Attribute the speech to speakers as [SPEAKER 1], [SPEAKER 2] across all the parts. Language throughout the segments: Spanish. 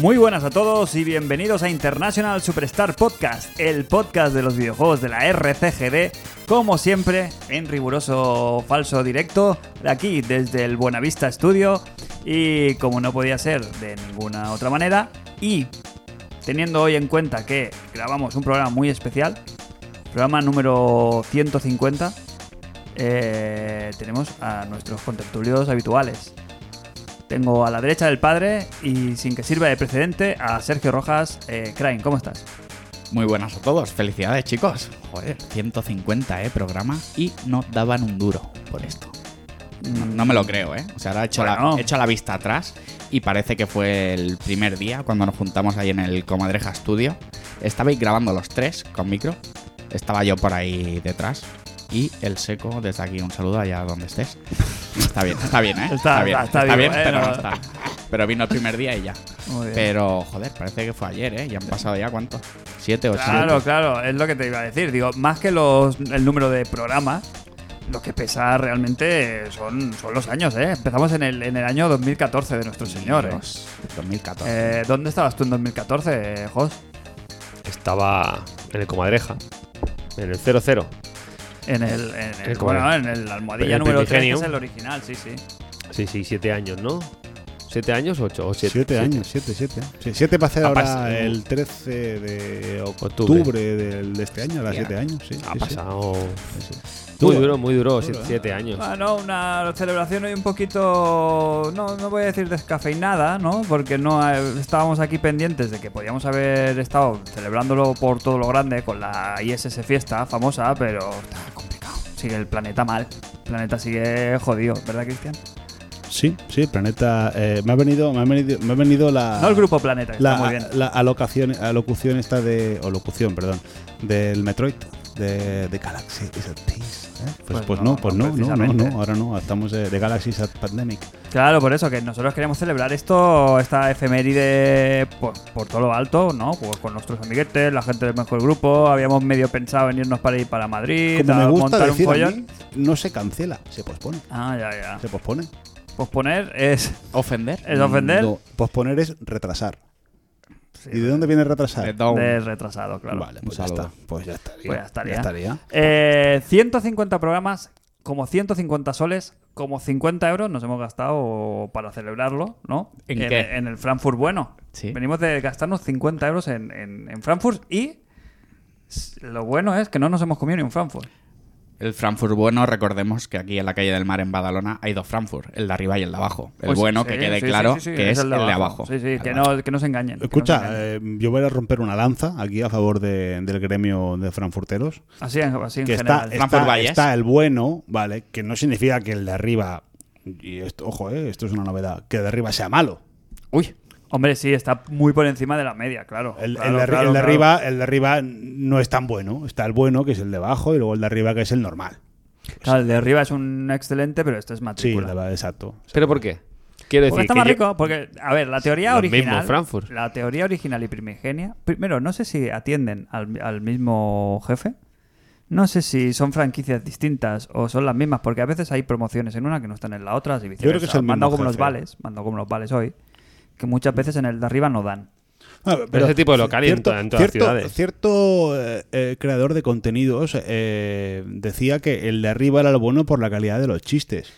[SPEAKER 1] Muy buenas a todos y bienvenidos a International Superstar Podcast, el podcast de los videojuegos de la RCGD, como siempre, en riguroso falso directo, de aquí desde el Buenavista Studio, y como no podía ser de ninguna otra manera, y teniendo hoy en cuenta que grabamos un programa muy especial, programa número 150, eh, tenemos a nuestros contertulios habituales. Tengo a la derecha del padre y sin que sirva de precedente a Sergio Rojas. Eh, Crane, ¿cómo estás?
[SPEAKER 2] Muy buenas a todos, felicidades chicos. Joder, 150 eh, programa y no daban un duro por esto. No, no me lo creo, ¿eh? O sea, ahora he hecho,
[SPEAKER 1] Bueno.
[SPEAKER 2] la, he hecho la vista atrás y parece que fue el primer día cuando nos juntamos ahí en el Comadreja Studio. Estabais grabando los tres con micro, estaba yo por ahí detrás y el seco desde aquí, un saludo allá donde estés. Está bien, está bien, ¿eh?
[SPEAKER 1] Está-
[SPEAKER 2] bien,
[SPEAKER 1] está- está vivo,
[SPEAKER 2] bien,
[SPEAKER 1] eh,
[SPEAKER 2] pero
[SPEAKER 1] no.
[SPEAKER 2] no está. Pero vino el primer día y ya.
[SPEAKER 1] Muy bien.
[SPEAKER 2] Pero, joder, parece que fue ayer, ¿eh? Y han pasado ya, ¿cuánto? ¿Siete o
[SPEAKER 1] Claro, claro, es lo que te iba a decir. Digo, más que los, el número de programas, lo que pesa realmente son, son los años, ¿eh? Empezamos en el, en el año 2014 de nuestro señor, ¿eh?
[SPEAKER 2] Señores. 2014.
[SPEAKER 1] Eh, dónde estabas tú en 2014, eh, Jos?
[SPEAKER 3] estaba en el Comadreja, en el 00.
[SPEAKER 1] En el, en el,
[SPEAKER 3] El
[SPEAKER 1] bueno,
[SPEAKER 3] cual-
[SPEAKER 1] en el almohadilla
[SPEAKER 3] el
[SPEAKER 1] número 3, que
[SPEAKER 3] primigenio.
[SPEAKER 1] es el original, sí, sí.
[SPEAKER 3] Sí, sí, siete años, ¿no? ¿Siete años? ¿Ocho? O siete,
[SPEAKER 4] Siete, años, siete, siete. Sí, siete va a ser
[SPEAKER 3] Ha
[SPEAKER 4] ahora
[SPEAKER 3] pasado.
[SPEAKER 4] el 13 de octubre,
[SPEAKER 3] Octubre.
[SPEAKER 4] del- de este año, ahora
[SPEAKER 2] Hostia.
[SPEAKER 4] siete años, sí.
[SPEAKER 3] Ha
[SPEAKER 4] sí, sí.
[SPEAKER 3] pasado.
[SPEAKER 4] Sí, sí.
[SPEAKER 3] Muy
[SPEAKER 4] Duro.
[SPEAKER 3] duro, muy duro,
[SPEAKER 4] Duro,
[SPEAKER 3] siete,
[SPEAKER 4] ¿eh?
[SPEAKER 3] siete años.
[SPEAKER 1] Bueno, una celebración hoy un poquito, no, no voy a decir descafeinada, ¿no? Porque no eh, estábamos aquí pendientes de que podíamos haber estado celebrándolo por todo lo grande con la ISS fiesta famosa, pero está complicado. Sigue el planeta mal. El planeta sigue jodido, ¿verdad, Cristian?
[SPEAKER 4] Sí, sí, el planeta. eh, me ha venido, me ha venido, me ha venido la.
[SPEAKER 1] No el grupo planeta, que
[SPEAKER 4] La,
[SPEAKER 1] está muy bien.
[SPEAKER 4] la alocación, alocución esta de. O locución, perdón. Del Metroid. De, de Galaxy is a Peace. ¿eh? Pues,
[SPEAKER 1] Pues
[SPEAKER 4] pues
[SPEAKER 1] no,
[SPEAKER 4] no, pues
[SPEAKER 1] no
[SPEAKER 4] no, no, no,
[SPEAKER 1] precisamente.
[SPEAKER 4] no, ahora no. Estamos eh, de Galaxy is a Pandemic.
[SPEAKER 1] Claro, por eso, que nosotros queremos celebrar esto, esta efeméride por, por todo lo alto, ¿no? Pues con nuestros amiguetes, la gente del mejor grupo, habíamos medio pensado en irnos para ir para Madrid,
[SPEAKER 4] Como
[SPEAKER 1] a
[SPEAKER 4] me gusta
[SPEAKER 1] montar
[SPEAKER 4] decir,
[SPEAKER 1] un
[SPEAKER 4] a
[SPEAKER 1] follón.
[SPEAKER 4] mí, no se cancela, se pospone.
[SPEAKER 1] Ah, ya, ya.
[SPEAKER 4] Se pospone.
[SPEAKER 1] Posponer es.
[SPEAKER 2] ¿Ofender? Mm,
[SPEAKER 1] ¿Es ofender?
[SPEAKER 4] No, posponer es retrasar.
[SPEAKER 1] Sí,
[SPEAKER 4] ¿Y de dónde viene retrasar?
[SPEAKER 2] De Down.
[SPEAKER 1] de retrasado, claro.
[SPEAKER 4] Vale,
[SPEAKER 2] Un
[SPEAKER 4] pues ya
[SPEAKER 2] saludo.
[SPEAKER 4] está. Pues ya estaría.
[SPEAKER 1] Pues ya estaría.
[SPEAKER 4] estaría.
[SPEAKER 1] Eh, 150 programas, como 150 soles, como 50 euros nos hemos gastado para celebrarlo, ¿no?
[SPEAKER 2] ¿En qué?
[SPEAKER 1] en el Frankfurt bueno.
[SPEAKER 2] Sí.
[SPEAKER 1] Venimos de gastarnos 50 euros en, en- en Frankfurt y s- lo bueno es que no nos hemos comido ni un Frankfurt.
[SPEAKER 2] El Frankfurt bueno, recordemos que aquí en la calle del Mar, en Badalona, hay dos Frankfurt, el de arriba y el de abajo. El
[SPEAKER 1] Pues
[SPEAKER 2] bueno,
[SPEAKER 1] sí,
[SPEAKER 2] que quede
[SPEAKER 1] sí,
[SPEAKER 2] claro
[SPEAKER 1] sí, sí, sí,
[SPEAKER 2] que es, el de abajo.
[SPEAKER 1] Sí, sí, que
[SPEAKER 2] Vale.
[SPEAKER 1] no, que no se engañen. que no se
[SPEAKER 4] Escucha,
[SPEAKER 1] engañen.
[SPEAKER 4] eh, yo voy a romper una lanza aquí a favor de- del gremio de frankfurteros.
[SPEAKER 1] así, en- así en
[SPEAKER 4] Que está,
[SPEAKER 1] general.
[SPEAKER 2] Frankfurt
[SPEAKER 4] está,
[SPEAKER 2] Valles.
[SPEAKER 4] está el bueno, ¿vale? Que no significa que el de arriba, y esto, ojo, eh, esto es una novedad, que el de arriba sea malo.
[SPEAKER 2] Uy,
[SPEAKER 1] Hombre, sí, está muy por encima de la media, claro.
[SPEAKER 4] El, el
[SPEAKER 1] Claro,
[SPEAKER 4] de, arri-
[SPEAKER 1] claro,
[SPEAKER 4] el de
[SPEAKER 1] claro.
[SPEAKER 4] arriba, el de arriba no es tan bueno. Está el bueno, que es el de abajo, y luego el de arriba, que es el normal.
[SPEAKER 1] Claro, el de arriba es un excelente, pero este es
[SPEAKER 4] Sí,
[SPEAKER 1] matrícula.
[SPEAKER 4] el de- exacto.
[SPEAKER 3] ¿Pero por qué? Quiero decir.
[SPEAKER 1] Porque está
[SPEAKER 3] que
[SPEAKER 1] más
[SPEAKER 3] yo-
[SPEAKER 1] rico, porque, a ver, la teoría
[SPEAKER 3] Lo
[SPEAKER 1] original.
[SPEAKER 3] mismo, Frankfurt.
[SPEAKER 1] La teoría original y primigenia. Primero, no sé si atienden al, al mismo jefe. No sé si son franquicias distintas o son las mismas, porque a veces hay promociones en una que no están en la otra, y viceversa.
[SPEAKER 4] creo que es el
[SPEAKER 1] Mandado
[SPEAKER 4] mismo
[SPEAKER 1] como los
[SPEAKER 4] jefe.
[SPEAKER 1] vales, mandado como los vales hoy, que muchas veces en el de arriba no dan.
[SPEAKER 4] Ah,
[SPEAKER 3] ese tipo de local y en toda- en todas las
[SPEAKER 4] cierto-
[SPEAKER 3] ciudades.
[SPEAKER 4] Cierto eh, eh, creador de contenidos eh, decía que el de arriba era el bueno por la calidad de los chistes.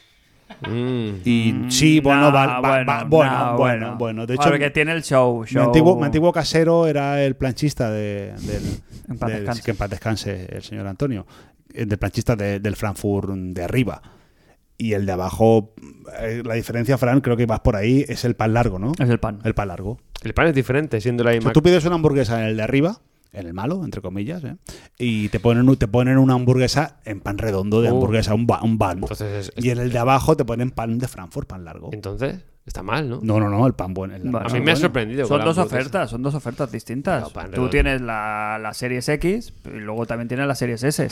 [SPEAKER 3] Mm.
[SPEAKER 4] Y
[SPEAKER 1] Mm,
[SPEAKER 4] sí,
[SPEAKER 1] nah,
[SPEAKER 4] bueno, va- va- va-
[SPEAKER 1] nah,
[SPEAKER 4] bueno, bueno, bueno. De hecho,
[SPEAKER 1] porque tiene el show,
[SPEAKER 4] mi,
[SPEAKER 1] show.
[SPEAKER 4] antiguo, mi antiguo casero era el planchista de- del.
[SPEAKER 1] En paz
[SPEAKER 4] del-
[SPEAKER 1] descanse.
[SPEAKER 4] que en paz descanse el señor Antonio. eh, Del planchista de- del Frankfurt de arriba. Y el de abajo, eh, la diferencia, Fran, creo que vas por ahí, es el pan largo, ¿no?
[SPEAKER 1] Es el pan.
[SPEAKER 4] El pan largo.
[SPEAKER 3] El pan es diferente, siendo la
[SPEAKER 4] O sea,
[SPEAKER 3] misma.
[SPEAKER 4] Pues tú pides una hamburguesa en el de arriba, en el malo, entre comillas, ¿eh? y te ponen, un- te ponen una hamburguesa en pan redondo de
[SPEAKER 3] Oh.
[SPEAKER 4] hamburguesa, un, ba- un bun.
[SPEAKER 3] Entonces, es-
[SPEAKER 4] y en el de abajo te ponen pan de Frankfurt, pan largo.
[SPEAKER 3] Entonces, está mal, ¿no?
[SPEAKER 4] No, no, no, el pan bueno. el
[SPEAKER 1] Vale.
[SPEAKER 3] A
[SPEAKER 4] pan
[SPEAKER 3] mí me ha
[SPEAKER 4] bueno.
[SPEAKER 3] sorprendido.
[SPEAKER 1] Son
[SPEAKER 3] con la
[SPEAKER 1] dos
[SPEAKER 3] hamburguesa.
[SPEAKER 1] ofertas, son dos ofertas distintas.
[SPEAKER 3] Claro, pan
[SPEAKER 1] Tú
[SPEAKER 3] redondo.
[SPEAKER 1] tienes la, la Series X y luego también tienes la Series S.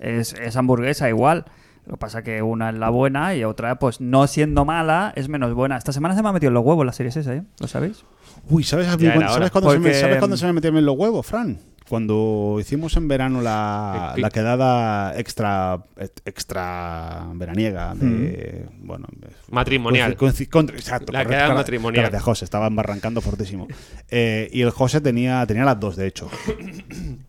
[SPEAKER 1] Es, es hamburguesa igual. Lo que pasa que una es la buena y otra, pues no siendo mala, es menos buena. Esta semana se me ha metido en los huevos la Series S, ¿eh? ¿Lo sabéis?
[SPEAKER 4] Uy, ¿sabes, a mí
[SPEAKER 3] Ya era
[SPEAKER 4] cuándo-
[SPEAKER 3] hora.
[SPEAKER 4] ¿sabes cuándo se me,
[SPEAKER 1] Porque,
[SPEAKER 4] ¿sabes cuándo
[SPEAKER 1] mm,
[SPEAKER 4] se me metieron los huevos, Fran? Cuando hicimos en verano la,
[SPEAKER 2] Eh,
[SPEAKER 4] la quedada extra extra veraniega de bueno
[SPEAKER 3] Matrimonial.
[SPEAKER 4] coinci- contra- exacto,
[SPEAKER 3] La
[SPEAKER 4] correcto,
[SPEAKER 3] quedada
[SPEAKER 4] cara-
[SPEAKER 3] matrimonial.
[SPEAKER 4] cara de José, estaba embarrancando fortísimo. Eh, y el José tenía, tenía las dos, de hecho.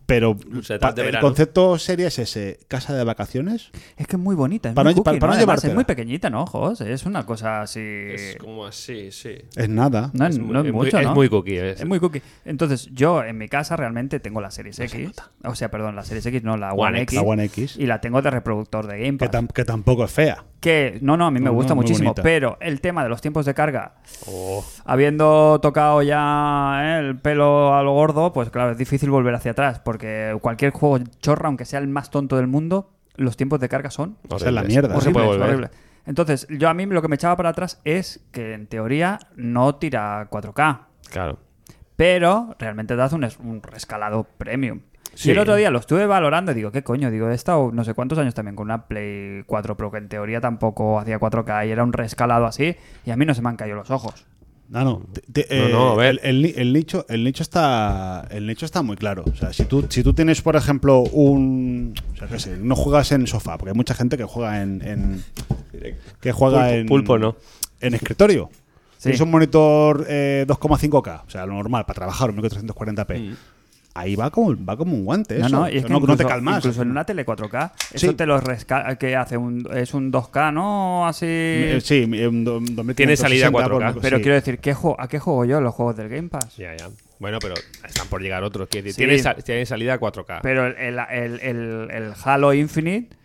[SPEAKER 4] Pero
[SPEAKER 3] Setas
[SPEAKER 4] pa-
[SPEAKER 3] de
[SPEAKER 4] el
[SPEAKER 3] verano.
[SPEAKER 4] concepto serie es ese, casa de vacaciones.
[SPEAKER 1] Es que es muy bonita. Es
[SPEAKER 4] Para
[SPEAKER 1] muy
[SPEAKER 4] no- para-
[SPEAKER 1] cookie,
[SPEAKER 4] para
[SPEAKER 1] ¿no?
[SPEAKER 4] no
[SPEAKER 1] Además, es
[SPEAKER 4] llevártela.
[SPEAKER 1] muy pequeñita, ¿no, Jos? Es una cosa así.
[SPEAKER 3] Es como así, sí.
[SPEAKER 4] Es nada.
[SPEAKER 1] No es,
[SPEAKER 3] muy-
[SPEAKER 1] no es
[SPEAKER 3] es muy-
[SPEAKER 1] mucho,
[SPEAKER 3] es
[SPEAKER 1] ¿no?
[SPEAKER 3] muy cookie, es-
[SPEAKER 1] Es muy cookie. Entonces, yo en mi casa realmente tengo la Series X. O sea, perdón, la Series X, no, la One,
[SPEAKER 3] One
[SPEAKER 1] X.
[SPEAKER 4] X. La One X.
[SPEAKER 1] Y la tengo de reproductor de Game
[SPEAKER 4] Que,
[SPEAKER 1] Pass.
[SPEAKER 4] tam- que tampoco es fea.
[SPEAKER 1] Que, no, no, a mí me
[SPEAKER 4] No,
[SPEAKER 1] gusta
[SPEAKER 4] no, muy
[SPEAKER 1] muchísimo.
[SPEAKER 4] bonita.
[SPEAKER 1] Pero el tema de los tiempos de carga,
[SPEAKER 3] Oh,
[SPEAKER 1] habiendo tocado ya ¿eh? el pelo a lo gordo, pues claro, es difícil volver hacia atrás. Porque cualquier juego chorra, aunque sea el más tonto del mundo, los tiempos de carga son
[SPEAKER 4] Esa es la
[SPEAKER 3] horribles.
[SPEAKER 4] mierda.
[SPEAKER 3] No se
[SPEAKER 1] Horrible,
[SPEAKER 3] puede
[SPEAKER 1] es
[SPEAKER 3] volver.
[SPEAKER 1] horrible. Entonces, yo a mí lo que me echaba para atrás es que en teoría no tira 4K,
[SPEAKER 3] Claro.
[SPEAKER 1] pero realmente te hace un, es- un rescalado premium.
[SPEAKER 3] Sí.
[SPEAKER 1] Y el otro día lo estuve valorando y digo, ¿qué coño? Digo, he estado no sé cuántos años también con una Play 4 Pro que en teoría tampoco hacía 4K y era un rescalado así y a mí no se me han caído los ojos.
[SPEAKER 4] No, no. te- te-
[SPEAKER 3] No,
[SPEAKER 4] eh,
[SPEAKER 3] no, a ver.
[SPEAKER 4] El, el ni- el nicho, el nicho está. El nicho está muy claro. O sea, si tú, si tú tienes, por ejemplo, un. O sea, qué sé, no juegas en sofá, porque hay mucha gente que juega en. en- que juega
[SPEAKER 3] Pulpo-
[SPEAKER 4] en.
[SPEAKER 3] pulpo no.
[SPEAKER 4] En escritorio.
[SPEAKER 1] Sí.
[SPEAKER 4] Es un monitor eh, 2,5K, o sea, lo normal, para trabajar, un 1440p.
[SPEAKER 3] Mm.
[SPEAKER 4] Ahí va como, va como un guante.
[SPEAKER 1] No,
[SPEAKER 4] eso.
[SPEAKER 1] no, y
[SPEAKER 4] O
[SPEAKER 1] es que
[SPEAKER 4] sea, no, no
[SPEAKER 1] incluso,
[SPEAKER 4] te calmas.
[SPEAKER 1] incluso en una tele 4K, eso
[SPEAKER 4] Sí.
[SPEAKER 1] te lo rescala, que hace un, es un 2K, ¿no? Así...
[SPEAKER 4] Eh, Sí, un do- un 2560
[SPEAKER 3] Tiene salida
[SPEAKER 4] por-
[SPEAKER 3] 4K,
[SPEAKER 1] pero
[SPEAKER 4] sí.
[SPEAKER 1] quiero decir, ¿qué juego, ¿a qué juego yo los juegos del Game Pass?
[SPEAKER 3] Ya, ya. Bueno, pero están por llegar otros. Quiero decir,
[SPEAKER 1] Sí.
[SPEAKER 3] Tiene, sal- tiene salida 4K.
[SPEAKER 1] Pero el, el- el- el- el Halo Infinite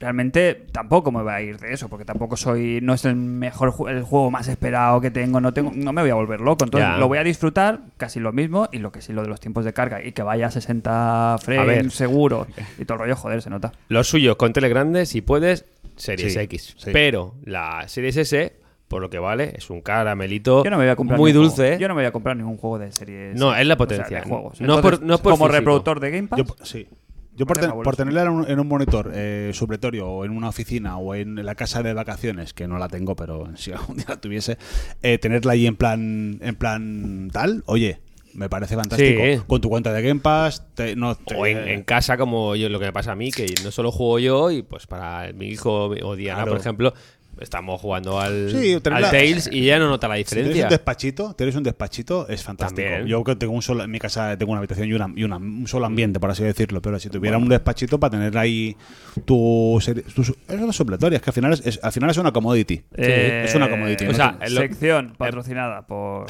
[SPEAKER 1] realmente tampoco me va a ir de eso, porque tampoco soy. No es el mejor ju- el juego más esperado que tengo, no tengo, no me voy a volver loco. Entonces
[SPEAKER 3] Ya.
[SPEAKER 1] lo voy a disfrutar casi lo mismo, y lo que sí lo de los tiempos de carga, y que vaya a 60 frames
[SPEAKER 3] ver.
[SPEAKER 1] seguro. Y todo el rollo, joder, se nota.
[SPEAKER 3] Los suyos con tele grande, si puedes, Series
[SPEAKER 4] Sí,
[SPEAKER 3] X.
[SPEAKER 4] sí.
[SPEAKER 3] Pero la Series S, por lo que vale, es un caramelito
[SPEAKER 1] Yo no me voy a comprar
[SPEAKER 3] muy
[SPEAKER 1] ningún
[SPEAKER 3] dulce. ¿eh?
[SPEAKER 1] juego. Yo no me voy a comprar ningún juego de series.
[SPEAKER 3] No, es la
[SPEAKER 1] o sea,
[SPEAKER 3] potencia.
[SPEAKER 1] de juegos.
[SPEAKER 3] No
[SPEAKER 1] Entonces,
[SPEAKER 3] por- no por
[SPEAKER 1] como
[SPEAKER 3] físico.
[SPEAKER 1] reproductor de Game Pass.
[SPEAKER 4] Yo, po- sí. Yo por,
[SPEAKER 1] Parece
[SPEAKER 4] ten-
[SPEAKER 1] fabuloso.
[SPEAKER 4] por tenerla en un, en un monitor eh, supletorio o en una oficina o en la casa de vacaciones, que no la tengo, pero si algún día la tuviese, eh, tenerla ahí en plan, en plan tal, oye, me parece fantástico.
[SPEAKER 3] Sí.
[SPEAKER 4] Con tu cuenta de Game Pass, te- no, te- eh,
[SPEAKER 3] O en, en casa, como yo lo que me pasa a mí, que no solo juego yo, y pues para mi hijo o Diana,
[SPEAKER 4] Claro.
[SPEAKER 3] por ejemplo, estamos jugando al,
[SPEAKER 4] Sí,
[SPEAKER 3] al
[SPEAKER 4] tenerla-
[SPEAKER 3] Tales y ya no nota la
[SPEAKER 4] si tienes
[SPEAKER 3] diferencia.
[SPEAKER 4] un despachito, tienes un despachito, es fantástico.
[SPEAKER 3] También.
[SPEAKER 4] Yo que tengo un solo, en mi casa tengo una habitación y, una, y una- un solo ambiente, por así decirlo, pero si tuviera un despachito para tener ahí tu serie- tus esas supletorias, que al final es, es- al final es una commodity.
[SPEAKER 1] Eh,
[SPEAKER 4] es una commodity.
[SPEAKER 3] o
[SPEAKER 4] no
[SPEAKER 3] sea,
[SPEAKER 4] te-
[SPEAKER 3] el-
[SPEAKER 1] sección patrocinada por,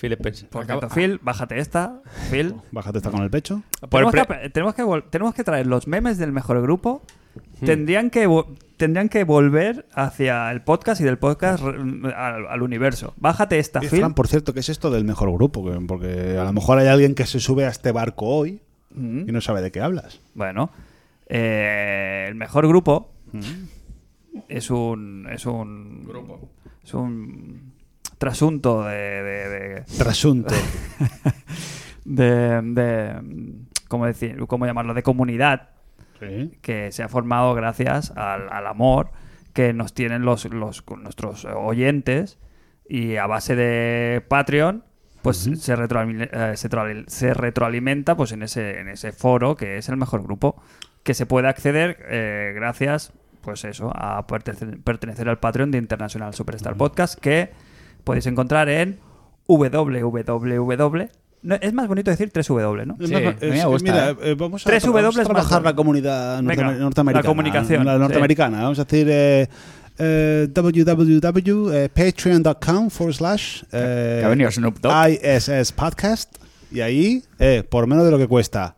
[SPEAKER 3] Phil Spencer.
[SPEAKER 1] por Gato Phil. Bájate esta, Phil.
[SPEAKER 4] Bájate está con el pecho.
[SPEAKER 3] Por
[SPEAKER 1] Tenemos,
[SPEAKER 3] pre-
[SPEAKER 1] que, tenemos, que vol- tenemos que traer los memes del mejor grupo.
[SPEAKER 3] Hmm.
[SPEAKER 1] Tendrían, que vo- tendrían que volver hacia el podcast y del podcast re- al, al universo. Bájate esta
[SPEAKER 4] Oye,
[SPEAKER 1] Phil.
[SPEAKER 4] Fran, por cierto, ¿qué es esto del mejor grupo? Que- Porque a lo mejor hay alguien que se sube a este barco hoy y no sabe de qué hablas.
[SPEAKER 1] Mm. Bueno, eh, el mejor grupo mm, es un. Es un. Grupo. Es un trasunto de. de, de-
[SPEAKER 4] Trasunto.
[SPEAKER 1] de- de- ¿cómo, decir, ¿Cómo llamarlo? De comunidad
[SPEAKER 4] Sí.
[SPEAKER 1] que se ha formado gracias al, al amor que nos tienen los, los- con nuestros eh, oyentes y a base de Patreon pues se, retroalime- eh, se troali- se retroalimenta pues en ese en ese foro que es el mejor grupo que se puede acceder eh, gracias pues eso a pertenecer, pertenecer al Patreon de International Superstar Podcast que podéis encontrar en www no, es más bonito decir 3w ¿no?
[SPEAKER 4] Es
[SPEAKER 2] Sí,
[SPEAKER 4] más-
[SPEAKER 2] a mí
[SPEAKER 4] es-
[SPEAKER 2] me gusta,
[SPEAKER 4] mira,
[SPEAKER 2] ¿eh?
[SPEAKER 4] eh, vamos a,
[SPEAKER 1] Tres
[SPEAKER 4] tra- vamos a
[SPEAKER 1] W es más
[SPEAKER 4] trabajar
[SPEAKER 1] bueno.
[SPEAKER 4] la comunidad norte-
[SPEAKER 1] Venga,
[SPEAKER 4] norteamericana.
[SPEAKER 1] la comunicación,
[SPEAKER 4] La
[SPEAKER 1] sí.
[SPEAKER 4] norteamericana. Vamos a decir eh, eh, www.patreon.com forward slash eh,
[SPEAKER 2] Que ha venido Snoop Dogg.
[SPEAKER 4] ISS Podcast. Y ahí, eh, por menos de lo que cuesta,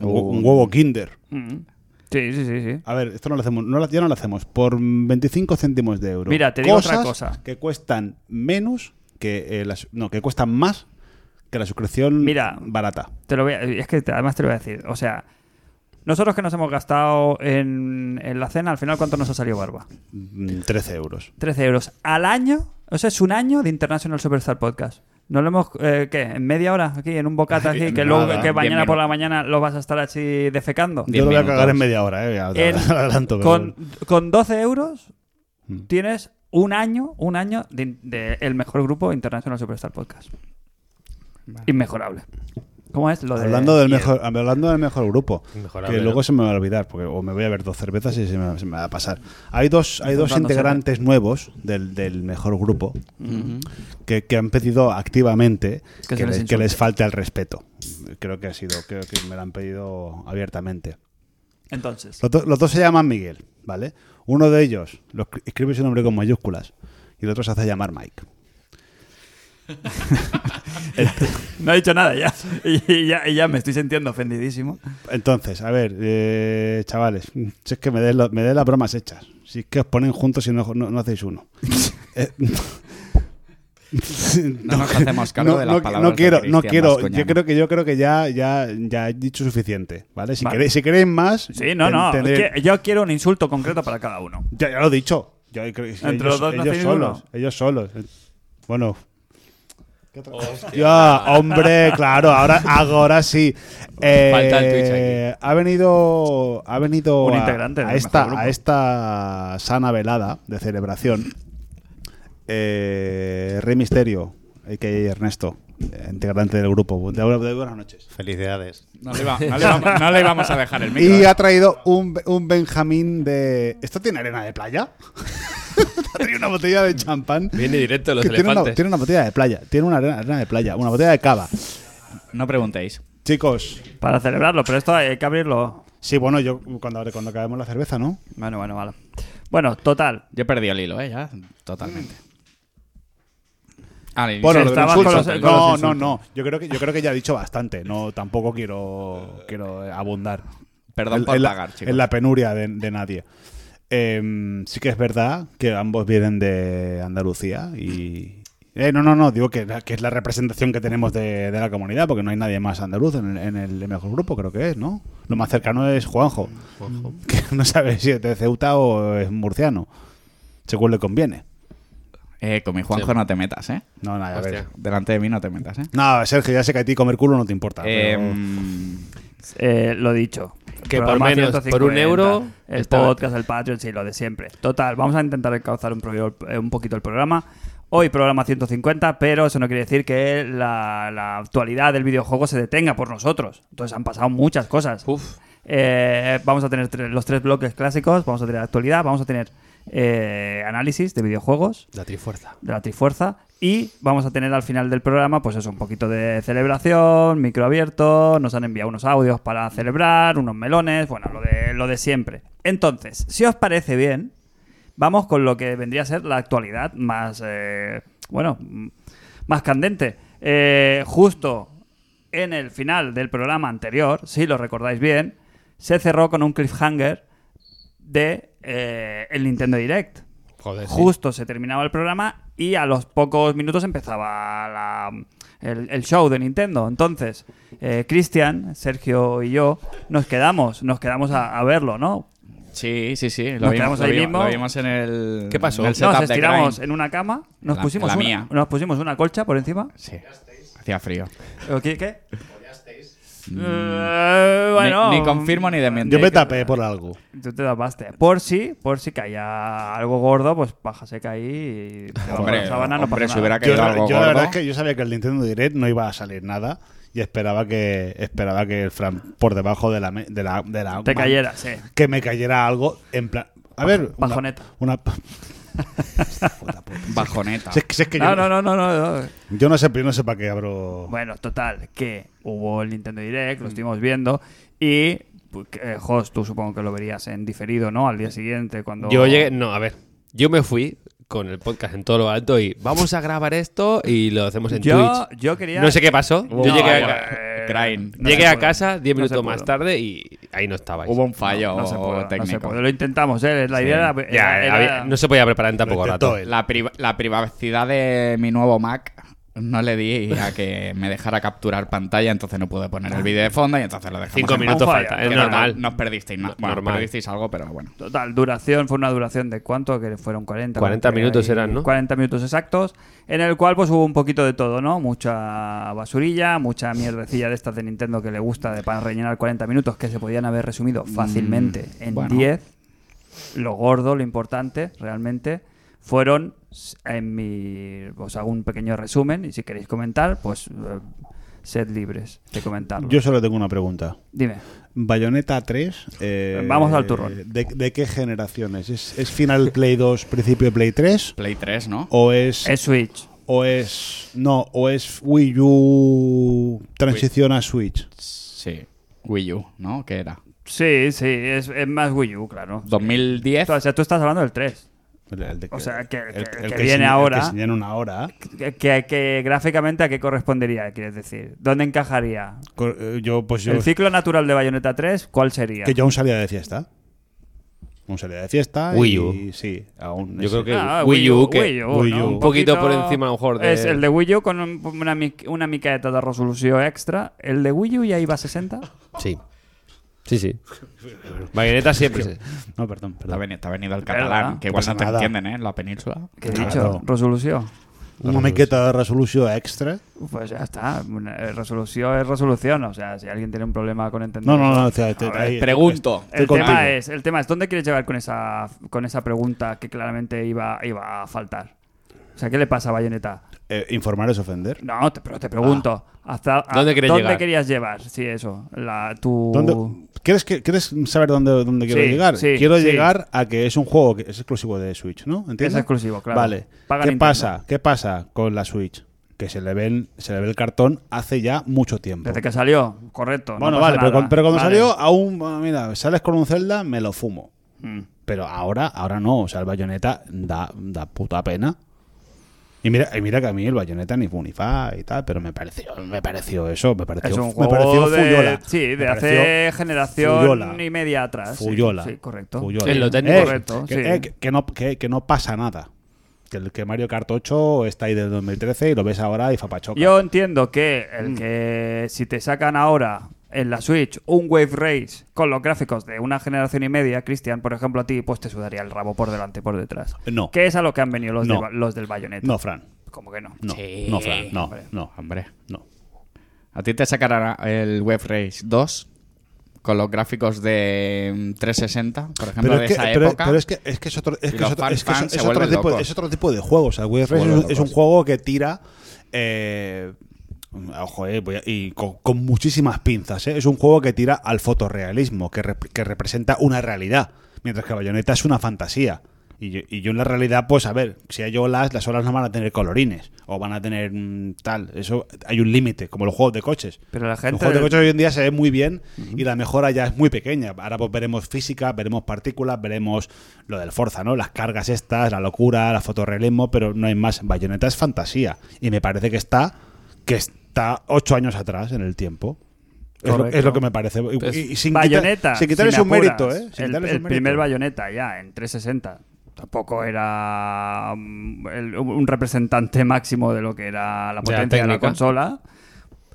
[SPEAKER 2] Uh.
[SPEAKER 4] un hue- un huevo Kinder.
[SPEAKER 1] Mm. sí sí sí sí
[SPEAKER 4] A ver, esto no lo hacemos, no lo- ya no lo hacemos. Por 25 céntimos de euro.
[SPEAKER 1] Mira, te digo otra cosa.
[SPEAKER 4] Que cuestan menos que eh, las. No, que cuestan más que la suscripción
[SPEAKER 1] Mira.
[SPEAKER 4] barata.
[SPEAKER 1] Te lo voy a- es que te- además te lo voy a decir. O sea, nosotros que nos hemos gastado en, en la cena, al final, ¿cuánto nos ha salido barba?
[SPEAKER 4] Mm, 13 euros.
[SPEAKER 1] 13 euros al año. O sea, es un año de International Superstar Podcast. No lo hemos. eh, ¿Qué? ¿En media hora? Aquí, en un bocata aquí, que luego
[SPEAKER 4] nada,
[SPEAKER 1] que
[SPEAKER 2] diez
[SPEAKER 1] mañana por
[SPEAKER 2] minutos.
[SPEAKER 1] la mañana lo vas a estar así defecando.
[SPEAKER 4] Yo lo voy a
[SPEAKER 2] minutos.
[SPEAKER 4] cagar en media hora, eh. ya te
[SPEAKER 1] En-
[SPEAKER 4] adelanto, pero
[SPEAKER 1] con,
[SPEAKER 4] bueno. Mm.
[SPEAKER 1] con 12 euros tienes un año, un año de, de el mejor grupo International Superstar Podcast. Inmejorable. ¿Cómo es? Lo de-
[SPEAKER 4] Hablando del,
[SPEAKER 3] Bien.
[SPEAKER 4] mejor, hablando del mejor grupo,
[SPEAKER 3] Mejorable,
[SPEAKER 4] que luego
[SPEAKER 3] ¿no?
[SPEAKER 4] se me va a olvidar, porque o me voy a ver dos cervezas y se me, se me va a pasar. Hay dos, hay dos
[SPEAKER 1] Juntándose.
[SPEAKER 4] integrantes nuevos del, del mejor grupo que, que han pedido activamente
[SPEAKER 1] Que
[SPEAKER 4] que,
[SPEAKER 1] se les
[SPEAKER 4] les, que
[SPEAKER 1] insulte.
[SPEAKER 4] les falte al respeto. Creo que ha sido, creo que me lo han pedido abiertamente.
[SPEAKER 1] Entonces,
[SPEAKER 4] Los, do- los dos se llaman Miguel, ¿vale? Uno de ellos lo escri- escribe su nombre con mayúsculas y el otro se hace llamar Mike.
[SPEAKER 1] no he dicho nada ya. Y, y ya, y ya me estoy sintiendo ofendidísimo.
[SPEAKER 4] Entonces, a ver, eh, chavales, si es que me des, lo- me des las bromas hechas. Si es que os ponen juntos y no, no- no hacéis uno. Eh,
[SPEAKER 2] No nos hacemos cargo de las
[SPEAKER 4] no-
[SPEAKER 2] palabras
[SPEAKER 4] no quiero,
[SPEAKER 2] de
[SPEAKER 4] no
[SPEAKER 2] Cristian
[SPEAKER 4] quiero. Yo
[SPEAKER 2] Mascoñana.
[SPEAKER 4] creo que yo creo que ya, ya, ya he dicho suficiente, ¿vale? Si
[SPEAKER 1] Vale.
[SPEAKER 4] queréis, si queréis más,
[SPEAKER 1] Sí, no,
[SPEAKER 4] ten-
[SPEAKER 1] no.
[SPEAKER 4] tenéis-
[SPEAKER 1] que- yo quiero un insulto concreto para cada uno.
[SPEAKER 4] ya, ya lo he dicho. Yo creo que
[SPEAKER 1] Entre
[SPEAKER 4] ellos,
[SPEAKER 1] los dos no
[SPEAKER 4] ellos
[SPEAKER 1] hacéis
[SPEAKER 4] solos,
[SPEAKER 1] uno.
[SPEAKER 4] ellos solos. Bueno. Ya, hombre, claro, ahora, ahora sí. Eh,
[SPEAKER 3] Falta el Twitch
[SPEAKER 4] Ha venido, ha venido
[SPEAKER 1] Un
[SPEAKER 4] a,
[SPEAKER 1] integrante
[SPEAKER 4] a
[SPEAKER 1] del mejor
[SPEAKER 4] esta,
[SPEAKER 1] grupo.
[SPEAKER 4] a esta sana velada de celebración. Eh, Rey Misterio, que Ernesto, eh, integrante del grupo. De, de buenas noches.
[SPEAKER 5] Felicidades.
[SPEAKER 2] No le, iba- no le vamos, no le íbamos a dejar el micro.
[SPEAKER 4] Y
[SPEAKER 2] ¿eh?
[SPEAKER 4] ha traído un, un Benjamín de. ¿Esto tiene arena de playa? ha traído una botella de champán.
[SPEAKER 3] Viene directo de los
[SPEAKER 4] que tiene, una,
[SPEAKER 3] elefantes.
[SPEAKER 4] tiene una botella de playa. Tiene una arena, arena de playa. Una botella de cava.
[SPEAKER 2] No preguntéis.
[SPEAKER 4] Chicos.
[SPEAKER 1] Para celebrarlo, pero esto hay que abrirlo.
[SPEAKER 4] Sí, bueno, yo cuando, cuando acabemos la cerveza, ¿no?
[SPEAKER 1] Bueno, bueno, vale. Bueno, total.
[SPEAKER 2] Yo perdí el hilo, ¿eh? Ya, totalmente. Ah,
[SPEAKER 4] Bueno,
[SPEAKER 1] Sí,
[SPEAKER 4] lo del
[SPEAKER 1] Mm. estaba
[SPEAKER 4] insulto.
[SPEAKER 1] con los- con
[SPEAKER 4] no,
[SPEAKER 1] los
[SPEAKER 4] no,
[SPEAKER 1] insultos.
[SPEAKER 4] no. Yo creo que yo creo que ya he dicho bastante. No, tampoco quiero quiero abundar.
[SPEAKER 2] Perdón
[SPEAKER 4] En-
[SPEAKER 2] por
[SPEAKER 4] en la-
[SPEAKER 2] pagar, chicos.
[SPEAKER 4] En la penuria de, de nadie. Em, sí que es verdad que ambos vienen de Andalucía y eh, no, no, no, digo que, que es la representación que tenemos de, de la comunidad, porque no hay nadie más andaluz en, el- en el mejor grupo, creo que es, ¿no? Lo más cercano es Juanjo, que no sabe si es de Ceuta o es murciano, según le conviene.
[SPEAKER 2] Eh, con mi Juanjo no te metas, ¿eh?
[SPEAKER 4] No, nada, a ver.
[SPEAKER 3] Hostia.
[SPEAKER 2] Delante de mí no te metas, ¿eh?
[SPEAKER 4] No, Sergio, ya sé que a ti comer culo no te importa.
[SPEAKER 2] Eh,
[SPEAKER 4] pero-
[SPEAKER 2] mm,
[SPEAKER 1] Eh, lo dicho.
[SPEAKER 3] Que por
[SPEAKER 1] Programa
[SPEAKER 3] menos, por un euro,
[SPEAKER 1] El
[SPEAKER 3] está-
[SPEAKER 1] podcast, el Patreon, sí, lo de siempre. Total, vamos a intentar encauzar un, pro- eh, un poquito el programa. Hoy programa 150, pero eso no quiere decir que la, la actualidad del videojuego se detenga por nosotros. Entonces han pasado muchas cosas.
[SPEAKER 3] Uf.
[SPEAKER 1] Eh, vamos a tener tres- los tres bloques clásicos, vamos a tener actualidad, vamos a tener eh, análisis de videojuegos
[SPEAKER 3] La trifuerza.
[SPEAKER 1] de la Trifuerza. Y vamos a tener al final del programa, pues eso, un poquito de celebración, micro abierto, nos han enviado unos audios para celebrar, unos melones, bueno, lo de, lo de siempre. Entonces, si os parece bien, vamos con lo que vendría a ser la actualidad más, eh, bueno, mm, más candente. Eh, justo en el final del programa anterior, si lo recordáis bien, se cerró con un cliffhanger de eh, el Nintendo Direct.
[SPEAKER 3] Joder, sí.
[SPEAKER 1] Justo se terminaba el programa y a los pocos minutos empezaba la- el, el show de Nintendo. Entonces, eh, Cristian, Sergio y yo nos quedamos, nos quedamos a, a verlo, ¿no?
[SPEAKER 2] sí, sí, sí. Lo
[SPEAKER 1] Nos
[SPEAKER 2] vimos,
[SPEAKER 1] quedamos
[SPEAKER 2] lo
[SPEAKER 1] ahí
[SPEAKER 2] vimos-
[SPEAKER 1] mismo.
[SPEAKER 2] lo vimos en el.
[SPEAKER 3] ¿Qué pasó?
[SPEAKER 2] en el
[SPEAKER 3] No,
[SPEAKER 2] setup
[SPEAKER 1] Nos
[SPEAKER 2] de
[SPEAKER 1] estiramos
[SPEAKER 2] Grind.
[SPEAKER 1] en una cama, nos,
[SPEAKER 2] La-
[SPEAKER 1] pusimos,
[SPEAKER 2] la
[SPEAKER 1] una,
[SPEAKER 2] mía.
[SPEAKER 1] nos pusimos una colcha por encima.
[SPEAKER 2] Sí. Hacía frío.
[SPEAKER 1] ¿O ¿Qué? qué? Eh, bueno,
[SPEAKER 2] ni, ni confirmo ni
[SPEAKER 4] Yo
[SPEAKER 2] desmiento.
[SPEAKER 4] me tapé por algo.
[SPEAKER 1] Tú te tapaste. Por si, por si caía algo gordo, pues paja seca ahí y te vas con
[SPEAKER 2] Hombre,
[SPEAKER 1] la sábana, no
[SPEAKER 2] hombre,
[SPEAKER 1] pasa
[SPEAKER 2] si hubiera
[SPEAKER 1] nada.
[SPEAKER 2] caído
[SPEAKER 4] yo, la-
[SPEAKER 2] algo
[SPEAKER 4] yo la
[SPEAKER 2] gordo.
[SPEAKER 4] verdad es que yo sabía que el Nintendo Direct no iba a salir nada y esperaba que esperaba que el Fran por debajo de la me- de la, de la-
[SPEAKER 1] Te cayera, sí.
[SPEAKER 4] que me cayera algo en plan a ver una-
[SPEAKER 1] bajoneta.
[SPEAKER 4] una, Puta puta.
[SPEAKER 2] Bajoneta.
[SPEAKER 4] Si es que, si es que
[SPEAKER 1] No,
[SPEAKER 4] yo,
[SPEAKER 1] no, no, no, no. no.
[SPEAKER 4] yo no sé yo no sé para qué abro
[SPEAKER 1] Bueno, total, que hubo el Nintendo Direct,
[SPEAKER 3] Mm.
[SPEAKER 1] lo estuvimos viendo y pues, que, eh, Jos, tú supongo que lo verías en diferido, ¿no? Al día siguiente cuando
[SPEAKER 3] Yo llegué, no, a ver, yo me fui con el podcast en todo lo alto y vamos a grabar esto y lo hacemos en
[SPEAKER 1] yo,
[SPEAKER 3] Twitch.
[SPEAKER 1] yo quería
[SPEAKER 3] No sé qué pasó.
[SPEAKER 2] Hubo-
[SPEAKER 3] yo
[SPEAKER 2] No,
[SPEAKER 3] llegué a,
[SPEAKER 2] no,
[SPEAKER 3] ca-
[SPEAKER 2] eh, Grind.
[SPEAKER 1] no
[SPEAKER 3] llegué
[SPEAKER 1] se
[SPEAKER 3] a
[SPEAKER 1] pudo.
[SPEAKER 3] casa 10
[SPEAKER 1] No se
[SPEAKER 3] minutos
[SPEAKER 1] pudo.
[SPEAKER 3] más tarde y ahí no estabais.
[SPEAKER 2] Hubo un fallo
[SPEAKER 1] No se pudo, no se
[SPEAKER 2] técnico.
[SPEAKER 1] pudo. Lo intentamos, ¿eh? La idea era,
[SPEAKER 3] Ya,
[SPEAKER 1] era-
[SPEAKER 3] había-
[SPEAKER 1] era-
[SPEAKER 3] no se podía preparar en tan
[SPEAKER 4] Lo
[SPEAKER 3] poco
[SPEAKER 4] intentó
[SPEAKER 3] rato.
[SPEAKER 4] él.
[SPEAKER 2] la, priva- la privacidad de mi nuevo Mac no le di a que me dejara capturar pantalla, entonces no pude poner el vídeo de fondo y entonces lo dejamos.
[SPEAKER 3] Cinco
[SPEAKER 2] en
[SPEAKER 3] minutos
[SPEAKER 1] Un
[SPEAKER 2] paz.
[SPEAKER 1] fallo,
[SPEAKER 3] falta,
[SPEAKER 2] Que
[SPEAKER 3] es
[SPEAKER 2] total,
[SPEAKER 3] normal.
[SPEAKER 2] No os perdisteis nada. Bueno,
[SPEAKER 3] Normal.
[SPEAKER 2] perdisteis algo, pero bueno.
[SPEAKER 1] Total, duración fue una duración de cuánto, que fueron 40.
[SPEAKER 3] 40
[SPEAKER 1] creo,
[SPEAKER 3] minutos
[SPEAKER 1] y-
[SPEAKER 3] eran, ¿no?
[SPEAKER 1] 40 minutos exactos, en el cual pues hubo un poquito de todo, ¿no? Mucha basurilla, mucha mierdecilla de estas de Nintendo que le gusta de para rellenar 40 minutos que se podían haber
[SPEAKER 3] Mm,
[SPEAKER 1] resumido fácilmente en
[SPEAKER 2] bueno.
[SPEAKER 1] 10. Lo gordo, lo importante, realmente, fueron en mi... Os hago un pequeño resumen y si queréis comentar, pues... eh, sed libres de comentarlo.
[SPEAKER 4] Yo solo tengo una pregunta.
[SPEAKER 1] Dime.
[SPEAKER 4] Bayonetta 3. eh,
[SPEAKER 1] Vamos al turrón.
[SPEAKER 4] ¿De, de qué generación es? ¿Es, es final Play 2, principio Play 3?
[SPEAKER 2] Play 3, ¿no?
[SPEAKER 1] Oh.
[SPEAKER 4] ¿O es,
[SPEAKER 1] Es Switch.
[SPEAKER 4] o es. No, o es Wii U transición a Switch?
[SPEAKER 2] Sí. Wii U, ¿no? ¿Qué era?
[SPEAKER 1] Sí, sí, es, es más Wii U, claro.
[SPEAKER 2] 2010.
[SPEAKER 1] O sea, tú estás hablando del 3.
[SPEAKER 4] El- el de
[SPEAKER 1] O sea, que- que- que
[SPEAKER 4] se
[SPEAKER 1] viene
[SPEAKER 4] enseña- el
[SPEAKER 1] ahora.
[SPEAKER 4] se enseña en una hora.
[SPEAKER 1] Que, que- que gráficamente a qué correspondería, quieres decir. ¿Dónde encajaría?
[SPEAKER 4] Cor- eh, Yo, pues yo.
[SPEAKER 1] ¿El ciclo natural de Bayonetta 3 cuál sería?
[SPEAKER 4] Que yo aún salía de fiesta. Aún salía de fiesta.
[SPEAKER 3] Wii
[SPEAKER 4] y,
[SPEAKER 3] U.
[SPEAKER 4] Sí, aún.
[SPEAKER 3] Yo
[SPEAKER 4] ese-
[SPEAKER 3] creo que
[SPEAKER 1] Ah,
[SPEAKER 3] Wii U, que
[SPEAKER 1] Wii
[SPEAKER 4] Wii
[SPEAKER 1] ¿no?
[SPEAKER 4] U.
[SPEAKER 1] Un
[SPEAKER 4] Un
[SPEAKER 3] poquito por encima, a lo mejor, de-
[SPEAKER 1] És el de Wii U con un- una, mi- una miqueta de resolució extra. El de Wii U ja hi va 60.
[SPEAKER 3] Sí. Sí, sí. Bayonetta siempre. se-
[SPEAKER 4] No, perdón,
[SPEAKER 2] Te ha,
[SPEAKER 4] perdón.
[SPEAKER 2] veni- te ha venido, el
[SPEAKER 1] Verdad. Pues
[SPEAKER 2] catalán, que igual
[SPEAKER 4] Pasa
[SPEAKER 2] no te
[SPEAKER 4] nada.
[SPEAKER 2] entienden, ¿eh? En la península.
[SPEAKER 1] ¿Qué he
[SPEAKER 4] Claro.
[SPEAKER 1] dicho? Resolució.
[SPEAKER 4] Una maqueta de resolución extra.
[SPEAKER 1] Pues ya está. Una- eh, resolució es resolución. O sea, si alguien tiene un problema con entender...
[SPEAKER 4] No, no, no. o
[SPEAKER 1] eso-
[SPEAKER 4] sea, te-
[SPEAKER 2] ver,
[SPEAKER 4] ahí-
[SPEAKER 2] pregunto.
[SPEAKER 4] estoy
[SPEAKER 1] El
[SPEAKER 4] contigo.
[SPEAKER 1] tema, es, el tema es, ¿dónde quieres llegar con esa, con esa pregunta que claramente iba, iba a faltar? O sea, ¿qué le pasa a Bayonetta?
[SPEAKER 4] Eh, informar es ofender.
[SPEAKER 1] No, te- pero te pregunto.
[SPEAKER 4] Ah.
[SPEAKER 1] hasta, a-
[SPEAKER 3] ¿Dónde querías llegar?
[SPEAKER 1] querías llevar? Sí, eso. La, tu...
[SPEAKER 4] ¿Dónde- ¿Quieres, que, ¿Quieres saber dónde, dónde quiero
[SPEAKER 1] Uh. Sí,
[SPEAKER 4] llegar?
[SPEAKER 1] sí,
[SPEAKER 4] quiero
[SPEAKER 1] sí.
[SPEAKER 4] llegar a que es un juego que es exclusivo de Switch, ¿no? ¿Entiendes?
[SPEAKER 1] Es exclusivo, claro.
[SPEAKER 4] Vale.
[SPEAKER 1] Paga
[SPEAKER 4] ¿Qué
[SPEAKER 1] Nintendo.
[SPEAKER 4] pasa? ¿Qué pasa con la Switch? Que se le, ven, se le ve el cartón hace ya mucho tiempo.
[SPEAKER 1] Desde que salió, correcto. no
[SPEAKER 4] Bueno,
[SPEAKER 1] pasa
[SPEAKER 4] vale, pero,
[SPEAKER 1] nada.
[SPEAKER 4] cuando- pero cuando
[SPEAKER 1] Vale.
[SPEAKER 4] salió, aún, ah, mira, sales con un Zelda, me lo fumo.
[SPEAKER 1] Mm.
[SPEAKER 4] Pero ahora, ahora no, o sea, el bayoneta da, da puta pena. Y mira, y mira que a mí el bayoneta ni Funifá y tal, pero me pareció, me pareció eso, me pareció,
[SPEAKER 1] Es un
[SPEAKER 4] me
[SPEAKER 1] juego
[SPEAKER 4] pareció
[SPEAKER 1] de,
[SPEAKER 4] fuyola.
[SPEAKER 1] Sí, de
[SPEAKER 4] Me
[SPEAKER 1] hace
[SPEAKER 4] pareció
[SPEAKER 1] generación
[SPEAKER 4] fuyola.
[SPEAKER 1] y media atrás. Ah, sí.
[SPEAKER 4] Fuyola.
[SPEAKER 1] Sí, correcto.
[SPEAKER 4] Fuyola.
[SPEAKER 3] En lo técnico,
[SPEAKER 1] correcto,
[SPEAKER 4] Eh, Que,
[SPEAKER 1] sí.
[SPEAKER 4] eh, que- que no, que, que no pasa nada. Que, el- que Mario Kart 8 está ahí del 2013 y lo ves ahora y fapachoca.
[SPEAKER 1] Yo entiendo que
[SPEAKER 4] Mm.
[SPEAKER 1] el que si te sacan ahora en la Switch un Wave Race con los gráficos de una generación y media, Cristian, por ejemplo, a ti, pues te sudaría el rabo por delante y por detrás.
[SPEAKER 4] No.
[SPEAKER 1] Que es a lo que han venido los,
[SPEAKER 4] No.
[SPEAKER 1] de- los del Bayonetta.
[SPEAKER 4] No, Fran.
[SPEAKER 1] Como que no.
[SPEAKER 4] No,
[SPEAKER 2] Sí,
[SPEAKER 4] no, Fran. No,
[SPEAKER 1] hombre.
[SPEAKER 4] no,
[SPEAKER 2] Hombre.
[SPEAKER 4] no.
[SPEAKER 2] A ti te sacará el Web Race 2 con los gráficos de mm, 360, por ejemplo,
[SPEAKER 4] pero
[SPEAKER 2] de
[SPEAKER 4] es que,
[SPEAKER 2] esa
[SPEAKER 4] pero-
[SPEAKER 2] época.
[SPEAKER 4] pero es que es que es otro,
[SPEAKER 2] Y
[SPEAKER 4] es que
[SPEAKER 2] los
[SPEAKER 4] es otro,
[SPEAKER 2] fans
[SPEAKER 4] es que es-
[SPEAKER 2] fans se
[SPEAKER 4] es otro
[SPEAKER 2] vuelven
[SPEAKER 4] tipo
[SPEAKER 2] locos.
[SPEAKER 4] es otro tipo de juego. O sea, Wii Race es,
[SPEAKER 2] vuelven
[SPEAKER 4] un- es un
[SPEAKER 2] locos.
[SPEAKER 4] juego que tira. eh, ojo, eh, voy a- y con, con muchísimas pinzas. eh. Es un juego que tira al fotorrealismo, que, rep- que representa una realidad. Mientras que Bayonetta es una fantasía. Y yo, y yo en la realidad, pues a ver, si hay olas, las olas no van a tener colorines o van a tener mm, tal. Eso hay un límite, como los juegos de coches.
[SPEAKER 1] Pero la
[SPEAKER 4] Los
[SPEAKER 1] gente.
[SPEAKER 4] juegos de coches hoy en día se ven muy bien y la mejora ya es muy pequeña. Ahora pues veremos física, veremos partículas, veremos lo del Forza, ¿no? Las cargas estas, la locura, la fotorrealismo, pero no hay más. Bayonetta es fantasía y me parece que está que está ocho años atrás en el tiempo. Es lo,
[SPEAKER 1] Correcto.
[SPEAKER 4] es lo que me parece. Y- y- y sin quitar-
[SPEAKER 1] Bayonetta.
[SPEAKER 4] sin quitarle
[SPEAKER 1] si
[SPEAKER 4] su
[SPEAKER 1] me apuras,
[SPEAKER 4] mérito, ¿eh? Sin
[SPEAKER 1] el
[SPEAKER 4] quitarle su
[SPEAKER 1] el primer
[SPEAKER 4] mérito.
[SPEAKER 1] bayoneta ya, en 360. Tampoco era mm, el- un representante máximo de lo que era la
[SPEAKER 3] De la
[SPEAKER 1] potencia de la
[SPEAKER 3] técnica.
[SPEAKER 1] consola.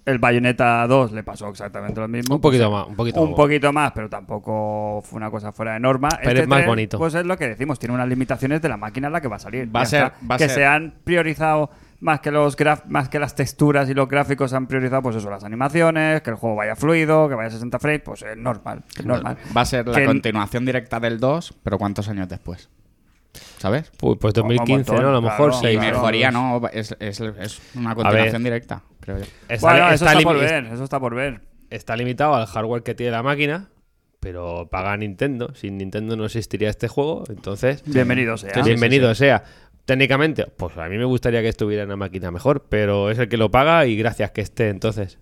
[SPEAKER 1] El Bayonetta 2 le pasó exactamente lo mismo. pues,
[SPEAKER 3] Un poquito más, un poquito
[SPEAKER 1] Un
[SPEAKER 3] más.
[SPEAKER 1] poquito más, pero tampoco fue una cosa fuera de norma.
[SPEAKER 3] Pero es más
[SPEAKER 1] tres,
[SPEAKER 3] bonito.
[SPEAKER 1] Pues es lo que decimos, tiene unas limitaciones de la máquina en la que va a salir.
[SPEAKER 2] Va a
[SPEAKER 1] Ya
[SPEAKER 2] ser-
[SPEAKER 1] está.
[SPEAKER 2] va a
[SPEAKER 1] que
[SPEAKER 2] ser.
[SPEAKER 1] se han priorizado más que los graf- más que las texturas y los gráficos han priorizado pues eso, las animaciones, que el juego vaya fluido, que vaya a 60 frames, pues es normal, es normal.
[SPEAKER 2] Va a ser la
[SPEAKER 1] Que-
[SPEAKER 2] continuación directa del 2, pero ¿cuántos años después? ¿Sabes?
[SPEAKER 3] Pues, pues 2015,
[SPEAKER 1] montón,
[SPEAKER 3] ¿no? A lo mejor
[SPEAKER 1] claro.
[SPEAKER 3] sí.
[SPEAKER 2] y
[SPEAKER 1] claro.
[SPEAKER 2] mejoría, ¿no? Es, es- es una continuación directa, creo yo.
[SPEAKER 3] Está,
[SPEAKER 1] Bueno, eso
[SPEAKER 3] está
[SPEAKER 1] está,
[SPEAKER 3] limi-
[SPEAKER 1] por ver, eso está por ver.
[SPEAKER 3] está limitado al hardware que tiene la máquina, pero paga Nintendo. Sin Nintendo no existiría este juego, entonces
[SPEAKER 1] Bienvenido sea.
[SPEAKER 3] que bienvenido sea. Técnicamente, pues a mí me gustaría que estuviera en una máquina mejor, pero es el que lo paga y gracias que esté. Entonces,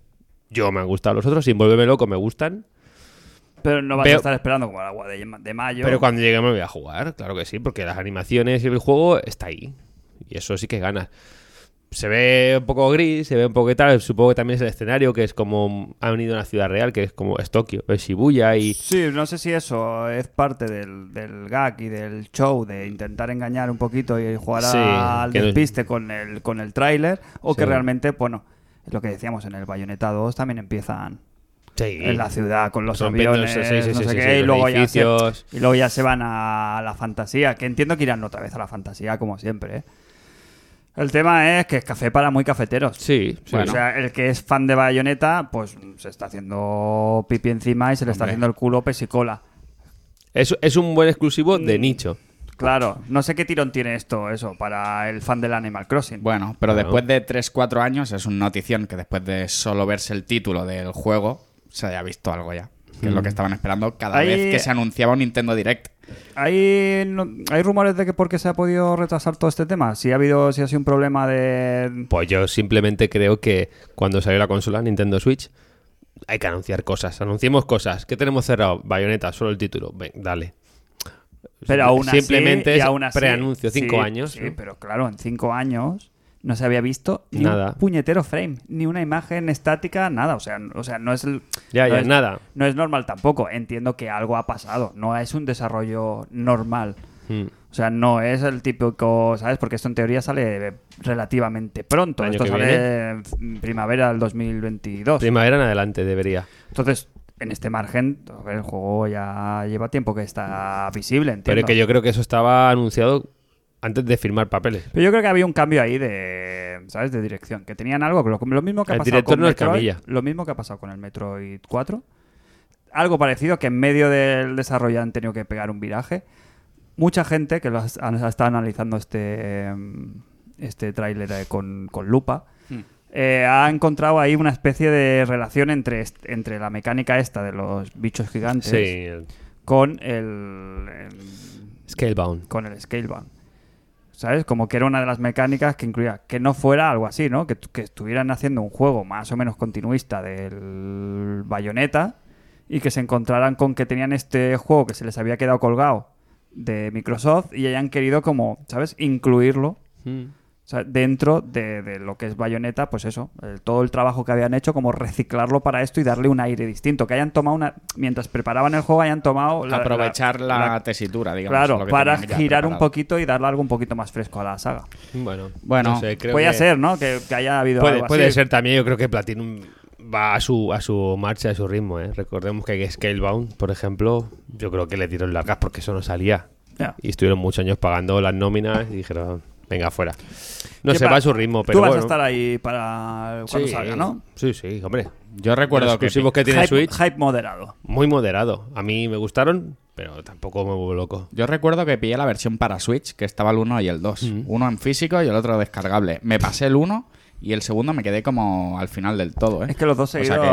[SPEAKER 3] yo me han gustado los otros, sin volverme loco me gustan,
[SPEAKER 1] Pero no vas a
[SPEAKER 3] Veo-
[SPEAKER 1] estar esperando como el agua de, de mayo.
[SPEAKER 3] pero cuando llegue me voy a jugar, claro que sí, porque las animaciones y el juego está ahí. Y eso sí que ganas. Se ve un poco gris, se ve un poco tal, supongo que también es el escenario, que es como han venido a una ciudad real, que es como es Tokio, es Shibuya y...
[SPEAKER 1] Sí, no sé si eso es parte del, del gag y del show de intentar engañar un poquito y jugar
[SPEAKER 3] Sí,
[SPEAKER 1] al
[SPEAKER 3] que no-
[SPEAKER 1] despiste con el, con el tráiler o que
[SPEAKER 3] Sí.
[SPEAKER 1] realmente, bueno, es lo que decíamos en el Bayonetta 2 también empiezan
[SPEAKER 3] Sí.
[SPEAKER 1] en la ciudad con los
[SPEAKER 3] Rompiendo
[SPEAKER 1] aviones,
[SPEAKER 3] eso, sí, sí,
[SPEAKER 1] no
[SPEAKER 3] sí,
[SPEAKER 1] sé
[SPEAKER 3] sí,
[SPEAKER 1] qué,
[SPEAKER 3] sí,
[SPEAKER 1] y,
[SPEAKER 3] los
[SPEAKER 1] luego ya se,
[SPEAKER 3] edificios.
[SPEAKER 1] y luego ya se van a la fantasía, que entiendo que irán otra vez a la fantasía como siempre. ¿eh? El tema es que es café para muy cafeteros.
[SPEAKER 3] Sí, sí.
[SPEAKER 1] O sea, el que es fan de Bayonetta, pues se está haciendo pipi encima y se le está haciendo el culo pesicola.
[SPEAKER 3] es, es un buen exclusivo de nicho.
[SPEAKER 1] Claro, no sé qué tirón tiene esto, eso, para el fan del Animal Crossing.
[SPEAKER 2] Bueno, pero
[SPEAKER 3] Claro.
[SPEAKER 2] después de 3-4 años es una notición que después de solo verse el título del juego se haya visto algo ya. Que es lo que estaban esperando cada
[SPEAKER 1] Ahí-
[SPEAKER 2] vez que se anunciaba un Nintendo Direct.
[SPEAKER 1] Hay, no- hay rumores de que por qué se ha podido retrasar todo este tema. Si ha habido, si ha sido un problema de.
[SPEAKER 3] Pues yo simplemente creo que cuando salió la consola Nintendo Switch hay que anunciar cosas. Anunciemos cosas. ¿Qué tenemos cerrado? Bayoneta, solo el título. Ven, dale.
[SPEAKER 1] Pero aún así-
[SPEAKER 3] Pues Simplemente
[SPEAKER 1] y
[SPEAKER 3] es
[SPEAKER 1] aún así-
[SPEAKER 3] preanuncio, cinco
[SPEAKER 1] sí,
[SPEAKER 3] años,
[SPEAKER 1] Sí,
[SPEAKER 3] ¿no?
[SPEAKER 1] pero claro, en cinco años no se había visto ni
[SPEAKER 3] Nada.
[SPEAKER 1] un puñetero frame, ni una imagen estática, nada. O sea, n- o sea no es el-
[SPEAKER 3] Ya,
[SPEAKER 1] no
[SPEAKER 3] ya,
[SPEAKER 1] es-
[SPEAKER 3] nada.
[SPEAKER 1] No es normal tampoco. Entiendo que algo ha pasado. No es un desarrollo normal.
[SPEAKER 3] Mm.
[SPEAKER 1] O sea, no es el típico, ¿sabes? Porque esto en teoría sale relativamente pronto.
[SPEAKER 3] El año
[SPEAKER 1] Esto
[SPEAKER 3] que
[SPEAKER 1] sale
[SPEAKER 3] viene.
[SPEAKER 1] en primavera del 2022.
[SPEAKER 3] Primavera en adelante debería.
[SPEAKER 1] Entonces, en este margen, a ver, el juego ya lleva tiempo que está visible, entiendo.
[SPEAKER 3] Pero es que yo creo que eso estaba anunciado antes de firmar papeles.
[SPEAKER 1] Pero yo creo que había un cambio ahí de, ¿sabes? De dirección. Que tenían algo, lo, lo mismo que ha
[SPEAKER 3] El
[SPEAKER 1] pasado
[SPEAKER 3] director
[SPEAKER 1] con
[SPEAKER 3] no es
[SPEAKER 1] Metroid,
[SPEAKER 3] Camilla.
[SPEAKER 1] lo mismo que ha pasado con el Metroid 4. Algo parecido que en medio del desarrollo han tenido que pegar un viraje. Mucha gente que lo has- han- ha estado analizando este em, este tráiler eh, con, con lupa
[SPEAKER 3] Hmm.
[SPEAKER 1] eh, ha encontrado ahí una especie de relación entre est- entre la mecánica esta de los bichos gigantes
[SPEAKER 3] Sí. el-
[SPEAKER 1] con el, em, el-
[SPEAKER 3] Scalebound.
[SPEAKER 1] con el Scalebound. ¿Sabes? Como que era una de las mecánicas que incluía que no fuera algo así, ¿no? Que, tu- que estuvieran haciendo un juego más o menos continuista del Bayonetta y que se encontraran con que tenían este juego que se les había quedado colgado de Microsoft y hayan querido como, ¿sabes? Incluirlo
[SPEAKER 3] Mm.
[SPEAKER 1] o sea, dentro de, de lo que es Bayonetta, pues eso, el- todo el trabajo que habían hecho, como reciclarlo para esto y darle un aire distinto. Que hayan tomado una. Mientras preparaban el juego, hayan tomado. la- la-
[SPEAKER 2] Aprovechar la,
[SPEAKER 1] la-
[SPEAKER 2] tesitura, digamos.
[SPEAKER 1] claro,
[SPEAKER 2] lo que
[SPEAKER 1] para
[SPEAKER 2] tenían ya
[SPEAKER 1] girar un
[SPEAKER 2] preparado.
[SPEAKER 1] poquito y darle algo un poquito más fresco a la saga.
[SPEAKER 3] Bueno,
[SPEAKER 2] Bueno,
[SPEAKER 3] no sé, creo
[SPEAKER 1] Puede
[SPEAKER 3] que-
[SPEAKER 1] ser, ¿no? Que, que haya habido
[SPEAKER 3] Puede,
[SPEAKER 1] algo
[SPEAKER 3] puede
[SPEAKER 1] así.
[SPEAKER 3] ser también, yo creo que Platinum va a su, a su marcha, a su ritmo. ¿eh? Recordemos que Scalebound, por ejemplo, yo creo que le dieron largas porque eso no salía.
[SPEAKER 1] Ya.
[SPEAKER 3] Y estuvieron muchos años pagando las nóminas y dijeron, venga, fuera. No
[SPEAKER 1] Que
[SPEAKER 3] se
[SPEAKER 1] pa-
[SPEAKER 3] va a su ritmo, pero
[SPEAKER 1] Tú vas
[SPEAKER 3] bueno.
[SPEAKER 1] a estar ahí para cuando
[SPEAKER 3] Sí,
[SPEAKER 1] salga, ¿no?
[SPEAKER 3] Sí, sí, hombre.
[SPEAKER 2] Yo recuerdo
[SPEAKER 3] Los
[SPEAKER 2] que
[SPEAKER 3] exclusivos que tiene
[SPEAKER 1] hype,
[SPEAKER 3] Switch,
[SPEAKER 1] hype moderado.
[SPEAKER 3] muy moderado. A mí me gustaron, pero tampoco me vuelvo loco.
[SPEAKER 2] Yo recuerdo que pillé la versión para Switch, que estaba el 1 y el 2.
[SPEAKER 1] Mm.
[SPEAKER 2] Uno en físico y el otro descargable. Me pasé el 1 y el segundo me quedé como al final del todo, ¿eh?
[SPEAKER 3] Pues,
[SPEAKER 1] Es que los dos
[SPEAKER 2] O sea
[SPEAKER 1] seguidos,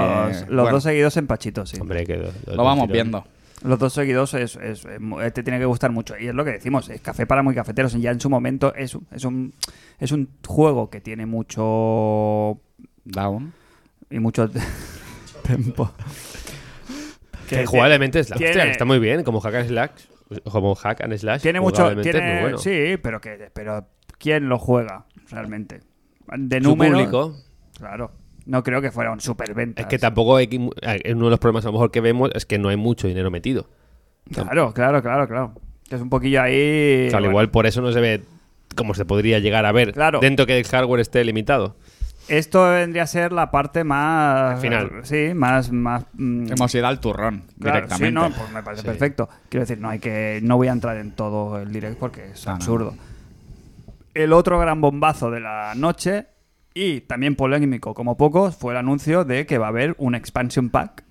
[SPEAKER 2] que,
[SPEAKER 1] los
[SPEAKER 2] bueno,
[SPEAKER 1] dos seguidos en Pachito, sí.
[SPEAKER 3] Hombre, que do- do-
[SPEAKER 2] Lo vamos
[SPEAKER 3] do-
[SPEAKER 2] viendo.
[SPEAKER 1] Los dos seguidos es, es- es mu- eh, te tiene que gustar mucho. Y es lo que decimos, es café para muy cafeteros. Ya en su momento es, un- es, un, es un juego que tiene mucho...
[SPEAKER 2] Down.
[SPEAKER 1] Mm. y mucho tiempo.
[SPEAKER 3] Que jugablemente es la
[SPEAKER 1] tiene-
[SPEAKER 3] hostia, este está muy bien, como hack and slash. Como hack and slash.
[SPEAKER 1] Tiene mucho...
[SPEAKER 3] jugablemente es
[SPEAKER 1] Tiene,
[SPEAKER 3] muy bueno.
[SPEAKER 1] Sí, pero, que, pero ¿quién lo juega realmente? De
[SPEAKER 3] Su
[SPEAKER 1] número...
[SPEAKER 3] público.
[SPEAKER 1] Claro. No creo que fuera un superventa.
[SPEAKER 3] Es que tampoco hay que- uno de los problemas a lo mejor que vemos es que no hay mucho dinero metido.
[SPEAKER 1] Claro, claro, claro, claro. Que es un poquillo ahí...
[SPEAKER 3] Claro,
[SPEAKER 1] bueno.
[SPEAKER 3] igual por eso no se ve como se podría llegar a ver
[SPEAKER 1] Claro.
[SPEAKER 3] dentro que el hardware esté limitado.
[SPEAKER 1] Esto vendría a ser la parte más...
[SPEAKER 3] Al final.
[SPEAKER 1] Sí, más... más mm,
[SPEAKER 2] Hemos ido al turrón
[SPEAKER 1] Claro,
[SPEAKER 2] directamente.
[SPEAKER 1] sí, no, pues me parece perfecto. Quiero decir, no hay que, no voy a entrar en todo el direct porque es
[SPEAKER 2] Ah, no.
[SPEAKER 1] absurdo. El otro gran bombazo de la noche y también polémico como pocos fue el anuncio de que va a haber un expansion pack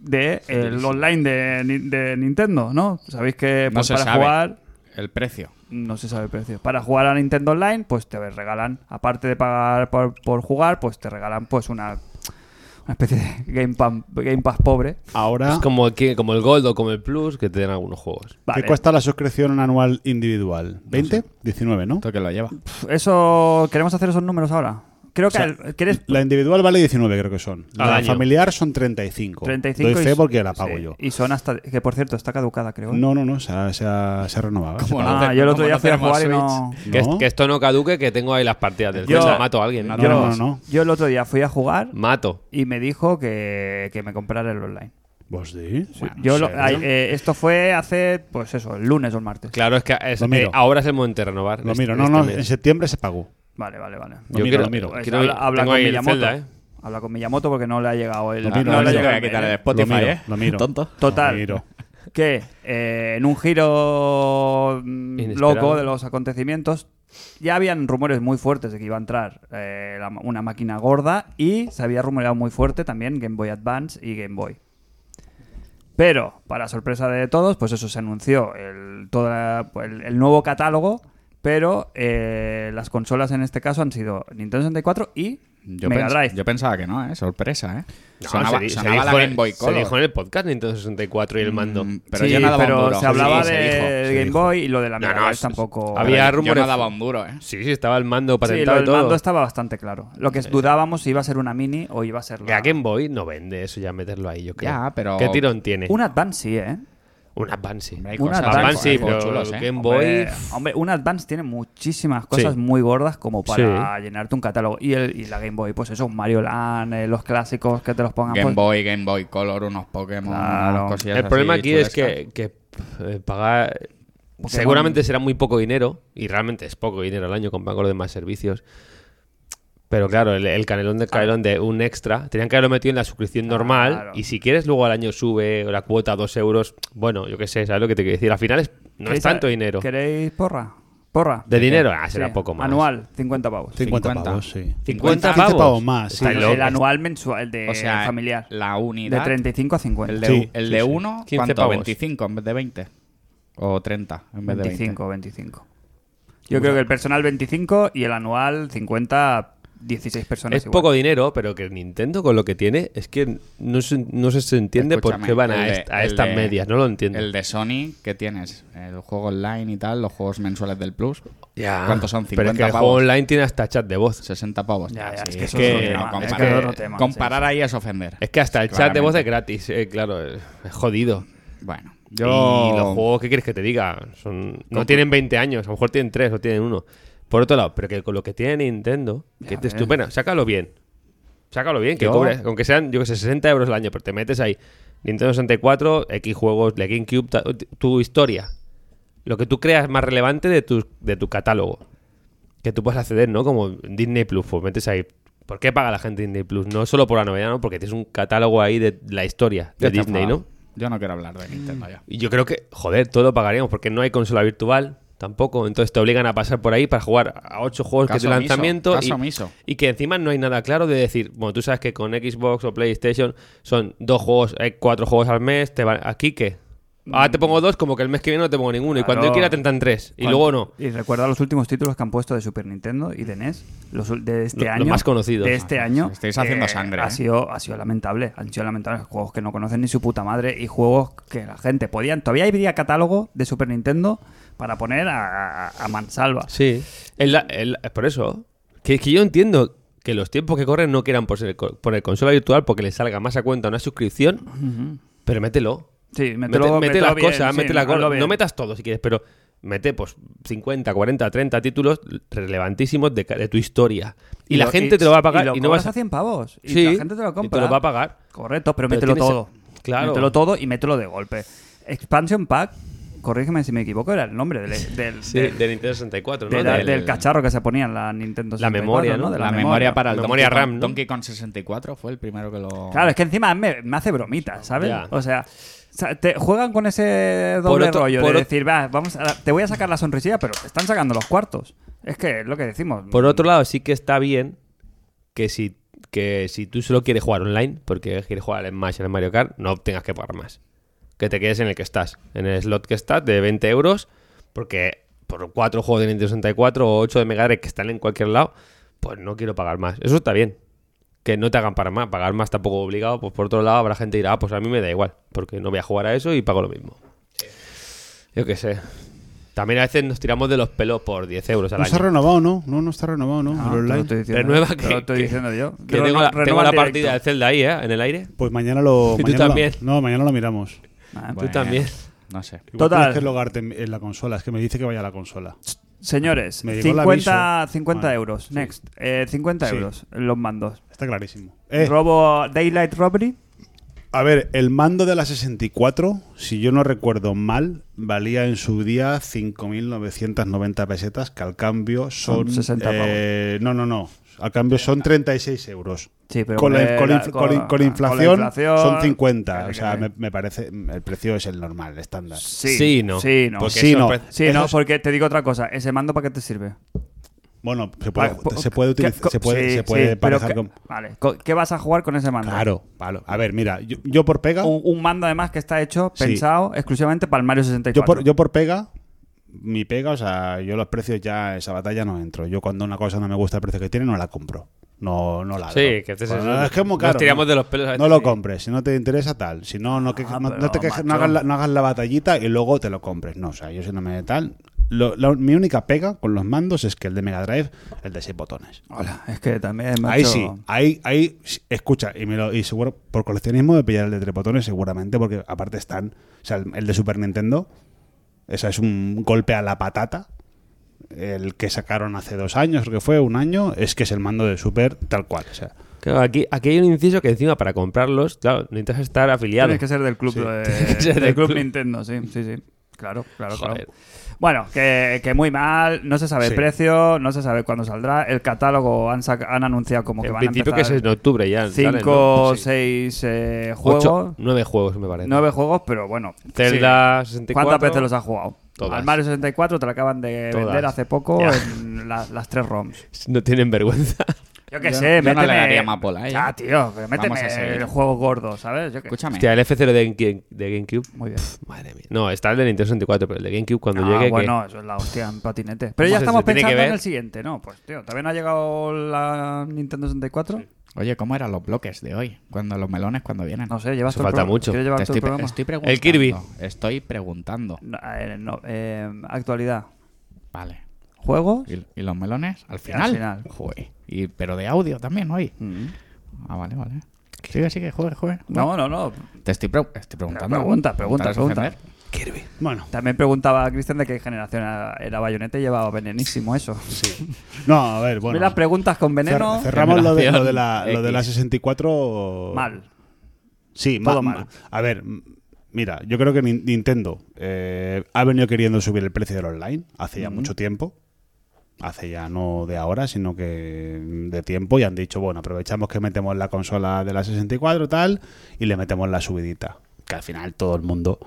[SPEAKER 1] de el online de, Ni- de Nintendo, ¿no? Sabéis que
[SPEAKER 2] No
[SPEAKER 1] pues,
[SPEAKER 2] se
[SPEAKER 1] para
[SPEAKER 2] sabe.
[SPEAKER 1] jugar
[SPEAKER 2] El precio.
[SPEAKER 1] no se sabe el precio. Para jugar a Nintendo Online, pues te regalan, aparte de pagar por, por jugar, pues te regalan pues una, una especie de Game Pass- Game Pass pobre.
[SPEAKER 4] Ahora,
[SPEAKER 3] Es como, que, como el Gold o como el Plus que te dan algunos juegos.
[SPEAKER 1] Vale.
[SPEAKER 4] ¿qué cuesta la suscripción anual individual? ¿20? 19, ¿no?
[SPEAKER 2] ¿Esto que lo lleva?
[SPEAKER 1] Eso, ¿queremos hacer esos números ahora? Creo que al- ¿quieres?
[SPEAKER 4] La individual vale 19, creo que son.
[SPEAKER 3] Al
[SPEAKER 4] La
[SPEAKER 3] año.
[SPEAKER 4] familiar son 35.
[SPEAKER 1] 35
[SPEAKER 4] Doy
[SPEAKER 1] y-
[SPEAKER 4] fe porque la pago
[SPEAKER 1] sí,
[SPEAKER 4] yo.
[SPEAKER 1] Y son hasta, que por cierto, está caducada, creo. ¿eh?
[SPEAKER 4] No, no, no, se ha, se ha- se ha renovado.
[SPEAKER 2] ¿Cómo
[SPEAKER 4] Se ha
[SPEAKER 2] no?
[SPEAKER 1] ah,
[SPEAKER 2] te-
[SPEAKER 1] yo el otro
[SPEAKER 2] como
[SPEAKER 1] día
[SPEAKER 2] no
[SPEAKER 1] fui a
[SPEAKER 2] tenemos
[SPEAKER 1] jugar y no...
[SPEAKER 4] Switch.
[SPEAKER 3] Que, es-
[SPEAKER 4] No.
[SPEAKER 3] que esto no caduque, que tengo ahí las partidas del
[SPEAKER 1] Yo-
[SPEAKER 3] Zelda. Mato a alguien.
[SPEAKER 2] No,
[SPEAKER 1] yo,
[SPEAKER 4] Ah, no, no, no.
[SPEAKER 1] yo el otro día fui a jugar
[SPEAKER 3] Mato.
[SPEAKER 1] y me dijo que, que me comprara el online.
[SPEAKER 4] ¿Vos Pues sí?
[SPEAKER 1] yo lo-
[SPEAKER 4] ¿en
[SPEAKER 1] ay,
[SPEAKER 4] serio?
[SPEAKER 1] eh, esto fue hace, pues eso, el lunes o el martes.
[SPEAKER 3] Claro, es que es-
[SPEAKER 4] Lo miro.
[SPEAKER 3] eh, ahora es el momento de renovar.
[SPEAKER 4] Lo
[SPEAKER 3] Este-
[SPEAKER 4] miro, no,
[SPEAKER 3] este
[SPEAKER 4] no,
[SPEAKER 3] mes.
[SPEAKER 4] en septiembre se pagó.
[SPEAKER 1] Vale, vale, vale.
[SPEAKER 4] Lo
[SPEAKER 3] Yo
[SPEAKER 4] miro,
[SPEAKER 3] quiero-
[SPEAKER 4] lo miro.
[SPEAKER 1] Pues
[SPEAKER 3] quiero-
[SPEAKER 1] habla habla
[SPEAKER 3] tengo
[SPEAKER 1] con
[SPEAKER 3] ahí el
[SPEAKER 1] Miyamoto.
[SPEAKER 3] Zelda, ¿eh?
[SPEAKER 1] Habla con Miyamoto porque no le ha llegado el...
[SPEAKER 4] Lo miro,
[SPEAKER 1] no le
[SPEAKER 4] lo
[SPEAKER 1] ha
[SPEAKER 4] miro.
[SPEAKER 1] llegado
[SPEAKER 4] Voy a
[SPEAKER 1] el-
[SPEAKER 2] quitar el
[SPEAKER 4] Lo
[SPEAKER 2] Spotify,
[SPEAKER 4] miro,
[SPEAKER 2] ¿eh?
[SPEAKER 4] lo miro.
[SPEAKER 2] Tonto.
[SPEAKER 1] Total.
[SPEAKER 4] Lo miro.
[SPEAKER 1] que eh, en un giro mm,
[SPEAKER 3] Inesperado.
[SPEAKER 1] loco de los acontecimientos ya habían rumores muy fuertes de que iba a entrar eh, la ma- una máquina gorda y se había rumoreado muy fuerte también Game Boy Advance y Game Boy. Pero, para sorpresa de todos, pues eso se anunció, el, toda, pues, el, el nuevo catálogo, pero eh, las consolas en este caso han sido Nintendo 64 y
[SPEAKER 2] Yo,
[SPEAKER 1] Mega
[SPEAKER 2] pens-
[SPEAKER 1] Drive.
[SPEAKER 2] yo pensaba que no, ¿eh? Sorpresa, ¿eh?
[SPEAKER 3] No,
[SPEAKER 2] sonaba
[SPEAKER 3] se, di- se
[SPEAKER 2] sonaba la
[SPEAKER 3] dijo, en-
[SPEAKER 2] Game Boy
[SPEAKER 3] se
[SPEAKER 2] Color.
[SPEAKER 3] dijo en el podcast Nintendo 64 y el mando.
[SPEAKER 2] Mm, Pero
[SPEAKER 1] Sí,
[SPEAKER 2] yo no daba
[SPEAKER 1] pero
[SPEAKER 2] un duro.
[SPEAKER 1] se hablaba
[SPEAKER 2] Sí,
[SPEAKER 1] de
[SPEAKER 2] dijo, se
[SPEAKER 1] Game
[SPEAKER 2] dijo.
[SPEAKER 1] Boy y lo de la
[SPEAKER 3] No,
[SPEAKER 1] Mega
[SPEAKER 3] no,
[SPEAKER 1] Drive
[SPEAKER 3] es-
[SPEAKER 1] tampoco...
[SPEAKER 3] había
[SPEAKER 2] Pero
[SPEAKER 3] rumores-
[SPEAKER 2] Yo no daba un duro, ¿eh?
[SPEAKER 3] Sí, sí, estaba el mando
[SPEAKER 1] Sí,
[SPEAKER 3] patentado
[SPEAKER 1] lo del
[SPEAKER 3] y todo.
[SPEAKER 1] mando estaba bastante claro. Lo que dudábamos si iba a ser una mini o iba a ser
[SPEAKER 3] Que a
[SPEAKER 1] la...
[SPEAKER 3] Game Boy no vende eso ya meterlo ahí, yo creo.
[SPEAKER 2] Ya, pero-
[SPEAKER 3] ¿Qué tirón tiene?
[SPEAKER 1] Un Advance sí, ¿eh?
[SPEAKER 3] Un Advance.
[SPEAKER 2] Hombre, hay
[SPEAKER 1] Un
[SPEAKER 2] cosas
[SPEAKER 1] Advance,
[SPEAKER 2] por-
[SPEAKER 1] sí,
[SPEAKER 2] por
[SPEAKER 3] pero
[SPEAKER 2] chulos, ¿eh?
[SPEAKER 3] Game Boy...
[SPEAKER 1] Hombre, hombre, un Advance tiene muchísimas cosas
[SPEAKER 3] Sí.
[SPEAKER 1] muy gordas como para llenarte un catálogo. Y, el, y la Game Boy, pues eso, un Mario Land, eh, los clásicos que te los pongan.
[SPEAKER 2] Game
[SPEAKER 1] pues-
[SPEAKER 2] Boy, Game Boy Color, unos Pokémon,
[SPEAKER 1] Claro.
[SPEAKER 2] unas cosillas
[SPEAKER 3] El
[SPEAKER 2] así
[SPEAKER 3] problema aquí es
[SPEAKER 2] chulescas.
[SPEAKER 3] que, que, eh, pagar...
[SPEAKER 1] Pokémon.
[SPEAKER 3] Seguramente será muy poco dinero, y realmente es poco dinero al año comparado con los demás servicios. Pero claro, el, el canelón del canelón de un extra, tenían que haberlo metido en la suscripción normal.
[SPEAKER 1] Claro.
[SPEAKER 3] Y si quieres, luego al año sube la cuota a dos euros. Bueno, yo qué sé, ¿sabes lo que te quiero decir? Al final es- no es
[SPEAKER 1] ¿Queréis-
[SPEAKER 3] tanto dinero.
[SPEAKER 1] ¿Queréis porra? ¿Porra?
[SPEAKER 3] ¿De dinero? Ah, será
[SPEAKER 1] Sí,
[SPEAKER 3] poco más.
[SPEAKER 1] Anual, 50 pavos.
[SPEAKER 4] 50,
[SPEAKER 2] 50.
[SPEAKER 4] pavos, sí.
[SPEAKER 3] 50
[SPEAKER 4] 15
[SPEAKER 3] pavos.
[SPEAKER 4] pavos más, sí.
[SPEAKER 3] Estáis
[SPEAKER 1] el
[SPEAKER 3] locos.
[SPEAKER 1] anual mensual, el de
[SPEAKER 2] o sea,
[SPEAKER 1] Eh, familiar.
[SPEAKER 2] la
[SPEAKER 1] De
[SPEAKER 2] unidad.
[SPEAKER 1] 35 a 50.
[SPEAKER 2] El de,
[SPEAKER 4] Sí,
[SPEAKER 2] el
[SPEAKER 4] sí,
[SPEAKER 2] de
[SPEAKER 4] sí.
[SPEAKER 2] uno,
[SPEAKER 3] 15
[SPEAKER 2] ¿cuánto?
[SPEAKER 3] pavos.
[SPEAKER 2] 25 en vez de 20. O 30 en vez
[SPEAKER 1] 25, 25. Yo creo que el personal 25 y el anual 50, 16 personas.
[SPEAKER 3] Es
[SPEAKER 1] igual.
[SPEAKER 3] poco dinero, pero que Nintendo con lo que tiene es que no se, no se entiende por
[SPEAKER 2] Escúchame,
[SPEAKER 3] qué van
[SPEAKER 2] el
[SPEAKER 3] a,
[SPEAKER 2] de-
[SPEAKER 3] est- a
[SPEAKER 2] el
[SPEAKER 3] estas
[SPEAKER 2] de-
[SPEAKER 3] medias, no lo
[SPEAKER 2] de 20.
[SPEAKER 3] entiendo.
[SPEAKER 2] El de Sony, ¿qué tienes? El juego online y tal, los juegos mensuales del Plus.
[SPEAKER 3] Ya.
[SPEAKER 2] ¿Cuántos son?
[SPEAKER 3] Pero
[SPEAKER 2] 50
[SPEAKER 3] es que el
[SPEAKER 2] pavos.
[SPEAKER 3] juego online tiene hasta chat de voz.
[SPEAKER 2] 60 pavos.
[SPEAKER 1] Ya, ya,
[SPEAKER 2] Sí,
[SPEAKER 1] es que
[SPEAKER 2] es
[SPEAKER 1] eso
[SPEAKER 3] es
[SPEAKER 2] que
[SPEAKER 3] otro
[SPEAKER 2] no,
[SPEAKER 3] tema,
[SPEAKER 2] comparar-
[SPEAKER 3] es que es
[SPEAKER 1] otro tema,
[SPEAKER 2] comparar ahí es ofender.
[SPEAKER 3] Es que hasta el chat de voz es
[SPEAKER 2] Claramente.
[SPEAKER 3] gratis, eh, claro, eh, es jodido.
[SPEAKER 2] Bueno,
[SPEAKER 3] Y los
[SPEAKER 2] yo...
[SPEAKER 3] juegos, ¿qué quieres que te diga? Son, no tienen 20 años, a lo mejor tienen 3 o tienen 1. Por otro lado, pero que con lo que tiene Nintendo, que
[SPEAKER 1] Ya
[SPEAKER 3] te
[SPEAKER 1] ves.
[SPEAKER 3] estupenda, sácalo bien. Sácalo bien, que
[SPEAKER 2] Yo-
[SPEAKER 3] cobres, aunque sean, yo que sé, 60 euros al año, pero te metes ahí. Nintendo 64, X juegos, la GameCube, ta- tu historia. Lo que tú creas más relevante de tu, de tu catálogo. Que tú puedas acceder, ¿no? Como Disney Plus, pues metes ahí. ¿Por qué paga la gente Disney Plus? No solo por la novedad, ¿no? Porque tienes un catálogo ahí de la historia
[SPEAKER 2] yo
[SPEAKER 3] de
[SPEAKER 2] estoy
[SPEAKER 3] Disney,
[SPEAKER 2] enfadado.
[SPEAKER 3] ¿no?
[SPEAKER 2] Yo no quiero hablar de Nintendo ya.
[SPEAKER 3] Y yo creo que, joder, todo lo pagaríamos porque no hay consola virtual tampoco. Entonces te obligan a pasar por ahí para jugar a ocho juegos que
[SPEAKER 2] Caso
[SPEAKER 3] de
[SPEAKER 2] omiso,
[SPEAKER 3] lanzamiento.
[SPEAKER 2] caso
[SPEAKER 3] y,
[SPEAKER 2] omiso.
[SPEAKER 3] y que encima no hay nada claro de decir, bueno, tú sabes que con Xbox o PlayStation son dos juegos, hay cuatro juegos al mes, te van, aquí qué. Ahora te pongo dos, como que el mes que viene no te pongo ninguno. Y cuando
[SPEAKER 1] Claro.
[SPEAKER 3] yo quiera te entran tres. Y
[SPEAKER 1] Cuan-
[SPEAKER 3] luego no.
[SPEAKER 1] Y recuerda los últimos títulos que han puesto de Super Nintendo y de NES, los ul- de este
[SPEAKER 3] Lo- los
[SPEAKER 1] año.
[SPEAKER 3] más conocidos.
[SPEAKER 1] De este
[SPEAKER 2] Ah,
[SPEAKER 1] año.
[SPEAKER 2] estáis haciendo sangre,
[SPEAKER 1] Ha
[SPEAKER 2] ¿eh?
[SPEAKER 1] sido, ha sido lamentable. Han sido lamentables juegos que no conocen ni su puta madre y juegos que la gente podían. Todavía habría catálogo de Super Nintendo para poner a, a- a mansalva.
[SPEAKER 3] Sí. Es la- es la- es por eso. Que, que yo entiendo que los tiempos que corren no quieran poner, poner consola virtual porque les salga más a cuenta una suscripción, pero mételo.
[SPEAKER 1] Sí,
[SPEAKER 3] Mete,
[SPEAKER 1] mételo-
[SPEAKER 3] mete
[SPEAKER 1] mételo
[SPEAKER 3] las
[SPEAKER 1] bien,
[SPEAKER 3] cosas,
[SPEAKER 1] sí,
[SPEAKER 3] mete las
[SPEAKER 1] hazlo
[SPEAKER 3] cosas.
[SPEAKER 1] bien.
[SPEAKER 3] No metas todo si quieres, pero mete pues 50, 40, 30 títulos relevantísimos de, ca- de tu historia. Y, la
[SPEAKER 1] lo-
[SPEAKER 3] gente te lo va a pagar
[SPEAKER 1] Y,
[SPEAKER 3] y,
[SPEAKER 1] lo
[SPEAKER 3] no
[SPEAKER 1] cobras
[SPEAKER 3] vas
[SPEAKER 1] a 100 pavos. Y
[SPEAKER 3] Sí,
[SPEAKER 1] la gente te
[SPEAKER 3] y
[SPEAKER 1] lo
[SPEAKER 3] te
[SPEAKER 1] compra.
[SPEAKER 3] lo va a pagar.
[SPEAKER 1] Correcto, pero,
[SPEAKER 3] Pero
[SPEAKER 1] mételo
[SPEAKER 3] tienes-
[SPEAKER 1] todo.
[SPEAKER 3] Claro.
[SPEAKER 1] Mételo todo y mételo de golpe. Expansion Pack, corrígeme si me equivoco, era el nombre del, del-
[SPEAKER 3] Sí,
[SPEAKER 1] del-
[SPEAKER 3] de Nintendo 64, ¿no?
[SPEAKER 1] de la-
[SPEAKER 3] Del-
[SPEAKER 1] del cacharro que se ponía en la Nintendo
[SPEAKER 3] La
[SPEAKER 1] 64,
[SPEAKER 3] memoria, ¿no?
[SPEAKER 1] De
[SPEAKER 2] La, memoria para el
[SPEAKER 3] Memoria
[SPEAKER 2] Donkey,
[SPEAKER 3] RAM,
[SPEAKER 2] Kong,
[SPEAKER 3] ¿no?
[SPEAKER 2] Donkey Kong 64 fue el primero que lo...
[SPEAKER 1] Claro, es que encima me, me hace bromitas, ¿sabes?
[SPEAKER 3] Ya.
[SPEAKER 1] O sea, o sea, te juegan con ese doble
[SPEAKER 3] Por otro-
[SPEAKER 1] rollo
[SPEAKER 3] por
[SPEAKER 1] de
[SPEAKER 3] o-
[SPEAKER 1] decir, va, vamos a- te voy a sacar la sonrisilla, pero te están sacando los cuartos. Es que es lo que decimos.
[SPEAKER 3] Por otro lado, sí que está bien que si, que si tú solo quieres jugar online, porque quieres jugar al Smash, al Mario Kart, no tengas que pagar más. Que te quedes en el que estás, en el slot que estás de 20 euros, porque por cuatro juegos de Nintendo 64 o 8 de Mega Drive que están en cualquier lado, pues no quiero pagar más. Eso está bien. Que no te hagan pagar más. Pagar más tampoco obligado. Pues por otro lado, habrá gente que dirá, ah, pues a mí me da igual, porque no voy a jugar a eso y pago lo mismo. Yo qué sé. También a veces nos tiramos de los pelos por 10 euros al
[SPEAKER 4] No
[SPEAKER 3] año.
[SPEAKER 4] se ha renovado, ¿no? No, no está renovado, ¿no?
[SPEAKER 1] No,
[SPEAKER 4] El
[SPEAKER 1] Ah, te lo
[SPEAKER 4] online.
[SPEAKER 1] estoy diciendo,
[SPEAKER 3] Renueva
[SPEAKER 1] te
[SPEAKER 3] que-
[SPEAKER 1] lo estoy
[SPEAKER 3] que-
[SPEAKER 1] diciendo yo.
[SPEAKER 3] Que
[SPEAKER 1] Reno-
[SPEAKER 3] tengo la,
[SPEAKER 1] renueva
[SPEAKER 3] tengo la
[SPEAKER 1] el directo.
[SPEAKER 3] partida de Zelda ahí, ¿eh? En el aire.
[SPEAKER 4] Pues mañana lo.
[SPEAKER 3] Y tú
[SPEAKER 4] mañana lo-
[SPEAKER 3] también.
[SPEAKER 4] no, mañana lo miramos.
[SPEAKER 1] Ah,
[SPEAKER 2] Bueno,
[SPEAKER 3] también.
[SPEAKER 2] No sé.
[SPEAKER 4] Igual
[SPEAKER 1] Total.
[SPEAKER 4] tienes que logarte en, en la consola. Es que me dice que vaya a la consola.
[SPEAKER 1] Señores,
[SPEAKER 4] Me llegó el
[SPEAKER 1] 50,
[SPEAKER 4] aviso.
[SPEAKER 1] 50
[SPEAKER 4] Vale.
[SPEAKER 1] euros.
[SPEAKER 4] Sí.
[SPEAKER 1] Next. Eh, 50
[SPEAKER 4] Sí.
[SPEAKER 1] euros los mandos.
[SPEAKER 4] Está clarísimo. Eh,
[SPEAKER 1] Robo Daylight Robbery.
[SPEAKER 4] a ver, el mando de la 64, si yo no recuerdo mal, valía en su día 5.990 pesetas, que al cambio son...
[SPEAKER 1] Son 60 pavos.
[SPEAKER 4] eh, no, no, no. Al cambio son 36 euros.
[SPEAKER 1] Sí, pero
[SPEAKER 4] con, la,
[SPEAKER 1] con
[SPEAKER 4] con
[SPEAKER 1] la-
[SPEAKER 4] inf-
[SPEAKER 1] con-
[SPEAKER 4] con in- con
[SPEAKER 1] con la
[SPEAKER 4] inflación,
[SPEAKER 1] inflación,
[SPEAKER 4] son 50. O
[SPEAKER 1] casi,
[SPEAKER 4] sea,
[SPEAKER 1] casi.
[SPEAKER 4] me, me parece... El precio es el normal, el estándar.
[SPEAKER 1] Sí,
[SPEAKER 3] Sí, no.
[SPEAKER 1] Sí, no.
[SPEAKER 4] Pues
[SPEAKER 3] Porque
[SPEAKER 4] sí,
[SPEAKER 3] eso
[SPEAKER 4] no.
[SPEAKER 3] parece-
[SPEAKER 1] Sí, no,
[SPEAKER 4] Esos-
[SPEAKER 1] porque te digo otra cosa. ¿Ese mando para qué te sirve?
[SPEAKER 4] Bueno, se puede,
[SPEAKER 1] Pa-
[SPEAKER 4] se puede
[SPEAKER 1] pues, ¿qué-
[SPEAKER 4] utilizar,
[SPEAKER 1] co-
[SPEAKER 4] se puede,
[SPEAKER 1] sí,
[SPEAKER 4] se puede
[SPEAKER 1] sí, pero
[SPEAKER 4] parejar
[SPEAKER 1] qué-
[SPEAKER 4] con...
[SPEAKER 1] Vale, co- ¿qué vas a jugar con ese mando?
[SPEAKER 4] Claro, claro. A ver, mira, yo, yo por pega,
[SPEAKER 1] Un, un mando además que está hecho,
[SPEAKER 4] Sí.
[SPEAKER 1] pensado exclusivamente para el Mario
[SPEAKER 4] yo
[SPEAKER 1] 64.
[SPEAKER 4] por, yo por pega, mi pega, o sea, yo los precios ya, esa batalla no entro. Yo cuando una cosa no me gusta el precio que tiene, no la compro. No, no la
[SPEAKER 3] Sí,
[SPEAKER 4] hago.
[SPEAKER 3] que te-
[SPEAKER 4] Cuando- no, es que es muy
[SPEAKER 3] nos
[SPEAKER 4] caro.
[SPEAKER 3] tiramos
[SPEAKER 4] no-
[SPEAKER 3] de los pelos a este veces,
[SPEAKER 4] No lo
[SPEAKER 3] sí.
[SPEAKER 4] compres, si no te interesa tal. Si no, no, que-
[SPEAKER 1] Ah,
[SPEAKER 4] no-
[SPEAKER 1] pero,
[SPEAKER 4] no te quejes, no
[SPEAKER 1] macho.
[SPEAKER 4] hagas, la, no hagas la batallita y luego te lo compres. No, o sea, yo si no me tal. Lo- la- mi única pega con los mandos es que el de Mega Drive, el de seis botones.
[SPEAKER 1] Hola, es que también, macho,
[SPEAKER 4] Ahí sí, ahí, ahí, sí, escucha, y, me lo, y seguro, por coleccionismo de pillar el de tres botones seguramente, porque aparte están, o sea, el, el de Super Nintendo, esa es un golpe a la patata, el que sacaron hace dos años, creo que fue un año, es que es el mando de Super tal cual, o sea,
[SPEAKER 3] Claro, aquí, aquí hay un inciso que encima para comprarlos, claro, necesitas estar afiliado.
[SPEAKER 1] Tienes que ser del club,
[SPEAKER 4] Sí.
[SPEAKER 1] de-
[SPEAKER 3] Tienes que ser
[SPEAKER 1] del
[SPEAKER 3] del
[SPEAKER 1] club
[SPEAKER 3] club.
[SPEAKER 1] Nintendo, sí, sí, sí. Claro, claro,
[SPEAKER 3] Joder.
[SPEAKER 1] claro. Bueno, que, que muy mal, no se sabe el
[SPEAKER 4] Sí.
[SPEAKER 1] precio, no se sabe cuándo saldrá. El catálogo han, saca- han anunciado como que
[SPEAKER 3] en
[SPEAKER 1] van a
[SPEAKER 3] principio que es
[SPEAKER 1] empezar
[SPEAKER 3] en octubre ya.
[SPEAKER 1] 5 o 6 juegos,
[SPEAKER 3] 9 juegos me parece.
[SPEAKER 1] 9 juegos, pero bueno.
[SPEAKER 3] Zelda
[SPEAKER 1] sí.
[SPEAKER 3] 64.
[SPEAKER 1] ¿Cuántas veces los has jugado?
[SPEAKER 3] Todas.
[SPEAKER 1] Al Mario 64 te lo acaban de
[SPEAKER 3] Todas.
[SPEAKER 1] vender hace poco
[SPEAKER 3] Ya.
[SPEAKER 1] en la- las tres ROMs.
[SPEAKER 3] No tienen vergüenza.
[SPEAKER 1] Yo qué
[SPEAKER 2] Yo-
[SPEAKER 1] sé,
[SPEAKER 2] yo no le
[SPEAKER 1] méteme...
[SPEAKER 2] daría mapola, ¿eh?
[SPEAKER 1] Ah, tío, pero méteme
[SPEAKER 2] Vamos a seguir.
[SPEAKER 1] el juego gordo, ¿sabes? Yo qué-
[SPEAKER 2] Escúchame.
[SPEAKER 3] Hostia, el F0 de, Game- de GameCube.
[SPEAKER 1] Muy bien.
[SPEAKER 3] Madre mía. No, está el de Nintendo 64, pero el de GameCube cuando
[SPEAKER 1] Ah,
[SPEAKER 3] llegue. que-
[SPEAKER 1] bueno, eso es la hostia en patinete. Pero
[SPEAKER 3] ¿Cómo
[SPEAKER 1] ya
[SPEAKER 3] se-
[SPEAKER 1] estamos
[SPEAKER 3] se tiene que
[SPEAKER 1] pensando en
[SPEAKER 3] ver?
[SPEAKER 1] el siguiente, ¿no? Pues, tío, ¿todavía no ha llegado la Nintendo 64?
[SPEAKER 2] Oye, ¿cómo eran los bloques de hoy? Cuando los melones, cuando vienen.
[SPEAKER 1] No sé, llevas
[SPEAKER 3] Eso
[SPEAKER 1] todo el
[SPEAKER 3] falta
[SPEAKER 1] pro-
[SPEAKER 3] mucho.
[SPEAKER 1] ¿Quieres llevar
[SPEAKER 2] Te
[SPEAKER 1] todo
[SPEAKER 2] estoy,
[SPEAKER 1] el
[SPEAKER 2] pre-
[SPEAKER 1] programa?
[SPEAKER 2] estoy preguntando.
[SPEAKER 3] El Kirby.
[SPEAKER 2] Estoy preguntando.
[SPEAKER 1] No, eh, no, eh, actualidad.
[SPEAKER 2] Vale.
[SPEAKER 1] ¿Juegos?
[SPEAKER 2] ¿Y, y los melones? Al final.
[SPEAKER 1] final.
[SPEAKER 2] Joder. Y, pero de audio también hoy.
[SPEAKER 1] Mm.
[SPEAKER 2] Ah, vale, vale. Sigue, sigue, juegue, juegue.
[SPEAKER 1] No, no, no.
[SPEAKER 2] Te estoy, pre- estoy preguntando.
[SPEAKER 1] Pregunta, pregunta,
[SPEAKER 2] ¿Te vas a
[SPEAKER 1] pregunta.
[SPEAKER 2] ofender?
[SPEAKER 4] bueno.
[SPEAKER 1] También preguntaba a Cristian de qué generación era- era Bayonetta y llevaba venenísimo eso.
[SPEAKER 4] Sí. No, a ver,
[SPEAKER 1] Ve
[SPEAKER 4] bueno.
[SPEAKER 1] las preguntas con
[SPEAKER 4] Cer-
[SPEAKER 1] veneno.
[SPEAKER 4] cerramos lo de, lo de la,
[SPEAKER 2] Generación
[SPEAKER 4] lo de la
[SPEAKER 2] X.
[SPEAKER 4] 64
[SPEAKER 1] Mal.
[SPEAKER 4] Sí,
[SPEAKER 1] Todo
[SPEAKER 4] ma-
[SPEAKER 1] mal.
[SPEAKER 4] ma- A ver, m- mira, yo creo que Nin- Nintendo eh, ha venido queriendo subir el precio del online hace ya mucho tiempo. Hace ya no de ahora, sino que mm, de tiempo y han dicho, bueno, aprovechamos que metemos la consola de la 64 tal y le metemos la subidita. Que al final todo el mundo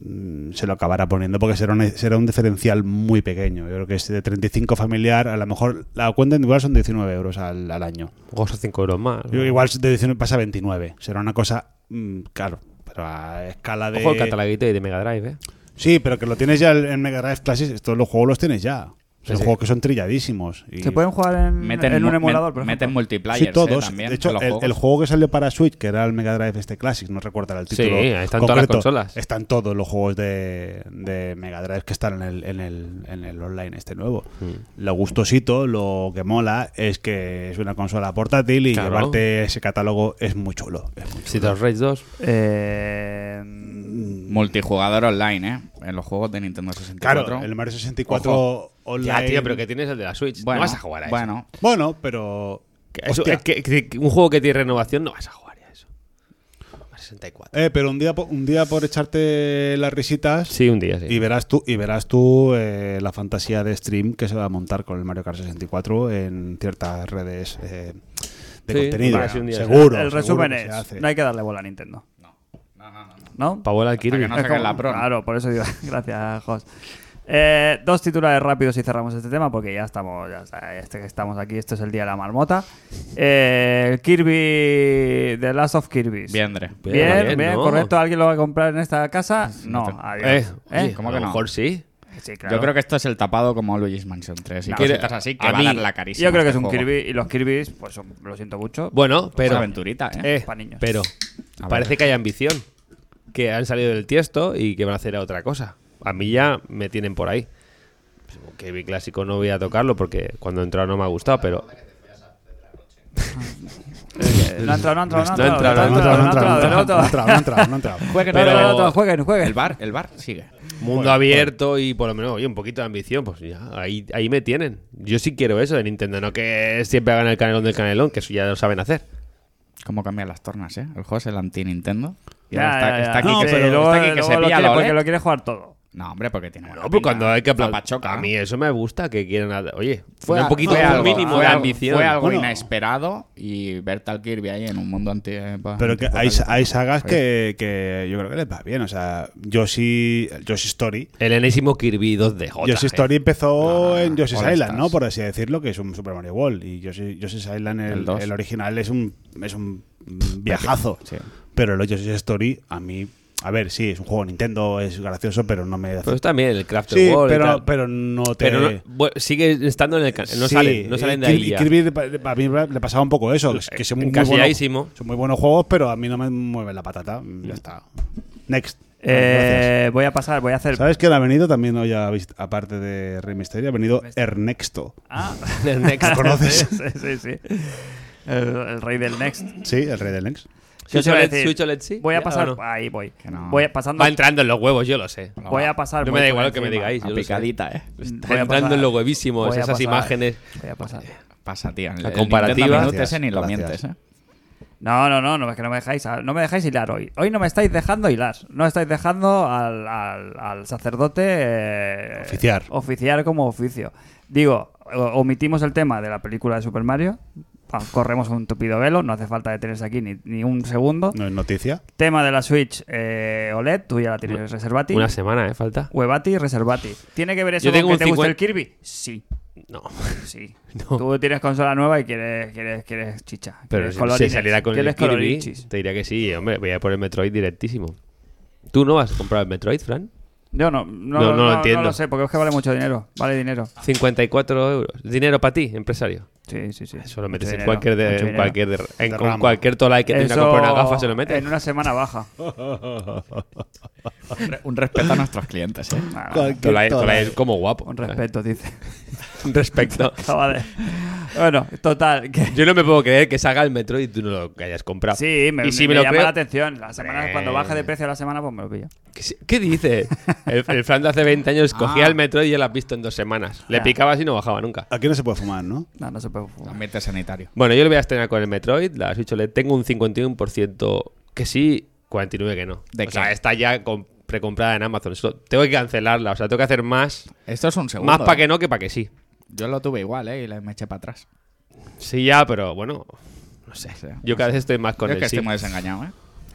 [SPEAKER 4] mm, se lo acabará poniendo porque será un, e, será un diferencial muy pequeño. Yo creo que es de 35 familiar, a lo mejor la cuenta individual son 19 euros al, al año.
[SPEAKER 3] Gozo 5 euros más.
[SPEAKER 4] Yo Igual de 19 pasa a 29. Será una cosa, mm, claro, pero a escala de...
[SPEAKER 3] Ojo el catalaguito y de Mega Drive, ¿eh?
[SPEAKER 4] Sí, pero que lo tienes ya en Mega Drive Classics. Todos los juegos los tienes ya.
[SPEAKER 3] Sí,
[SPEAKER 4] Son
[SPEAKER 3] sí.
[SPEAKER 4] juegos que son trilladísimos. y-
[SPEAKER 1] ¿Se pueden jugar en,
[SPEAKER 2] Meten,
[SPEAKER 1] en
[SPEAKER 2] mu-
[SPEAKER 1] un
[SPEAKER 2] men-
[SPEAKER 1] emulador, por ejemplo?
[SPEAKER 2] meten multiplayer.
[SPEAKER 3] ¿eh?
[SPEAKER 2] ¿eh?
[SPEAKER 4] Sí, todos.
[SPEAKER 2] también,
[SPEAKER 4] de hecho,
[SPEAKER 2] los
[SPEAKER 4] el,
[SPEAKER 2] juegos.
[SPEAKER 4] el juego que salió para Switch, que era el Mega Drive este Classics, no recuerdo el
[SPEAKER 3] Sí,
[SPEAKER 4] título.
[SPEAKER 3] ahí están todas las consolas.
[SPEAKER 4] Están todos los juegos de, de Mega Drive que están en el, en el, en el online este nuevo.
[SPEAKER 3] Hmm.
[SPEAKER 4] Lo gustosito, lo que mola, es que es una consola portátil y
[SPEAKER 3] Claro.
[SPEAKER 4] llevarte ese catálogo es muy chulo. Es muy
[SPEAKER 3] Si los Rage 2.
[SPEAKER 1] Eh,
[SPEAKER 2] Multijugador online, ¿eh? En los juegos de Nintendo 64.
[SPEAKER 4] Claro, el Mario 64 online.
[SPEAKER 3] Ya, tío, pero que tienes el de la Switch.
[SPEAKER 2] Bueno,
[SPEAKER 3] no vas a jugar a eso.
[SPEAKER 2] Bueno,
[SPEAKER 4] Bueno, pero.
[SPEAKER 3] Que eso-
[SPEAKER 4] Hostia.
[SPEAKER 3] es que, que- que un juego que tiene renovación no vas a jugar a eso. A 64.
[SPEAKER 4] Eh, pero un día, po- un día por echarte las risitas
[SPEAKER 3] Sí, un día, sí.
[SPEAKER 4] y verás tú, y verás tú eh, la fantasía de stream que se va a montar con el Mario Kart 64 en ciertas redes eh, de
[SPEAKER 3] Sí,
[SPEAKER 4] contenido.
[SPEAKER 3] vale, sí, un día.
[SPEAKER 4] seguro.
[SPEAKER 1] el
[SPEAKER 4] seguro
[SPEAKER 1] resumen
[SPEAKER 4] que se
[SPEAKER 1] es,
[SPEAKER 4] hace.
[SPEAKER 1] no hay que darle bola a Nintendo. No, no, no.
[SPEAKER 3] Pa' volar al
[SPEAKER 2] que
[SPEAKER 3] Kirby.
[SPEAKER 2] no
[SPEAKER 1] Es
[SPEAKER 2] saquen
[SPEAKER 1] como-
[SPEAKER 2] la Pro, ¿no?
[SPEAKER 1] Claro, por eso digo, gracias, Jos. Eh, dos titulares rápidos y cerramos este tema porque ya estamos ya está, este que estamos aquí, esto es el día de la marmota. Eh, el Kirby, The Last of Kirby.
[SPEAKER 2] Viendre.
[SPEAKER 1] Bien, bien,
[SPEAKER 3] Bien, ¿no?
[SPEAKER 1] correcto. ¿Alguien lo va a comprar en esta casa? No,
[SPEAKER 2] te-
[SPEAKER 3] Eh,
[SPEAKER 1] adiós.
[SPEAKER 3] oye,
[SPEAKER 1] ¿Eh?
[SPEAKER 2] ¿cómo
[SPEAKER 3] a
[SPEAKER 2] que
[SPEAKER 3] lo
[SPEAKER 2] no?
[SPEAKER 3] mejor sí.
[SPEAKER 1] Sí, claro.
[SPEAKER 2] Yo creo que esto es el tapado como Luigi's Mansion 3. Y
[SPEAKER 1] No,
[SPEAKER 2] cositas
[SPEAKER 3] quiere-
[SPEAKER 2] así que
[SPEAKER 3] a
[SPEAKER 2] va a
[SPEAKER 3] mí-
[SPEAKER 2] dar la carísima.
[SPEAKER 1] Yo creo que es
[SPEAKER 2] este
[SPEAKER 1] un
[SPEAKER 2] juego.
[SPEAKER 1] Kirby y los Kirby's, pues son- lo siento mucho.
[SPEAKER 3] Bueno,
[SPEAKER 2] Pero,
[SPEAKER 3] pero.
[SPEAKER 2] aventurita, ¿eh?
[SPEAKER 3] Eh,
[SPEAKER 1] Pa' niños.
[SPEAKER 3] pero
[SPEAKER 2] A
[SPEAKER 3] parece
[SPEAKER 2] ver.
[SPEAKER 3] que hay ambición. Que han salido del tiesto y que van a hacer otra cosa. A mí ya me tienen por ahí. Pues, Que mi clásico no voy a tocarlo porque cuando he entrado no me ha gustado, pero.
[SPEAKER 1] Eh, no ha entrado, no ha entrado, no ha
[SPEAKER 3] No ha
[SPEAKER 1] entrado,
[SPEAKER 3] entrado,
[SPEAKER 4] No ha entrado, no ha
[SPEAKER 1] no ha
[SPEAKER 4] entrado, no ha entrado,
[SPEAKER 1] entrado.
[SPEAKER 4] no ha entrado, no ha entrado.
[SPEAKER 2] Jueguen,
[SPEAKER 1] No, no,
[SPEAKER 2] pero-
[SPEAKER 1] no, no, no, jueguen, jueguen.
[SPEAKER 2] El bar, el bar sigue.
[SPEAKER 3] Mundo abierto y por lo menos, oye, un poquito de ambición, pues ya, ahí, ahí me tienen. Yo sí quiero eso de Nintendo, no que siempre hagan el canelón del canelón, que eso ya lo saben hacer.
[SPEAKER 2] Cómo cambian las tornas, ¿eh? El juego es el anti-Nintendo. Y
[SPEAKER 1] Ya,
[SPEAKER 2] ahora
[SPEAKER 1] ya,
[SPEAKER 2] está,
[SPEAKER 1] ya.
[SPEAKER 2] está aquí
[SPEAKER 1] No,
[SPEAKER 2] que, se-
[SPEAKER 1] pero luego-
[SPEAKER 2] está aquí que se
[SPEAKER 1] luego lo
[SPEAKER 2] pilla
[SPEAKER 1] quiere
[SPEAKER 2] la
[SPEAKER 1] porque
[SPEAKER 2] OLED.
[SPEAKER 1] lo quiere jugar todo.
[SPEAKER 2] No, hombre, porque tiene buena
[SPEAKER 3] No, pero
[SPEAKER 2] pinta.
[SPEAKER 3] cuando hay que aplaudir.
[SPEAKER 2] Zapachoca.
[SPEAKER 3] A mí eso me gusta que quieran. ad- Oye,
[SPEAKER 2] fue
[SPEAKER 3] un
[SPEAKER 2] a-
[SPEAKER 3] poquito
[SPEAKER 2] fue
[SPEAKER 3] de
[SPEAKER 2] algo,
[SPEAKER 3] mínimo
[SPEAKER 2] fue
[SPEAKER 3] de
[SPEAKER 2] algo-
[SPEAKER 3] ambición.
[SPEAKER 2] Fue algo
[SPEAKER 4] Bueno.
[SPEAKER 2] inesperado y ver tal Kirby ahí en un mundo anti. eh, pues,
[SPEAKER 4] Pero que hay,
[SPEAKER 2] antipocal-
[SPEAKER 4] hay sagas que, que yo creo que les va bien. O sea, Yoshi, Yoshi Story.
[SPEAKER 3] El enésimo Kirby 2D. joder.
[SPEAKER 4] Yoshi Story empezó
[SPEAKER 2] Ah,
[SPEAKER 4] en Yoshi's
[SPEAKER 2] All
[SPEAKER 4] Island,
[SPEAKER 2] Stars.
[SPEAKER 4] ¿no? Por así decirlo, que es un Super Mario World. Y Yoshi, Yoshi's Island, el,
[SPEAKER 2] El dos.
[SPEAKER 4] el original, es un, es un viajazo.
[SPEAKER 2] sí.
[SPEAKER 4] Pero el Yoshi's Story, a mí. A ver, sí, es un juego Nintendo, es gracioso, pero no me.
[SPEAKER 3] Pues también el Craft
[SPEAKER 4] sí,
[SPEAKER 3] World. y
[SPEAKER 4] pero,
[SPEAKER 3] tal.
[SPEAKER 4] pero no te.
[SPEAKER 3] Pero no- bueno, sigue estando en el. ca- No
[SPEAKER 4] Sí,
[SPEAKER 3] salen, no salen de
[SPEAKER 4] y Kirby-
[SPEAKER 3] ahí. ya.
[SPEAKER 4] Kirby, le- a mí le pasaba un poco eso, que son muy, buenos-
[SPEAKER 3] Encasilladísimo.
[SPEAKER 4] son muy buenos juegos, pero a mí no me mueven la patata. Ya está. Next. Ah, Gracias.
[SPEAKER 1] Eh, voy a pasar, voy a hacer.
[SPEAKER 4] ¿Sabes que ha venido también hoy, a visit- aparte de Rey Misterio, ha venido Ernexto?
[SPEAKER 1] Ah,
[SPEAKER 3] El Next.
[SPEAKER 4] ¿Conoces?
[SPEAKER 1] sí, sí, sí. El, el rey del Next.
[SPEAKER 4] Sí, el Rey del Next.
[SPEAKER 1] Yo
[SPEAKER 3] Switch
[SPEAKER 1] te iba a
[SPEAKER 3] OLED,
[SPEAKER 1] decir,
[SPEAKER 3] Switch OLED, sí.
[SPEAKER 1] Voy a
[SPEAKER 3] ¿Ya
[SPEAKER 1] pasar.
[SPEAKER 3] o no?
[SPEAKER 1] Ahí voy.
[SPEAKER 2] Que no.
[SPEAKER 1] Voy a- pasando.
[SPEAKER 3] Va entrando en los huevos, yo lo sé.
[SPEAKER 1] Voy a pasar.
[SPEAKER 3] No
[SPEAKER 1] muy
[SPEAKER 3] me
[SPEAKER 1] por
[SPEAKER 3] da igual lo que me
[SPEAKER 1] encima.
[SPEAKER 3] digáis. yo lo sé.
[SPEAKER 2] Apicadita, eh.
[SPEAKER 1] Voy
[SPEAKER 3] Está
[SPEAKER 1] a
[SPEAKER 3] entrando
[SPEAKER 1] pasar.
[SPEAKER 3] en los huevísimos,
[SPEAKER 1] Voy a
[SPEAKER 3] esas
[SPEAKER 1] pasar.
[SPEAKER 3] imágenes.
[SPEAKER 1] Voy a pasar.
[SPEAKER 2] Pasa, tío. El-
[SPEAKER 3] La
[SPEAKER 2] el
[SPEAKER 3] comparativa-
[SPEAKER 2] Nintendo Minute
[SPEAKER 4] Gracias,
[SPEAKER 2] ese ni lo
[SPEAKER 4] gracias.
[SPEAKER 2] mientes, eh.
[SPEAKER 1] No, no, no, no, es que no me dejáis, ah, no me dejáis hilar hoy. Hoy no me estáis dejando hilar. No estáis dejando al, al- al sacerdote eh,
[SPEAKER 4] Oficiar.
[SPEAKER 1] Oficiar como oficio. Digo, o- omitimos el tema de la película de Super Mario. pa- Corremos un tupido velo, no hace falta detenerse aquí ni, ni un segundo.
[SPEAKER 4] No es noticia.
[SPEAKER 1] Tema de la Switch eh, OLED, tú ya la tienes reservati.
[SPEAKER 3] Una semana, ¿eh? Falta.
[SPEAKER 1] Huevati, reservati. ¿Tiene que ver eso
[SPEAKER 3] Yo
[SPEAKER 1] con
[SPEAKER 3] tengo
[SPEAKER 1] que
[SPEAKER 3] un
[SPEAKER 1] te gusta el
[SPEAKER 3] 50
[SPEAKER 1] Kirby? Sí.
[SPEAKER 3] No.
[SPEAKER 1] Sí.
[SPEAKER 3] No.
[SPEAKER 1] Tú tienes consola nueva y quieres, quieres, quieres chicha.
[SPEAKER 3] Pero
[SPEAKER 1] quieres
[SPEAKER 3] si, si
[SPEAKER 1] colorines,
[SPEAKER 3] saliera con el
[SPEAKER 1] quieres
[SPEAKER 3] Kirby,
[SPEAKER 1] colorichis.
[SPEAKER 3] te diría que sí, hombre. Voy a por el Metroid directísimo. ¿Tú no vas a comprar el Metroid, Fran?
[SPEAKER 1] Yo no, no,
[SPEAKER 3] No, no
[SPEAKER 1] no,
[SPEAKER 3] lo
[SPEAKER 1] no
[SPEAKER 3] entiendo.
[SPEAKER 1] lo sé, porque es que vale mucho dinero. Vale dinero.
[SPEAKER 3] Ah. 54 euros. Dinero para ti, empresario.
[SPEAKER 1] Sí, sí, sí.
[SPEAKER 3] Eso lo metes
[SPEAKER 1] Mucho
[SPEAKER 3] en
[SPEAKER 1] dinero,
[SPEAKER 3] cualquier, de-
[SPEAKER 1] mucho
[SPEAKER 3] en
[SPEAKER 1] dinero.
[SPEAKER 3] cualquier, de- en-
[SPEAKER 4] De
[SPEAKER 3] con
[SPEAKER 4] rama.
[SPEAKER 3] cualquier tolai que tenga que
[SPEAKER 1] Eso
[SPEAKER 3] comprar una gafa se lo metes.
[SPEAKER 1] En una semana baja. Nada,
[SPEAKER 2] Un respeto a nuestros clientes, eh.
[SPEAKER 1] nada,
[SPEAKER 3] Tolai, tolai es como guapo.
[SPEAKER 1] Con respeto, dice.
[SPEAKER 3] Un Respecto.
[SPEAKER 1] Chavales. Bueno, total. Que...
[SPEAKER 3] Yo no me puedo creer que salga el Metroid y tú no lo hayas comprado.
[SPEAKER 1] Sí, me,
[SPEAKER 3] y si
[SPEAKER 1] me
[SPEAKER 3] me, lo
[SPEAKER 1] llama
[SPEAKER 3] creo-
[SPEAKER 1] la atención. La semana,
[SPEAKER 3] Hombre.
[SPEAKER 1] cuando baje de precio la semana, pues me lo pillo.
[SPEAKER 3] ¿Qué, se- qué dices? El, el Fran de hace 20 años cogía
[SPEAKER 2] Ah.
[SPEAKER 3] el Metroid y ya lo has visto en dos semanas. Le
[SPEAKER 1] Ya.
[SPEAKER 3] picabas y no bajaba nunca.
[SPEAKER 4] Aquí no se puede fumar, ¿no?
[SPEAKER 1] No, no se puede fumar.
[SPEAKER 2] Ambiente sanitario.
[SPEAKER 3] Bueno, yo lo voy a estrenar con el Metroid, la Switch OLED. Tengo un 51% que sí, 49% que no.
[SPEAKER 2] ¿De
[SPEAKER 3] o
[SPEAKER 2] qué?
[SPEAKER 3] sea, está ya com- precomprada en Amazon. Solo tengo que cancelarla. O sea, tengo que hacer más,
[SPEAKER 2] Esto es un segundo.
[SPEAKER 3] más para
[SPEAKER 2] eh.
[SPEAKER 3] que no que para que sí.
[SPEAKER 2] Yo lo tuve igual, eh, y le- me eché para atrás.
[SPEAKER 3] Sí, ya, pero bueno.
[SPEAKER 2] No sé.
[SPEAKER 3] Yo cada vez estoy más con
[SPEAKER 2] Yo
[SPEAKER 3] el
[SPEAKER 2] que
[SPEAKER 3] sí.
[SPEAKER 2] estoy muy desengañado, eh.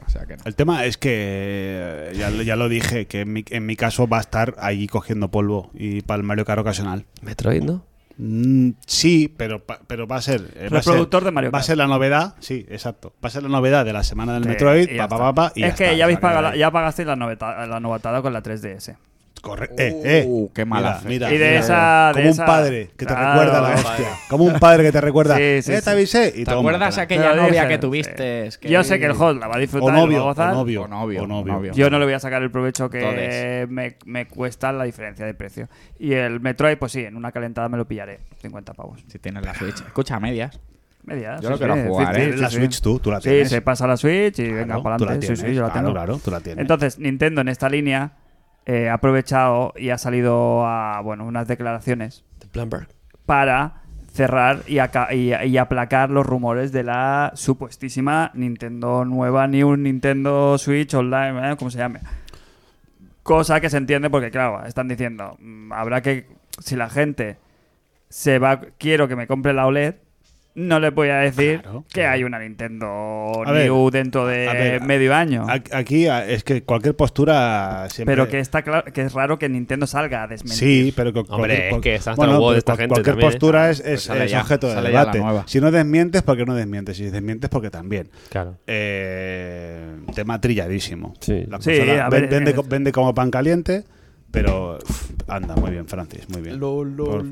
[SPEAKER 2] O sea que no.
[SPEAKER 4] El tema es que, eh, ya, lo- ya lo dije, que en mi, en mi caso va a estar ahí cogiendo polvo y para el Mario Kart ocasional.
[SPEAKER 3] Metroid, ¿no?
[SPEAKER 4] Mm, sí, pero, pa- pero va a ser. eh, va a
[SPEAKER 1] Reproductor
[SPEAKER 4] ser-
[SPEAKER 1] de Mario
[SPEAKER 4] Va a
[SPEAKER 1] Kart.
[SPEAKER 4] ser la novedad, sí, exacto. Va a ser la novedad de la semana del
[SPEAKER 1] Sí,
[SPEAKER 4] Metroid,
[SPEAKER 1] y ya
[SPEAKER 4] papá,
[SPEAKER 1] está.
[SPEAKER 4] papá, y
[SPEAKER 1] es
[SPEAKER 4] ya
[SPEAKER 1] que
[SPEAKER 4] está,
[SPEAKER 1] ya, habéis
[SPEAKER 4] o sea,
[SPEAKER 1] pagado- ya pagasteis la noveta- la novatada con la 3DS.
[SPEAKER 4] Corre- eh, eh.
[SPEAKER 2] Uh, qué mala fe.
[SPEAKER 4] mira,
[SPEAKER 1] Y de
[SPEAKER 4] mira,
[SPEAKER 1] esa- de
[SPEAKER 4] Como
[SPEAKER 1] esa-
[SPEAKER 4] un padre que te
[SPEAKER 1] claro,
[SPEAKER 4] recuerda la
[SPEAKER 1] padre.
[SPEAKER 4] hostia. Como un padre que te recuerda.
[SPEAKER 1] Sí, sí,
[SPEAKER 4] "Eh,
[SPEAKER 1] sí.
[SPEAKER 4] te avisé", y
[SPEAKER 2] ¿Te
[SPEAKER 4] toma,
[SPEAKER 2] acuerdas
[SPEAKER 4] tela.
[SPEAKER 2] aquella
[SPEAKER 1] Pero
[SPEAKER 2] novia
[SPEAKER 1] dije,
[SPEAKER 2] que tuviste? Es que-
[SPEAKER 1] Yo sé que el host la va a disfrutar. y
[SPEAKER 4] O
[SPEAKER 1] lo
[SPEAKER 4] novio,
[SPEAKER 1] va a gozar.
[SPEAKER 4] o novio,
[SPEAKER 2] O novio,
[SPEAKER 4] o novio.
[SPEAKER 2] o novio.
[SPEAKER 1] Yo no le voy a sacar el provecho que
[SPEAKER 2] Todes.
[SPEAKER 1] me, me cuesta la diferencia de precio. Y el Metroid, pues sí, en una calentada me lo pillaré. 50 pavos.
[SPEAKER 2] Si tienes la Switch. Escucha, a medias.
[SPEAKER 1] Media,
[SPEAKER 2] Yo lo quiero jugar, ¿eh?
[SPEAKER 4] Tienes la Switch tú, tú la
[SPEAKER 1] Sí,
[SPEAKER 4] tienes.
[SPEAKER 1] se pasa la Switch y
[SPEAKER 4] Claro,
[SPEAKER 1] venga
[SPEAKER 4] tú
[SPEAKER 1] para
[SPEAKER 4] la
[SPEAKER 1] adelante. Sí, sí,
[SPEAKER 4] tienes,
[SPEAKER 1] yo la
[SPEAKER 4] claro,
[SPEAKER 1] tengo.
[SPEAKER 4] claro, tú la tienes.
[SPEAKER 1] Entonces, Nintendo en esta línea eh, ha aprovechado y ha salido a bueno, unas declaraciones
[SPEAKER 3] De Plumberg.
[SPEAKER 1] para cerrar y, aca- y- y aplacar los rumores de la supuestísima Nintendo nueva, ni un Nintendo Switch Online, ¿eh? como se llame. Cosa que se entiende porque, claro, están diciendo, mm, habrá que, si la gente se va, quiero que me compre la OLED, no le voy a decir
[SPEAKER 4] Claro,
[SPEAKER 1] que hay una Nintendo
[SPEAKER 4] A ver,
[SPEAKER 1] New dentro de
[SPEAKER 4] a ver, a-
[SPEAKER 1] medio año.
[SPEAKER 4] Ac- Aquí ah, es que cualquier postura siempre.
[SPEAKER 1] Pero que está claro que es raro que Nintendo salga a desmentir.
[SPEAKER 4] Sí, pero que
[SPEAKER 3] Hombre, es que están hasta
[SPEAKER 4] bueno,
[SPEAKER 3] los huevos de
[SPEAKER 4] pero
[SPEAKER 3] esta
[SPEAKER 4] cual-
[SPEAKER 3] gente
[SPEAKER 4] Cualquier
[SPEAKER 3] también, ¿eh?
[SPEAKER 4] postura es, es-
[SPEAKER 2] Pues sale
[SPEAKER 4] es
[SPEAKER 2] ya,
[SPEAKER 4] objeto de
[SPEAKER 2] sale ya la
[SPEAKER 4] debate.
[SPEAKER 2] nueva.
[SPEAKER 4] Si no desmientes, porque no desmientes. Si desmientes, porque también.
[SPEAKER 3] Claro.
[SPEAKER 4] Eh, tema trilladísimo.
[SPEAKER 3] Sí.
[SPEAKER 4] La
[SPEAKER 1] Sí,
[SPEAKER 4] consola
[SPEAKER 1] a
[SPEAKER 4] ven-
[SPEAKER 1] ver,
[SPEAKER 4] vende,
[SPEAKER 1] eh,
[SPEAKER 4] co- vende como pan caliente, pero anda muy bien, Francis, muy bien. Por-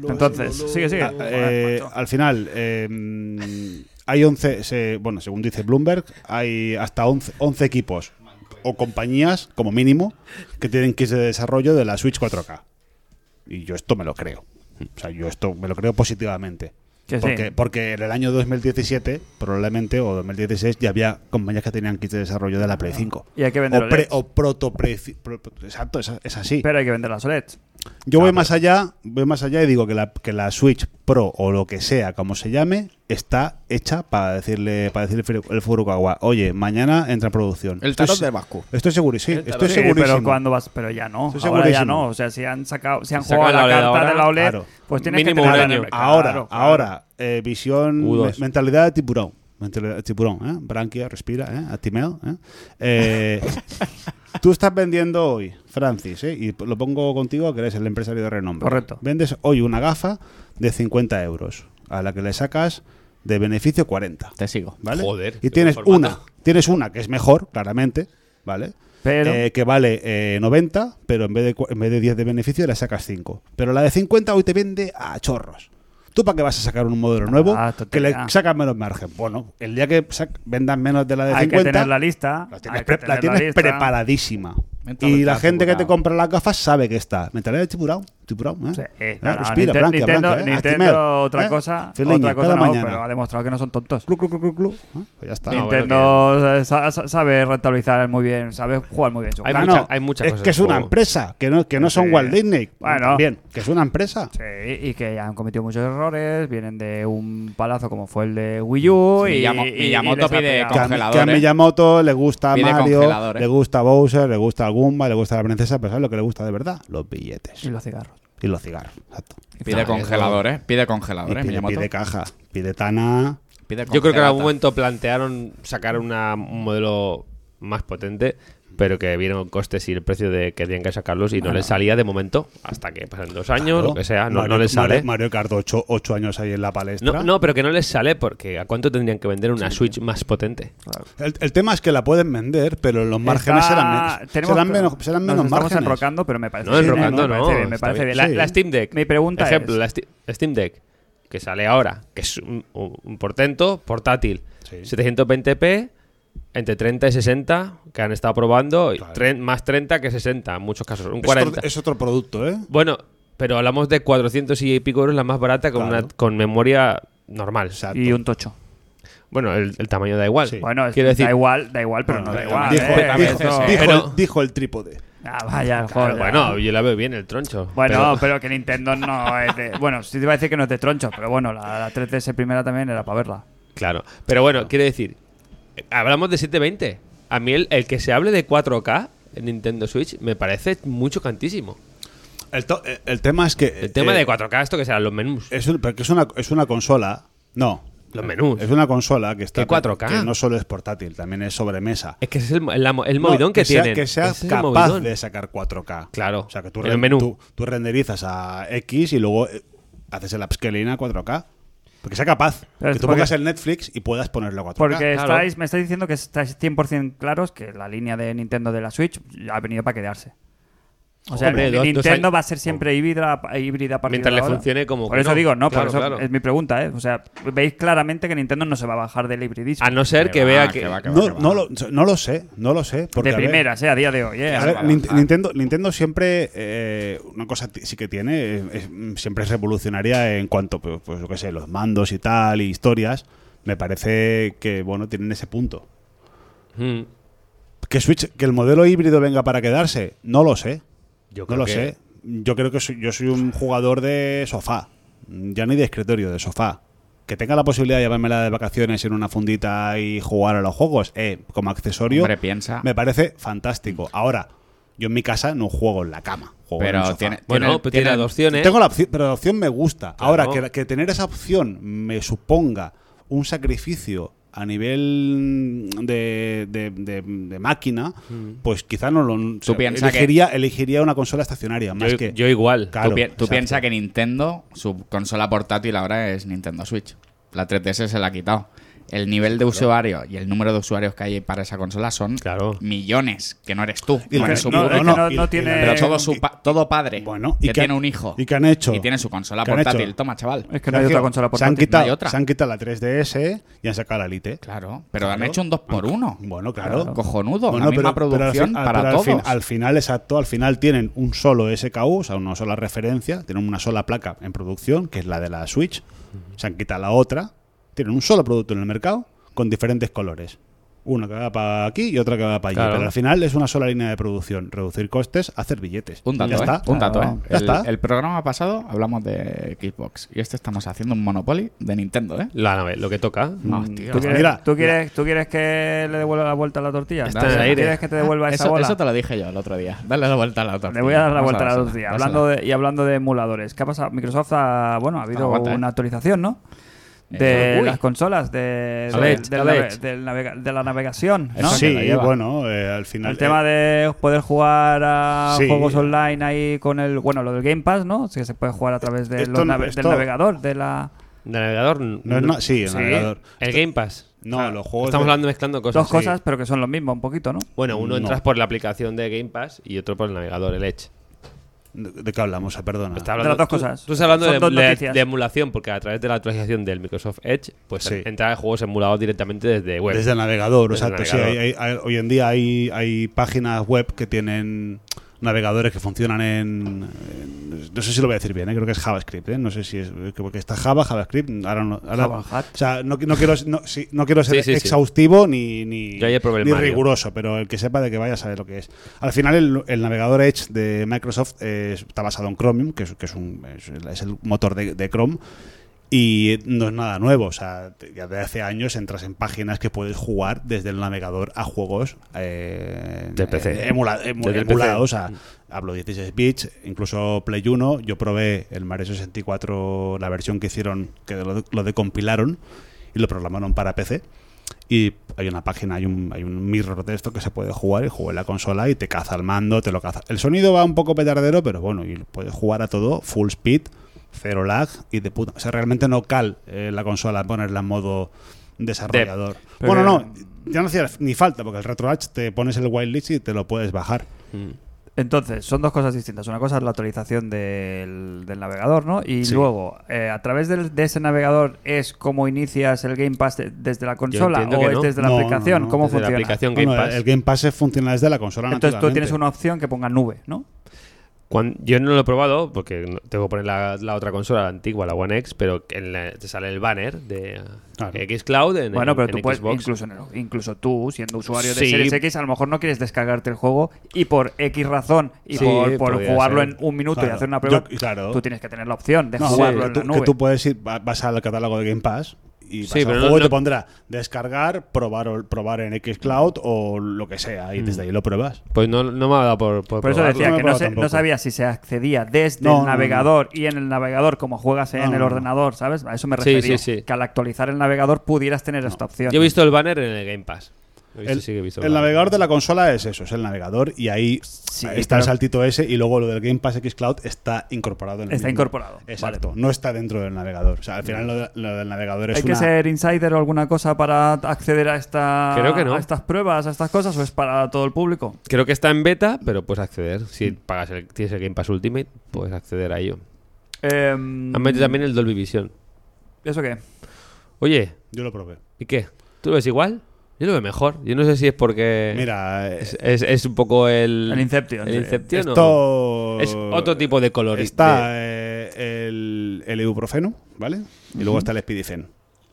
[SPEAKER 1] Entonces, sigue, sigue.
[SPEAKER 4] Ah, eh, al final, eh, hay 11, se- bueno, según dice Bloomberg, hay hasta 11, 11 equipos o compañías, como mínimo, que tienen kits de desarrollo de la Switch 4K. Y yo esto me lo creo. O sea, yo esto me lo creo positivamente.
[SPEAKER 1] Que sí.
[SPEAKER 4] Porque, porque en el año 2017, probablemente, o 2016, ya había compañías que tenían kits de desarrollo de la Play 5.
[SPEAKER 1] Y hay que vender
[SPEAKER 4] o, pre-
[SPEAKER 1] OLEDs.
[SPEAKER 4] o proto pre- pro- pro- Exacto, es, es así.
[SPEAKER 1] E Pero hay que vender las OLEDs.
[SPEAKER 4] Yo voy más allá, voy más allá y digo que la, que la Switch Pro o lo que sea, como se llame, está hecha para decirle para decirle Furu- el Furukawa, oye, mañana entra en producción.
[SPEAKER 2] El tarot
[SPEAKER 4] Estoy-
[SPEAKER 2] del Bascu.
[SPEAKER 4] Estoy seguro, sí,
[SPEAKER 3] El tarot.
[SPEAKER 4] estoy
[SPEAKER 3] Sí,
[SPEAKER 4] segurísimo.
[SPEAKER 1] pero cuando vas, pero ya no,
[SPEAKER 4] Estoy
[SPEAKER 1] ahora ya
[SPEAKER 4] segurísimo.
[SPEAKER 1] no, o sea, si han sacado, si han
[SPEAKER 3] Sacan
[SPEAKER 1] jugado la,
[SPEAKER 3] la OLED
[SPEAKER 1] carta de la
[SPEAKER 3] ahora,
[SPEAKER 1] OLED,
[SPEAKER 4] claro.
[SPEAKER 1] pues tienes
[SPEAKER 3] Mínimo
[SPEAKER 1] que
[SPEAKER 3] un
[SPEAKER 1] tener
[SPEAKER 3] año.
[SPEAKER 4] Ahora,
[SPEAKER 1] claro, claro.
[SPEAKER 4] ahora, eh, visión,
[SPEAKER 3] U2.
[SPEAKER 4] me- mentalidad de tiburón. Mentalidad de tiburón, ¿eh? Branquia, respira, ¿eh? Atimeo, ¿eh? Eh, tú estás vendiendo hoy, Francis, ¿eh? Y lo pongo contigo, que eres el empresario de renombre.
[SPEAKER 1] Correcto.
[SPEAKER 4] Vendes hoy una gafa de 50 euros, a la que le sacas de beneficio 40.
[SPEAKER 2] Te sigo.
[SPEAKER 4] ¿Vale?
[SPEAKER 3] Joder, qué
[SPEAKER 4] Y tienes
[SPEAKER 3] buen
[SPEAKER 4] una,
[SPEAKER 3] formato.
[SPEAKER 4] tienes una que es mejor, claramente, ¿vale?
[SPEAKER 1] Pero-
[SPEAKER 4] Eh, que vale eh, 90, pero en vez, de, cu- en vez de 10 de beneficio le sacas 5. Pero la de 50 hoy te vende a chorros. ¿Tú para qué vas a sacar un modelo nuevo
[SPEAKER 1] Ah,
[SPEAKER 4] que le
[SPEAKER 1] tontería.
[SPEAKER 4] sacas menos margen? Bueno, el día que sac- vendas menos de la de
[SPEAKER 1] Hay
[SPEAKER 4] 50,
[SPEAKER 1] que tener la lista,
[SPEAKER 4] la
[SPEAKER 1] hay
[SPEAKER 4] tienes,
[SPEAKER 1] que
[SPEAKER 4] pre-
[SPEAKER 1] tener
[SPEAKER 4] la tienes
[SPEAKER 1] lista.
[SPEAKER 4] preparadísima.
[SPEAKER 2] Mentalidad
[SPEAKER 4] Y la gente que te
[SPEAKER 2] tiburón.
[SPEAKER 4] compra las gafas sabe que está. Mentalidad de tiburón, tiburón, ¿eh?
[SPEAKER 1] Sí,
[SPEAKER 4] Eh,
[SPEAKER 1] no, no,
[SPEAKER 4] respira,
[SPEAKER 1] Ninte-
[SPEAKER 4] blanquea,
[SPEAKER 1] Nintendo,
[SPEAKER 4] blanquea, ¿eh?
[SPEAKER 1] Nintendo,
[SPEAKER 4] Actimel,
[SPEAKER 1] otra
[SPEAKER 4] ¿eh?
[SPEAKER 1] cosa,
[SPEAKER 4] Feliña,
[SPEAKER 1] otra cosa
[SPEAKER 4] cada
[SPEAKER 1] no,
[SPEAKER 4] mañana.
[SPEAKER 1] pero ha demostrado que no son tontos.
[SPEAKER 4] Clu, clu, clu, clu, clu. ¿eh? Pues ya está.
[SPEAKER 3] No,
[SPEAKER 1] Nintendo eh, sa- sa- sabe rentabilizar muy bien, sabe jugar muy bien. su
[SPEAKER 3] Hay
[SPEAKER 1] juego.
[SPEAKER 3] mucha-
[SPEAKER 4] Ah,
[SPEAKER 3] muchas
[SPEAKER 4] es
[SPEAKER 3] cosas
[SPEAKER 4] que es
[SPEAKER 3] en
[SPEAKER 4] una
[SPEAKER 3] juego.
[SPEAKER 4] empresa, que no, que no son
[SPEAKER 1] Sí.
[SPEAKER 4] Walt Disney.
[SPEAKER 1] Bueno.
[SPEAKER 4] Bien, que es una empresa.
[SPEAKER 1] Sí, y que han cometido muchos errores, vienen de un palazo como fue el de Wii U. y,
[SPEAKER 2] Miyamo-
[SPEAKER 1] y- y
[SPEAKER 2] Miyamoto
[SPEAKER 1] les ha
[SPEAKER 2] pide
[SPEAKER 1] pegado.
[SPEAKER 4] Que a,
[SPEAKER 2] Congelador,
[SPEAKER 4] que a
[SPEAKER 2] ¿eh?
[SPEAKER 4] Miyamoto le gusta
[SPEAKER 2] Pide
[SPEAKER 4] Mario,
[SPEAKER 2] congelador, ¿eh?
[SPEAKER 4] le gusta Bowser, le gusta Goomba, le gusta la princesa, pero ¿sabes lo que le gusta de verdad? Los
[SPEAKER 1] Y
[SPEAKER 4] billetes
[SPEAKER 1] los cigarros.
[SPEAKER 4] y los cigarros. Exacto.
[SPEAKER 2] Pide congelador, ¿eh? Pide
[SPEAKER 4] Y
[SPEAKER 2] congelador, ¿eh?
[SPEAKER 4] pide,
[SPEAKER 2] Miyamoto.
[SPEAKER 4] pide caja, pide Tana.
[SPEAKER 2] Pide
[SPEAKER 3] Yo creo que en
[SPEAKER 2] congelata.
[SPEAKER 3] algún momento plantearon sacar una- un modelo más potente, pero que vieron costes y el precio de que tenían que sacarlos y no les salía de momento, hasta que pasan dos años, lo que sea, no,
[SPEAKER 4] Mario-
[SPEAKER 3] no les sale.
[SPEAKER 4] Mario, Mario Kart 8, ocho años ahí en la palestra.
[SPEAKER 3] No, no, pero que no les sale porque ¿a cuánto tendrían que vender una Switch más potente?
[SPEAKER 4] El, el tema es que la pueden vender, pero los márgenes
[SPEAKER 1] Está-
[SPEAKER 4] serán, men-
[SPEAKER 1] tenemos-
[SPEAKER 4] serán menos, serán
[SPEAKER 1] nos
[SPEAKER 4] menos
[SPEAKER 1] estamos
[SPEAKER 4] márgenes.
[SPEAKER 1] enrocando, pero me parece
[SPEAKER 3] No,
[SPEAKER 1] bien.
[SPEAKER 3] enrocando,
[SPEAKER 1] me
[SPEAKER 3] no,
[SPEAKER 1] parece bien, me
[SPEAKER 3] está
[SPEAKER 1] parece
[SPEAKER 3] bien.
[SPEAKER 1] bien. La,
[SPEAKER 4] Sí.
[SPEAKER 1] la Steam Deck. Mi pregunta
[SPEAKER 3] Ejemplo,
[SPEAKER 1] es.
[SPEAKER 3] la Sti- la Steam Deck, que sale ahora, que es un, un portento portátil.
[SPEAKER 4] Sí.
[SPEAKER 3] 720p, entre 30 y 60, que han estado probando, y
[SPEAKER 4] Claro.
[SPEAKER 3] tren- más 30 que 60, en muchos casos, un
[SPEAKER 4] Es otro-
[SPEAKER 3] 40.
[SPEAKER 4] Es, otro producto, ¿eh?
[SPEAKER 3] Bueno, pero hablamos de 400 y pico euros, la más barata, con,
[SPEAKER 4] Claro.
[SPEAKER 3] una, con memoria normal.
[SPEAKER 4] Exacto.
[SPEAKER 1] Y un tocho.
[SPEAKER 3] Bueno, el, el tamaño da igual.
[SPEAKER 4] Sí.
[SPEAKER 1] Bueno, es-
[SPEAKER 3] quiero decir.
[SPEAKER 1] da igual, da igual, pero no, da igual.
[SPEAKER 4] dijo,
[SPEAKER 1] eh,
[SPEAKER 4] dijo-
[SPEAKER 1] eso-
[SPEAKER 4] dijo el-
[SPEAKER 3] Pero-
[SPEAKER 4] dijo el trípode.
[SPEAKER 1] Ah, vaya,
[SPEAKER 3] Claro,
[SPEAKER 1] joder.
[SPEAKER 3] bueno, yo la veo bien, el troncho.
[SPEAKER 1] Bueno, pero,
[SPEAKER 3] pero-
[SPEAKER 1] que Nintendo no es de. Bueno, sí te iba a decir que no es de tronchos, pero bueno, la, la 3DS primera también era para verla.
[SPEAKER 3] Claro. Pero bueno, quiero decir, eh, hablamos de 720. A mí el, el que se hable de 4K en Nintendo Switch me parece mucho cantísimo.
[SPEAKER 4] El, to- eh, el tema es que.
[SPEAKER 3] El tema
[SPEAKER 4] eh,
[SPEAKER 3] de 4K, esto que serán los menús.
[SPEAKER 4] Es, un- porque es, una, es una consola. No.
[SPEAKER 3] Los menús.
[SPEAKER 4] Es una consola que está.
[SPEAKER 3] ¿Qué 4K?
[SPEAKER 4] Que no solo es portátil, también es sobremesa.
[SPEAKER 3] Es que ese es el, mo- el amo- el movidón
[SPEAKER 4] No,
[SPEAKER 3] que,
[SPEAKER 4] sea-
[SPEAKER 3] tienen.
[SPEAKER 4] Que seas
[SPEAKER 3] Ese es el
[SPEAKER 4] capaz
[SPEAKER 3] movidón.
[SPEAKER 4] de sacar 4K.
[SPEAKER 3] Claro,
[SPEAKER 4] O sea, que tú,
[SPEAKER 3] en el
[SPEAKER 4] ren-
[SPEAKER 3] menú.
[SPEAKER 4] tú, tú renderizas a X y luego eh, haces el upscaling a 4K. Porque sea capaz.
[SPEAKER 1] Pero es
[SPEAKER 4] que tú
[SPEAKER 1] porque-
[SPEAKER 4] pongas el Netflix y puedas ponerlo a 4K.
[SPEAKER 1] Pues Porque
[SPEAKER 3] claro.
[SPEAKER 1] estáis, me estáis diciendo que estáis 100% claros que la línea de Nintendo de la Switch ha venido para quedarse. O sea,
[SPEAKER 3] Hombre,
[SPEAKER 1] el-
[SPEAKER 3] dos- dos
[SPEAKER 1] Nintendo
[SPEAKER 3] años- Oh.
[SPEAKER 1] va a ser siempre híbrida, híbrida a partir
[SPEAKER 3] Mientras
[SPEAKER 1] de
[SPEAKER 3] le
[SPEAKER 1] ahora.
[SPEAKER 3] funcione como
[SPEAKER 1] Por
[SPEAKER 3] que
[SPEAKER 1] eso
[SPEAKER 3] no.
[SPEAKER 1] digo, no,
[SPEAKER 3] Claro,
[SPEAKER 1] por eso
[SPEAKER 3] claro.
[SPEAKER 1] es mi pregunta, ¿eh? O sea, veis claramente que Nintendo no se va a bajar del hibridismo.
[SPEAKER 3] A Ah, no ser
[SPEAKER 2] Que
[SPEAKER 3] que
[SPEAKER 2] va,
[SPEAKER 3] vea
[SPEAKER 2] que
[SPEAKER 3] que.
[SPEAKER 2] va, que
[SPEAKER 4] no,
[SPEAKER 2] va.
[SPEAKER 4] no, lo, no lo sé, no lo sé. Porque,
[SPEAKER 1] de
[SPEAKER 4] a ver,
[SPEAKER 1] primeras, ¿eh? A día de hoy, ¿eh?
[SPEAKER 4] A ver,
[SPEAKER 2] va a
[SPEAKER 4] Nin-
[SPEAKER 2] bajar.
[SPEAKER 4] Nintendo, Nintendo siempre eh, una cosa ti- sí que tiene, eh, es- mm, siempre es revolucionaria en cuanto, pues, pues yo qué sé, los mandos y tal, y historias. Me parece que, bueno, tienen ese punto.
[SPEAKER 3] Mm.
[SPEAKER 4] Que Switch, que el modelo híbrido venga para quedarse, no lo sé.
[SPEAKER 3] Yo
[SPEAKER 4] no
[SPEAKER 3] creo
[SPEAKER 4] lo
[SPEAKER 3] que-
[SPEAKER 4] sé. Yo creo que soy, yo soy un jugador de sofá. Ya ni de escritorio, de sofá. Que tenga la posibilidad de llevármela de vacaciones en una fundita y jugar a los juegos, eh, como accesorio,
[SPEAKER 2] Hombre, piensa.
[SPEAKER 4] me parece fantástico. Ahora, yo en mi casa no juego en la cama, juego en
[SPEAKER 2] Pero
[SPEAKER 4] el sofá.
[SPEAKER 2] tiene-
[SPEAKER 3] Bueno, pues tiene
[SPEAKER 2] tienen-
[SPEAKER 3] las opciones.
[SPEAKER 4] Tengo la opción, pero la opción me gusta.
[SPEAKER 3] Claro.
[SPEAKER 4] Ahora, que, que tener esa opción me suponga un sacrificio a nivel de, de- de- de máquina, pues quizá no lo
[SPEAKER 2] Tú piensa que-
[SPEAKER 4] elegiría, elegiría una consola estacionaria. Más
[SPEAKER 3] Yo,
[SPEAKER 4] que,
[SPEAKER 3] yo igual.
[SPEAKER 4] Claro,
[SPEAKER 2] tú pi- tú
[SPEAKER 4] exacto.
[SPEAKER 2] piensas que Nintendo, su consola portátil ahora es Nintendo Switch. La 3DS se la ha quitado. El nivel de usuario y el número de usuarios que hay para esa consola son
[SPEAKER 3] Claro.
[SPEAKER 2] millones, que no eres tú.
[SPEAKER 4] Y
[SPEAKER 2] no
[SPEAKER 4] la-
[SPEAKER 2] eres su
[SPEAKER 1] no,
[SPEAKER 2] público.
[SPEAKER 1] es que no-
[SPEAKER 4] y-
[SPEAKER 1] no
[SPEAKER 4] y-
[SPEAKER 1] tiene-
[SPEAKER 2] Pero todo,
[SPEAKER 4] y-
[SPEAKER 2] su pa- todo padre
[SPEAKER 4] Bueno,
[SPEAKER 2] que,
[SPEAKER 4] y que-
[SPEAKER 2] tiene un hijo
[SPEAKER 4] y que han hecho-
[SPEAKER 2] y tiene su consola
[SPEAKER 4] que han hecho-
[SPEAKER 2] portátil. Toma, chaval.
[SPEAKER 1] Es que no hay otra consola
[SPEAKER 4] se han,
[SPEAKER 1] portátil.
[SPEAKER 4] quitado,
[SPEAKER 2] No hay otra.
[SPEAKER 4] se han quitado la 3DS y han sacado la Elite.
[SPEAKER 2] Claro, pero han hecho un 2x1.
[SPEAKER 4] Bueno, claro.
[SPEAKER 2] Cojonudo,
[SPEAKER 4] Bueno,
[SPEAKER 2] la misma
[SPEAKER 4] pero- pero al
[SPEAKER 2] producción
[SPEAKER 4] fin- al-
[SPEAKER 2] para
[SPEAKER 4] pero al
[SPEAKER 2] todos.
[SPEAKER 4] fin- al final, exacto, al final tienen un solo SKU, o sea, una sola referencia, tienen una sola placa en producción, que es la de la Switch, se han quitado la otra, tienen un solo producto en el mercado con diferentes colores. Una que va para aquí y otra que va para allí.
[SPEAKER 3] Claro.
[SPEAKER 4] Pero al final es una sola línea de producción. Reducir costes, hacer billetes.
[SPEAKER 2] Un dato,
[SPEAKER 4] ya
[SPEAKER 2] ¿eh?
[SPEAKER 4] está.
[SPEAKER 2] Un dato,
[SPEAKER 4] Claro.
[SPEAKER 2] ¿eh?
[SPEAKER 4] Ya
[SPEAKER 2] el,
[SPEAKER 4] está.
[SPEAKER 2] el programa pasado hablamos de Xbox y este estamos haciendo un Monopoly de Nintendo, ¿eh?
[SPEAKER 3] La nave, lo que toca.
[SPEAKER 4] Mm.
[SPEAKER 3] Ah.
[SPEAKER 2] Hostia,
[SPEAKER 1] ¿Tú quieres,
[SPEAKER 4] Mira.
[SPEAKER 1] ¿tú, quieres, ¿Tú quieres que le devuelva la vuelta a la tortilla?
[SPEAKER 2] Está
[SPEAKER 3] en el aire. Ah,
[SPEAKER 1] ¿Quieres que te devuelva esa
[SPEAKER 2] Ah, eso,
[SPEAKER 1] bola?
[SPEAKER 2] eso te lo dije yo el otro día. Dale la vuelta a la tortilla.
[SPEAKER 1] Le voy a dar la
[SPEAKER 2] Vamos
[SPEAKER 1] vuelta a la
[SPEAKER 2] dársela,
[SPEAKER 1] tortilla.
[SPEAKER 2] dársela.
[SPEAKER 1] Hablando de, y hablando de emuladores, ¿qué ha pasado? Microsoft ha, bueno, ha habido
[SPEAKER 2] Aguanta, eh.
[SPEAKER 1] una actualización, ¿no?
[SPEAKER 2] Eh,
[SPEAKER 1] De
[SPEAKER 2] uy.
[SPEAKER 1] las consolas, de,
[SPEAKER 3] A
[SPEAKER 1] de-
[SPEAKER 3] ver,
[SPEAKER 1] del
[SPEAKER 3] a
[SPEAKER 1] nave-
[SPEAKER 3] ver.
[SPEAKER 1] del navega- de la navegación, ¿no?
[SPEAKER 2] Eso que la
[SPEAKER 4] Sí,
[SPEAKER 2] lleva.
[SPEAKER 4] bueno, eh, al final.
[SPEAKER 1] El tema
[SPEAKER 4] eh,
[SPEAKER 1] de poder jugar a
[SPEAKER 4] Sí.
[SPEAKER 1] juegos online ahí con el, bueno, lo del Game Pass, ¿no? Así que se puede jugar a través de
[SPEAKER 4] Esto
[SPEAKER 1] los
[SPEAKER 4] no-
[SPEAKER 1] nave-
[SPEAKER 4] esto-
[SPEAKER 1] del navegador, de la...
[SPEAKER 3] De navegador.
[SPEAKER 4] no es na- sí, el navegador.
[SPEAKER 3] El Game Pass.
[SPEAKER 4] No, los juegos.
[SPEAKER 3] Estamos
[SPEAKER 4] de-
[SPEAKER 3] hablando mezclando cosas.
[SPEAKER 1] dos cosas, pero que son lo mismo un poquito, ¿no?
[SPEAKER 3] Bueno, uno
[SPEAKER 4] No.
[SPEAKER 3] entras por la aplicación de Game Pass y otro por el navegador, el Edge.
[SPEAKER 4] ¿De de qué hablamos? Ah, Perdona.
[SPEAKER 3] Pues Está
[SPEAKER 1] De las dos
[SPEAKER 3] tú-
[SPEAKER 1] cosas.
[SPEAKER 3] Tú estás hablando
[SPEAKER 1] Son
[SPEAKER 3] de,
[SPEAKER 1] dos
[SPEAKER 3] de-
[SPEAKER 1] noticias.
[SPEAKER 3] de emulación, porque a través de la actualización del Microsoft Edge, pues
[SPEAKER 4] Sí.
[SPEAKER 3] entra juegos emulados directamente desde web.
[SPEAKER 4] Desde el navegador,
[SPEAKER 3] Desde el
[SPEAKER 4] exacto. sí,
[SPEAKER 3] navegador.
[SPEAKER 4] hay- hay- hay- hoy en día hay, hay páginas web que tienen navegadores que funcionan en, en- no sé si lo voy a decir bien ¿eh? creo que es JavaScript ¿eh? no sé si es que- porque está Java JavaScript ahora no ahora-
[SPEAKER 1] Java Hat.
[SPEAKER 4] o sea no, no quiero no, sí, no quiero
[SPEAKER 3] Sí,
[SPEAKER 4] ser
[SPEAKER 3] sí, sí.
[SPEAKER 4] exhaustivo ni ni,
[SPEAKER 3] Yo ayer probé el
[SPEAKER 4] ni
[SPEAKER 3] Mario.
[SPEAKER 4] riguroso pero el que sepa de que vaya sabe lo que es al final el, el navegador Edge de Microsoft eh, está basado en Chromium que es, que es un es, el- es el motor de- de Chrome y no es nada nuevo, o sea, te- ya desde hace años entras en páginas que puedes jugar desde el navegador a juegos eh,
[SPEAKER 3] Del PC.
[SPEAKER 4] emula- emu-
[SPEAKER 3] Desde el
[SPEAKER 4] emulados,
[SPEAKER 3] PC.
[SPEAKER 4] o sea, hablo 16 bits, incluso Play 1, yo probé el Mario 64, la versión que hicieron, que lo, lo decompilaron y lo programaron para PC. Y hay una página, hay un, hay un mirror de esto que se puede jugar y juega en la consola y te caza el mando, te lo caza. El sonido va un poco petardero, pero bueno, y puedes jugar a todo full speed, cero lag y de puta. O sea, realmente no cal eh, la consola ponerla en modo desarrollador.
[SPEAKER 1] Pero-
[SPEAKER 4] bueno, no, ya no hacía ni falta porque el RetroArch te pones el whitelist y te lo puedes bajar.
[SPEAKER 3] Mm.
[SPEAKER 1] Entonces, son dos cosas distintas. Una cosa es la actualización del, del navegador, ¿no? Y
[SPEAKER 4] Sí.
[SPEAKER 1] luego, eh, a través del- de ese navegador, ¿es como inicias el Game Pass de- desde la consola
[SPEAKER 3] entiendo
[SPEAKER 1] o
[SPEAKER 3] que
[SPEAKER 1] es
[SPEAKER 3] no.
[SPEAKER 1] desde la
[SPEAKER 4] No, no,
[SPEAKER 1] aplicación?
[SPEAKER 4] no,
[SPEAKER 1] ¿Cómo
[SPEAKER 3] Desde la
[SPEAKER 1] funciona?
[SPEAKER 3] aplicación Game
[SPEAKER 4] Bueno,
[SPEAKER 3] Pass.
[SPEAKER 4] El Game Pass es- funciona desde la consola.
[SPEAKER 1] Entonces tú tienes
[SPEAKER 4] naturalmente.
[SPEAKER 1] una opción que ponga nube, ¿no?
[SPEAKER 3] Cuan- yo no lo he probado porque no- tengo que poner la, la otra consola, la antigua, la One X, pero en la- te sale el banner de eh,
[SPEAKER 4] Claro.
[SPEAKER 3] Xcloud en,
[SPEAKER 1] bueno, pero
[SPEAKER 3] en
[SPEAKER 1] tú puedes,
[SPEAKER 3] Xbox.
[SPEAKER 1] incluso, en el- incluso tú, siendo usuario de
[SPEAKER 3] Sí.
[SPEAKER 1] Series X, a lo mejor no quieres descargarte el juego y por X razón y
[SPEAKER 3] Sí,
[SPEAKER 1] por, por
[SPEAKER 3] podría
[SPEAKER 1] jugarlo
[SPEAKER 3] ser.
[SPEAKER 1] en un minuto y
[SPEAKER 4] Claro.
[SPEAKER 1] hacer una prueba,
[SPEAKER 4] Yo- claro.
[SPEAKER 1] tú tienes que tener la opción de
[SPEAKER 4] No,
[SPEAKER 1] jugarlo
[SPEAKER 4] que
[SPEAKER 1] en
[SPEAKER 4] tú,
[SPEAKER 1] la nube.
[SPEAKER 4] que tú puedes ir, va- vas al catálogo de Game Pass y vas
[SPEAKER 3] Sí,
[SPEAKER 4] al
[SPEAKER 3] pero no-
[SPEAKER 4] juego y te
[SPEAKER 3] no-
[SPEAKER 4] pondrá descargar, probar o- probar en Xcloud o lo que sea y desde ahí lo pruebas.
[SPEAKER 3] Pues no, no me ha dado por, por
[SPEAKER 1] Por eso
[SPEAKER 3] probarlo.
[SPEAKER 1] decía
[SPEAKER 4] No me
[SPEAKER 1] que no,
[SPEAKER 4] acuerdo
[SPEAKER 1] se-
[SPEAKER 4] tampoco.
[SPEAKER 1] no sabía si se accedía desde
[SPEAKER 4] No, no,
[SPEAKER 1] el
[SPEAKER 4] no.
[SPEAKER 1] navegador y en el navegador como juegas en
[SPEAKER 4] No,
[SPEAKER 1] el
[SPEAKER 4] no, no.
[SPEAKER 1] ordenador, ¿sabes? A eso me
[SPEAKER 3] Sí,
[SPEAKER 1] refería.
[SPEAKER 3] sí, sí.
[SPEAKER 1] Que al actualizar el navegador pudieras tener esta opción.
[SPEAKER 3] Yo he visto el banner en el Game Pass. Lo he visto,
[SPEAKER 4] El,
[SPEAKER 3] sí que he visto
[SPEAKER 4] el
[SPEAKER 3] banner.
[SPEAKER 4] navegador de la consola es eso, es el navegador y ahí está
[SPEAKER 1] pero-
[SPEAKER 4] el saltito ese y luego lo del Game Pass Xcloud está incorporado en el
[SPEAKER 1] Está
[SPEAKER 4] mismo.
[SPEAKER 1] incorporado,
[SPEAKER 4] Exacto, no está dentro del navegador. O sea, al
[SPEAKER 3] Mm.
[SPEAKER 4] final lo, de- lo del navegador es
[SPEAKER 1] ¿Hay que
[SPEAKER 4] una-
[SPEAKER 1] ser insider o alguna cosa para acceder a, esta,
[SPEAKER 3] Creo que no.
[SPEAKER 1] a estas pruebas, a estas cosas, o es para todo el público?
[SPEAKER 3] Creo que está en beta, pero puedes acceder.
[SPEAKER 4] Mm.
[SPEAKER 3] Si pagas el, tienes el Game Pass Ultimate, puedes acceder a ello.
[SPEAKER 1] Em,
[SPEAKER 3] Han metido también el Dolby Vision.
[SPEAKER 1] ¿Eso qué?
[SPEAKER 3] Oye,
[SPEAKER 4] Yo lo probé.
[SPEAKER 3] ¿y qué? ¿Tú lo ves igual? Yo lo veo mejor. Yo no sé si es porque...
[SPEAKER 4] Mira, eh,
[SPEAKER 3] Es, es- es un poco el...
[SPEAKER 1] El Inception,
[SPEAKER 3] El
[SPEAKER 1] sí.
[SPEAKER 3] Inception, ¿o?
[SPEAKER 4] esto
[SPEAKER 3] Es otro tipo de color.
[SPEAKER 4] Está eh, el, el ibuprofeno, ¿vale? Y luego está el Spidifen.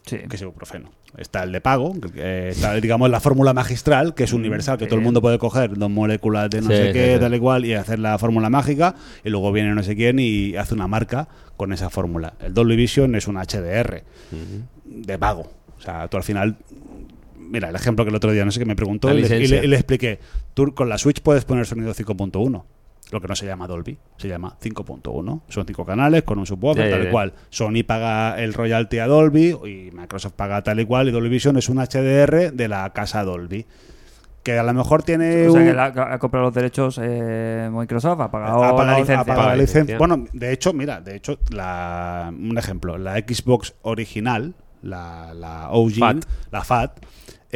[SPEAKER 1] Sí.
[SPEAKER 4] que es ibuprofeno. Está el de pago, que eh, está, digamos, la fórmula magistral, que es universal, que todo el mundo puede coger dos moléculas de no
[SPEAKER 3] Sí,
[SPEAKER 4] sé
[SPEAKER 3] Mm, sí,
[SPEAKER 4] qué,
[SPEAKER 3] sí.
[SPEAKER 4] tal y cual, y hacer la fórmula mágica, y luego viene no sé quién y hace una marca con esa fórmula. El Dolby Vision es un HDR de pago. O sea, tú al final... Mira, el ejemplo que el otro día no sé qué me preguntó
[SPEAKER 3] La
[SPEAKER 4] y le, y
[SPEAKER 3] licencia.
[SPEAKER 4] le- y le expliqué. Tú con la Switch puedes poner sonido 5.1, lo que no se llama Dolby, se llama 5.1. Son cinco canales con un subwoofer,
[SPEAKER 3] Ya, ya,
[SPEAKER 4] tal y
[SPEAKER 3] ya.
[SPEAKER 4] cual. Sony paga el royalty a Dolby y Microsoft paga tal y cual y Dolby Vision es un HDR de la casa Dolby. Que a lo mejor tiene
[SPEAKER 1] O sea,
[SPEAKER 4] un-
[SPEAKER 1] que la- ha comprado los derechos eh, Microsoft, ha
[SPEAKER 4] ha
[SPEAKER 1] pagado,
[SPEAKER 4] pagado-
[SPEAKER 1] la licencia.
[SPEAKER 4] ha pagado la
[SPEAKER 3] Paga la
[SPEAKER 4] licencia.
[SPEAKER 3] licencia.
[SPEAKER 4] Bueno, de hecho, mira, de hecho, la, un ejemplo, la Xbox original, la, la OG,
[SPEAKER 3] Fat.
[SPEAKER 4] la FAT,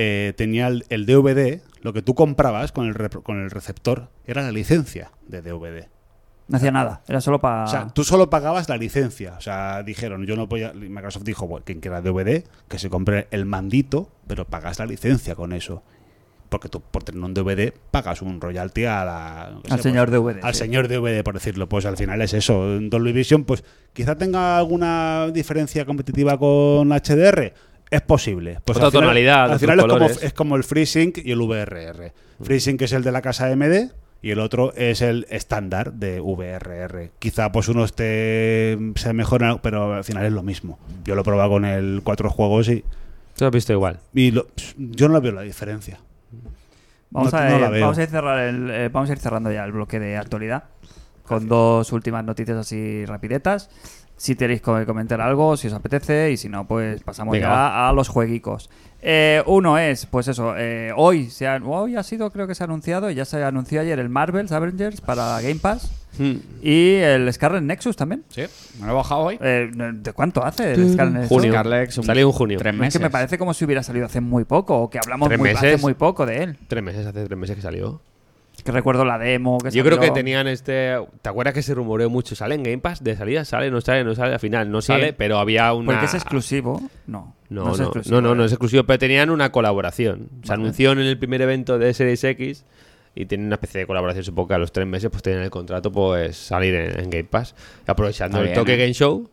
[SPEAKER 4] eh, tenía el, el DVD, lo que tú comprabas con el, repro- con el receptor era la licencia de DVD.
[SPEAKER 1] No hacía nada, era solo para...
[SPEAKER 4] O sea, tú solo pagabas la licencia. O sea, dijeron, yo no voy a... Microsoft dijo, bueno, quien quiera DVD, que se compre el mandito, pero pagas la licencia con eso. Porque tú, por tener un DVD, pagas un royalty a la- no sé,
[SPEAKER 1] Al señor DVD,
[SPEAKER 4] Al
[SPEAKER 1] sí.
[SPEAKER 4] señor DVD, por decirlo. Pues al final es eso. En Dolby Vision, pues quizá tenga alguna diferencia competitiva con HDR. es posible. Pues
[SPEAKER 3] Otra
[SPEAKER 4] al final-
[SPEAKER 3] tonalidad,
[SPEAKER 4] Al
[SPEAKER 3] otros
[SPEAKER 4] final es como,
[SPEAKER 3] colores.
[SPEAKER 4] es como el FreeSync y el VRR. FreeSync es el de la casa MD y el otro es el estándar de VRR. Quizá pues uno esté sea mejor, pero al final es lo mismo. Yo lo he probado con el cuatro juegos y,
[SPEAKER 3] Tú lo has visto igual.
[SPEAKER 4] y lo- yo no veo la diferencia.
[SPEAKER 1] Vamos,
[SPEAKER 4] No-
[SPEAKER 1] a,
[SPEAKER 4] no la
[SPEAKER 1] eh,
[SPEAKER 4] veo.
[SPEAKER 1] vamos a ir cerrar el, eh, vamos a ir cerrando ya el bloque de actualidad con dos últimas noticias así rapidetas. Si queréis co- comentar algo, si os apetece, y si no, pues pasamos
[SPEAKER 3] Venga,
[SPEAKER 1] ya a los jueguicos. Eh, uno es, pues eso, eh, hoy se han- hoy ha sido, creo que se ha anunciado, ya se anunció ayer el Marvel's Avengers para Game Pass y el Scarlet Nexus también.
[SPEAKER 2] Sí, me lo he bajado hoy.
[SPEAKER 1] Eh, ¿De cuánto hace el Scarlet Nexus?
[SPEAKER 3] Junio.
[SPEAKER 2] Scarlett, un-
[SPEAKER 3] Salió en junio.
[SPEAKER 2] Tres
[SPEAKER 1] Es
[SPEAKER 2] meses.
[SPEAKER 1] que me parece como si hubiera salido hace muy poco, o que hablamos
[SPEAKER 3] ¿Tres
[SPEAKER 1] muy,
[SPEAKER 3] meses?
[SPEAKER 1] hace muy poco de él.
[SPEAKER 3] Tres meses, hace tres meses que salió.
[SPEAKER 1] Que recuerdo la demo. Que
[SPEAKER 3] Yo creo
[SPEAKER 1] Pues
[SPEAKER 3] que
[SPEAKER 1] salió.
[SPEAKER 3] tenían este. ¿Te acuerdas que se rumoreó mucho? ¿Sale en Game Pass? ¿De salida? ¿Sale? ¿No sale? ¿No sale? Al final no sale, pero había una.
[SPEAKER 1] Porque es exclusivo. No.
[SPEAKER 3] No,
[SPEAKER 1] es
[SPEAKER 3] no,
[SPEAKER 1] exclusivo,
[SPEAKER 3] no, no, no
[SPEAKER 1] ¿eh?
[SPEAKER 3] es exclusivo, pero tenían una colaboración. Se
[SPEAKER 1] Vale.
[SPEAKER 3] anunció en el primer evento de Series X y tienen una especie de colaboración, supongo que a los tres meses pues tenían el contrato pues salir en, en Game Pass. Y aprovechando
[SPEAKER 2] Está
[SPEAKER 3] el
[SPEAKER 2] bien,
[SPEAKER 3] toque
[SPEAKER 2] ¿eh?
[SPEAKER 3] Game Show,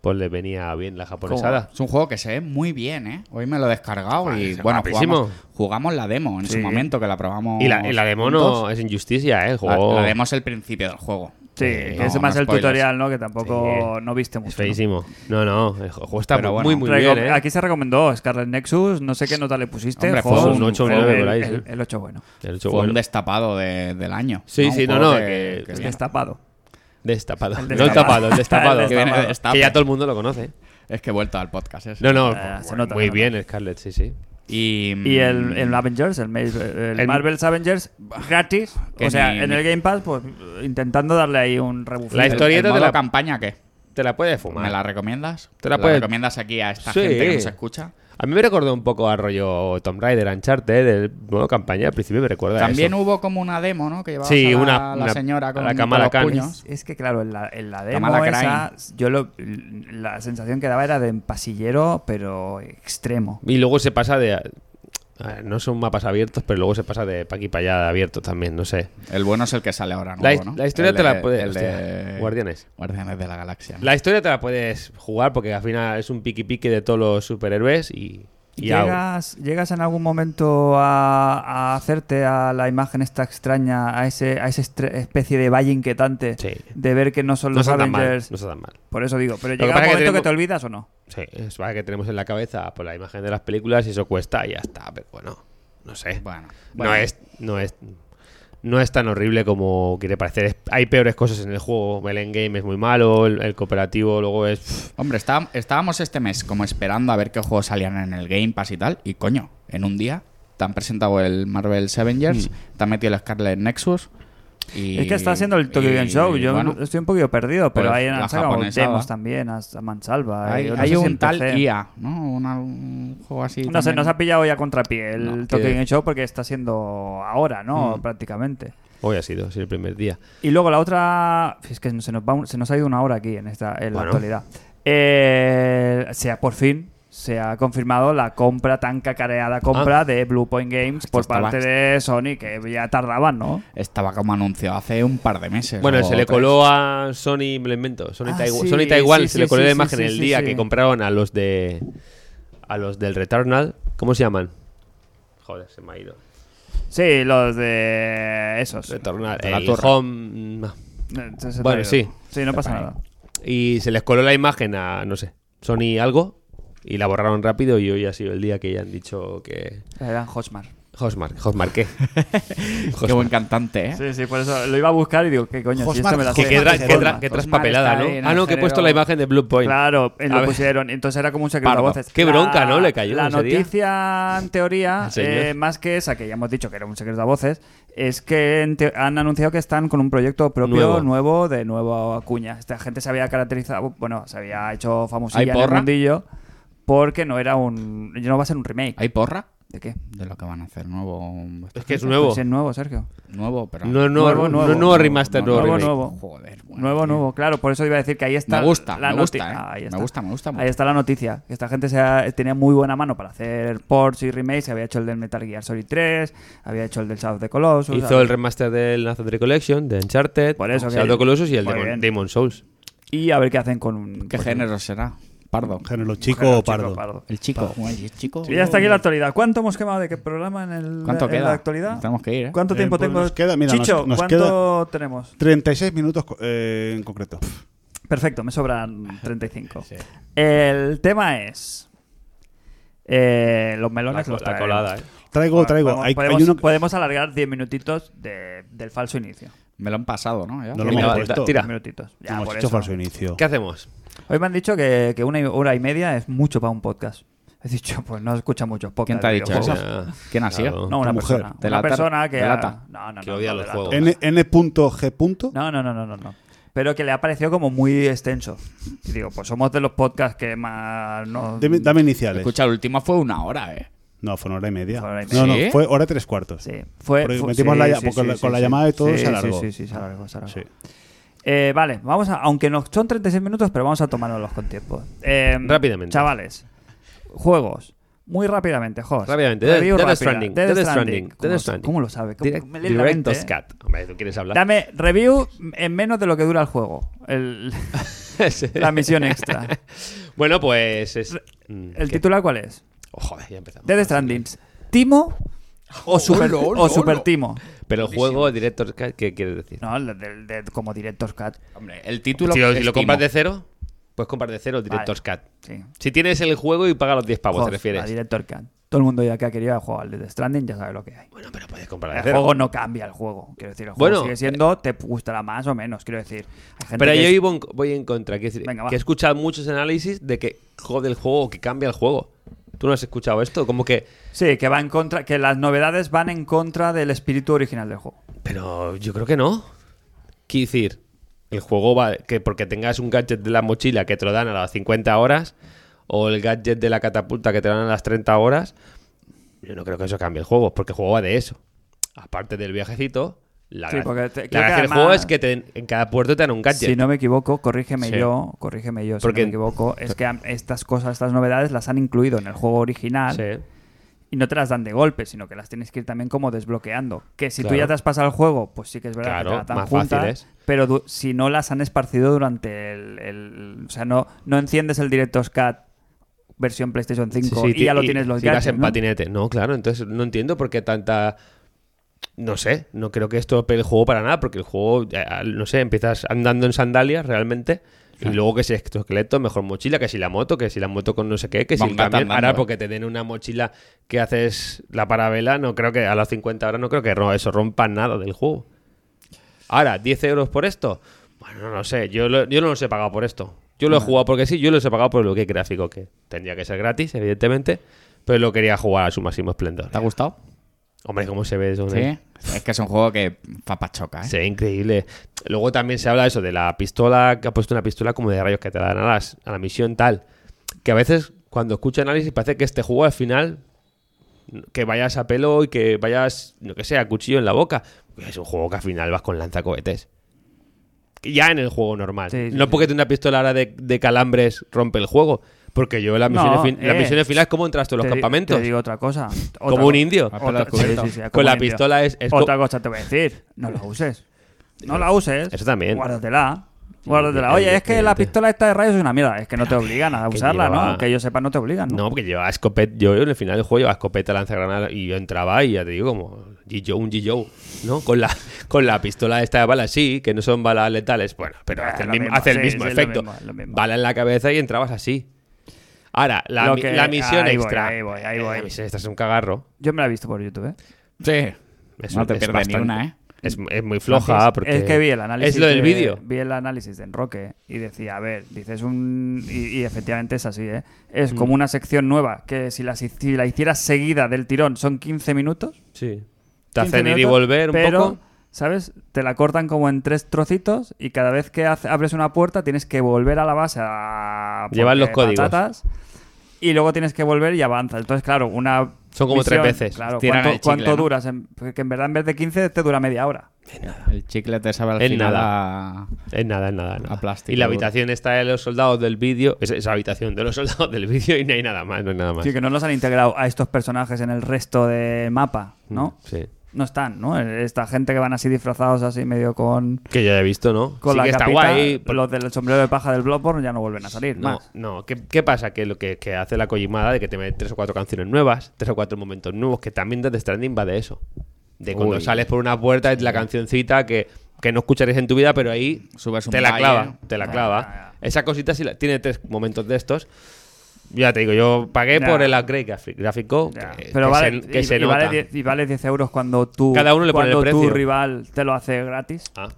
[SPEAKER 3] pues le venía bien la japonesada.
[SPEAKER 2] Es un juego que se ve muy bien, ¿eh? Hoy me lo he descargado
[SPEAKER 3] Vale,
[SPEAKER 2] y
[SPEAKER 3] es
[SPEAKER 2] bueno,
[SPEAKER 3] guapísimo.
[SPEAKER 2] jugamos, jugamos la demo en
[SPEAKER 1] Sí.
[SPEAKER 2] su momento, que la probamos.
[SPEAKER 3] Y la, y la demo no
[SPEAKER 2] juntos.
[SPEAKER 3] es injusticia, ¿eh? El
[SPEAKER 2] La,
[SPEAKER 3] juego
[SPEAKER 2] la demo es el principio del juego.
[SPEAKER 1] Sí,
[SPEAKER 2] Eh,
[SPEAKER 1] que
[SPEAKER 2] no,
[SPEAKER 1] es más
[SPEAKER 2] no
[SPEAKER 1] el
[SPEAKER 2] spoilers.
[SPEAKER 1] tutorial, ¿no? Que tampoco
[SPEAKER 3] Sí.
[SPEAKER 1] no viste mucho.
[SPEAKER 3] es
[SPEAKER 1] ¿no?
[SPEAKER 3] feísimo. No, no, el juego está
[SPEAKER 2] Pero
[SPEAKER 3] muy,
[SPEAKER 2] bueno.
[SPEAKER 3] muy
[SPEAKER 1] Recom-
[SPEAKER 3] bien, ¿eh?
[SPEAKER 1] Aquí se recomendó Scarlet Nexus, no sé qué nota le pusiste.
[SPEAKER 2] Hombre,
[SPEAKER 1] joder,
[SPEAKER 2] fue un ocho,
[SPEAKER 3] un
[SPEAKER 1] joder,
[SPEAKER 3] nueve por ahí,
[SPEAKER 1] el,
[SPEAKER 3] sí.
[SPEAKER 1] el 8 bueno.
[SPEAKER 3] El hecho
[SPEAKER 2] Fue
[SPEAKER 3] bueno.
[SPEAKER 2] un destapado de- del año.
[SPEAKER 3] Sí,
[SPEAKER 2] Un
[SPEAKER 3] sí, no,
[SPEAKER 2] juego
[SPEAKER 3] no,
[SPEAKER 2] que-
[SPEAKER 3] que-
[SPEAKER 2] que
[SPEAKER 3] es
[SPEAKER 2] viene-
[SPEAKER 1] Destapado.
[SPEAKER 3] Destapado.
[SPEAKER 1] El
[SPEAKER 3] No el tapado, el
[SPEAKER 1] El
[SPEAKER 3] destapado.
[SPEAKER 1] destapado.
[SPEAKER 3] que, viene de
[SPEAKER 2] destape.
[SPEAKER 3] que ya todo el mundo lo conoce.
[SPEAKER 2] es que he vuelto al podcast. ese.
[SPEAKER 3] No, no,
[SPEAKER 1] Ah, se nota,
[SPEAKER 3] muy
[SPEAKER 1] se nota.
[SPEAKER 3] bien Scarlett, sí, sí.
[SPEAKER 2] Y,
[SPEAKER 1] Y el, el Avengers, el, Ma- el
[SPEAKER 3] Mm. El-
[SPEAKER 1] Marvel's Avengers, gratis.
[SPEAKER 2] Que
[SPEAKER 1] o sea,
[SPEAKER 2] ni-
[SPEAKER 1] en el Game Pass, pues intentando darle ahí un rebufín.
[SPEAKER 3] La historia- historieta
[SPEAKER 2] el
[SPEAKER 3] de
[SPEAKER 2] modo
[SPEAKER 3] la-
[SPEAKER 2] campaña qué?
[SPEAKER 3] Te la puedes fumar.
[SPEAKER 2] ¿Me la recomiendas?
[SPEAKER 3] Te la puedes-
[SPEAKER 2] recomiendas aquí a esta
[SPEAKER 3] Sí.
[SPEAKER 2] gente que nos escucha?
[SPEAKER 3] A mí me recordó un poco a rollo Tomb Raider, Uncharted, el modo campaña. Al principio me recuerda a
[SPEAKER 2] También
[SPEAKER 3] Pues eso.
[SPEAKER 2] hubo como una demo, ¿no? Que llevaba
[SPEAKER 3] Sí,
[SPEAKER 2] a la,
[SPEAKER 3] una-
[SPEAKER 2] la
[SPEAKER 3] una-
[SPEAKER 2] señora
[SPEAKER 3] a
[SPEAKER 2] con,
[SPEAKER 3] la
[SPEAKER 2] con
[SPEAKER 3] Kamala
[SPEAKER 2] los
[SPEAKER 3] Khan.
[SPEAKER 2] puños.
[SPEAKER 1] Es que claro, en la, en la demo
[SPEAKER 2] Kamala
[SPEAKER 1] esa, yo lo, la sensación que daba era de pasillero, pero extremo.
[SPEAKER 3] Y luego se pasa de... a ver, no son mapas abiertos, pero luego se pasa de pa' aquí para allá de abiertos también, no sé.
[SPEAKER 2] El bueno es el que sale ahora, nuevo,
[SPEAKER 3] La,
[SPEAKER 2] ¿no?
[SPEAKER 3] la historia
[SPEAKER 2] El
[SPEAKER 3] te
[SPEAKER 2] de-
[SPEAKER 3] la puedes...
[SPEAKER 2] el de-
[SPEAKER 3] hostia, Guardianes.
[SPEAKER 2] Guardianes de la Galaxia. ¿no?
[SPEAKER 3] La historia te la puedes jugar porque al final es un piqui piqui de todos los superhéroes y... y au.
[SPEAKER 1] ¿Llegas, ¿Llegas en algún momento a, a hacerte a la imagen esta extraña, a ese a esa estre- especie de valle inquietante
[SPEAKER 3] Sí.
[SPEAKER 1] de ver que no son
[SPEAKER 3] No
[SPEAKER 1] los
[SPEAKER 3] está tan mal.
[SPEAKER 1] Avengers?
[SPEAKER 3] No está tan mal.
[SPEAKER 1] Por eso digo, pero
[SPEAKER 3] Lo que
[SPEAKER 1] llega un
[SPEAKER 3] pasa es que
[SPEAKER 1] momento que
[SPEAKER 3] tenemos-
[SPEAKER 1] te olvidas o no.
[SPEAKER 3] Sí, es verdad que tenemos en la cabeza por la imagen de las películas y eso cuesta y ya está, pero bueno, no sé.
[SPEAKER 2] Bueno,
[SPEAKER 3] No
[SPEAKER 2] bueno.
[SPEAKER 3] es, no es, no es tan horrible como quiere parecer. Es- Hay peores cosas en el juego. El endgame es muy malo, el, el cooperativo luego es. pff,
[SPEAKER 2] Hombre, está- estábamos este mes como esperando a ver qué juegos salían en el Game Pass y tal. Y coño, en un día te han presentado el Marvel Avengers,
[SPEAKER 3] Hmm.
[SPEAKER 2] te han metido el Scarlet Nexus. Y,
[SPEAKER 1] es que está haciendo el Tokyo
[SPEAKER 2] y,
[SPEAKER 1] Game Show, yo
[SPEAKER 2] bueno,
[SPEAKER 1] estoy un poquito perdido, pero
[SPEAKER 2] Pues
[SPEAKER 1] ahí
[SPEAKER 2] la
[SPEAKER 1] han sacado
[SPEAKER 2] japonesada.
[SPEAKER 1] demos también a, a mansalva. eh,
[SPEAKER 2] hay
[SPEAKER 1] Yo no
[SPEAKER 2] hay
[SPEAKER 1] sé si
[SPEAKER 2] un
[SPEAKER 1] en
[SPEAKER 2] tal
[SPEAKER 1] PC.
[SPEAKER 2] IA, ¿no? Una- un juego así.
[SPEAKER 1] No sé,
[SPEAKER 2] también.
[SPEAKER 1] nos ha pillado ya contrapié el
[SPEAKER 2] No,
[SPEAKER 1] Tokyo
[SPEAKER 3] que-
[SPEAKER 1] Game Show porque está siendo ahora, ¿no? Prácticamente.
[SPEAKER 3] Hoy ha sido, sí, el primer día.
[SPEAKER 1] Y luego la otra. Es que se nos, va un- se nos ha ido una hora aquí en, esta, en la
[SPEAKER 3] Bueno.
[SPEAKER 1] actualidad. Eh, sea por fin. Se ha confirmado la compra tan cacareada compra
[SPEAKER 3] Ah.
[SPEAKER 1] de Blue Point Games por
[SPEAKER 2] estaba-
[SPEAKER 1] parte de Sony, que ya tardaban, ¿no?
[SPEAKER 2] Estaba como anunciado hace un par de meses.
[SPEAKER 3] Bueno,
[SPEAKER 2] o
[SPEAKER 3] se le
[SPEAKER 2] tres.
[SPEAKER 3] coló a Sony, me lo invento, Sony,
[SPEAKER 1] Ah,
[SPEAKER 3] Taiwa-
[SPEAKER 1] sí,
[SPEAKER 3] Sony Taiwan,
[SPEAKER 1] sí,
[SPEAKER 3] se
[SPEAKER 1] sí,
[SPEAKER 3] le coló
[SPEAKER 1] sí,
[SPEAKER 3] la
[SPEAKER 1] sí,
[SPEAKER 3] imagen
[SPEAKER 1] sí,
[SPEAKER 3] el
[SPEAKER 1] sí,
[SPEAKER 3] día
[SPEAKER 1] sí.
[SPEAKER 3] que compraron a los de. a los del Returnal. ¿Cómo se llaman? Joder, se me ha ido.
[SPEAKER 1] Sí, los de esos. Eh,
[SPEAKER 3] Returnal.
[SPEAKER 2] De la
[SPEAKER 3] el
[SPEAKER 2] torre.
[SPEAKER 3] Home-
[SPEAKER 1] Se- se
[SPEAKER 3] Bueno,
[SPEAKER 1] te ha ido.
[SPEAKER 3] sí.
[SPEAKER 1] Sí, no pasa nada.
[SPEAKER 3] Y se les coló la imagen a, no sé, Sony algo. Y la borraron rápido y hoy ha sido el día que ya han dicho que...
[SPEAKER 1] Eran Hotmart.
[SPEAKER 3] Hosmar, Hosmar, ¿qué?
[SPEAKER 2] Qué buen cantante, ¿eh?
[SPEAKER 1] Sí, sí, por eso lo iba a buscar y digo, ¿qué coño? Si
[SPEAKER 4] Hotmart,
[SPEAKER 1] esto me la
[SPEAKER 4] que
[SPEAKER 1] sé.
[SPEAKER 3] qué,
[SPEAKER 4] quedra-
[SPEAKER 3] tra-
[SPEAKER 1] Hotmart.
[SPEAKER 3] qué tra- qué traspapelada,
[SPEAKER 2] está
[SPEAKER 3] ¿no?
[SPEAKER 2] ahí en
[SPEAKER 3] Ah,
[SPEAKER 2] el
[SPEAKER 3] no, que he puesto
[SPEAKER 2] género-
[SPEAKER 3] la imagen de Blue Point.
[SPEAKER 1] Claro, eh,
[SPEAKER 3] A
[SPEAKER 1] lo
[SPEAKER 3] ver.
[SPEAKER 1] pusieron. Entonces era como un secretario
[SPEAKER 3] Pardo. Qué bronca, ¿no? Le cayó
[SPEAKER 1] La
[SPEAKER 3] ese día.
[SPEAKER 1] noticia, en teoría,
[SPEAKER 3] Al señor.
[SPEAKER 1] eh, más que esa, que ya hemos dicho que era un secreto a voces, es que en te- han anunciado que están con un proyecto propio nuevo,
[SPEAKER 3] Nuevo.
[SPEAKER 1] de nueva cuña. Esta gente se había caracterizado, bueno, se había hecho
[SPEAKER 2] ¿Hay
[SPEAKER 1] famosilla en el
[SPEAKER 2] porra?
[SPEAKER 1] mundillo porque no era un. No va a ser un remake.
[SPEAKER 2] ¿Hay porra?
[SPEAKER 1] ¿De qué?
[SPEAKER 2] De lo que van a hacer nuevo.
[SPEAKER 3] Es que es nuevo.
[SPEAKER 1] Pues es nuevo, Sergio.
[SPEAKER 2] Nuevo, pero.
[SPEAKER 3] No es nuevo,
[SPEAKER 1] Nuevo,
[SPEAKER 3] no es
[SPEAKER 1] nuevo.
[SPEAKER 3] nuevo remaster, nuevo,
[SPEAKER 1] Nuevo,
[SPEAKER 3] remake.
[SPEAKER 1] nuevo.
[SPEAKER 2] Joder, bueno,
[SPEAKER 1] nuevo,
[SPEAKER 2] tío.
[SPEAKER 1] nuevo, claro, por eso iba a decir que ahí está.
[SPEAKER 2] Me gusta,
[SPEAKER 1] la
[SPEAKER 2] me gusta,
[SPEAKER 1] noti-
[SPEAKER 2] eh.
[SPEAKER 1] Ahí
[SPEAKER 2] Me
[SPEAKER 1] está.
[SPEAKER 2] gusta, me gusta mucho.
[SPEAKER 1] Ahí está la noticia. que Esta gente se ha- tenía muy buena mano para hacer ports y remakes. Había hecho el del Metal Gear Solid 3, había hecho el del Shadow of the Colossus.
[SPEAKER 3] Hizo
[SPEAKER 1] había-
[SPEAKER 3] el remaster del Nathan Collection, de Uncharted,
[SPEAKER 1] Por eso que-
[SPEAKER 3] Shadow of the Colossus y el
[SPEAKER 1] Muy bien.
[SPEAKER 3] Demon, Demon Souls.
[SPEAKER 1] Y a ver qué hacen con un.
[SPEAKER 2] ¿Qué
[SPEAKER 1] con-
[SPEAKER 2] género será? Pardo.
[SPEAKER 4] Género chico
[SPEAKER 1] Ojalá,
[SPEAKER 4] o pardo.
[SPEAKER 2] El chico. Uy, el chico.
[SPEAKER 1] Y ya está aquí la actualidad. ¿Cuánto hemos quemado de qué programa en, el,
[SPEAKER 2] ¿Cuánto
[SPEAKER 1] en
[SPEAKER 2] queda?
[SPEAKER 1] la actualidad?
[SPEAKER 2] Tenemos que ir, ¿eh?
[SPEAKER 1] ¿Cuánto
[SPEAKER 4] Eh,
[SPEAKER 1] tiempo
[SPEAKER 4] pues
[SPEAKER 1] tengo?
[SPEAKER 4] nos queda- mira, nos-
[SPEAKER 1] Chicho,
[SPEAKER 4] nos
[SPEAKER 1] ¿cuánto tenemos?
[SPEAKER 4] 36 minutos co- eh, en concreto.
[SPEAKER 1] Perfecto, me sobran 35. El tema es. eh, los
[SPEAKER 3] La,
[SPEAKER 1] melones
[SPEAKER 3] co-
[SPEAKER 1] los
[SPEAKER 3] la
[SPEAKER 1] traeremos.
[SPEAKER 3] colada, ¿eh?
[SPEAKER 4] Traigo, traigo.
[SPEAKER 1] Podemos,
[SPEAKER 4] hay, hay
[SPEAKER 1] podemos-
[SPEAKER 4] uno- Ah,
[SPEAKER 1] podemos alargar 10 minutitos de- del falso inicio.
[SPEAKER 2] Me lo han pasado, ¿no? Ya.
[SPEAKER 4] No lo
[SPEAKER 3] Venga,
[SPEAKER 4] hemos
[SPEAKER 3] va,
[SPEAKER 4] puesto.
[SPEAKER 3] tira.
[SPEAKER 1] 10 minutitos. Ya,
[SPEAKER 4] Hemos
[SPEAKER 1] por
[SPEAKER 4] hecho
[SPEAKER 1] eso.
[SPEAKER 4] falso inicio.
[SPEAKER 3] ¿Qué hacemos?
[SPEAKER 1] Hoy me han dicho que, que una hora y media es mucho para un podcast. He dicho, pues no escucha muchos
[SPEAKER 2] ¿Quién
[SPEAKER 1] podcasts.
[SPEAKER 2] te ha
[SPEAKER 1] de
[SPEAKER 2] dicho
[SPEAKER 1] videojuegos.
[SPEAKER 2] eso?
[SPEAKER 3] videojuegos.
[SPEAKER 2] ¿Quién ha sido?
[SPEAKER 3] Claro.
[SPEAKER 1] No, una
[SPEAKER 4] Tu mujer.
[SPEAKER 1] persona.
[SPEAKER 2] ¿Te
[SPEAKER 1] una
[SPEAKER 2] lata?
[SPEAKER 1] persona que.
[SPEAKER 2] ¿Te
[SPEAKER 1] ha-
[SPEAKER 2] lata?
[SPEAKER 1] No, no, no.
[SPEAKER 3] Que odia
[SPEAKER 1] no,
[SPEAKER 3] los
[SPEAKER 1] de
[SPEAKER 3] juegos.
[SPEAKER 1] lata.
[SPEAKER 4] N- N.G.
[SPEAKER 1] No, no, no, no, no, no. Pero que le ha parecido como muy extenso. Y digo, pues somos de los podcasts que más nos.
[SPEAKER 4] Deme, dame iniciales.
[SPEAKER 2] Escucha, el último fue una hora, ¿eh?
[SPEAKER 4] No, fue una hora y media.
[SPEAKER 1] Fue una hora y
[SPEAKER 4] No,
[SPEAKER 2] media.
[SPEAKER 4] no, fue hora y tres cuartos.
[SPEAKER 1] Sí, fue.
[SPEAKER 4] Porque
[SPEAKER 1] fue-
[SPEAKER 4] metimos
[SPEAKER 1] sí,
[SPEAKER 4] la-
[SPEAKER 1] sí,
[SPEAKER 4] porque
[SPEAKER 1] sí,
[SPEAKER 4] la-
[SPEAKER 1] sí,
[SPEAKER 4] con la
[SPEAKER 1] sí.
[SPEAKER 4] llamada y todo
[SPEAKER 1] Sí,
[SPEAKER 4] se
[SPEAKER 1] sí,
[SPEAKER 4] alargó.
[SPEAKER 1] Sí, sí, se alargó, se alargó.
[SPEAKER 4] Sí.
[SPEAKER 1] Eh, vale, vamos a. Aunque no, son 36 minutos, pero vamos a tomárnoslos con tiempo. Eh,
[SPEAKER 3] Rápidamente.
[SPEAKER 1] Chavales, juegos. Muy rápidamente, juegos.
[SPEAKER 3] Rápidamente. Death-
[SPEAKER 1] Review
[SPEAKER 3] Death
[SPEAKER 1] rápida.
[SPEAKER 3] Stranding,
[SPEAKER 1] Death
[SPEAKER 3] Death
[SPEAKER 1] Stranding.
[SPEAKER 3] Stranding,
[SPEAKER 1] ¿Cómo,
[SPEAKER 3] Death
[SPEAKER 1] lo-
[SPEAKER 3] Stranding.
[SPEAKER 1] cómo lo sabe? ¿Cómo-
[SPEAKER 3] Direct-
[SPEAKER 1] me lee la mente,
[SPEAKER 3] Directos
[SPEAKER 1] eh?
[SPEAKER 3] Cat. Hombre, tú quieres hablar.
[SPEAKER 1] Dame review en menos de lo que dura el juego. El-
[SPEAKER 3] Sí.
[SPEAKER 1] la misión extra.
[SPEAKER 3] Bueno, pues es. Mm,
[SPEAKER 1] ¿El
[SPEAKER 3] ¿qué?
[SPEAKER 1] titular cuál es?
[SPEAKER 3] Oh, joder, ya empezamos.
[SPEAKER 1] Death Stranding. ¿Timo
[SPEAKER 3] Oh,
[SPEAKER 1] o Super, o super Timo?
[SPEAKER 3] Pero el juego, el Director's Cat, ¿qué quieres decir?
[SPEAKER 1] No, el del- del- como Director's Cut.
[SPEAKER 2] Hombre, el título.
[SPEAKER 3] si lo, si
[SPEAKER 2] es
[SPEAKER 3] lo compras
[SPEAKER 2] Timo.
[SPEAKER 3] de cero, puedes comprar de cero el Director's Cut.
[SPEAKER 1] Sí.
[SPEAKER 3] Si tienes el juego y pagas los 10 pavos,
[SPEAKER 1] Joder,
[SPEAKER 3] ¿te refieres?
[SPEAKER 1] la Director's Cut. Todo el mundo ya que ha querido jugar al Death Stranding ya sabe lo que hay.
[SPEAKER 3] Bueno, pero puedes comprar de
[SPEAKER 1] El
[SPEAKER 3] cero.
[SPEAKER 1] juego no cambia el juego. Quiero decir, el
[SPEAKER 3] Bueno, eh,
[SPEAKER 1] juego sigue siendo, te gustará más o menos. Quiero decir, hay gente
[SPEAKER 3] Pero
[SPEAKER 1] que
[SPEAKER 3] yo
[SPEAKER 1] es-
[SPEAKER 3] iba en- voy en contra. quiero decir,
[SPEAKER 1] Venga, va.
[SPEAKER 3] que he escuchado muchos análisis de que jode el juego, que cambia el juego. ¿Tú no has escuchado esto? Como que.
[SPEAKER 1] Sí, que va en contra, que las novedades van en contra del espíritu original del juego.
[SPEAKER 3] Pero yo creo que no. Quiero decir, el juego va. que porque tengas un gadget de la mochila que te lo dan a las 50 horas, o el gadget de la catapulta que te lo dan a las 30 horas, yo no creo que eso cambie el juego, porque el juego va de eso. Aparte del viajecito, la,
[SPEAKER 1] Sí,
[SPEAKER 3] gra-
[SPEAKER 1] porque te- creo
[SPEAKER 3] la
[SPEAKER 1] que
[SPEAKER 3] gracia del
[SPEAKER 1] además-
[SPEAKER 3] juego es que te- en cada puerto te dan un gadget.
[SPEAKER 1] Si no me equivoco, corrígeme
[SPEAKER 3] Sí.
[SPEAKER 1] yo, corrígeme yo, si
[SPEAKER 3] Porque-
[SPEAKER 1] no me equivoco, es que han- estas cosas, estas novedades las han incluido en el juego original
[SPEAKER 3] Sí.
[SPEAKER 1] y no te las dan de golpe, sino que las tienes que ir también como desbloqueando. Que si tú
[SPEAKER 3] Claro.
[SPEAKER 1] ya te has pasado el juego, pues sí que es verdad
[SPEAKER 3] Claro,
[SPEAKER 1] que te la dan
[SPEAKER 3] más
[SPEAKER 1] junta,
[SPEAKER 3] fáciles.
[SPEAKER 1] pero du- si no las han esparcido durante el, el- o sea, no no enciendes el Directos Cat versión PlayStation 5
[SPEAKER 3] Sí, sí,
[SPEAKER 1] y ya
[SPEAKER 3] ti-
[SPEAKER 1] lo tienes los
[SPEAKER 3] si vas
[SPEAKER 1] gadgets,
[SPEAKER 3] en
[SPEAKER 1] ¿no?
[SPEAKER 3] patinete. No, claro, entonces no entiendo por qué tanta. No sé, no creo que esto pegue el juego para nada, porque el juego, eh, al- no sé, empiezas andando en sandalias realmente. Y luego que si es tu esqueleto, mejor mochila, que si la moto, que si la moto con no sé qué, que si el
[SPEAKER 2] Mangata
[SPEAKER 3] camión.
[SPEAKER 2] andando,
[SPEAKER 3] Ahora
[SPEAKER 2] eh.
[SPEAKER 3] porque te den una mochila que haces la parabela, no creo que a las 50 horas no creo que ro- eso rompa nada del juego. Ahora, 10 euros por esto. Bueno, no sé, yo, lo- yo no los he pagado por esto. Yo lo he jugado porque sí, yo los he pagado por lo que es gráfico, que tendría que ser gratis, evidentemente, pero lo quería jugar a su máximo esplendor.
[SPEAKER 2] ¿Te ha gustado?
[SPEAKER 3] Hombre, ¿cómo se ve eso?
[SPEAKER 2] Sí. Es que es un juego que papachoca, ¿eh?
[SPEAKER 3] Se ve increíble. Luego también se habla eso de la pistola, que ha puesto una pistola como de rayos que te la dan a, las- a la misión tal. Que a veces cuando escucho análisis parece que este juego al final, que vayas a pelo y que vayas, no que sea, a cuchillo en la boca. Es un juego que al final vas con lanzacohetes. Que Ya en el juego normal.
[SPEAKER 1] Sí, sí,
[SPEAKER 3] no
[SPEAKER 1] sí.
[SPEAKER 3] porque tenga una pistola ahora de, de calambres rompe el juego. Porque yo las
[SPEAKER 1] No,
[SPEAKER 3] misiones, fin- las
[SPEAKER 1] eh,
[SPEAKER 3] misiones finales, ¿cómo entras tú en los
[SPEAKER 1] Te di-
[SPEAKER 3] campamentos?
[SPEAKER 1] Te digo otra cosa. Otra
[SPEAKER 3] Como
[SPEAKER 1] co-
[SPEAKER 3] un indio.
[SPEAKER 2] Ah, pelo
[SPEAKER 1] otra- sí,
[SPEAKER 2] descubierto.
[SPEAKER 1] sí, sí, como
[SPEAKER 3] Con la
[SPEAKER 1] un indio.
[SPEAKER 3] pistola es- es
[SPEAKER 1] Otra
[SPEAKER 3] co-
[SPEAKER 1] cosa te voy a decir. No la uses. No la uses.
[SPEAKER 3] Eso también.
[SPEAKER 1] Guárdatela. Guárdatela. Oye, es que la pistola esta de rayos es una mierda. Es que no te obligan a
[SPEAKER 3] que
[SPEAKER 1] usarla, ¿no?
[SPEAKER 3] lleva-
[SPEAKER 1] Que yo sepa, no te obligan. Ah, ¿no?
[SPEAKER 3] No, porque llevaba escopeta. Yo en el final del juego llevaba escopeta, lanzagranadas y yo entraba y ya te digo, como G-Joe, un G-Joe, ¿no? Con la, con la pistola esta de balas, sí, que no son balas letales. Bueno, pero
[SPEAKER 1] Ah,
[SPEAKER 3] hace el
[SPEAKER 1] lo
[SPEAKER 3] mismo,
[SPEAKER 1] mismo,
[SPEAKER 3] hace el
[SPEAKER 1] sí,
[SPEAKER 3] mismo
[SPEAKER 1] sí, lo
[SPEAKER 3] efecto.
[SPEAKER 1] mismo, lo mismo.
[SPEAKER 3] Bala en la cabeza y entrabas así. Ahora, la,
[SPEAKER 1] Lo
[SPEAKER 3] mi-
[SPEAKER 1] que-
[SPEAKER 3] la misión
[SPEAKER 1] ahí voy,
[SPEAKER 3] extra.
[SPEAKER 1] ahí voy, ahí
[SPEAKER 3] Eh,
[SPEAKER 1] voy.
[SPEAKER 3] La misión extra es un cagarro.
[SPEAKER 1] Yo me la he visto por YouTube, ¿eh?
[SPEAKER 2] Sí.
[SPEAKER 3] Es
[SPEAKER 2] no
[SPEAKER 3] un-
[SPEAKER 2] te
[SPEAKER 3] es
[SPEAKER 2] pierdes
[SPEAKER 3] bastante-
[SPEAKER 2] ni una, ¿eh?
[SPEAKER 3] Es, es muy floja. Porque
[SPEAKER 1] Es que vi el análisis.
[SPEAKER 3] Es lo
[SPEAKER 1] de-
[SPEAKER 3] del vídeo.
[SPEAKER 1] Vi el análisis de Enroque y decía, a ver, dices un. Y, y efectivamente es así, ¿eh? Es como
[SPEAKER 3] Mm.
[SPEAKER 1] una sección nueva que si la, si la hicieras seguida del tirón son 15 minutos.
[SPEAKER 3] Sí.
[SPEAKER 1] 15
[SPEAKER 3] Te hacen ir y
[SPEAKER 1] minutos,
[SPEAKER 3] volver un
[SPEAKER 1] pero,
[SPEAKER 3] poco.
[SPEAKER 1] ¿Sabes? Te la cortan como en tres trocitos y cada vez que hace- abres una puerta tienes que volver a la base a
[SPEAKER 3] Llevar
[SPEAKER 1] porque
[SPEAKER 3] los códigos.
[SPEAKER 1] patatas, y luego tienes que volver y avanza. Entonces, claro, una.
[SPEAKER 3] Son como tres veces.
[SPEAKER 1] Claro,
[SPEAKER 2] Tiran
[SPEAKER 1] ¿cuánto,
[SPEAKER 2] el chicle,
[SPEAKER 1] cuánto
[SPEAKER 2] ¿no?
[SPEAKER 1] duras? En- porque en verdad en vez de 15 te dura media hora.
[SPEAKER 2] El chicle te sabe al
[SPEAKER 3] Es
[SPEAKER 2] final a...
[SPEAKER 3] Es nada, es nada. es nada.
[SPEAKER 2] A plástico
[SPEAKER 3] Y la
[SPEAKER 2] duro.
[SPEAKER 3] habitación está de los soldados del vídeo. Es esa habitación de los soldados del vídeo y no hay nada más, no hay nada más.
[SPEAKER 1] Sí, que no los han integrado a estos personajes en el resto del mapa, ¿no?
[SPEAKER 3] Sí.
[SPEAKER 1] no están, ¿no? Esta gente que van así disfrazados, así medio con,
[SPEAKER 3] Que ya he visto, ¿no?
[SPEAKER 1] con
[SPEAKER 3] sí
[SPEAKER 1] la
[SPEAKER 3] que
[SPEAKER 1] capita,
[SPEAKER 3] está guay. por-
[SPEAKER 1] los del sombrero de paja del Bloodborne ya no vuelven a salir
[SPEAKER 3] No,
[SPEAKER 1] más.
[SPEAKER 3] no. ¿Qué, qué pasa? Que lo que, que hace la Kojimada de que te mete tres o cuatro canciones nuevas, tres o cuatro momentos nuevos, que también desde Stranding va de eso. De cuando
[SPEAKER 2] Uy.
[SPEAKER 3] sales por una puerta es la cancioncita que, que no escucharéis en tu vida, pero ahí
[SPEAKER 2] Subes un
[SPEAKER 3] te la
[SPEAKER 2] valle.
[SPEAKER 3] clava, te la
[SPEAKER 2] Ya,
[SPEAKER 3] clava.
[SPEAKER 1] Ah, ya,
[SPEAKER 3] Esa cosita sí la- tiene tres momentos de estos. Ya te digo, yo pagué
[SPEAKER 1] Ya.
[SPEAKER 3] por el upgrade graf- gráfico
[SPEAKER 1] Ya.
[SPEAKER 3] que,
[SPEAKER 1] Pero
[SPEAKER 3] que
[SPEAKER 1] vale,
[SPEAKER 3] se, que
[SPEAKER 1] y,
[SPEAKER 3] se
[SPEAKER 1] y
[SPEAKER 3] nota.
[SPEAKER 1] vale 10, y vale 10 euros cuando tú
[SPEAKER 3] Cada uno le pone el
[SPEAKER 1] cuando tu
[SPEAKER 3] precio.
[SPEAKER 1] rival te lo hace gratis.
[SPEAKER 3] Ah.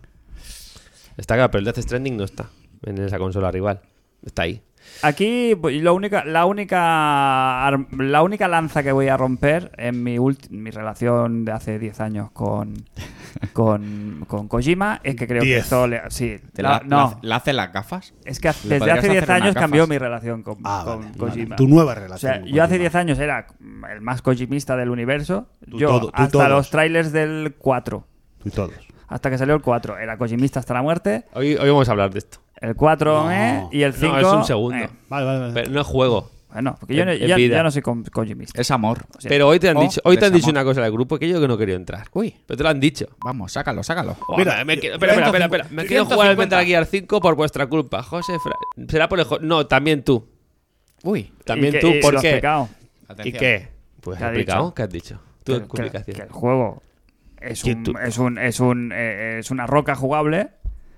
[SPEAKER 3] Está acá, pero el Death Stranding no está en esa consola rival. Está ahí.
[SPEAKER 1] Aquí pues, lo única, la única ar- la única lanza que voy a romper en mi ulti- mi relación de hace 10 años con con, con Kojima es que creo que
[SPEAKER 4] Diez.
[SPEAKER 1] esto le- sí,
[SPEAKER 2] ¿Te
[SPEAKER 1] la-
[SPEAKER 2] la,
[SPEAKER 1] no,
[SPEAKER 2] la- la hace las gafas?
[SPEAKER 1] es que
[SPEAKER 2] le
[SPEAKER 1] desde
[SPEAKER 2] podrías
[SPEAKER 1] hace
[SPEAKER 2] hacer
[SPEAKER 1] 10
[SPEAKER 2] unas
[SPEAKER 1] años cambió
[SPEAKER 2] gafas.
[SPEAKER 1] mi relación con,
[SPEAKER 4] Ah,
[SPEAKER 1] con
[SPEAKER 4] vale, vale.
[SPEAKER 1] Kojima.
[SPEAKER 4] Tu nueva
[SPEAKER 1] O
[SPEAKER 4] relación.
[SPEAKER 1] sea,
[SPEAKER 4] con
[SPEAKER 1] yo hace
[SPEAKER 4] Kojima.
[SPEAKER 1] 10 años era el más Kojimista del universo.
[SPEAKER 4] Tú
[SPEAKER 1] yo
[SPEAKER 4] todo, tú
[SPEAKER 1] hasta
[SPEAKER 4] todo.
[SPEAKER 1] los trailers del 4,
[SPEAKER 4] Tú y todos.
[SPEAKER 1] hasta que salió el 4, era Kojimista hasta la muerte.
[SPEAKER 3] Hoy, hoy vamos a hablar de esto.
[SPEAKER 1] El 4,
[SPEAKER 4] No.
[SPEAKER 1] ¿eh? Y el
[SPEAKER 3] No,
[SPEAKER 1] 5.
[SPEAKER 3] es un segundo.
[SPEAKER 1] eh.
[SPEAKER 4] Vale, vale, vale.
[SPEAKER 3] Pero no es juego.
[SPEAKER 1] Bueno, porque yo,
[SPEAKER 3] En-
[SPEAKER 1] no-
[SPEAKER 3] en
[SPEAKER 1] ya,
[SPEAKER 3] vida.
[SPEAKER 1] ya no soy con- Kojimista.
[SPEAKER 2] Es amor.
[SPEAKER 1] Sí. Oh,
[SPEAKER 3] Pero hoy te han
[SPEAKER 2] O
[SPEAKER 3] dicho, hoy te han dicho
[SPEAKER 2] desamor.
[SPEAKER 3] una cosa del grupo que yo que no quería entrar.
[SPEAKER 2] Uy.
[SPEAKER 3] Pero te lo han dicho.
[SPEAKER 2] Vamos, sácalo, sácalo.
[SPEAKER 3] Oh,
[SPEAKER 4] Mira,
[SPEAKER 3] me quiero-
[SPEAKER 4] yo-
[SPEAKER 3] espera, espera, espera,
[SPEAKER 4] 150.
[SPEAKER 3] espera. Me quiero jugar al Metal Gear 5 por vuestra culpa, José. Fra- Será por el jo- No, también tú.
[SPEAKER 2] Uy.
[SPEAKER 1] Y
[SPEAKER 3] También
[SPEAKER 1] que-
[SPEAKER 3] tú,
[SPEAKER 1] y lo
[SPEAKER 3] ¿por
[SPEAKER 1] has
[SPEAKER 3] qué?
[SPEAKER 1] pecado.
[SPEAKER 3] ¿Y
[SPEAKER 2] Atención.
[SPEAKER 3] qué? Pues
[SPEAKER 1] ¿Qué ha
[SPEAKER 3] explicado,
[SPEAKER 1] dicho?
[SPEAKER 3] ¿qué has dicho?
[SPEAKER 1] Que-
[SPEAKER 3] Tú en
[SPEAKER 1] que, que
[SPEAKER 3] publicación.
[SPEAKER 1] el juego es,
[SPEAKER 3] Que
[SPEAKER 1] un-
[SPEAKER 3] tú-
[SPEAKER 1] es, un, es, un, eh, es una roca jugable.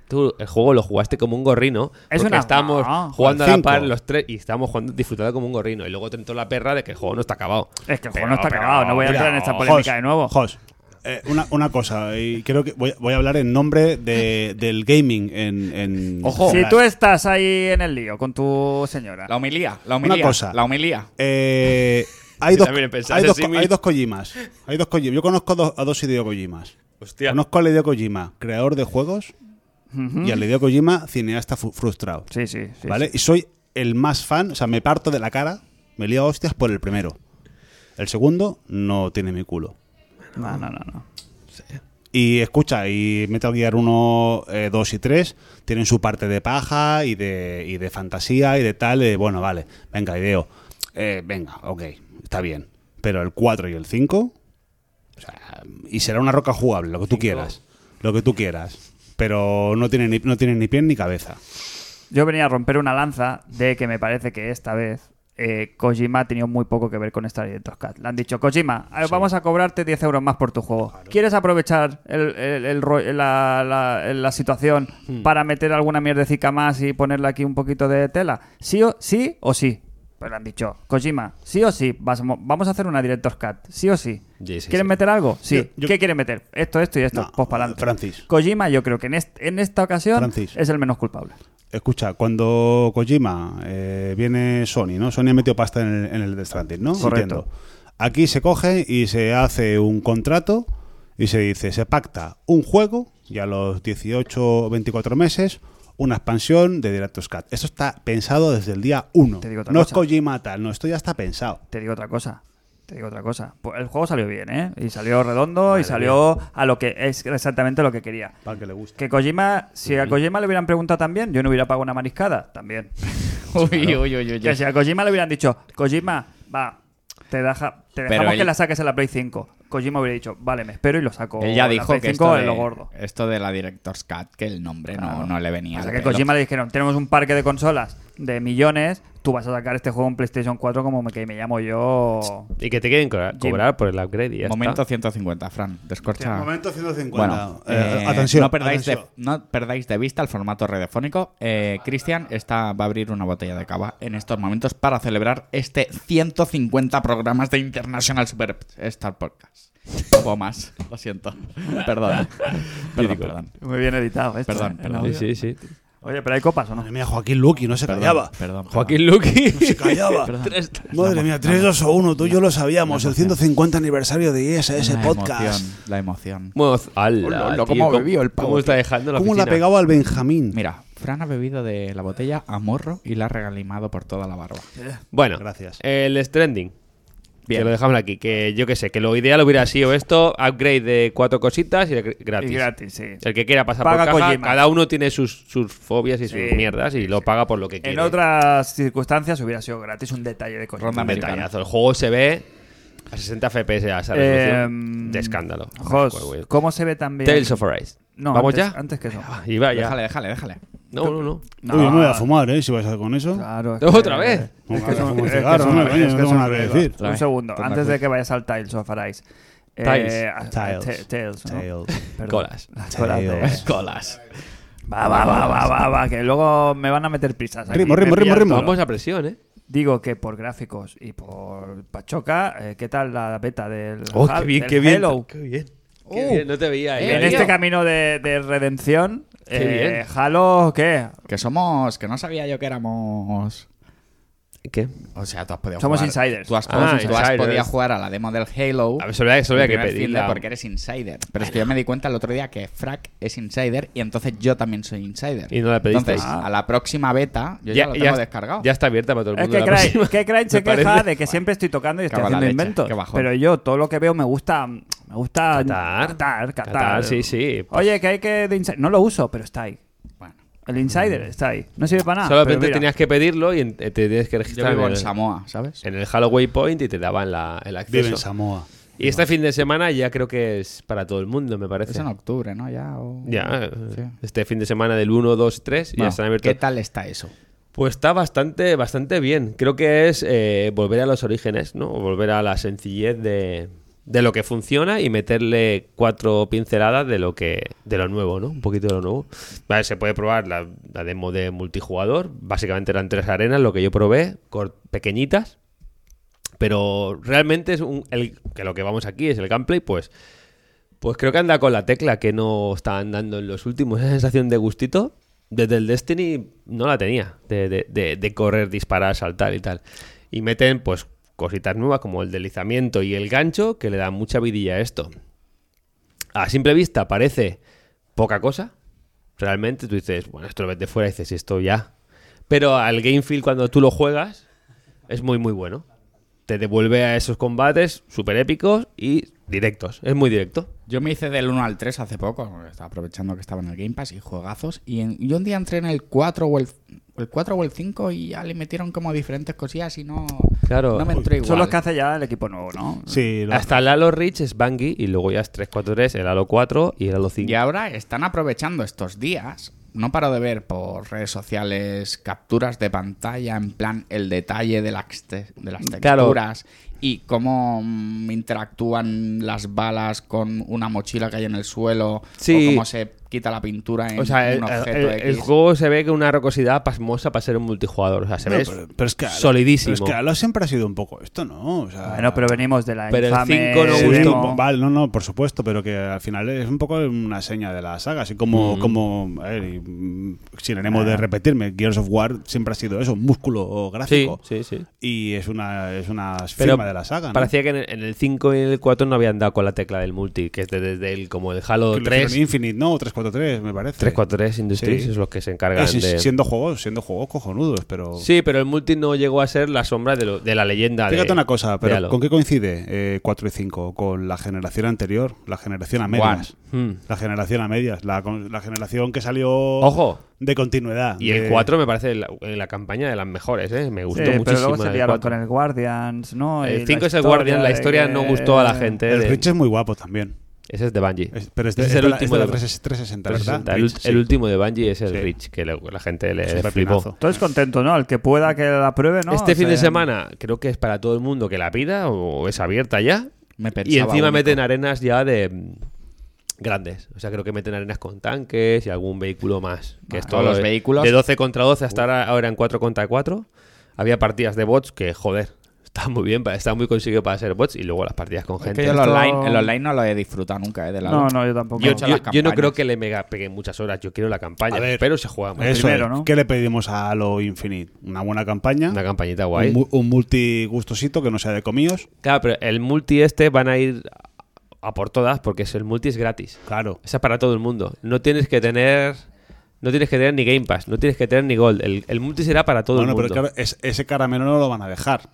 [SPEAKER 3] Tú el juego lo jugaste como un gorrino.
[SPEAKER 1] Es
[SPEAKER 3] porque
[SPEAKER 1] una-
[SPEAKER 3] estábamos
[SPEAKER 1] no,
[SPEAKER 3] jugando a
[SPEAKER 4] al
[SPEAKER 3] la
[SPEAKER 4] cinco.
[SPEAKER 3] par los tres y estábamos jugando, disfrutando como un gorrino. Y luego te entró la perra de que el juego no está acabado.
[SPEAKER 1] Es que el
[SPEAKER 3] Pero-
[SPEAKER 1] juego no está
[SPEAKER 3] pero-
[SPEAKER 1] acabado. No voy a
[SPEAKER 3] pero-
[SPEAKER 1] entrar en esta polémica
[SPEAKER 4] Jos,
[SPEAKER 1] de nuevo.
[SPEAKER 4] Jos, eh, una, una cosa, y creo que voy, voy a hablar en nombre de- del gaming en. en
[SPEAKER 2] Ojo.
[SPEAKER 1] Si tú estás ahí en el lío con tu señora.
[SPEAKER 2] La humilía, la humilía.
[SPEAKER 4] Una cosa.
[SPEAKER 2] La humilía.
[SPEAKER 4] Eh, hay,
[SPEAKER 3] Yo
[SPEAKER 4] dos,
[SPEAKER 3] también he pensado
[SPEAKER 4] hay,
[SPEAKER 3] ese
[SPEAKER 4] dos,
[SPEAKER 3] símil.
[SPEAKER 4] hay dos Kojimas. Hay dos Kojima. Yo conozco dos- a dos Hideo Kojimas.
[SPEAKER 3] Hostia.
[SPEAKER 4] Conozco al Hideo Kojima, creador de juegos,
[SPEAKER 1] Ujú.
[SPEAKER 4] y al Hideo Kojima, cineasta fu- frustrado.
[SPEAKER 1] Sí, sí. sí,
[SPEAKER 4] ¿Vale?
[SPEAKER 1] sí.
[SPEAKER 4] Y soy el más fan, o sea, me parto de la cara, me lío a hostias por el primero. El segundo no tiene mi culo.
[SPEAKER 1] No, no, no. no.
[SPEAKER 4] Y escucha, y Metal Gear 1, eh, 2 y 3 tienen su parte de paja y de, y de fantasía y de tal. eh, bueno, vale, venga, ideo. Eh, venga, ok, está bien. Pero el 4 y el 5, o sea, y será una roca jugable, lo que tú quieras. Lo que tú quieras. Pero no tiene ni, no tiene ni pie ni cabeza.
[SPEAKER 1] Yo venía a romper una lanza de que me parece que esta vez eh, Kojima ha tenido muy poco que ver con esta Director's Cut. Le han dicho, Kojima, a ver, vamos a cobrarte 10 euros más por tu juego. ¿Quieres aprovechar el- el- el ro- la, la- la situación
[SPEAKER 4] Hmm.
[SPEAKER 1] para meter alguna mierdecica más y ponerle aquí un poquito de tela? ¿Sí o sí? O sí? Pues le han dicho, Kojima, sí o sí, vas- vamos a hacer una Director's Cut, sí o sí.
[SPEAKER 3] Sí, sí,
[SPEAKER 1] ¿Quieres
[SPEAKER 3] sí.
[SPEAKER 1] meter algo? Sí.
[SPEAKER 4] Yo- yo-
[SPEAKER 1] ¿Qué quieres meter? Esto, esto y esto.
[SPEAKER 4] No,
[SPEAKER 1] pues para adelante.
[SPEAKER 4] Francis.
[SPEAKER 1] Kojima, yo creo que en, est- en esta ocasión
[SPEAKER 4] Francis.
[SPEAKER 1] es el menos culpable.
[SPEAKER 4] Escucha, cuando Kojima eh, viene Sony, ¿no? Sony ha metido pasta en el, en el Death Stranding, ¿no?
[SPEAKER 1] Correcto.
[SPEAKER 4] Aquí se coge y se hace un contrato y se dice, se pacta un juego y a los 18 o 24 meses una expansión de Director's Cut. Esto está pensado desde el día 1.
[SPEAKER 1] Te digo otra
[SPEAKER 4] No es
[SPEAKER 1] cosa.
[SPEAKER 4] Kojima tal, no, esto ya está pensado.
[SPEAKER 1] te digo otra cosa. Te digo otra cosa. Pues el juego salió bien, ¿eh? Y salió redondo y salió a lo que es exactamente lo que quería.
[SPEAKER 4] Para que le guste.
[SPEAKER 1] Que Kojima, si a Kojima le hubieran preguntado también, yo no hubiera pagado una mariscada también.
[SPEAKER 2] Uy, uy, uy, uy.
[SPEAKER 1] Que si
[SPEAKER 2] uy.
[SPEAKER 1] a Kojima le hubieran dicho, Kojima, va, te, deja, te
[SPEAKER 2] Pero
[SPEAKER 1] dejamos
[SPEAKER 2] él-
[SPEAKER 1] que la saques en la Play 5. Kojima hubiera dicho, vale, me espero y lo saco.
[SPEAKER 2] Él ya
[SPEAKER 1] en la
[SPEAKER 2] dijo
[SPEAKER 1] Play
[SPEAKER 2] que
[SPEAKER 1] 5
[SPEAKER 2] esto
[SPEAKER 1] en
[SPEAKER 2] de,
[SPEAKER 1] lo gordo.
[SPEAKER 2] esto de la Director's Cut, que el nombre
[SPEAKER 1] Claro.
[SPEAKER 2] no, no le venía.
[SPEAKER 1] O sea
[SPEAKER 2] al
[SPEAKER 1] que a
[SPEAKER 2] pelo.
[SPEAKER 1] Kojima le dijeron, tenemos un parque de consolas de millones, tú vas a sacar este juego en PlayStation 4 como me, que me llamo yo.
[SPEAKER 3] Y que te quieren cobrar,
[SPEAKER 1] Jim.
[SPEAKER 3] cobrar por el upgrade y ya
[SPEAKER 2] Momento
[SPEAKER 3] está.
[SPEAKER 2] 150, Fran. Descorcha.
[SPEAKER 1] Ah.
[SPEAKER 4] Momento 150.
[SPEAKER 2] Bueno,
[SPEAKER 4] Eh,
[SPEAKER 2] eh,
[SPEAKER 4] atención.
[SPEAKER 2] no, perdáis de,
[SPEAKER 4] atención.
[SPEAKER 2] no perdáis de vista el formato radiofónico. Eh, Cristian está- va a abrir una botella de cava en estos momentos para celebrar este 150 programas de International Superstar Podcast. O más, lo siento. Perdón. Perdón, perdón.
[SPEAKER 1] Muy bien editado, esto,
[SPEAKER 2] Perdón,
[SPEAKER 1] ¿eh?
[SPEAKER 2] perdón.
[SPEAKER 1] El audio.
[SPEAKER 3] Sí, sí, sí.
[SPEAKER 1] Oye, pero hay copas o no?
[SPEAKER 4] Madre mía, Joaquín Luqui no se
[SPEAKER 2] Perdón,
[SPEAKER 4] callaba.
[SPEAKER 2] perdón,
[SPEAKER 3] Joaquín Luqui.
[SPEAKER 4] Se callaba.
[SPEAKER 2] perdón.
[SPEAKER 3] Tres-
[SPEAKER 4] Madre mía, 3, 2 o 1, tú y yo lo sabíamos. El 150 aniversario de ISS
[SPEAKER 2] la
[SPEAKER 4] Podcast.
[SPEAKER 2] Emoción, la emoción.
[SPEAKER 3] Bueno, ala,
[SPEAKER 2] Hola, hola,
[SPEAKER 3] tío,
[SPEAKER 2] ¿cómo bebió el pavo,
[SPEAKER 3] ¿Cómo está
[SPEAKER 2] tío?
[SPEAKER 3] dejando la
[SPEAKER 4] ¿Cómo la
[SPEAKER 3] oficina?
[SPEAKER 4] pegaba al Benjamín?
[SPEAKER 2] Mira, Fran ha bebido de la botella a morro y la ha regalimado por toda la barba.
[SPEAKER 3] Bueno,
[SPEAKER 4] Gracias.
[SPEAKER 3] el trending.
[SPEAKER 2] Bien.
[SPEAKER 3] Que lo dejamos aquí. Que yo que sé, que lo ideal hubiera sido esto: upgrade de cuatro cositas y gr- gratis.
[SPEAKER 1] Y gratis, sí.
[SPEAKER 3] El que quiera pasar
[SPEAKER 1] Paga
[SPEAKER 3] por caja,
[SPEAKER 1] Kojima.
[SPEAKER 3] cada uno tiene sus, sus fobias y
[SPEAKER 1] Sí.
[SPEAKER 3] sus mierdas y lo paga por lo que quiere.
[SPEAKER 1] En otras circunstancias hubiera sido gratis un detalle de Kojima.
[SPEAKER 2] Ronda
[SPEAKER 3] Un
[SPEAKER 2] americana.
[SPEAKER 3] detallazo. El juego se ve A 60 FPS a esa resolución.
[SPEAKER 1] Em,
[SPEAKER 3] de escándalo. Me acuerdo,
[SPEAKER 1] Jos,
[SPEAKER 3] güey.
[SPEAKER 1] ¿cómo se ve también?
[SPEAKER 3] pues, Tales of Arise.
[SPEAKER 1] No,
[SPEAKER 3] ¿Vamos
[SPEAKER 1] antes-
[SPEAKER 3] ya?
[SPEAKER 1] Antes que eso.
[SPEAKER 3] Ah, Iba ya.
[SPEAKER 2] Déjale, déjale, déjale.
[SPEAKER 3] No, no, no.
[SPEAKER 1] No,
[SPEAKER 4] Uy, yo me voy a fumar, ¿eh? Si vas a con eso.
[SPEAKER 1] Ah. Claro. es
[SPEAKER 3] ¿Otra
[SPEAKER 1] que-
[SPEAKER 3] vez?
[SPEAKER 1] Es que
[SPEAKER 4] Ojalá
[SPEAKER 1] es un-
[SPEAKER 4] fume
[SPEAKER 1] es que
[SPEAKER 4] cigarro,
[SPEAKER 1] es una-
[SPEAKER 4] hombre,
[SPEAKER 1] es
[SPEAKER 4] coño,
[SPEAKER 1] que es
[SPEAKER 4] no tengo
[SPEAKER 1] una
[SPEAKER 4] nada que
[SPEAKER 1] vez.
[SPEAKER 4] decir.
[SPEAKER 1] Un segundo,
[SPEAKER 2] Otra
[SPEAKER 1] antes
[SPEAKER 2] cosa.
[SPEAKER 1] de
[SPEAKER 3] pues.
[SPEAKER 1] que vayas al Tiles of Arise. Eh,
[SPEAKER 3] Tiles.
[SPEAKER 1] a- a-
[SPEAKER 4] Tiles.
[SPEAKER 1] Ah, te- Tails, ¿no?
[SPEAKER 4] Tails.
[SPEAKER 1] Perdón.
[SPEAKER 3] Colas.
[SPEAKER 1] Las colas de-
[SPEAKER 4] Tails.
[SPEAKER 3] Colas.
[SPEAKER 1] Va, va, va, va, va, va, que luego me van a meter prisas. aquí.
[SPEAKER 4] Ritmo,
[SPEAKER 1] Me
[SPEAKER 4] ritmo, ritmo,
[SPEAKER 1] pillas
[SPEAKER 4] ritmo.
[SPEAKER 1] todo.
[SPEAKER 3] Vamos a presión, ¿eh?
[SPEAKER 1] Digo que por gráficos y por Pachoca, eh, ¿qué tal la beta del,
[SPEAKER 3] Oh,
[SPEAKER 1] Hal-
[SPEAKER 3] qué bien,
[SPEAKER 1] del
[SPEAKER 3] qué bien.
[SPEAKER 1] Hello?
[SPEAKER 3] Qué bien. Qué bien, no te veía.
[SPEAKER 2] eh.
[SPEAKER 1] En este camino de, de redención,
[SPEAKER 3] Qué
[SPEAKER 1] eh,
[SPEAKER 3] bien.
[SPEAKER 1] Halo, ¿qué?
[SPEAKER 2] Que somos. Que no sabía yo que éramos.
[SPEAKER 3] ¿Qué?
[SPEAKER 2] O sea, tú has podido
[SPEAKER 1] Somos
[SPEAKER 2] jugar.
[SPEAKER 1] insiders.
[SPEAKER 2] Tú has,
[SPEAKER 3] Ah,
[SPEAKER 2] tú has
[SPEAKER 3] insiders.
[SPEAKER 2] podido jugar a la demo del Halo.
[SPEAKER 3] A ver, se lo voy a- se lo voy a
[SPEAKER 2] el
[SPEAKER 3] que
[SPEAKER 2] primer
[SPEAKER 3] pedir,
[SPEAKER 2] feedback
[SPEAKER 3] la-
[SPEAKER 2] Porque eres insider. Pero es que yo me di cuenta el otro día que Frack es insider y entonces yo también soy insider.
[SPEAKER 3] Y no la pediste.
[SPEAKER 2] Entonces,
[SPEAKER 1] Ah.
[SPEAKER 2] a la próxima beta, yo ya, lo tengo descargado.
[SPEAKER 3] Ya está abierta para todo el
[SPEAKER 1] Es
[SPEAKER 3] mundo.
[SPEAKER 1] que
[SPEAKER 3] la
[SPEAKER 1] Crane,
[SPEAKER 3] próxima.
[SPEAKER 1] que Crane se
[SPEAKER 3] Me parece.
[SPEAKER 1] queja de que siempre estoy tocando y estoy
[SPEAKER 2] Cago en la
[SPEAKER 1] haciendo
[SPEAKER 2] leche,
[SPEAKER 1] inventos.
[SPEAKER 2] qué bajón.
[SPEAKER 1] Pero yo todo lo que veo me gusta. Me gusta
[SPEAKER 3] Catar.
[SPEAKER 1] catar, catar.
[SPEAKER 3] Catar, sí, sí.
[SPEAKER 1] Oye, que hay que. de insi- No lo uso, pero está ahí.
[SPEAKER 2] Bueno,
[SPEAKER 1] El insider está ahí. No sirve para nada. pero
[SPEAKER 3] Mm. Solamente
[SPEAKER 1] mira.
[SPEAKER 3] tenías que pedirlo y en- te tienes que
[SPEAKER 2] yo
[SPEAKER 3] registrar
[SPEAKER 2] vivo
[SPEAKER 3] en
[SPEAKER 2] en
[SPEAKER 3] el,
[SPEAKER 2] Samoa, ¿sabes?
[SPEAKER 3] en el Halo Waypoint y te daban la, el
[SPEAKER 4] Vive en
[SPEAKER 3] acceso.
[SPEAKER 4] Samoa.
[SPEAKER 3] Y este fin de semana ya creo que es para todo el mundo, me parece.
[SPEAKER 2] Es en octubre, ¿no? Ya. o-
[SPEAKER 3] Ya, eh,
[SPEAKER 2] Sí.
[SPEAKER 3] este fin de semana del 1, 2, 3 y ya
[SPEAKER 2] Bueno,
[SPEAKER 3] están abiertos.
[SPEAKER 2] ¿Qué tal está eso?
[SPEAKER 3] Pues está bastante, bastante bien. Creo que es eh, volver a los orígenes, ¿no? O Volver a la sencillez de, de lo que funciona y meterle cuatro pinceladas de lo que de lo nuevo, ¿no? Un poquito de lo nuevo. Vale, se puede probar la, la demo de multijugador. Básicamente eran tres arenas, lo que yo probé, cor- pequeñitas. Pero realmente es un, el- que lo que vamos aquí es el gameplay, pues pues creo que anda con la tecla que no está andando en los últimos. Esa sensación de gustito, desde el Destiny no la tenía, de, de- de- de correr, disparar, saltar y tal. Y meten pues cositas nuevas como el deslizamiento y el gancho que le dan mucha vidilla a esto. A simple vista parece poca cosa. Realmente tú dices, bueno, esto lo ves de fuera y dices, esto ya. Pero al game feel cuando tú lo juegas es muy muy bueno. Te devuelve a esos combates súper épicos y directos. Es muy directo.
[SPEAKER 2] Yo me hice del 1 al 3 hace poco, estaba aprovechando que estaba en el Game Pass y juegazos. Y en- yo un día entré en el 4 o el, el 4 o el 5 y ya le metieron como diferentes cosillas y no,
[SPEAKER 3] Claro.
[SPEAKER 2] no me entró igual.
[SPEAKER 1] Son los que hace ya el equipo nuevo, ¿no?
[SPEAKER 4] Sí, lo-
[SPEAKER 3] Hasta el Halo Reach es Bungie y luego ya es 343, el Halo 4 y el Halo 5.
[SPEAKER 2] Y ahora están aprovechando estos días. No paro de ver por redes sociales capturas de pantalla, en plan el detalle de las, te- de las
[SPEAKER 3] Claro.
[SPEAKER 2] texturas y cómo mm, interactúan las balas con una mochila que hay en el suelo
[SPEAKER 3] Sí.
[SPEAKER 2] o cómo se quita la pintura en
[SPEAKER 3] O sea, el,
[SPEAKER 2] un
[SPEAKER 3] el-
[SPEAKER 2] objeto
[SPEAKER 3] el-
[SPEAKER 2] X.
[SPEAKER 3] el juego se ve que una rocosidad pasmosa para ser un multijugador. O sea, se
[SPEAKER 4] No,
[SPEAKER 3] ve
[SPEAKER 4] pero, pero es que Halo-
[SPEAKER 3] solidísimo.
[SPEAKER 4] Pero es que Halo siempre ha sido un poco esto, ¿no? O sea,
[SPEAKER 1] Bueno, pero venimos de la
[SPEAKER 3] Ah. Pero el
[SPEAKER 1] infame
[SPEAKER 3] cinco no
[SPEAKER 4] Sí,
[SPEAKER 3] gustó.
[SPEAKER 1] demo.
[SPEAKER 4] Eh, vale, no, no, por supuesto, pero que al final es un poco una seña de la saga, así como,
[SPEAKER 3] Mm.
[SPEAKER 4] como a ver, y, mm, sin ánimo
[SPEAKER 3] Ah.
[SPEAKER 4] de repetirme, Gears of War siempre ha sido eso, un músculo
[SPEAKER 3] sí,
[SPEAKER 4] gráfico.
[SPEAKER 3] sí, sí.
[SPEAKER 4] Y es una, es una
[SPEAKER 3] Pero
[SPEAKER 4] firma de la saga, ¿no?
[SPEAKER 3] Parecía que en el, en el 5 y el 4 no habían dado con la tecla del multi, que es desde el, como el Halo
[SPEAKER 4] Que lo
[SPEAKER 3] 3.
[SPEAKER 4] hicieron Infinite, ¿no? 343, me parece.
[SPEAKER 3] 343 Industries
[SPEAKER 4] Sí.
[SPEAKER 3] es los que se
[SPEAKER 4] Eh,
[SPEAKER 3] encargan
[SPEAKER 4] sí,
[SPEAKER 3] de...
[SPEAKER 4] Siendo juegos, siendo juegos cojonudos, pero...
[SPEAKER 3] Sí, pero el multi no llegó a ser la sombra de, lo- de la leyenda.
[SPEAKER 4] Fíjate
[SPEAKER 3] de,
[SPEAKER 4] una cosa,
[SPEAKER 3] de
[SPEAKER 4] pero
[SPEAKER 3] Halo.
[SPEAKER 4] ¿con qué coincide eh, 4 y 5? ¿Con la generación anterior? ¿La generación a medias?
[SPEAKER 3] Hmm.
[SPEAKER 4] La generación a medias, la, con- la generación que salió
[SPEAKER 3] Ojo.
[SPEAKER 4] de continuidad.
[SPEAKER 3] Y el
[SPEAKER 4] de-
[SPEAKER 3] 4 me parece la, la campaña de las mejores, ¿eh? Me
[SPEAKER 1] Sí,
[SPEAKER 3] gustó
[SPEAKER 1] pero
[SPEAKER 3] muchísimo.
[SPEAKER 1] luego se
[SPEAKER 3] el
[SPEAKER 1] liaron
[SPEAKER 3] 4.
[SPEAKER 1] con el Guardians, ¿no? Y
[SPEAKER 3] El
[SPEAKER 1] la
[SPEAKER 3] 5 es el
[SPEAKER 1] historia
[SPEAKER 3] Guardian, la
[SPEAKER 1] de
[SPEAKER 3] historia no
[SPEAKER 1] que-
[SPEAKER 3] gustó a la gente.
[SPEAKER 4] El
[SPEAKER 3] de-
[SPEAKER 4] Rich es muy guapo también.
[SPEAKER 3] Ese es de Bungie.
[SPEAKER 4] Es- pero es, de-
[SPEAKER 3] Ese
[SPEAKER 4] es de la- es de la
[SPEAKER 3] de-
[SPEAKER 4] 360, 360,
[SPEAKER 3] 360.
[SPEAKER 4] ¿verdad?
[SPEAKER 3] El,
[SPEAKER 4] Rich,
[SPEAKER 3] ul-
[SPEAKER 4] sí.
[SPEAKER 3] el último de Bungie es el
[SPEAKER 4] Sí.
[SPEAKER 3] Rich, que le- la gente le,
[SPEAKER 4] Es
[SPEAKER 3] le
[SPEAKER 4] un
[SPEAKER 3] flipó.
[SPEAKER 4] pepinazo.
[SPEAKER 1] Todo es contento, ¿no? El que pueda que la pruebe, ¿no?
[SPEAKER 3] Este
[SPEAKER 1] O
[SPEAKER 3] fin de
[SPEAKER 1] sea,
[SPEAKER 3] semana creo que es para todo el mundo que la pida o es abierta ya.
[SPEAKER 2] Me
[SPEAKER 3] Y
[SPEAKER 2] pensaba
[SPEAKER 3] encima
[SPEAKER 2] único.
[SPEAKER 3] meten arenas ya de mm, grandes. O sea, creo que meten arenas con tanques y algún vehículo más. Que
[SPEAKER 2] Ah,
[SPEAKER 3] es todo
[SPEAKER 2] los
[SPEAKER 3] de-
[SPEAKER 2] vehículos.
[SPEAKER 3] De 12 contra 12 hasta ahora, ahora en 4 contra 4. Había partidas de bots que, joder, está muy bien, pa- está muy conseguido para ser bots. Y luego las partidas con
[SPEAKER 2] Es
[SPEAKER 3] gente.
[SPEAKER 2] que yo el
[SPEAKER 1] Esto-
[SPEAKER 2] online, el online no lo he disfrutado nunca, ¿eh? De la
[SPEAKER 1] No,
[SPEAKER 2] luz.
[SPEAKER 1] no, yo tampoco.
[SPEAKER 3] Yo,
[SPEAKER 2] Vamos a
[SPEAKER 3] yo-
[SPEAKER 2] las
[SPEAKER 3] yo no
[SPEAKER 2] campañas.
[SPEAKER 3] creo que le mega pegué muchas horas. Yo quiero la campaña,
[SPEAKER 4] A ver, Eh,
[SPEAKER 3] pero se juega muy bien.
[SPEAKER 4] Eso
[SPEAKER 1] primero,
[SPEAKER 4] es.
[SPEAKER 1] ¿no?
[SPEAKER 4] ¿Qué le pedimos a Halo Infinite? Una buena campaña.
[SPEAKER 3] Una campañita guay.
[SPEAKER 4] un, mu- un multi gustosito que no sea de comíos.
[SPEAKER 3] Claro, pero el multi este van a ir a por todas porque es el multi es gratis.
[SPEAKER 4] Claro.
[SPEAKER 3] Esa para todo el mundo. No tienes que tener. No tienes que tener ni Game Pass, no tienes que tener ni Gold. El, el multi será para todo
[SPEAKER 4] bueno,
[SPEAKER 3] el mundo.
[SPEAKER 4] pero claro, es- ese caramelo no lo van a dejar.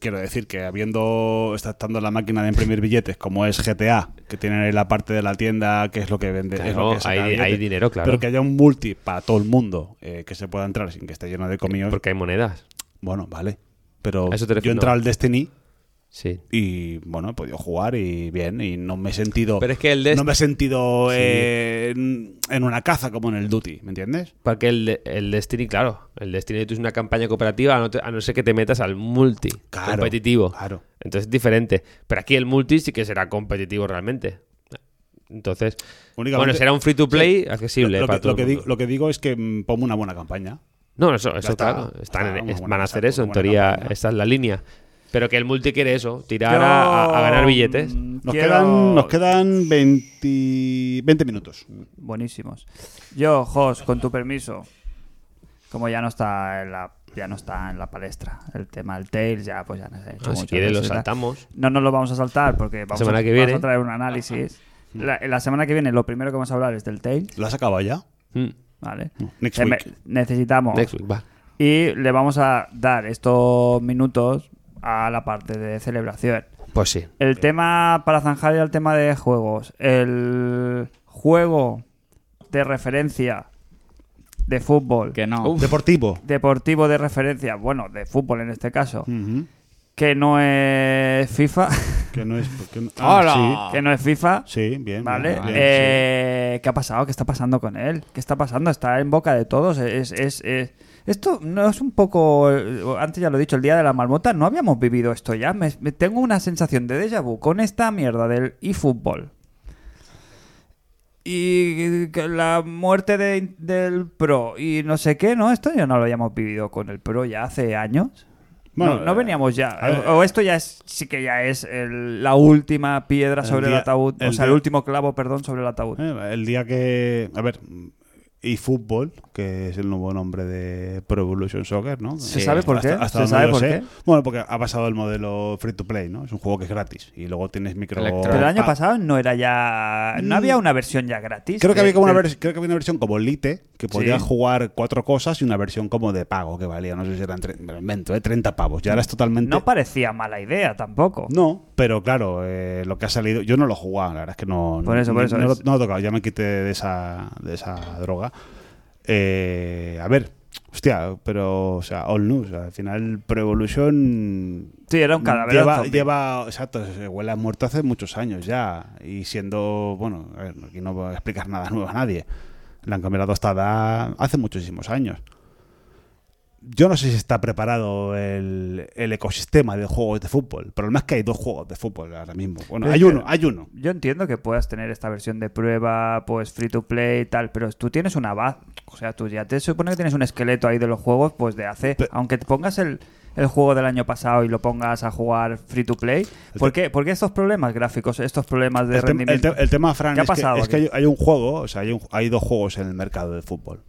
[SPEAKER 4] Quiero decir que habiendo está estando la máquina de imprimir billetes como es GTA, que tienen ahí la parte de la tienda que es lo que vende, es lo
[SPEAKER 3] Claro,
[SPEAKER 4] que saca
[SPEAKER 3] hay-
[SPEAKER 4] billetes,
[SPEAKER 3] hay dinero, claro.
[SPEAKER 4] Pero que haya un multi para todo el mundo eh, que se pueda entrar sin que esté lleno de comíos.
[SPEAKER 3] Porque hay monedas.
[SPEAKER 4] Bueno, vale. Pero
[SPEAKER 3] A eso te
[SPEAKER 4] yo
[SPEAKER 3] refiero,
[SPEAKER 4] entraba
[SPEAKER 3] no.
[SPEAKER 4] al Destiny
[SPEAKER 3] Sí.
[SPEAKER 4] Y bueno, he podido jugar y bien, y no me he sentido.
[SPEAKER 3] Pero es que el de
[SPEAKER 4] No me he sentido
[SPEAKER 3] Sí.
[SPEAKER 4] eh, en, en una caza como en el Duty, ¿me entiendes?
[SPEAKER 3] Porque el, de- el Destiny, claro, el Destiny tú es una campaña cooperativa, a no, te- a no ser que te metas al multi
[SPEAKER 4] Claro,
[SPEAKER 3] competitivo.
[SPEAKER 4] claro.
[SPEAKER 3] Entonces es diferente. Pero aquí el multi sí que será competitivo realmente. Entonces,
[SPEAKER 4] Únicamente-
[SPEAKER 3] bueno, será un free to play
[SPEAKER 4] Sí.
[SPEAKER 3] accesible
[SPEAKER 4] Lo- lo,
[SPEAKER 3] para
[SPEAKER 4] que,
[SPEAKER 3] todo
[SPEAKER 4] lo que
[SPEAKER 3] el
[SPEAKER 4] digo,
[SPEAKER 3] mundo.
[SPEAKER 4] lo que digo es que mm, pongo una buena campaña.
[SPEAKER 3] No, eso, eso
[SPEAKER 4] está.
[SPEAKER 3] claro. Están en-
[SPEAKER 4] Ah, una
[SPEAKER 3] es- van
[SPEAKER 4] buena
[SPEAKER 3] a hacer
[SPEAKER 4] campaña,
[SPEAKER 3] eso, en
[SPEAKER 4] buena
[SPEAKER 3] teoría,
[SPEAKER 4] campaña.
[SPEAKER 3] esta es la línea. Pero que el multi quiere eso, tirar a, a- a ganar
[SPEAKER 1] Yo,
[SPEAKER 3] billetes.
[SPEAKER 1] mm,
[SPEAKER 4] Nos
[SPEAKER 1] quiero-
[SPEAKER 4] quedan, nos quedan 20, 20 minutos.
[SPEAKER 1] Buenísimos. Yo, Jos, con tu permiso, como ya no está en la, ya no está en la palestra el tema del Tails, ya pues ya no sé.
[SPEAKER 3] Ah, si quieres lo saltamos.
[SPEAKER 1] No nos lo vamos a saltar porque vamos,
[SPEAKER 3] semana
[SPEAKER 1] a,
[SPEAKER 3] que
[SPEAKER 1] vamos
[SPEAKER 3] viene. Ah.
[SPEAKER 1] a traer un análisis. La, la semana que viene lo primero que vamos a hablar es del Tails,
[SPEAKER 4] ¿Lo has acabado ya?
[SPEAKER 3] Mm.
[SPEAKER 1] ¿vale?
[SPEAKER 4] Next
[SPEAKER 1] Que me-
[SPEAKER 4] week.
[SPEAKER 1] necesitamos
[SPEAKER 3] Next week, va.
[SPEAKER 1] y le vamos a dar estos minutos a la parte de celebración.
[SPEAKER 3] Pues sí.
[SPEAKER 1] El tema para zanjar era el tema de juegos. El juego de referencia de fútbol,
[SPEAKER 2] Que no.
[SPEAKER 3] Uf.
[SPEAKER 4] Deportivo.
[SPEAKER 1] deportivo de referencia, bueno, de fútbol en este caso,
[SPEAKER 4] Ujú.
[SPEAKER 1] que no es FIFA,
[SPEAKER 4] Que no es. que no- ah,
[SPEAKER 1] que no es FIFA,
[SPEAKER 4] Sí, sí, bien.
[SPEAKER 1] ¿vale?
[SPEAKER 4] bien, bien,
[SPEAKER 1] Eh, ¿Qué ha pasado? ¿Qué está pasando con él? ¿Qué está pasando? Está en boca de todos. Es, es- es- Esto no es un poco... eh, Antes ya lo he dicho, el día de la marmota, no habíamos vivido esto ya. Me- me- tengo una sensación de déjà vu con esta mierda del eFootball. Y que la muerte de- del pro y no sé qué, ¿no? Esto ya no lo habíamos vivido con el pro ya hace años.
[SPEAKER 4] Bueno, eh,
[SPEAKER 1] no, no veníamos ya.
[SPEAKER 4] a ver. eh,
[SPEAKER 1] o esto ya es, sí que ya es el- la última piedra
[SPEAKER 4] El
[SPEAKER 1] sobre el
[SPEAKER 4] día-
[SPEAKER 1] ataúd. o
[SPEAKER 4] el
[SPEAKER 1] sea, el
[SPEAKER 4] día-
[SPEAKER 1] último clavo, perdón, sobre el ataúd.
[SPEAKER 4] Eh, El día que. A ver. Y fútbol, que es el nuevo nombre de Pro Evolution Soccer, ¿no? Eh,
[SPEAKER 1] ¿Se
[SPEAKER 2] Sí.
[SPEAKER 1] sabe por qué?
[SPEAKER 4] Hasta- hasta
[SPEAKER 1] ¿Se
[SPEAKER 4] donde
[SPEAKER 1] sabe
[SPEAKER 4] yo
[SPEAKER 1] por
[SPEAKER 4] sé.
[SPEAKER 1] qué?
[SPEAKER 4] Bueno, porque ha pasado el modelo free to play, ¿no? Es un juego que es gratis y luego tienes micro.
[SPEAKER 2] Electro-
[SPEAKER 1] Pero el año
[SPEAKER 4] Ah,
[SPEAKER 1] pasado no era ya. No
[SPEAKER 4] Mm.
[SPEAKER 1] había una versión ya gratis. eh,
[SPEAKER 4] Creo que, había como una
[SPEAKER 1] del-
[SPEAKER 4] vers- creo que había una versión como Lite, que podía jugar cuatro cosas y una versión como de pago, que valía, no sé si eran tre- me lo invento, ¿eh? 30 pavos. Y ahora es totalmente.
[SPEAKER 1] No parecía mala idea tampoco.
[SPEAKER 4] No, pero claro, eh, lo que ha salido, yo no lo he jugado, la verdad es que no,
[SPEAKER 1] Por eso, por
[SPEAKER 4] no-
[SPEAKER 1] eso,
[SPEAKER 4] no,
[SPEAKER 1] es-
[SPEAKER 4] lo- no lo he tocado, ya me quité de esa, de esa droga. Eh, a ver, hostia, pero, o sea, All News, al final Pro Evolution
[SPEAKER 1] Sí, era un cadáver. era un
[SPEAKER 4] lleva,
[SPEAKER 1] zombie.
[SPEAKER 4] lleva, exacto, se huele a muerto hace muchos años ya, y siendo, bueno, a ver, aquí no voy a explicar nada nuevo a nadie, le han cambiado hasta edad hace muchísimos años. Yo no sé si está preparado el, el ecosistema de juegos de fútbol. El problema es que hay dos juegos de fútbol ahora mismo. Bueno,
[SPEAKER 1] Pero
[SPEAKER 4] hay
[SPEAKER 1] es que-
[SPEAKER 4] uno, hay uno.
[SPEAKER 1] Yo entiendo que puedas tener esta versión de prueba, pues free to play y tal, pero tú tienes una base. O sea, tú ya te supone que tienes un esqueleto ahí de los juegos, pues de hace.
[SPEAKER 4] Pe-
[SPEAKER 1] aunque te pongas el, el juego del año pasado y lo pongas a jugar free to play, ¿por qué, por qué estos problemas gráficos, estos problemas de
[SPEAKER 4] el, tem- el
[SPEAKER 1] rendimiento?
[SPEAKER 4] te- el tema, Fran,
[SPEAKER 1] ¿Qué ha
[SPEAKER 4] es, que-
[SPEAKER 1] pasado
[SPEAKER 4] es que,
[SPEAKER 1] aquí?
[SPEAKER 4] hay, hay un juego, o sea, hay, un- hay dos juegos en el mercado de fútbol,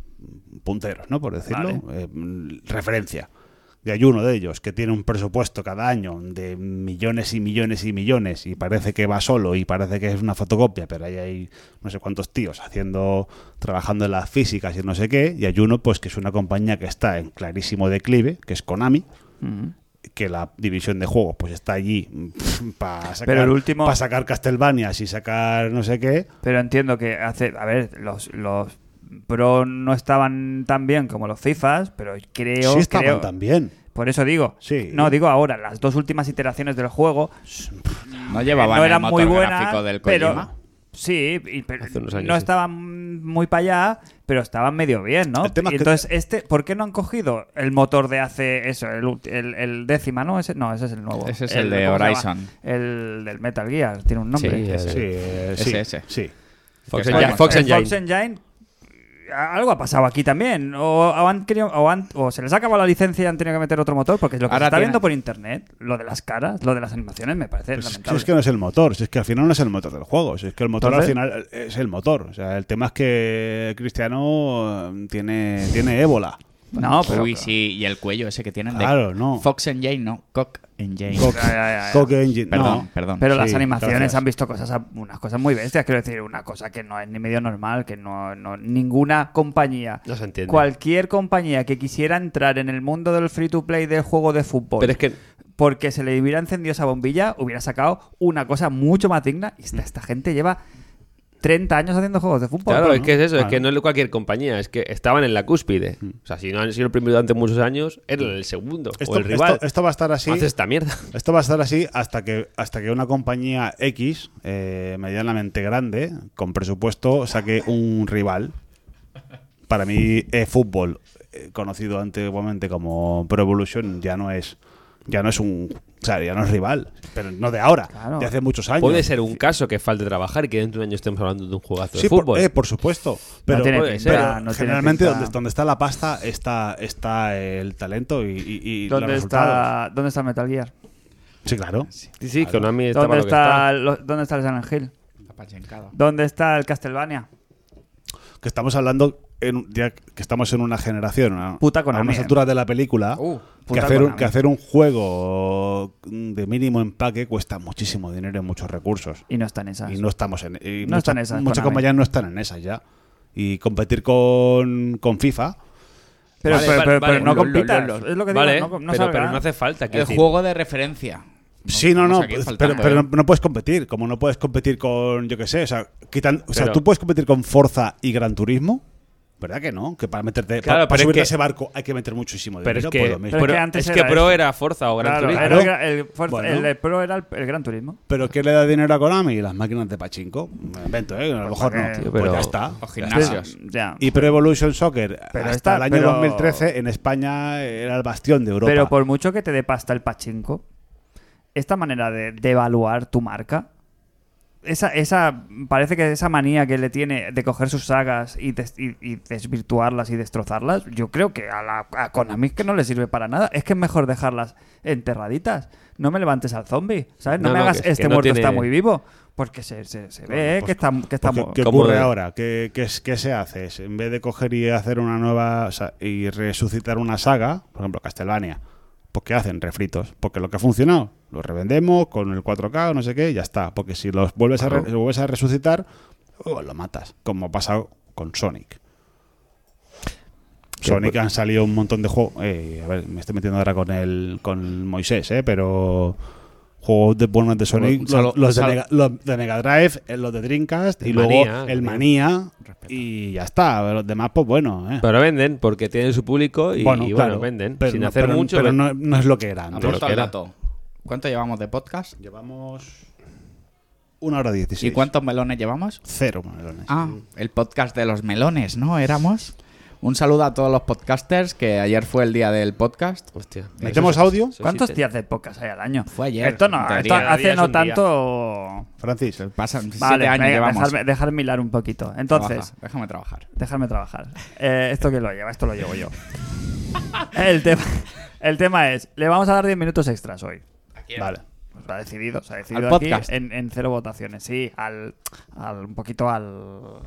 [SPEAKER 4] punteros, ¿no? Por decirlo, eh, mm, referencia. Y hay uno de ellos que tiene un presupuesto cada año de millones y millones y millones y parece que va solo y parece que es una fotocopia, pero ahí hay no sé cuántos tíos haciendo, trabajando en las físicas y no sé qué. Y hay uno pues que es una compañía que está en clarísimo declive, que es Konami,
[SPEAKER 1] Mm.
[SPEAKER 4] que la división de juegos pues está allí para
[SPEAKER 1] Pero
[SPEAKER 4] sacar,
[SPEAKER 1] el último-
[SPEAKER 4] pa' sacar Castlevania y sacar no sé qué.
[SPEAKER 1] Pero entiendo que hace. A ver, los, los Pro no estaban tan bien como los FIFAs, pero creo.
[SPEAKER 4] sí estaban
[SPEAKER 1] creo-
[SPEAKER 4] también.
[SPEAKER 1] Por eso digo.
[SPEAKER 4] Sí.
[SPEAKER 1] No, digo ahora, las dos últimas iteraciones del juego
[SPEAKER 2] No llevaban
[SPEAKER 1] no
[SPEAKER 2] Eh, el
[SPEAKER 1] eran
[SPEAKER 2] motor
[SPEAKER 1] muy buenas.
[SPEAKER 2] gráfico del Kojima.
[SPEAKER 1] pero. Sí, y- pero
[SPEAKER 3] Hace unos años,
[SPEAKER 1] no
[SPEAKER 3] sí.
[SPEAKER 1] estaban muy para allá, pero estaban medio bien, ¿no?
[SPEAKER 4] El tema
[SPEAKER 1] Y
[SPEAKER 4] es que-
[SPEAKER 1] entonces, este, ¿por qué no han cogido el motor de hace eso, el, ulti- el- el décima, no? Ese, no, ese es el nuevo.
[SPEAKER 2] Ese es el de
[SPEAKER 1] ¿cómo se llama?
[SPEAKER 2] Horizon.
[SPEAKER 1] El del Metal Gear, tiene un nombre.
[SPEAKER 3] Sí,
[SPEAKER 4] Sí, eh, sí,
[SPEAKER 2] SS.
[SPEAKER 4] sí.
[SPEAKER 3] Fox
[SPEAKER 2] Que
[SPEAKER 3] Engine.
[SPEAKER 2] está-
[SPEAKER 3] Fox
[SPEAKER 1] el
[SPEAKER 3] Engine.
[SPEAKER 1] Fox Engine, Algo ha pasado aquí también. O, o han querido- o han- o se les ha acabado la licencia y han tenido que meter otro motor. Porque lo que
[SPEAKER 2] Ahora
[SPEAKER 1] se está
[SPEAKER 2] tiene-
[SPEAKER 1] viendo por internet, lo de las caras, lo de las animaciones, me parece
[SPEAKER 4] Pues es, que,
[SPEAKER 1] lamentable.
[SPEAKER 4] es que no es el motor, si es que al final no es el motor del juego, si es que el motor
[SPEAKER 1] Entonces-
[SPEAKER 4] al final es el motor. O sea, el tema es que Cristiano eh, tiene, tiene ébola.
[SPEAKER 1] No, pero.
[SPEAKER 2] Uy, sí, y el cuello ese que tienen de
[SPEAKER 4] Claro, no.
[SPEAKER 2] Fox Engine, no, Cock Engine.
[SPEAKER 4] Cock-
[SPEAKER 1] Ya, ya, ya.
[SPEAKER 4] Cock Engine,
[SPEAKER 2] Perdón,
[SPEAKER 4] no.
[SPEAKER 2] perdón.
[SPEAKER 1] Pero
[SPEAKER 4] Sí,
[SPEAKER 1] las animaciones
[SPEAKER 4] gracias.
[SPEAKER 1] han visto cosas, a- unas cosas muy bestias. Quiero decir, una cosa que no es ni medio normal, que no, no- ninguna compañía,
[SPEAKER 3] No se entiende.
[SPEAKER 1] cualquier compañía que quisiera entrar en el mundo del free to play del juego de fútbol,
[SPEAKER 3] Pero es que-
[SPEAKER 1] porque se
[SPEAKER 3] Mm.
[SPEAKER 1] le hubiera encendido esa bombilla, hubiera sacado una cosa mucho más digna. Y esta, esta gente lleva 30 años haciendo juegos de fútbol.
[SPEAKER 3] Claro,
[SPEAKER 1] ¿no?
[SPEAKER 3] es que es eso, es
[SPEAKER 4] Vale.
[SPEAKER 3] que no es cualquier compañía, es que estaban en la cúspide. O sea, si no han sido el primero durante muchos años, eran el segundo o
[SPEAKER 4] Esto,
[SPEAKER 3] el rival.
[SPEAKER 4] esto- esto va a estar así.
[SPEAKER 3] Hace esta mierda.
[SPEAKER 4] Esto va a estar así hasta que, hasta que una compañía X, eh, medianamente grande, con presupuesto, saque un rival. Para mí, eFootball, eh, conocido antiguamente como Pro Evolution, ya no es, ya no es un. O sea, ya no es rival. Pero no de ahora,
[SPEAKER 1] Claro.
[SPEAKER 4] de hace muchos años.
[SPEAKER 3] Puede ser un caso que falte trabajar y que dentro de un año estemos hablando de un jugazo
[SPEAKER 4] Sí,
[SPEAKER 3] de
[SPEAKER 4] por,
[SPEAKER 3] fútbol.
[SPEAKER 4] eh, por supuesto. Pero,
[SPEAKER 1] tiene
[SPEAKER 4] pero
[SPEAKER 1] pinta, no tiene
[SPEAKER 4] generalmente
[SPEAKER 1] pinta.
[SPEAKER 4] donde, donde está la pasta está, está el talento y, y- y los
[SPEAKER 1] ¿Dónde
[SPEAKER 4] resultados.
[SPEAKER 1] está, ¿Dónde está Metal Gear?
[SPEAKER 4] Sí, claro.
[SPEAKER 3] sí, sí, Konami está
[SPEAKER 1] ¿Dónde
[SPEAKER 3] para lo que está.
[SPEAKER 1] está, lo- ¿Dónde está el San Ángel?
[SPEAKER 2] La pachencada.
[SPEAKER 1] ¿Dónde está el Castlevania?
[SPEAKER 4] que estamos hablando en- ya que estamos en una generación ¿no?
[SPEAKER 1] Puta Konami,
[SPEAKER 4] a unas
[SPEAKER 1] eh.
[SPEAKER 4] alturas de la película
[SPEAKER 2] Uh,
[SPEAKER 4] que,
[SPEAKER 1] puta
[SPEAKER 4] hacer un,
[SPEAKER 1] Konami.
[SPEAKER 4] que hacer un juego de mínimo empaque cuesta muchísimo dinero y muchos recursos
[SPEAKER 1] Y no están esas.
[SPEAKER 4] y no estamos en y
[SPEAKER 1] Ah, No están
[SPEAKER 4] muchas-
[SPEAKER 1] esas,
[SPEAKER 4] muchas
[SPEAKER 1] Konami.
[SPEAKER 4] compañías no están en esas ya y competir con, con FIFA
[SPEAKER 1] Pero,
[SPEAKER 3] Vale,
[SPEAKER 1] pero-
[SPEAKER 3] vale,
[SPEAKER 1] pero-
[SPEAKER 3] vale.
[SPEAKER 1] pero no
[SPEAKER 2] Lo- lo-
[SPEAKER 1] compitas.
[SPEAKER 2] lo- lo-
[SPEAKER 1] es lo que digo,
[SPEAKER 3] Vale,
[SPEAKER 1] no, com- no
[SPEAKER 3] pero,
[SPEAKER 1] salga.
[SPEAKER 3] pero no hace falta.
[SPEAKER 2] el
[SPEAKER 3] quiero decir.
[SPEAKER 2] juego de referencia.
[SPEAKER 4] Sí, no,
[SPEAKER 2] Estamos
[SPEAKER 4] no,
[SPEAKER 2] aquí
[SPEAKER 4] pues, pero,
[SPEAKER 2] faltando,
[SPEAKER 4] pero
[SPEAKER 2] ¿eh?
[SPEAKER 4] no, no puedes competir, como no puedes competir con, yo qué sé, o sea, quitan, o sea,
[SPEAKER 3] Pero-
[SPEAKER 4] tú puedes competir con Forza y Gran Turismo, ¿verdad que no? Que para meterte,
[SPEAKER 3] Claro,
[SPEAKER 4] para,
[SPEAKER 3] pero es
[SPEAKER 4] subirte
[SPEAKER 3] que-
[SPEAKER 4] a ese barco hay que meter muchísimo
[SPEAKER 3] Pero
[SPEAKER 4] dinero,
[SPEAKER 3] es
[SPEAKER 4] por
[SPEAKER 3] que,
[SPEAKER 4] lo mismo.
[SPEAKER 1] Pero es
[SPEAKER 3] pero-
[SPEAKER 1] que antes
[SPEAKER 3] es que
[SPEAKER 1] era
[SPEAKER 3] Pro
[SPEAKER 1] eso.
[SPEAKER 3] era Forza o Gran
[SPEAKER 1] Claro,
[SPEAKER 3] Turismo.
[SPEAKER 1] era
[SPEAKER 4] ¿no?
[SPEAKER 1] el gra- el, Forza-
[SPEAKER 4] Bueno.
[SPEAKER 1] el- el Pro era el, el Gran Turismo.
[SPEAKER 4] ¿Pero qué le da dinero a Konami? ¿Y las máquinas de pachinko? Me invento, ¿eh? A lo mejor no.
[SPEAKER 1] para qué,
[SPEAKER 3] tío,
[SPEAKER 4] Pues
[SPEAKER 3] pero-
[SPEAKER 4] ya está.
[SPEAKER 2] O gimnasios.
[SPEAKER 1] Ya.
[SPEAKER 4] Y Pro Evolution Soccer,
[SPEAKER 1] Pero
[SPEAKER 4] hasta
[SPEAKER 1] está-
[SPEAKER 4] el año
[SPEAKER 1] pero-
[SPEAKER 4] 2013, en España era el bastión de Europa.
[SPEAKER 1] Pero por mucho que te dé pasta el pachinko, esta manera de, de evaluar tu marca, esa, esa parece que esa manía que le tiene de coger sus sagas y, des- y- y desvirtuarlas y destrozarlas, yo creo que a, la, a Konami es que no le sirve para nada. Es que es mejor dejarlas enterraditas. No me levantes al zombie, ¿sabes? No,
[SPEAKER 3] No,
[SPEAKER 1] me
[SPEAKER 3] no,
[SPEAKER 1] hagas
[SPEAKER 3] que es
[SPEAKER 1] este
[SPEAKER 3] que no
[SPEAKER 1] muerto
[SPEAKER 3] tiene-
[SPEAKER 1] está muy vivo. Porque se, se- se ve eh, que, está, que
[SPEAKER 4] Pues,
[SPEAKER 1] estamos...
[SPEAKER 4] ¿Qué, qué
[SPEAKER 3] como
[SPEAKER 4] ocurre
[SPEAKER 3] de-
[SPEAKER 4] ahora? ¿Qué, qué, es- qué se hace? Es, En vez de coger y hacer una nueva o sea, y resucitar una saga, por ejemplo, Castlevania, pues ¿qué hacen? Refritos. Porque lo que ha funcionado, lo revendemos con el 4K o no sé qué, y ya está. Porque si los vuelves, a, re-
[SPEAKER 3] Claro.
[SPEAKER 4] lo vuelves a resucitar, oh, lo matas, como ha pasado con Sonic.
[SPEAKER 3] Que pues
[SPEAKER 4] Sonic
[SPEAKER 3] por-
[SPEAKER 4] han salido un montón de juegos. eh, a ver, me estoy metiendo ahora con el con Moisés, eh, pero juegos de buenos de Sonic,
[SPEAKER 2] Salo-
[SPEAKER 4] los, los de
[SPEAKER 2] Salo-
[SPEAKER 4] Mega, los de Mega Drive, eh, los de Dreamcast y
[SPEAKER 3] El
[SPEAKER 4] luego
[SPEAKER 3] Manía,
[SPEAKER 4] el
[SPEAKER 3] el
[SPEAKER 4] Manía y ya está. Los demás, pues bueno, eh.
[SPEAKER 3] Pero venden porque tienen su público y y bueno,
[SPEAKER 4] claro,
[SPEAKER 3] venden.
[SPEAKER 4] pero
[SPEAKER 3] Sin
[SPEAKER 4] no-
[SPEAKER 3] hacer
[SPEAKER 4] pero-
[SPEAKER 3] mucho. pues,
[SPEAKER 4] Pero
[SPEAKER 3] ven-
[SPEAKER 4] no, no es lo que era antes.
[SPEAKER 3] lo
[SPEAKER 2] Apunto al
[SPEAKER 3] que era.
[SPEAKER 2] dato. ¿Cuánto llevamos de podcast?
[SPEAKER 4] Llevamos una hora dieciséis.
[SPEAKER 2] ¿Y cuántos melones llevamos?
[SPEAKER 4] Cero melones.
[SPEAKER 2] Ah, el podcast de los melones, ¿no? Éramos. Un saludo a todos los podcasters, que ayer fue el día del podcast.
[SPEAKER 3] Hostia.
[SPEAKER 4] ¿Metemos audio?
[SPEAKER 3] Eso
[SPEAKER 1] ¿Cuántos
[SPEAKER 3] sí te-
[SPEAKER 1] días de pocas hay al año?
[SPEAKER 2] Fue ayer,
[SPEAKER 1] Esto no,
[SPEAKER 2] en teoría.
[SPEAKER 1] esto
[SPEAKER 3] Cada día
[SPEAKER 1] hace
[SPEAKER 3] es
[SPEAKER 1] no
[SPEAKER 3] un día.
[SPEAKER 1] tanto...
[SPEAKER 4] Francis,
[SPEAKER 2] Pasan
[SPEAKER 1] Vale,
[SPEAKER 2] siete años
[SPEAKER 1] venga,
[SPEAKER 2] llevamos.
[SPEAKER 1] dejarme, dejarme hilar un poquito. Entonces,
[SPEAKER 2] Trabaja, déjame trabajar.
[SPEAKER 1] dejarme trabajar. Eh, ¿Esto quién lo lleva? Esto lo llevo yo. el, tema, el tema es, le vamos a dar 10 minutos extras hoy.
[SPEAKER 4] vale.
[SPEAKER 1] Pues lo ha decidido, se ha decidido
[SPEAKER 2] ¿Al
[SPEAKER 1] aquí
[SPEAKER 2] podcast?
[SPEAKER 1] en, en cero votaciones. Sí, al, al- un poquito al...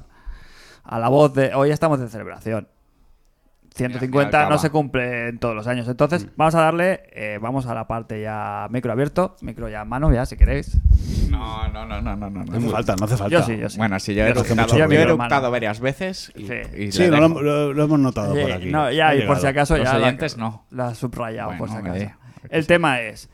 [SPEAKER 1] A la voz de... Hoy estamos de celebración. 150
[SPEAKER 2] Mira, mira,
[SPEAKER 1] no
[SPEAKER 2] acaba. Mm.
[SPEAKER 1] se cumple en todos los años. Entonces, vamos a darle... eh, vamos a la parte ya micro abierto. Micro ya en mano, ya, si queréis.
[SPEAKER 2] No, no, no, no, no, no.
[SPEAKER 4] No hace falta, no hace falta.
[SPEAKER 1] Yo sí, yo sí.
[SPEAKER 2] Bueno, sí, yo he
[SPEAKER 1] Yo lo hace
[SPEAKER 2] eructado,
[SPEAKER 1] mucho
[SPEAKER 2] yo he
[SPEAKER 1] ruido,
[SPEAKER 2] eructado
[SPEAKER 1] hermano.
[SPEAKER 2] varias veces. Y,
[SPEAKER 1] Sí.
[SPEAKER 2] y
[SPEAKER 4] Sí,
[SPEAKER 2] le
[SPEAKER 4] no, lo,
[SPEAKER 2] dejo.
[SPEAKER 4] lo- lo hemos notado
[SPEAKER 1] Sí,
[SPEAKER 4] por aquí.
[SPEAKER 1] No, ya,
[SPEAKER 4] Ha
[SPEAKER 1] y por
[SPEAKER 4] llegado.
[SPEAKER 1] si acaso
[SPEAKER 2] Los
[SPEAKER 1] ya. la-
[SPEAKER 2] oyentes no.
[SPEAKER 1] La has subrayado, por si
[SPEAKER 2] Bueno,
[SPEAKER 1] acaso.
[SPEAKER 2] eh,
[SPEAKER 1] El tema es: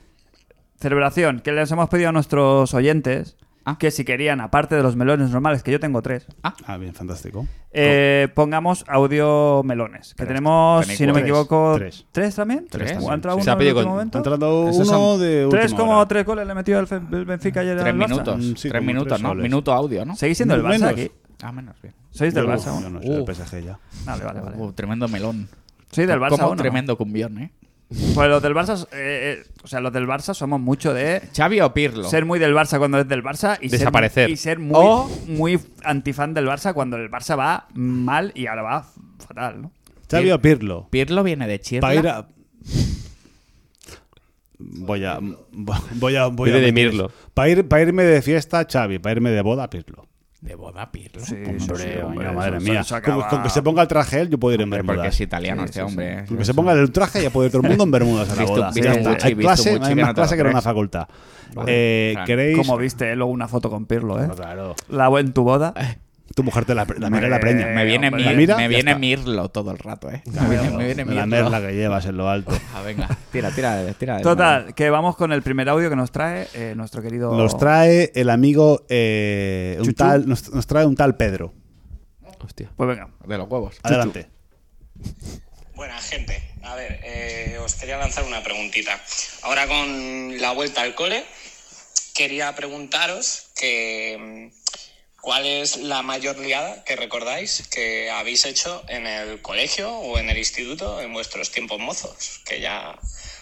[SPEAKER 1] celebración, que les hemos pedido a nuestros oyentes
[SPEAKER 2] Ah.
[SPEAKER 1] que si querían, aparte de los melones normales, que yo tengo tres,
[SPEAKER 4] Ah, bien, fantástico.
[SPEAKER 1] eh, pongamos audio melones. Que
[SPEAKER 2] Tres.
[SPEAKER 1] tenemos,
[SPEAKER 2] Tenéis
[SPEAKER 1] si no me
[SPEAKER 4] tres.
[SPEAKER 1] equivoco,
[SPEAKER 4] Tres.
[SPEAKER 1] también?
[SPEAKER 2] Tres
[SPEAKER 1] ¿O
[SPEAKER 2] también,
[SPEAKER 1] ha entrado
[SPEAKER 2] sí.
[SPEAKER 1] uno
[SPEAKER 3] Se ha
[SPEAKER 1] en
[SPEAKER 3] pedido
[SPEAKER 1] el último
[SPEAKER 3] con-
[SPEAKER 1] momento?
[SPEAKER 4] Ha entrado
[SPEAKER 2] Esos
[SPEAKER 4] uno
[SPEAKER 2] son
[SPEAKER 4] de última
[SPEAKER 1] Tres como
[SPEAKER 4] hora.
[SPEAKER 1] tres goles le metió el, Fe- el Benfica ayer
[SPEAKER 2] Tres
[SPEAKER 1] al Barça.
[SPEAKER 2] minutos.
[SPEAKER 4] Mm, sí,
[SPEAKER 2] tres
[SPEAKER 4] como
[SPEAKER 2] minutos,
[SPEAKER 4] tres
[SPEAKER 2] ¿no?
[SPEAKER 4] soles.
[SPEAKER 2] Minuto audio, ¿no?
[SPEAKER 1] ¿Seguís siendo el Barça
[SPEAKER 4] Menos.
[SPEAKER 1] aquí?
[SPEAKER 2] Ah, menos bien.
[SPEAKER 1] ¿Sois del
[SPEAKER 4] Yo-
[SPEAKER 1] Barça
[SPEAKER 4] yo
[SPEAKER 1] aún?
[SPEAKER 4] no soy del
[SPEAKER 2] Uh.
[SPEAKER 4] PSG ya.
[SPEAKER 1] Vale, vale, vale.
[SPEAKER 2] Uh, tremendo melón.
[SPEAKER 1] ¿Sois del Barça
[SPEAKER 2] Como
[SPEAKER 1] aún? o no?
[SPEAKER 2] tremendo cumbión, ¿eh?
[SPEAKER 1] Pues los del Barça, eh, eh, o sea, los del Barça somos mucho de
[SPEAKER 2] Xavi o Pirlo.
[SPEAKER 1] Ser muy del Barça cuando es del Barça y
[SPEAKER 3] Desaparecer.
[SPEAKER 1] Ser, y ser muy,
[SPEAKER 2] O-
[SPEAKER 1] muy antifan del Barça cuando el Barça va mal y ahora va fatal, ¿no?
[SPEAKER 4] Xavi o Pirlo.
[SPEAKER 2] Pirlo viene de Chirla.
[SPEAKER 4] Para ir a... Voy a... Voy a... Voy
[SPEAKER 3] Pide
[SPEAKER 4] a
[SPEAKER 3] de Mirlo.
[SPEAKER 4] Para ir, pa' irme de fiesta, Xavi. Para irme de boda, Pirlo.
[SPEAKER 2] De boda, Pirlo.
[SPEAKER 1] Hombre,
[SPEAKER 4] Hombre,
[SPEAKER 1] hombre,
[SPEAKER 4] madre
[SPEAKER 1] eso-
[SPEAKER 4] mía.
[SPEAKER 1] eso
[SPEAKER 4] Con,
[SPEAKER 1] acaba-
[SPEAKER 4] con que se ponga el traje él, yo puedo ir en
[SPEAKER 2] Hombre,
[SPEAKER 4] Bermudas.
[SPEAKER 2] porque es italiano este hombre. ¿eh?
[SPEAKER 4] Con que se ponga el traje, ya puede ir todo el mundo en Bermudas a la
[SPEAKER 2] Visto-
[SPEAKER 4] boda.
[SPEAKER 2] visto
[SPEAKER 4] Ya está.
[SPEAKER 2] mucho y
[SPEAKER 4] Hay
[SPEAKER 2] visto
[SPEAKER 4] clase,
[SPEAKER 2] mucho y
[SPEAKER 4] hay
[SPEAKER 2] que
[SPEAKER 4] más
[SPEAKER 2] no te lo
[SPEAKER 4] clase que en
[SPEAKER 2] crees.
[SPEAKER 4] una facultad. Eh,
[SPEAKER 2] Fran.
[SPEAKER 4] ¿Queréis...? Ah,
[SPEAKER 1] Como viste, eh, luego una foto con Pirlo, ¿eh?
[SPEAKER 4] Claro.
[SPEAKER 1] La en tu boda.
[SPEAKER 4] Tu mujer te la, pre- la mira y la preña.
[SPEAKER 2] Me viene,
[SPEAKER 1] hombre.
[SPEAKER 2] Mir-
[SPEAKER 4] ¿La mira?
[SPEAKER 2] me
[SPEAKER 4] Ya
[SPEAKER 2] viene
[SPEAKER 4] está.
[SPEAKER 2] Mirlo todo el rato, ¿eh? Me viene, me viene
[SPEAKER 4] la
[SPEAKER 2] Mirlo.
[SPEAKER 4] merla que llevas en lo alto.
[SPEAKER 2] Ah, venga, tira, tira, tira.
[SPEAKER 1] Total, que vamos con el primer audio que nos trae eh, nuestro querido...
[SPEAKER 4] Nos trae el amigo, eh, un
[SPEAKER 1] Chuchu.
[SPEAKER 4] tal, nos, nos trae un tal Pedro.
[SPEAKER 3] Hostia.
[SPEAKER 1] Pues venga.
[SPEAKER 2] De los huevos.
[SPEAKER 4] Adelante.
[SPEAKER 5] Buena gente, a ver, eh, os quería lanzar una preguntita. Ahora con la vuelta al cole, quería preguntaros que mm, cuál es la mayor liada que recordáis que habéis hecho en el colegio o en el instituto en vuestros tiempos mozos, que ya,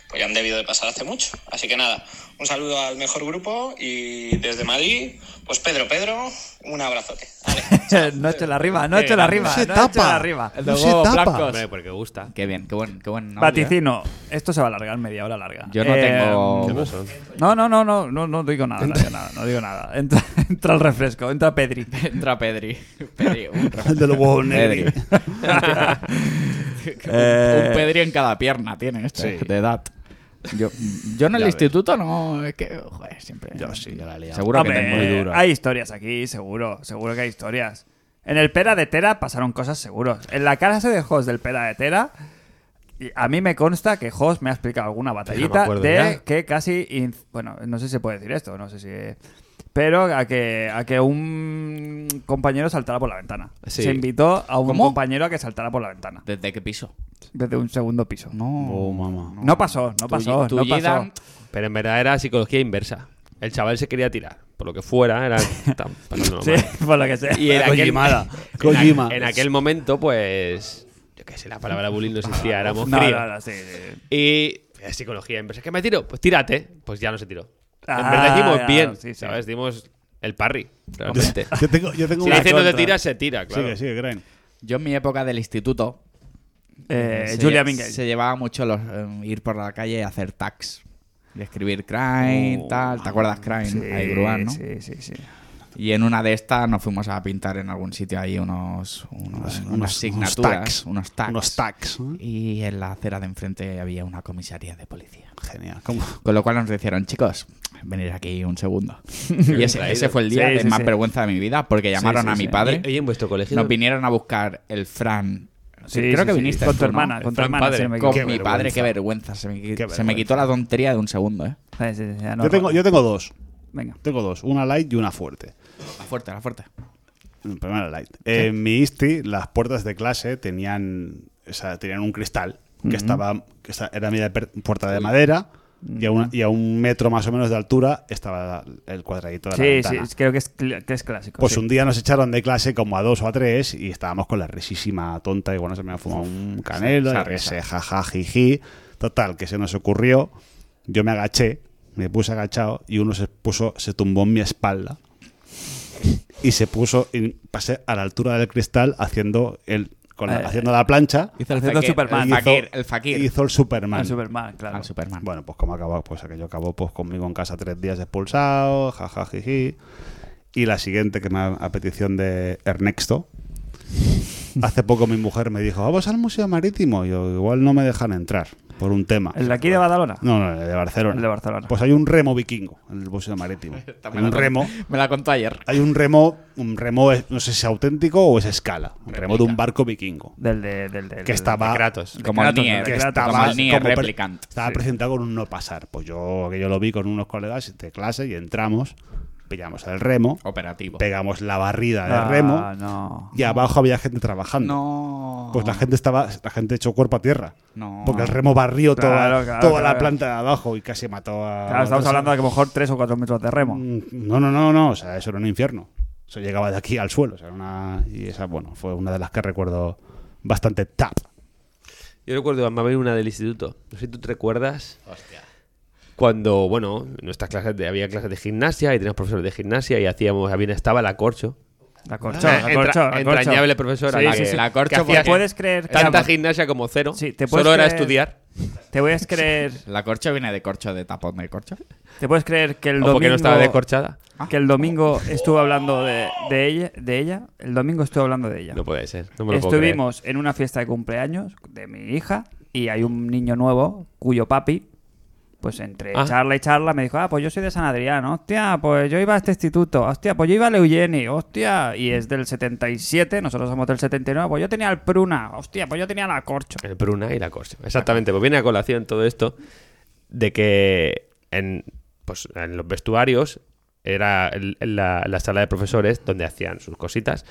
[SPEAKER 5] pues ya han debido de pasar hace mucho. Así que nada, un saludo al mejor grupo y desde Madrid, pues Pedro, Pedro, un abrazote. Vale, chao.
[SPEAKER 1] no echen la arriba, no echen la arriba,
[SPEAKER 4] se
[SPEAKER 1] no
[SPEAKER 4] tapa.
[SPEAKER 1] echen la arriba.
[SPEAKER 4] No
[SPEAKER 2] Los
[SPEAKER 4] se
[SPEAKER 2] huevos
[SPEAKER 4] tapa.
[SPEAKER 2] blancos.
[SPEAKER 3] Hombre, porque gusta.
[SPEAKER 2] Qué bien, qué buen, qué buen audio, ¿eh?
[SPEAKER 1] Vaticino, esto se va a alargar media hora larga.
[SPEAKER 2] Yo no
[SPEAKER 1] Eh,
[SPEAKER 2] tengo...
[SPEAKER 3] ¿Qué pasó?
[SPEAKER 1] No, no, no, no, no, no digo nada, no digo nada, no digo nada. Entra, entra el refresco, entra Pedri.
[SPEAKER 2] Entra Pedri. Pedri, un
[SPEAKER 4] El de los huevos negros.
[SPEAKER 2] Pedri.
[SPEAKER 1] Eh,
[SPEAKER 2] Un Pedri en cada pierna tiene este, de edad. Yo, yo en el instituto no, es que, joder, siempre. Yo sí, yo la he Seguro
[SPEAKER 1] hombre, ah.
[SPEAKER 2] que tengo.
[SPEAKER 1] hay historias aquí, seguro, seguro que hay historias. En el Pera de Tera pasaron cosas seguros. En la casa de Jos del Pera de Tera, y a mí me consta que Jos me ha explicado alguna
[SPEAKER 3] Ya me
[SPEAKER 1] batallita
[SPEAKER 3] acuerdo
[SPEAKER 1] de
[SPEAKER 3] ya.
[SPEAKER 1] que casi... in- Bueno, no sé si se puede decir esto, no sé si... Pero a que, a que un compañero saltara por la ventana.
[SPEAKER 3] Sí.
[SPEAKER 1] Se invitó a un
[SPEAKER 2] ¿Cómo?
[SPEAKER 1] compañero a que saltara por la ventana.
[SPEAKER 2] ¿Desde qué piso?
[SPEAKER 1] Desde un segundo piso.
[SPEAKER 2] No.
[SPEAKER 4] Oh, mamá.
[SPEAKER 1] No pasó, no pasó, no pasó.
[SPEAKER 3] Pero en verdad era psicología inversa. El chaval se quería tirar. Por lo que fuera, era. tan- pues, normal.
[SPEAKER 1] Sí, por lo que sea.
[SPEAKER 3] Y en aquel,
[SPEAKER 4] Kojimada.
[SPEAKER 3] en, a-
[SPEAKER 4] Kojima.
[SPEAKER 3] en aquel momento, pues. Yo qué sé, la palabra bullying no
[SPEAKER 4] Ah,
[SPEAKER 3] existía, éramos
[SPEAKER 1] No,
[SPEAKER 3] críos.
[SPEAKER 1] no, no, sí, sí.
[SPEAKER 3] Y. eh, Psicología inversa. ¿Qué me tiro? Pues tírate. Pues ya no se tiró. en
[SPEAKER 1] Ah,
[SPEAKER 3] verdad hicimos
[SPEAKER 1] claro,
[SPEAKER 3] bien,
[SPEAKER 1] sí, sí.
[SPEAKER 3] ¿sabes? Dimos el parry, realmente.
[SPEAKER 4] Yo tengo, yo tengo
[SPEAKER 3] si
[SPEAKER 4] una
[SPEAKER 3] le dicen no te
[SPEAKER 4] contra.
[SPEAKER 3] tiras, se tira, claro.
[SPEAKER 4] Sigue, sigue, Crane.
[SPEAKER 2] Yo en mi época del instituto.
[SPEAKER 1] Eh,
[SPEAKER 2] se
[SPEAKER 1] Julia
[SPEAKER 2] lle-
[SPEAKER 1] Mingale.
[SPEAKER 2] Se llevaba mucho los, eh, ir por la calle y hacer tags. Y escribir crime, tal. ¿Te acuerdas crime? Ahí Grúan, ¿no?
[SPEAKER 1] Sí, sí, sí.
[SPEAKER 2] Y en una de estas nos fuimos a pintar en algún sitio ahí unos, unos- unos
[SPEAKER 4] unos
[SPEAKER 2] signaturas,
[SPEAKER 4] tags.
[SPEAKER 2] unos tags.
[SPEAKER 4] Unos tags. ¿eh?
[SPEAKER 2] Y en la acera de enfrente había una comisaría de policía.
[SPEAKER 4] Genial. ¿Cómo?
[SPEAKER 2] Con lo cual nos dijeron, chicos, venid aquí un segundo. Y ese, ese fue el día
[SPEAKER 1] Sí,
[SPEAKER 2] de
[SPEAKER 1] sí,
[SPEAKER 2] más
[SPEAKER 1] sí.
[SPEAKER 2] vergüenza de mi vida porque llamaron
[SPEAKER 1] sí,
[SPEAKER 2] a mi
[SPEAKER 1] sí.
[SPEAKER 2] padre.
[SPEAKER 3] Oye, en vuestro colegio.
[SPEAKER 2] Nos vinieron a buscar el Fran.
[SPEAKER 1] Sí,
[SPEAKER 2] Creo
[SPEAKER 1] sí,
[SPEAKER 2] que
[SPEAKER 1] sí.
[SPEAKER 2] viniste
[SPEAKER 1] Con tu
[SPEAKER 2] tú, ¿no?
[SPEAKER 1] hermana, con tu
[SPEAKER 3] Fran
[SPEAKER 1] hermana.
[SPEAKER 3] padre.
[SPEAKER 1] si no me
[SPEAKER 2] Con
[SPEAKER 1] equivoco.
[SPEAKER 2] mi padre, qué vergüenza. Se me, qui-
[SPEAKER 4] Qué
[SPEAKER 2] se me quitó la tontería de un segundo, ¿eh?
[SPEAKER 1] Sí, sí, sí, ya no
[SPEAKER 4] Yo tengo,
[SPEAKER 1] recuerdo.
[SPEAKER 4] yo tengo dos.
[SPEAKER 1] Venga.
[SPEAKER 4] Tengo dos. Una light y una fuerte.
[SPEAKER 2] La fuerte, la fuerte.
[SPEAKER 4] Primero la light. En mi ISTI, las puertas de clase tenían, o sea, tenían un cristal que estaba, que esta- era media per- puerta de madera y a, una- y a un metro más o menos de altura estaba el cuadradito de la
[SPEAKER 1] Sí, sí,
[SPEAKER 4] ventana.
[SPEAKER 1] creo que es, cl- que es clásico.
[SPEAKER 4] Pues
[SPEAKER 1] sí.
[SPEAKER 4] un día nos echaron de clase como a dos o a tres y estábamos con la risísima tonta y bueno, se me ha fumado un canelo,
[SPEAKER 2] Esa
[SPEAKER 4] y ese
[SPEAKER 2] risa.
[SPEAKER 4] jaja, jiji. Total, que se nos ocurrió, yo me agaché, me puse agachado y uno se puso, se tumbó en mi espalda y se puso, y pasé a la altura del cristal haciendo el, con la,
[SPEAKER 1] Eh,
[SPEAKER 4] haciendo la plancha.
[SPEAKER 1] Hizo el centro
[SPEAKER 2] Fakir,
[SPEAKER 1] Superman.
[SPEAKER 2] el
[SPEAKER 4] hizo-
[SPEAKER 2] fakir, el fakir.
[SPEAKER 4] Hizo el Superman.
[SPEAKER 1] Ah, Superman, claro.
[SPEAKER 2] Al Superman.
[SPEAKER 4] Bueno, pues como acabó, pues aquello acabó pues conmigo en casa tres días expulsado, jaja, jiji. Y la siguiente, que me ha- a petición de Ernesto, hace poco mi mujer me dijo, vamos al Museo Marítimo. Y yo, igual no me dejan entrar por un tema.
[SPEAKER 1] ¿El de aquí de Badalona?
[SPEAKER 4] No, no, el de Barcelona.
[SPEAKER 1] El de Barcelona.
[SPEAKER 4] Pues hay un remo vikingo en el Museo Marítimo.
[SPEAKER 2] Esta
[SPEAKER 4] Hay un remo.
[SPEAKER 2] Me la contó ayer.
[SPEAKER 4] Hay un remo, un remo, es- no sé si es auténtico o es escala. Un remo de un barco vikingo.
[SPEAKER 1] Del de... Del, del,
[SPEAKER 4] Que estaba.
[SPEAKER 3] de Ah. Kratos.
[SPEAKER 2] Como el
[SPEAKER 1] Kratos,
[SPEAKER 2] Nier.
[SPEAKER 1] de
[SPEAKER 4] que
[SPEAKER 1] Kratos.
[SPEAKER 4] estaba,
[SPEAKER 2] Como el Nier
[SPEAKER 4] pre-
[SPEAKER 2] Replicant.
[SPEAKER 4] estaba presentado con un no pasar. Pues yo que yo lo vi con unos colegas de clase y entramos, pillamos el remo,
[SPEAKER 2] Operativo.
[SPEAKER 4] pegamos la barrida del
[SPEAKER 1] Oh. Ah,
[SPEAKER 4] remo
[SPEAKER 1] no.
[SPEAKER 4] y abajo había gente trabajando.
[SPEAKER 2] No.
[SPEAKER 4] Pues la gente estaba, la gente echó cuerpo a tierra.
[SPEAKER 2] No.
[SPEAKER 4] Porque el remo barrió toda,
[SPEAKER 1] Claro, claro,
[SPEAKER 4] toda la
[SPEAKER 1] claro.
[SPEAKER 4] planta de abajo y casi mató a.
[SPEAKER 1] Claro, estamos hablando de que a lo mejor 3 o 4 metros de remo.
[SPEAKER 4] Mm. No, no, no, no. O sea, eso era un infierno. Eso llegaba de aquí al suelo. O sea, era una... Y esa, bueno, fue una de las que recuerdo bastante tap.
[SPEAKER 3] Yo recuerdo, me había una del instituto. No sé si tú te recuerdas. Cuando, bueno, en nuestras clases de- había clases de gimnasia y teníamos profesores de gimnasia y hacíamos, había estaba la corcho. Eh,
[SPEAKER 1] La corcho, la
[SPEAKER 3] Ah, Entra-
[SPEAKER 1] corcho, la corcho.
[SPEAKER 3] entrañable profesora.
[SPEAKER 1] Sí,
[SPEAKER 3] la,
[SPEAKER 1] sí,
[SPEAKER 3] que-
[SPEAKER 1] sí.
[SPEAKER 2] la corcho
[SPEAKER 3] que hacía
[SPEAKER 2] porque-
[SPEAKER 1] ¿Puedes creer que
[SPEAKER 3] tanta
[SPEAKER 1] la-
[SPEAKER 3] gimnasia como cero.
[SPEAKER 1] Sí, te puedes
[SPEAKER 3] Solo era
[SPEAKER 1] creer-
[SPEAKER 3] estudiar.
[SPEAKER 1] Te puedes creer...
[SPEAKER 2] La corcho viene de corcho, de tapón de corcho.
[SPEAKER 1] ¿Te puedes creer que el
[SPEAKER 3] O
[SPEAKER 1] domingo...
[SPEAKER 3] porque no estaba descorchada.
[SPEAKER 1] Que el domingo estuve hablando de, de ella, de ella. El domingo estuve hablando de ella.
[SPEAKER 3] No puede ser. No me lo puedo creer.
[SPEAKER 1] Estuvimos en una fiesta de cumpleaños de mi hija y hay un niño nuevo cuyo papi Pues entre
[SPEAKER 3] Ah.
[SPEAKER 1] charla y charla me dijo, ah, pues yo soy de San Adrián, hostia, pues yo iba a este instituto, hostia, pues yo iba a Leuyeni, hostia, y es del 77, nosotros somos del 79, pues yo tenía el Pruna, hostia, pues yo tenía la Corcho.
[SPEAKER 3] El Pruna y la Corsa. Exactamente, pues viene a colación todo esto de que en, pues, en los vestuarios era el- en la, la sala de profesores donde hacían sus cositas,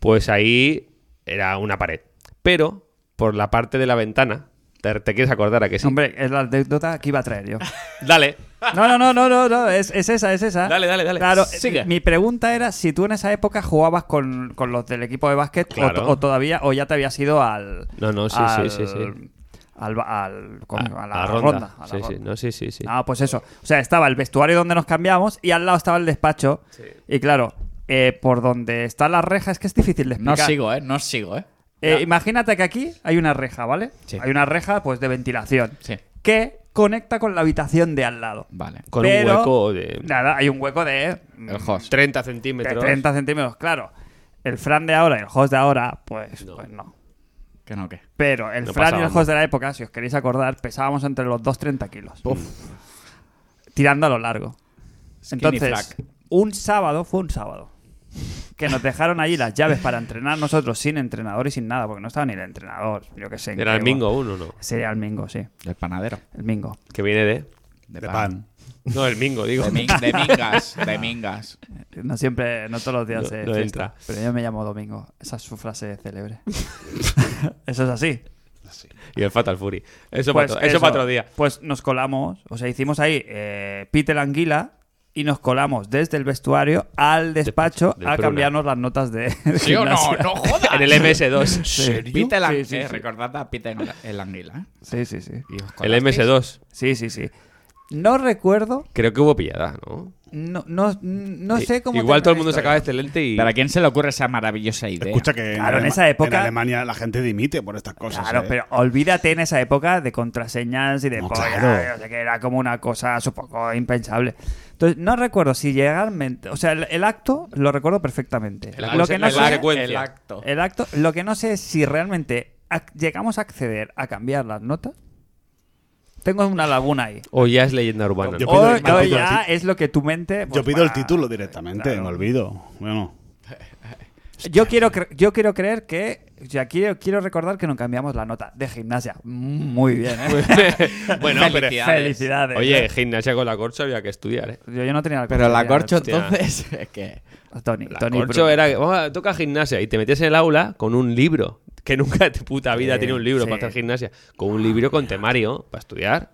[SPEAKER 3] pues ahí era una pared. Pero por la parte de la ventana, ¿te, te quieres acordar a que sí?
[SPEAKER 1] Hombre, es la anécdota que iba a traer yo.
[SPEAKER 3] Dale.
[SPEAKER 1] No, no, no, no, no, no, Es, es esa, es esa.
[SPEAKER 3] Dale, dale, dale.
[SPEAKER 1] Claro,
[SPEAKER 3] Sigue.
[SPEAKER 1] mi pregunta era si tú en esa época jugabas con, con los del equipo de básquet o
[SPEAKER 3] Claro.
[SPEAKER 1] to- o, todavía, o ya te habías ido al...
[SPEAKER 3] No, no, sí, sí,
[SPEAKER 1] al-
[SPEAKER 3] sí, sí.
[SPEAKER 1] Al, ba- al- ¿cómo se llama? a la ronda. a la
[SPEAKER 3] Sí, sí,
[SPEAKER 1] ronda.
[SPEAKER 3] no, sí, sí, sí.
[SPEAKER 1] Ah, pues eso. O sea, estaba el vestuario donde nos cambiamos y al lado estaba el despacho. Y claro, eh, por donde está la reja es que es difícil de
[SPEAKER 2] No
[SPEAKER 1] explicar.
[SPEAKER 2] sigo, ¿eh? No sigo, ¿eh?
[SPEAKER 1] Eh, imagínate que aquí hay una reja, ¿vale?
[SPEAKER 2] Sí.
[SPEAKER 1] Hay una reja, pues, de ventilación.
[SPEAKER 2] Sí.
[SPEAKER 1] Que conecta con la habitación de al lado.
[SPEAKER 2] Vale.
[SPEAKER 3] Con
[SPEAKER 1] Pero-
[SPEAKER 3] un hueco de
[SPEAKER 1] Nada, hay un hueco de... mm,
[SPEAKER 2] El host.
[SPEAKER 3] 30
[SPEAKER 1] de
[SPEAKER 3] centímetros.
[SPEAKER 1] 30 centímetros, claro. El Fran de ahora, y el host de ahora, pues
[SPEAKER 3] No.
[SPEAKER 1] pues no.
[SPEAKER 2] Que no, que.
[SPEAKER 1] Pero el
[SPEAKER 3] No
[SPEAKER 1] Fran y el
[SPEAKER 3] pasábamos.
[SPEAKER 1] host de la época, si os queréis acordar, pesábamos entre los dos 30 kilos. Tirando a lo largo. Entonces,
[SPEAKER 2] flac.
[SPEAKER 1] un sábado fue un sábado. Que nos dejaron allí las llaves para entrenar nosotros sin entrenador y sin nada, porque no estaba ni el entrenador, yo qué sé. en
[SPEAKER 3] Era el
[SPEAKER 1] qué-
[SPEAKER 3] Mingo uno, ¿no?
[SPEAKER 1] Sería el Mingo, sí.
[SPEAKER 2] El panadero.
[SPEAKER 1] El Mingo.
[SPEAKER 3] Que viene de...
[SPEAKER 2] De,
[SPEAKER 4] De
[SPEAKER 2] pan.
[SPEAKER 4] pan.
[SPEAKER 3] No, el Mingo, digo.
[SPEAKER 2] De, min- de mingas. De mingas.
[SPEAKER 1] No siempre, no todos los días
[SPEAKER 3] No-
[SPEAKER 1] se
[SPEAKER 3] no
[SPEAKER 1] fiesta,
[SPEAKER 3] entra.
[SPEAKER 1] Pero yo me llamo Domingo. Esa es su frase célebre. Eso es así.
[SPEAKER 3] Y el Fatal Fury. Eso,
[SPEAKER 1] Pues
[SPEAKER 3] para, otro- eso para otro día.
[SPEAKER 1] Pues nos colamos, o sea, hicimos ahí eh, Peter Anguila y nos colamos desde el vestuario al despacho
[SPEAKER 3] Despacho, del
[SPEAKER 1] a
[SPEAKER 3] Pruna.
[SPEAKER 1] cambiarnos las notas de.
[SPEAKER 2] ¿Sí o no?
[SPEAKER 1] gimnasia.
[SPEAKER 2] ¡No jodas!
[SPEAKER 3] En el MS2.
[SPEAKER 2] Pita el,
[SPEAKER 1] Sí, sí,
[SPEAKER 2] eh,
[SPEAKER 1] sí.
[SPEAKER 2] Recordad a Pita el, el anguila. ¿eh?
[SPEAKER 1] Sí, sí, sí.
[SPEAKER 2] Y os
[SPEAKER 3] El
[SPEAKER 2] colasteis.
[SPEAKER 3] MS2.
[SPEAKER 1] Sí, sí, sí. No recuerdo,
[SPEAKER 3] Creo que hubo pillada, ¿no?
[SPEAKER 1] no, no, no
[SPEAKER 3] I-
[SPEAKER 1] sé cómo.
[SPEAKER 3] Eh, Igual todo el
[SPEAKER 1] terminó
[SPEAKER 3] mundo
[SPEAKER 1] la
[SPEAKER 3] sacaba
[SPEAKER 1] historia.
[SPEAKER 3] este lente y.
[SPEAKER 2] ¿Pero a quién se le ocurre esa maravillosa idea?
[SPEAKER 4] Escucha que
[SPEAKER 1] Eh, Claro, en
[SPEAKER 4] Alema-
[SPEAKER 1] esa época-
[SPEAKER 4] en Alemania la gente dimite por estas cosas.
[SPEAKER 1] Claro,
[SPEAKER 4] ¿eh?
[SPEAKER 1] pero olvídate en esa época de contraseñas y de
[SPEAKER 4] No,
[SPEAKER 1] pollas,
[SPEAKER 4] claro.
[SPEAKER 1] o sea, que era como una cosa un poco impensable. Entonces, no recuerdo si llegarmente, o sea, el, el acto lo recuerdo perfectamente.
[SPEAKER 3] La
[SPEAKER 1] lo
[SPEAKER 3] cosa-
[SPEAKER 1] que no
[SPEAKER 3] la
[SPEAKER 1] sé,
[SPEAKER 3] secuencia.
[SPEAKER 2] el acto.
[SPEAKER 1] el acto, lo que no sé es si realmente ac- llegamos a acceder a cambiar las notas. Tengo una laguna ahí.
[SPEAKER 3] O ya es leyenda urbana.
[SPEAKER 4] Yo-
[SPEAKER 1] O,
[SPEAKER 4] pido el- yo
[SPEAKER 1] o
[SPEAKER 4] pido el
[SPEAKER 1] ya
[SPEAKER 4] tit-
[SPEAKER 1] es lo que tu mente. pues,
[SPEAKER 4] Yo pido el
[SPEAKER 1] va-
[SPEAKER 4] título directamente,
[SPEAKER 1] Claro.
[SPEAKER 4] me olvido. Bueno,
[SPEAKER 1] Yo quiero, cre- yo quiero creer que. o sea, quiero, quiero recordar que no cambiamos la nota de gimnasia. Mm, Muy bien, ¿eh?
[SPEAKER 3] bueno, pero.
[SPEAKER 2] Felicidades.
[SPEAKER 1] Felicidades. ¿eh?
[SPEAKER 3] Oye, gimnasia con la corcho había que estudiar, ¿eh?
[SPEAKER 1] Yo, yo no tenía la
[SPEAKER 2] Pero la
[SPEAKER 1] corcho
[SPEAKER 2] corcho
[SPEAKER 3] Hostia.
[SPEAKER 2] entonces es que...
[SPEAKER 1] Tony,
[SPEAKER 3] La
[SPEAKER 1] Tony
[SPEAKER 3] corcho
[SPEAKER 1] Bruno.
[SPEAKER 3] era. que, Vamos, a- toca gimnasia. Y te metías en el aula con un libro. Que nunca de puta vida
[SPEAKER 1] Sí,
[SPEAKER 3] tenía un libro
[SPEAKER 1] sí.
[SPEAKER 3] para hacer gimnasia. Con un libro con temario para estudiar.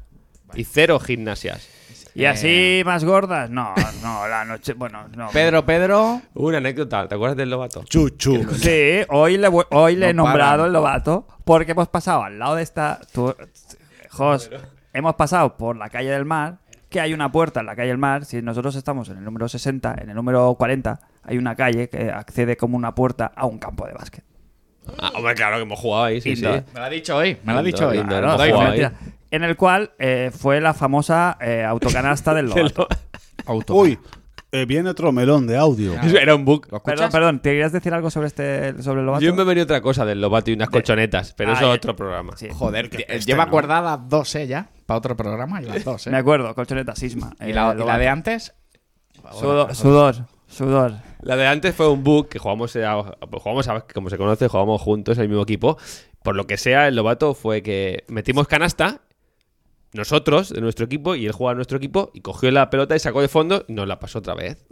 [SPEAKER 3] Y cero gimnasias.
[SPEAKER 1] ¿Y así
[SPEAKER 3] Eh.
[SPEAKER 1] más gordas? No, no, la noche. Bueno, no.
[SPEAKER 2] Pedro, Pedro...
[SPEAKER 3] Una anécdota. ¿Te acuerdas del lobato?
[SPEAKER 4] chuchu.
[SPEAKER 1] Sí, hoy le, vu- hoy le he
[SPEAKER 2] No
[SPEAKER 1] nombrado
[SPEAKER 2] paran.
[SPEAKER 1] el lobato porque hemos pasado al lado de esta. tú- Jos, hemos pasado por la calle del mar, que hay una puerta en la calle del mar. Si nosotros estamos en el número 60, en el número 40, hay una calle que accede como una puerta a un campo de básquet.
[SPEAKER 3] Ah, hombre, claro que hemos jugado ahí, sí, sí.
[SPEAKER 1] Indoor.
[SPEAKER 2] Me lo ha dicho hoy. Me lo ha
[SPEAKER 3] Indoor,
[SPEAKER 2] dicho hoy.
[SPEAKER 3] indoor,
[SPEAKER 2] Lo
[SPEAKER 1] No,
[SPEAKER 2] doy
[SPEAKER 3] ojo,
[SPEAKER 2] fe.
[SPEAKER 3] ahí.
[SPEAKER 1] mentira. En el cual eh, fue la famosa eh, autocanasta del
[SPEAKER 3] Del
[SPEAKER 1] lobato.
[SPEAKER 3] lo-
[SPEAKER 2] Auto.
[SPEAKER 4] Uy, eh, viene otro melón de audio.
[SPEAKER 3] Era un bug.
[SPEAKER 2] ¿Lo escuchas?
[SPEAKER 1] Perdón, perdón, ¿te querías decir algo sobre este sobre el lobato?
[SPEAKER 3] Yo me venía otra cosa del lobato y unas colchonetas, pero eso
[SPEAKER 1] Ah,
[SPEAKER 3] es
[SPEAKER 1] ya.
[SPEAKER 3] otro programa.
[SPEAKER 1] Sí.
[SPEAKER 2] Joder,
[SPEAKER 4] Que
[SPEAKER 2] que
[SPEAKER 4] este,
[SPEAKER 2] lleva
[SPEAKER 4] ¿no?
[SPEAKER 2] guardadas dos, ¿eh? Ya. Para otro programa y las dos,
[SPEAKER 1] Me
[SPEAKER 2] ¿eh?
[SPEAKER 1] acuerdo, colchoneta sisma. eh,
[SPEAKER 2] Y la, y la
[SPEAKER 1] lobato.
[SPEAKER 2] de antes...
[SPEAKER 1] Sudor, sudor, sudor.
[SPEAKER 3] La de antes fue un bug que jugamos, a, jugamos a- como se conoce, jugamos juntos en el mismo equipo. Por lo que sea, el Lobato fue que metimos canasta, nosotros, de nuestro equipo, y él jugaba a nuestro equipo, y cogió la pelota y sacó de fondo y nos la pasó otra vez.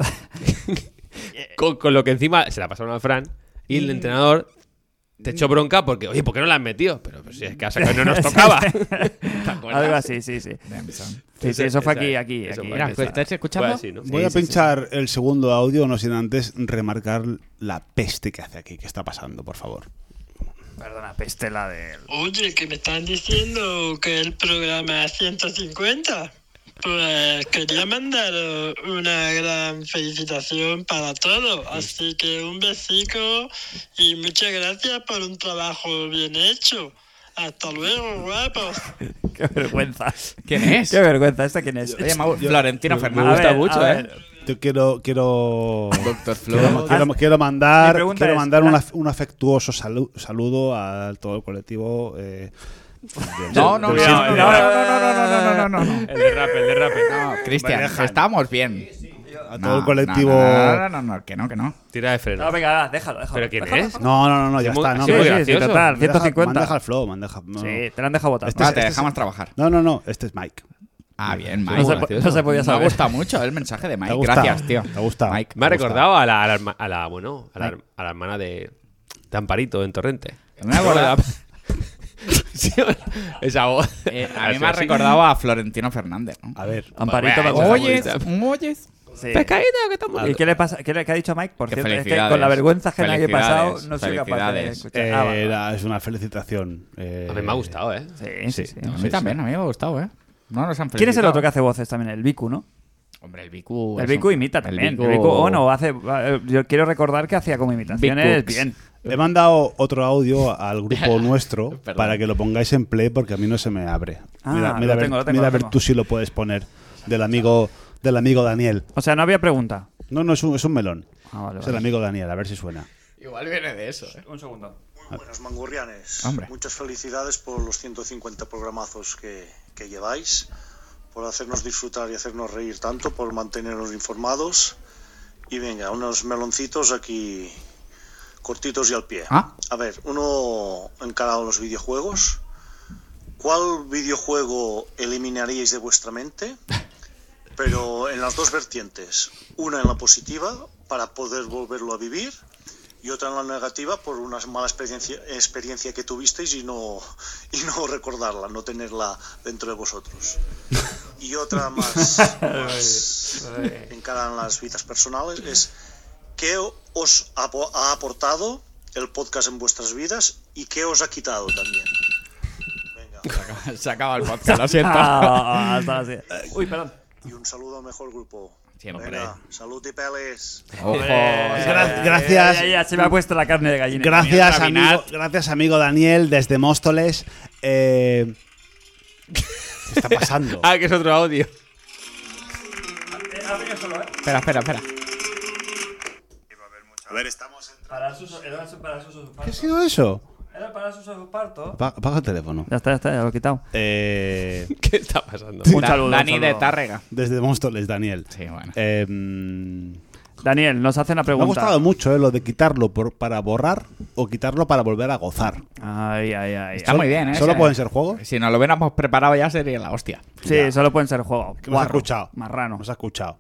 [SPEAKER 3] con, con lo que encima se la pasaron a Fran y el entrenador te echó bronca porque, oye, ¿por qué no la han metido? Pero pues, si es que a sacar no nos tocaba. ¿Te acuerdas?
[SPEAKER 1] Algo así, sí, sí.
[SPEAKER 2] Samson.
[SPEAKER 1] Sí, sí,
[SPEAKER 3] Ese-
[SPEAKER 1] eso fue
[SPEAKER 3] esa-
[SPEAKER 1] aquí, aquí.
[SPEAKER 3] eso
[SPEAKER 1] aquí. pues,
[SPEAKER 3] fue
[SPEAKER 2] Mira,
[SPEAKER 3] aquí.
[SPEAKER 2] ¿lo estáis escuchando?
[SPEAKER 3] Fue así, ¿no?
[SPEAKER 4] Voy a pinchar el segundo audio, no sin antes remarcar la peste que hace aquí, que está pasando, por favor.
[SPEAKER 1] Perdona, pestela del.
[SPEAKER 6] Oye, que me están diciendo que el programa es 150. Pues quería mandar una gran felicitación para todos. Así que un besico y muchas gracias por un trabajo bien hecho. Hasta luego, guapos.
[SPEAKER 1] Qué vergüenza.
[SPEAKER 2] ¿Quién es?
[SPEAKER 1] Qué vergüenza, ¿esta quién es?
[SPEAKER 2] Oye, Mau, Florentino
[SPEAKER 1] A
[SPEAKER 2] Fernández. Me gusta
[SPEAKER 1] ver,
[SPEAKER 2] mucho,
[SPEAKER 1] a
[SPEAKER 2] ¿eh?
[SPEAKER 1] ver.
[SPEAKER 4] Yo quiero. quiero...
[SPEAKER 2] Doctor Flo.
[SPEAKER 4] Quiero, quiero-
[SPEAKER 1] Ah,
[SPEAKER 4] quiero
[SPEAKER 1] mi
[SPEAKER 4] mandar,
[SPEAKER 1] pregunta
[SPEAKER 4] quiero
[SPEAKER 1] es,
[SPEAKER 4] mandar
[SPEAKER 1] la-
[SPEAKER 4] un, af- un afectuoso salu- saludo a todo el colectivo eh,
[SPEAKER 2] No, no, no,
[SPEAKER 1] No, no, no,
[SPEAKER 2] no,
[SPEAKER 1] no, no, no, no, no.
[SPEAKER 3] El derrape, el derrape.
[SPEAKER 2] Cristian,
[SPEAKER 4] Me dejan.
[SPEAKER 2] estamos bien.
[SPEAKER 4] A todo el colectivo.
[SPEAKER 2] No, no, no, no, que no, que no.
[SPEAKER 3] Tira de freno.
[SPEAKER 1] No, venga, va, déjalo, déjalo.
[SPEAKER 3] ¿Pero quién
[SPEAKER 1] déjalo.
[SPEAKER 3] es?
[SPEAKER 4] No, no, no, no, ya
[SPEAKER 3] Sí,
[SPEAKER 4] está.
[SPEAKER 3] muy-
[SPEAKER 4] No,
[SPEAKER 3] sí,
[SPEAKER 4] me
[SPEAKER 3] muy
[SPEAKER 4] deja-
[SPEAKER 1] Sí, sí,
[SPEAKER 3] gracioso.
[SPEAKER 1] total,
[SPEAKER 4] pues me deja- Me han dejado
[SPEAKER 1] 150.
[SPEAKER 4] el flow, me han dejado. no.
[SPEAKER 1] Sí, te la han dejado votar.
[SPEAKER 4] Este
[SPEAKER 2] Ah,
[SPEAKER 4] es-
[SPEAKER 2] te
[SPEAKER 4] este
[SPEAKER 2] dejamos trabajar.
[SPEAKER 4] No, no, no, este es Mike.
[SPEAKER 2] Ah, bien,
[SPEAKER 1] No
[SPEAKER 2] Mike.
[SPEAKER 1] se,
[SPEAKER 3] Muy
[SPEAKER 1] po-
[SPEAKER 3] gracioso.
[SPEAKER 1] no se podía
[SPEAKER 2] Me
[SPEAKER 1] saber.
[SPEAKER 2] ha gustado mucho el mensaje de Mike.
[SPEAKER 4] ha gustado?
[SPEAKER 2] Gracias, tío.
[SPEAKER 4] ¿Te ha gustado?
[SPEAKER 2] Mike.
[SPEAKER 3] Me ha
[SPEAKER 4] Me gusta.
[SPEAKER 3] recordado a la, a la herma- a la- bueno, a la, her- a la hermana de Tamparito en Torrente.
[SPEAKER 2] Me ha acordado-
[SPEAKER 3] Sí, Esa voz.
[SPEAKER 2] Eh, a mí
[SPEAKER 3] Así,
[SPEAKER 2] me ha
[SPEAKER 3] así.
[SPEAKER 2] recordado a Florentino Fernández. ¿no?
[SPEAKER 4] A ver.
[SPEAKER 1] Amparito me ha
[SPEAKER 3] Bueno,
[SPEAKER 1] gustado.
[SPEAKER 2] Ah, Oyes, oyes.
[SPEAKER 1] Sí.
[SPEAKER 3] que estamos-
[SPEAKER 1] ¿Y qué le pasa? ¿Qué, le, qué ha dicho Mike? Por
[SPEAKER 2] Que
[SPEAKER 1] cierto, es que
[SPEAKER 2] felicidades.
[SPEAKER 1] con la vergüenza ajena que he pasado,
[SPEAKER 2] Felicidades.
[SPEAKER 1] no soy capaz de
[SPEAKER 2] Felicidades.
[SPEAKER 1] escuchar.
[SPEAKER 4] eh,
[SPEAKER 1] Ah, vale.
[SPEAKER 4] era- es una felicitación. eh,
[SPEAKER 3] A mí me ha gustado, ¿eh?
[SPEAKER 1] Sí, sí, sí.
[SPEAKER 2] A mí también, a mí me ha gustado, ¿eh? No nos han
[SPEAKER 1] ¿Quién es el
[SPEAKER 2] felicitado.
[SPEAKER 1] otro que hace voces también? El Biku, ¿no?
[SPEAKER 2] Hombre, el Bicu.
[SPEAKER 4] Pues
[SPEAKER 1] El
[SPEAKER 2] es
[SPEAKER 1] Biku
[SPEAKER 2] un-
[SPEAKER 1] imita
[SPEAKER 2] el
[SPEAKER 1] también. El
[SPEAKER 2] Bicu- oh,
[SPEAKER 1] Biku, bueno, hace. eh, Yo quiero recordar que hacía como imitaciones
[SPEAKER 2] Bicux.
[SPEAKER 1] bien.
[SPEAKER 4] He mandado otro audio al grupo nuestro
[SPEAKER 2] Perdón.
[SPEAKER 4] para que lo pongáis en play porque a mí no se me abre.
[SPEAKER 1] Ah,
[SPEAKER 4] mira,
[SPEAKER 1] lo
[SPEAKER 4] mira a ver,
[SPEAKER 1] tengo, lo tengo,
[SPEAKER 4] mira a
[SPEAKER 1] lo
[SPEAKER 4] ver
[SPEAKER 1] tengo.
[SPEAKER 4] tú si lo puedes poner del amigo del amigo Daniel.
[SPEAKER 1] O sea, no había pregunta.
[SPEAKER 4] No, no es un, es un melón.
[SPEAKER 1] Ah, vale,
[SPEAKER 4] Es
[SPEAKER 1] vale.
[SPEAKER 4] el amigo Daniel, a ver si suena.
[SPEAKER 2] Igual viene de eso, ¿eh?
[SPEAKER 1] Un segundo.
[SPEAKER 7] Muy buenos mangurrianes.
[SPEAKER 2] Hombre.
[SPEAKER 7] Muchas felicidades por los 150 programazos que, que lleváis, por hacernos disfrutar y hacernos reír tanto, por mantenernos informados. Y venga, unos meloncitos aquí cortitos y al pie.
[SPEAKER 2] Ah.
[SPEAKER 7] A ver, uno en cada uno de los videojuegos. ¿Cuál videojuego eliminaríais de vuestra mente? Pero en las dos vertientes. Una en la positiva, para poder volverlo a vivir, y otra en la negativa por una mala experiencia, experiencia que tuvisteis y no, y no recordarla, no tenerla dentro de vosotros. Y otra más, más encarada en las vidas personales es ¿qué os apo- ha aportado el podcast en vuestras vidas y qué os ha quitado también? Venga,
[SPEAKER 2] Se acaba el podcast, lo siento.
[SPEAKER 1] Ah, hasta
[SPEAKER 4] Eh,
[SPEAKER 1] así. Uy, perdón.
[SPEAKER 7] y un saludo al mejor grupo.
[SPEAKER 2] Siempre.
[SPEAKER 7] Venga, salud y peles.
[SPEAKER 2] Ojo.
[SPEAKER 4] Gra- gracias.
[SPEAKER 1] Ya, ya, ya, se me ha puesto la carne de gallina.
[SPEAKER 4] Gracias,
[SPEAKER 2] Daniel
[SPEAKER 4] amigo,
[SPEAKER 2] Rabinat.
[SPEAKER 4] gracias, amigo Daniel, desde Móstoles. Eh, ¿Qué está pasando?
[SPEAKER 3] Ah, que es otro audio.
[SPEAKER 2] Espera, espera, espera.
[SPEAKER 7] A ver, estamos en...
[SPEAKER 1] Para sus, era para sus
[SPEAKER 4] ¿Qué ha sido eso?
[SPEAKER 1] Era para sus parto.
[SPEAKER 4] Apaga, apaga el teléfono.
[SPEAKER 1] Ya está, ya está, ya lo he quitado.
[SPEAKER 4] Eh,
[SPEAKER 3] ¿Qué está pasando?
[SPEAKER 1] Un
[SPEAKER 2] Da-
[SPEAKER 1] saludo, un
[SPEAKER 2] Dani de
[SPEAKER 1] saludo.
[SPEAKER 2] Tárrega.
[SPEAKER 4] desde Móstoles, Daniel.
[SPEAKER 2] Sí, bueno.
[SPEAKER 4] Eh, mm,
[SPEAKER 1] Daniel, nos hace una
[SPEAKER 4] me ha
[SPEAKER 1] pregunta.
[SPEAKER 4] gustado mucho eh, lo de quitarlo por- para borrar o quitarlo para volver a gozar.
[SPEAKER 1] Ay, ay, ay.
[SPEAKER 2] Está muy bien, ¿eh?
[SPEAKER 4] ¿Solo
[SPEAKER 2] Sí.
[SPEAKER 4] pueden ser juegos?
[SPEAKER 2] Si nos lo hubiéramos preparado ya sería la hostia.
[SPEAKER 1] Sí, solo pueden ser juegos.
[SPEAKER 4] Que hemos
[SPEAKER 1] Guarro,
[SPEAKER 4] escuchado.
[SPEAKER 1] Marrano.
[SPEAKER 4] Hemos escuchado.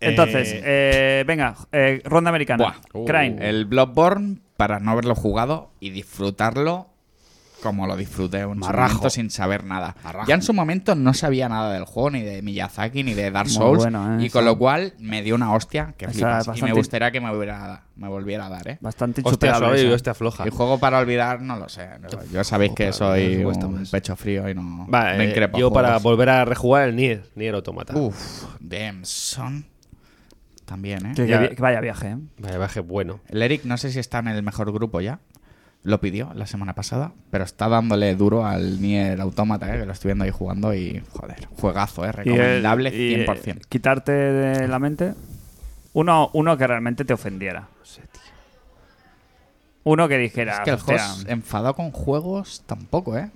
[SPEAKER 1] Entonces,
[SPEAKER 4] Eh,
[SPEAKER 1] eh, venga, eh, ronda americana.
[SPEAKER 2] Buah.
[SPEAKER 1] Crane.
[SPEAKER 2] El Bloodborne, para no haberlo jugado y disfrutarlo como lo disfruté en su
[SPEAKER 4] Marrajo.
[SPEAKER 2] momento sin saber nada.
[SPEAKER 4] Marrajo.
[SPEAKER 2] Ya en su momento no sabía nada del juego, ni de Miyazaki, ni de Dark
[SPEAKER 1] Muy
[SPEAKER 2] Souls.
[SPEAKER 1] bueno, ¿eh?
[SPEAKER 2] y con
[SPEAKER 1] Esa-
[SPEAKER 2] lo cual me dio una hostia que
[SPEAKER 1] Esa
[SPEAKER 2] flipas. Y me
[SPEAKER 1] bastante-
[SPEAKER 2] gustaría que me, hubiera- me volviera a dar, ¿eh?
[SPEAKER 1] Bastante
[SPEAKER 3] Hostia
[SPEAKER 1] insuperable.
[SPEAKER 3] suave y
[SPEAKER 1] esa.
[SPEAKER 3] hostia floja.
[SPEAKER 2] Y juego para olvidar, no lo sé. Yo sabéis que soy un pecho frío y no
[SPEAKER 3] Vale,
[SPEAKER 2] me
[SPEAKER 3] eh,
[SPEAKER 2] increpa
[SPEAKER 3] yo para
[SPEAKER 2] juegos.
[SPEAKER 3] volver a rejugar el Nier, Nier Automata.
[SPEAKER 2] Uf, damn son. También, ¿eh?
[SPEAKER 1] Que, que
[SPEAKER 3] Ya.
[SPEAKER 1] vi- que vaya viaje, ¿eh?
[SPEAKER 3] Vale, baje bueno.
[SPEAKER 2] El Eric no sé si está en el mejor grupo ya. Lo pidió la semana pasada, pero está dándole duro al Nier Automata, ¿eh? que lo estoy viendo ahí jugando y, joder, juegazo,
[SPEAKER 1] Y
[SPEAKER 2] ¿eh?
[SPEAKER 1] el-
[SPEAKER 2] recomendable
[SPEAKER 1] y, eh,
[SPEAKER 2] 100%.
[SPEAKER 1] quitarte de la mente uno, uno que realmente te ofendiera. Uno que dijera.
[SPEAKER 2] Es que el
[SPEAKER 1] hostia, eh,
[SPEAKER 2] host enfadado con juegos tampoco, ¿eh?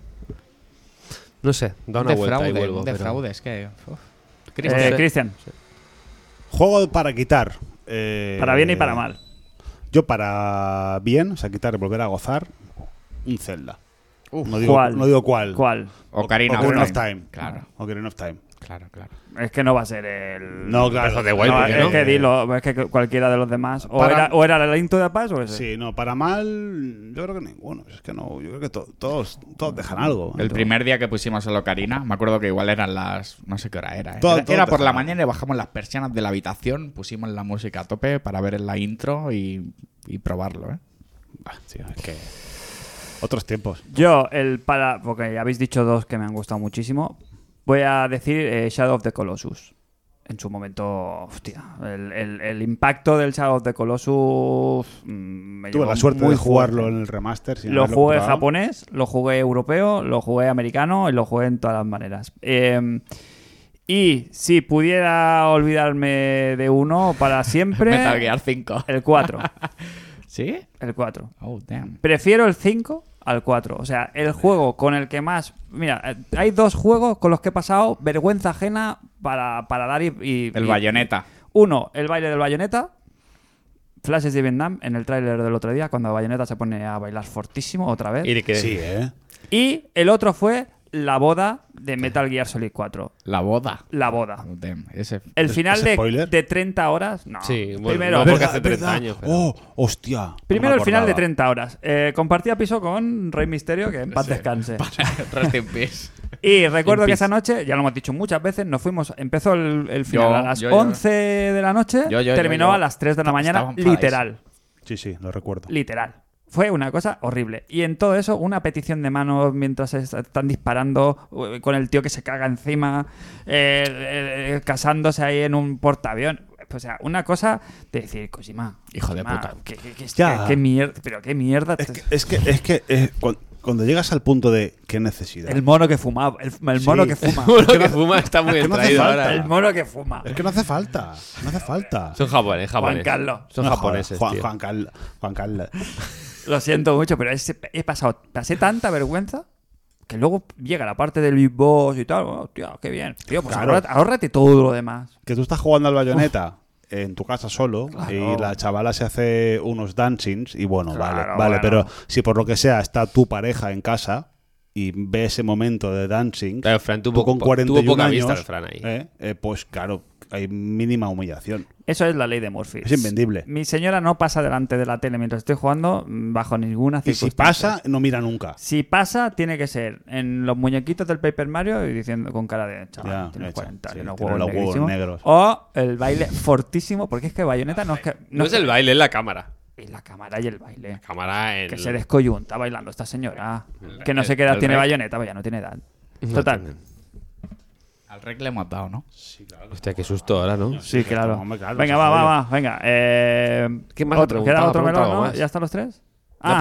[SPEAKER 3] No sé, da
[SPEAKER 2] Un
[SPEAKER 3] una vuelta
[SPEAKER 2] defraude,
[SPEAKER 3] y vuelvo.
[SPEAKER 2] un
[SPEAKER 3] pero-
[SPEAKER 2] defraude, es que... uf.
[SPEAKER 1] eh,
[SPEAKER 2] Cristian,
[SPEAKER 1] Cristian,
[SPEAKER 4] Juego para quitar. eh,
[SPEAKER 1] para bien y para mal.
[SPEAKER 4] Yo para bien, o sea, quitar y volver a gozar, un Zelda. no, digo,
[SPEAKER 1] ¿Cuál?
[SPEAKER 4] no digo cuál.
[SPEAKER 1] ¿Cuál?
[SPEAKER 2] Ocarina,
[SPEAKER 4] Ocarina of Time.
[SPEAKER 2] Claro, Mm.
[SPEAKER 4] Ocarina of Time.
[SPEAKER 2] claro, claro.
[SPEAKER 1] Es que no va a ser el.
[SPEAKER 4] No, claro.
[SPEAKER 3] de Wild,
[SPEAKER 1] No,
[SPEAKER 3] ¿por qué
[SPEAKER 1] es
[SPEAKER 3] no?
[SPEAKER 1] que dilo, es que cualquiera de los demás. O,
[SPEAKER 4] Para-
[SPEAKER 1] era, o era el Into de Paz o ese.
[SPEAKER 4] Sí, no, para mal, yo creo que ninguno. Es que no, yo creo que to- todos, todos dejan algo.
[SPEAKER 2] El primer día que pusimos el Ocarina, me acuerdo que igual eran las. No sé qué hora era. ¿eh?
[SPEAKER 4] Todo-
[SPEAKER 2] era
[SPEAKER 4] todo
[SPEAKER 2] era por la
[SPEAKER 4] pesado.
[SPEAKER 2] mañana y bajamos las persianas de la habitación, pusimos la música a tope para ver la intro y, y probarlo, ¿eh?
[SPEAKER 4] Ah, tío, es que- Otros tiempos.
[SPEAKER 1] Yo, el para. Porque habéis dicho dos que me han gustado muchísimo. Voy a decir eh, Shadow of the Colossus. En su momento, hostia. El, el- el impacto del Shadow of the Colossus. mm, me
[SPEAKER 4] Tuve
[SPEAKER 1] llegó
[SPEAKER 4] la suerte
[SPEAKER 1] muy
[SPEAKER 4] de jugarlo
[SPEAKER 1] fuerte.
[SPEAKER 4] en el remaster. sin
[SPEAKER 1] Lo
[SPEAKER 4] haberlo
[SPEAKER 1] jugué
[SPEAKER 4] probado.
[SPEAKER 1] japonés, lo jugué europeo, lo jugué americano y lo jugué en todas las maneras. Eh, y si pudiera olvidarme de uno para siempre.
[SPEAKER 2] Metal Gear 5.
[SPEAKER 1] El 4.
[SPEAKER 2] ¿Sí?
[SPEAKER 1] El 4.
[SPEAKER 2] Oh, damn.
[SPEAKER 1] Prefiero el 5 al 4. O sea, el juego con el que más. Mira, eh, hay dos juegos con los que he pasado vergüenza ajena para, para dar y. y-
[SPEAKER 2] El
[SPEAKER 1] y-
[SPEAKER 2] bayoneta.
[SPEAKER 1] Uno, el baile del bayoneta. Flashes de Vietnam en el tráiler del otro día, cuando Bayonetta se pone a bailar fortísimo otra vez.
[SPEAKER 3] Y de que-
[SPEAKER 4] Sí, ¿eh?
[SPEAKER 1] Y el otro fue la boda de Metal Gear Solid 4.
[SPEAKER 2] La boda.
[SPEAKER 1] La boda.
[SPEAKER 2] Oh, damn, ese-
[SPEAKER 1] El final
[SPEAKER 4] es
[SPEAKER 1] de,
[SPEAKER 4] spoiler?
[SPEAKER 1] de 30 horas. No.
[SPEAKER 3] Sí, bueno,
[SPEAKER 1] primero,
[SPEAKER 3] no, porque hace
[SPEAKER 4] ¿Verdad?
[SPEAKER 3] 30 años, pero-
[SPEAKER 4] Oh, hostia.
[SPEAKER 1] primero
[SPEAKER 4] No me
[SPEAKER 1] el final de
[SPEAKER 4] acordaba.
[SPEAKER 1] 30 horas. Eh, compartía piso con Rey Misterio, que en paz descanse.
[SPEAKER 2] Rest in peace.
[SPEAKER 1] Y recuerdo
[SPEAKER 2] In
[SPEAKER 1] que
[SPEAKER 2] peace.
[SPEAKER 1] esa noche, ya lo hemos dicho muchas veces, nos fuimos, empezó el, el final
[SPEAKER 2] Yo-
[SPEAKER 1] a las
[SPEAKER 2] yo- yo-
[SPEAKER 1] 11 de la noche,
[SPEAKER 2] Yo- yo-
[SPEAKER 1] terminó
[SPEAKER 2] yo- yo-
[SPEAKER 1] a las 3 de la mañana,
[SPEAKER 2] estaba enfadadísimo.
[SPEAKER 1] literal.
[SPEAKER 4] Sí, sí, lo recuerdo.
[SPEAKER 1] Literal. Fue una cosa horrible. Y en todo eso, una petición de mano mientras se están disparando, eh, con el tío que se caga encima, eh, eh, eh, casándose ahí en un portaavión. O sea, una cosa de decir, Kojima.
[SPEAKER 2] Hijo de
[SPEAKER 1] Kojima,
[SPEAKER 2] puta.
[SPEAKER 1] ¿qué, qué, qué-
[SPEAKER 4] Ya.
[SPEAKER 1] qué mierda? Pero qué mierda.
[SPEAKER 4] Es que, es que, es que eh, cuan- cuando llegas al punto de qué necesidad.
[SPEAKER 1] El mono que fumaba. El, el
[SPEAKER 4] Sí.
[SPEAKER 1] mono que fuma.
[SPEAKER 3] Uno que fuma está muy
[SPEAKER 4] que no hace
[SPEAKER 3] extraído
[SPEAKER 4] falta.
[SPEAKER 3] ahora.
[SPEAKER 1] el mono que fuma.
[SPEAKER 4] Es que no hace falta. No hace falta.
[SPEAKER 3] Son japoneses, japoneses.
[SPEAKER 1] Carlos.
[SPEAKER 3] Son
[SPEAKER 4] No jodas,
[SPEAKER 3] japoneses,
[SPEAKER 4] Juan,
[SPEAKER 3] tío.
[SPEAKER 4] Juan Carlos. Juan Carlos.
[SPEAKER 1] Lo siento mucho, pero es- he pasado, pasé tanta vergüenza que luego llega la parte del Big Boss y tal. Oh, tío, qué bien. Tío, pues
[SPEAKER 4] Claro.
[SPEAKER 1] ahórrate, ahórrate todo lo demás.
[SPEAKER 4] Que tú estás jugando al bayoneta en tu casa solo
[SPEAKER 1] Claro.
[SPEAKER 4] y la chavala se hace unos dancings y bueno,
[SPEAKER 1] Claro,
[SPEAKER 4] vale, vale,
[SPEAKER 1] bueno.
[SPEAKER 4] pero si por lo que sea está tu pareja en casa y ve ese momento de dancing,
[SPEAKER 3] Claro, Fran tuvo
[SPEAKER 4] tú con
[SPEAKER 3] po-
[SPEAKER 4] 41
[SPEAKER 3] tuvo poca
[SPEAKER 4] años,
[SPEAKER 3] vista el Fran ahí.
[SPEAKER 4] eh, eh, pues claro, hay mínima humillación.
[SPEAKER 1] Eso es la ley de Murphy.
[SPEAKER 4] Es invendible.
[SPEAKER 1] Mi señora no pasa delante de la tele mientras estoy jugando mm, bajo ninguna
[SPEAKER 4] Y si
[SPEAKER 1] circunstancia.
[SPEAKER 4] pasa, no mira nunca.
[SPEAKER 1] Si pasa, tiene que ser en los muñequitos del Paper Mario y diciendo con cara de chaval,
[SPEAKER 4] Ya,
[SPEAKER 1] tienes
[SPEAKER 4] hecha.
[SPEAKER 1] 40,
[SPEAKER 4] Sí,
[SPEAKER 1] tienes los
[SPEAKER 4] tiene
[SPEAKER 1] huevos,
[SPEAKER 4] los huevos
[SPEAKER 1] negrísimos".
[SPEAKER 4] negros.
[SPEAKER 1] O el baile fortísimo, porque es que Bayonetta no es que.
[SPEAKER 3] No es el baile, es la cámara.
[SPEAKER 1] Y la cámara y el baile.
[SPEAKER 3] Cámara en...
[SPEAKER 1] Que se descoyunta bailando esta señora. Que no sé qué edad
[SPEAKER 2] el
[SPEAKER 1] tiene
[SPEAKER 2] rey.
[SPEAKER 1] bayoneta, pues ya no tiene edad.
[SPEAKER 3] No
[SPEAKER 1] Total.
[SPEAKER 3] tiene.
[SPEAKER 2] Al rec le hemos dado, ¿no?
[SPEAKER 3] Hostia, qué susto ahora, ¿no?
[SPEAKER 1] Sí, claro.
[SPEAKER 4] Hombre, claro,
[SPEAKER 1] Venga,
[SPEAKER 4] se
[SPEAKER 1] va, va,
[SPEAKER 4] jode.
[SPEAKER 1] va. Venga. Eh,
[SPEAKER 3] ¿Qué más
[SPEAKER 1] otro,
[SPEAKER 3] ha preguntado?
[SPEAKER 1] queda
[SPEAKER 3] Ha
[SPEAKER 1] otro
[SPEAKER 3] preguntado
[SPEAKER 1] melón, ¿no?
[SPEAKER 3] más.
[SPEAKER 1] ¿Ya están los tres?
[SPEAKER 3] ha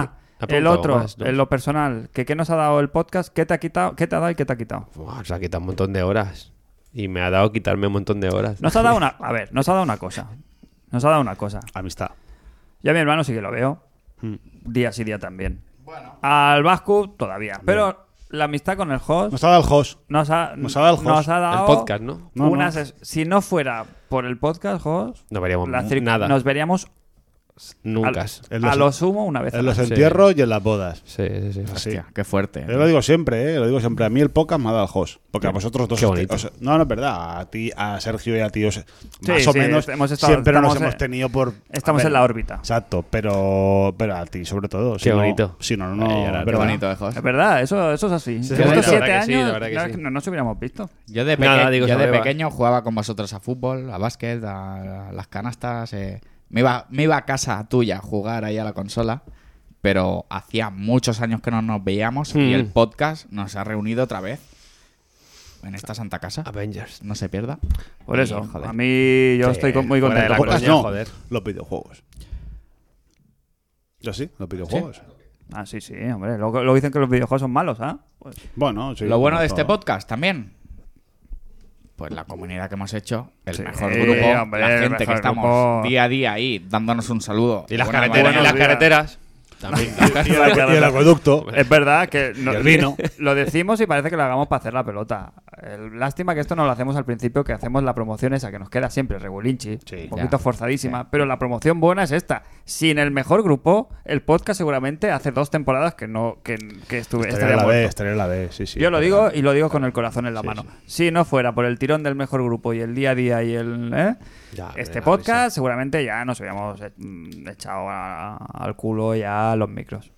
[SPEAKER 1] Ah,
[SPEAKER 3] pre- ha
[SPEAKER 1] el
[SPEAKER 3] preguntado
[SPEAKER 1] otro,
[SPEAKER 3] más, ¿no?
[SPEAKER 1] en lo personal. Que ¿Qué nos ha dado el podcast? ¿Qué te ha quitado? ¿Qué te ha dado y qué te ha quitado?
[SPEAKER 3] Buah, o sea, quita un montón de horas. Y me ha dado quitarme un montón de horas.
[SPEAKER 1] Nos ha dado una... A ver, nos ha dado una cosa. Nos ha dado una cosa.
[SPEAKER 4] Amistad.
[SPEAKER 1] Yo a mi hermano sí que lo veo.
[SPEAKER 3] Hmm.
[SPEAKER 1] Día sí, día también. Al Vasco todavía. Pero la amistad con el host...
[SPEAKER 4] Nos ha dado el host.
[SPEAKER 1] Nos ha,
[SPEAKER 4] Nos ha dado el host.
[SPEAKER 1] ha dado
[SPEAKER 3] El podcast, ¿no?
[SPEAKER 4] No,
[SPEAKER 1] una
[SPEAKER 4] no.
[SPEAKER 1] ses- Si no fuera por el podcast, host,
[SPEAKER 3] No veríamos
[SPEAKER 1] la cir-
[SPEAKER 3] nada.
[SPEAKER 1] nos veríamos
[SPEAKER 3] Nunca.
[SPEAKER 1] al-
[SPEAKER 3] Sí,
[SPEAKER 4] En
[SPEAKER 1] a
[SPEAKER 4] los-
[SPEAKER 1] lo sumo una vez. al
[SPEAKER 4] En los
[SPEAKER 1] año.
[SPEAKER 4] entierros y en las bodas.
[SPEAKER 3] sí, sí.
[SPEAKER 4] Así.
[SPEAKER 2] Hostia, qué fuerte. ¿eh?
[SPEAKER 4] Yo lo digo siempre, ¿eh? Lo digo siempre. A mí el podcast me ha dado el host. Porque a vosotros dos...
[SPEAKER 3] Qué
[SPEAKER 4] os-
[SPEAKER 3] bonito.
[SPEAKER 4] os- no, no es verdad. A ti, a Sergio y a ti os- más
[SPEAKER 1] sí,
[SPEAKER 4] o menos
[SPEAKER 1] hemos estado-
[SPEAKER 4] siempre nos
[SPEAKER 1] estamos,
[SPEAKER 4] hemos
[SPEAKER 1] eh,
[SPEAKER 4] tenido por...
[SPEAKER 1] estamos
[SPEAKER 4] a ver,
[SPEAKER 1] en la órbita.
[SPEAKER 4] Exacto. Pero, pero a ti sobre todo. Si
[SPEAKER 3] Qué
[SPEAKER 4] no-
[SPEAKER 3] bonito.
[SPEAKER 4] Si no, no...
[SPEAKER 3] Ay, ahora,
[SPEAKER 4] es
[SPEAKER 2] Qué
[SPEAKER 4] verdad.
[SPEAKER 2] bonito, eh, Jos.
[SPEAKER 1] Es verdad, eso, eso es así.
[SPEAKER 3] Sí,
[SPEAKER 1] Estos
[SPEAKER 3] la verdad
[SPEAKER 1] siete
[SPEAKER 3] que sí, la
[SPEAKER 1] años
[SPEAKER 3] verdad que
[SPEAKER 1] no,
[SPEAKER 3] sí.
[SPEAKER 1] no nos hubiéramos visto.
[SPEAKER 2] Yo de, peque-
[SPEAKER 3] Nada, digo,
[SPEAKER 2] yo
[SPEAKER 3] se
[SPEAKER 2] de
[SPEAKER 3] me va.
[SPEAKER 2] pequeño jugaba con vosotros a fútbol, a básquet, a, a las canastas. eh. Me, iba, me iba a casa tuya a jugar ahí a la consola, pero hacía muchos años que no nos veíamos y
[SPEAKER 3] Mm.
[SPEAKER 2] el podcast nos ha reunido otra vez en esta santa casa.
[SPEAKER 3] Avengers.
[SPEAKER 2] No se pierda.
[SPEAKER 1] Por
[SPEAKER 2] Y,
[SPEAKER 1] eso,
[SPEAKER 2] joder.
[SPEAKER 1] a mí yo
[SPEAKER 3] Sí,
[SPEAKER 1] estoy con- muy
[SPEAKER 3] fuera de
[SPEAKER 1] contento.
[SPEAKER 3] la
[SPEAKER 1] Porque-
[SPEAKER 4] Podcast
[SPEAKER 3] coña,
[SPEAKER 4] no.
[SPEAKER 3] joder.
[SPEAKER 4] Los videojuegos. Yo sí, los videojuegos.
[SPEAKER 1] Ah, sí, sí, hombre. Luego luego dicen que los videojuegos son malos, ¿ah? Pues,
[SPEAKER 4] Bueno, sí,
[SPEAKER 2] Lo bueno de
[SPEAKER 4] todo.
[SPEAKER 2] este podcast también. Pues la comunidad que hemos hecho, el
[SPEAKER 1] Sí,
[SPEAKER 2] mejor grupo,
[SPEAKER 1] hombre,
[SPEAKER 2] la
[SPEAKER 1] el
[SPEAKER 2] gente que
[SPEAKER 1] mejor
[SPEAKER 2] estamos
[SPEAKER 1] grupo.
[SPEAKER 2] día a día ahí dándonos un saludo.
[SPEAKER 3] Y las
[SPEAKER 2] Buena
[SPEAKER 3] carreteras.
[SPEAKER 2] manera.
[SPEAKER 3] y las
[SPEAKER 1] días.
[SPEAKER 3] carreteras. También.
[SPEAKER 4] Y el acu- y el acueducto.
[SPEAKER 1] es verdad que no-
[SPEAKER 4] Y el vino.
[SPEAKER 1] lo decimos y parece que lo hagamos para hacer la pelota. El- lástima que esto no lo hacemos al principio, que hacemos la promoción esa que nos queda siempre, regulinchi,
[SPEAKER 4] Sí,
[SPEAKER 1] un poquito
[SPEAKER 2] ya.
[SPEAKER 1] forzadísima. Pero la promoción buena es esta. Sin el mejor grupo, el podcast seguramente hace dos temporadas que no que, que estuve,
[SPEAKER 4] Estaría
[SPEAKER 1] estaría
[SPEAKER 4] la
[SPEAKER 1] muerto.
[SPEAKER 4] B, estaría la B, sí, sí.
[SPEAKER 1] Yo lo
[SPEAKER 4] Pero-
[SPEAKER 1] digo y lo digo con el corazón en la mano. Si no fuera por el tirón del mejor grupo y el día a día y el ¿eh?
[SPEAKER 3] Ya, me
[SPEAKER 1] este
[SPEAKER 3] da
[SPEAKER 1] podcast, seguramente ya nos hubiéramos eh, mm, echado a- al culo ya los micros.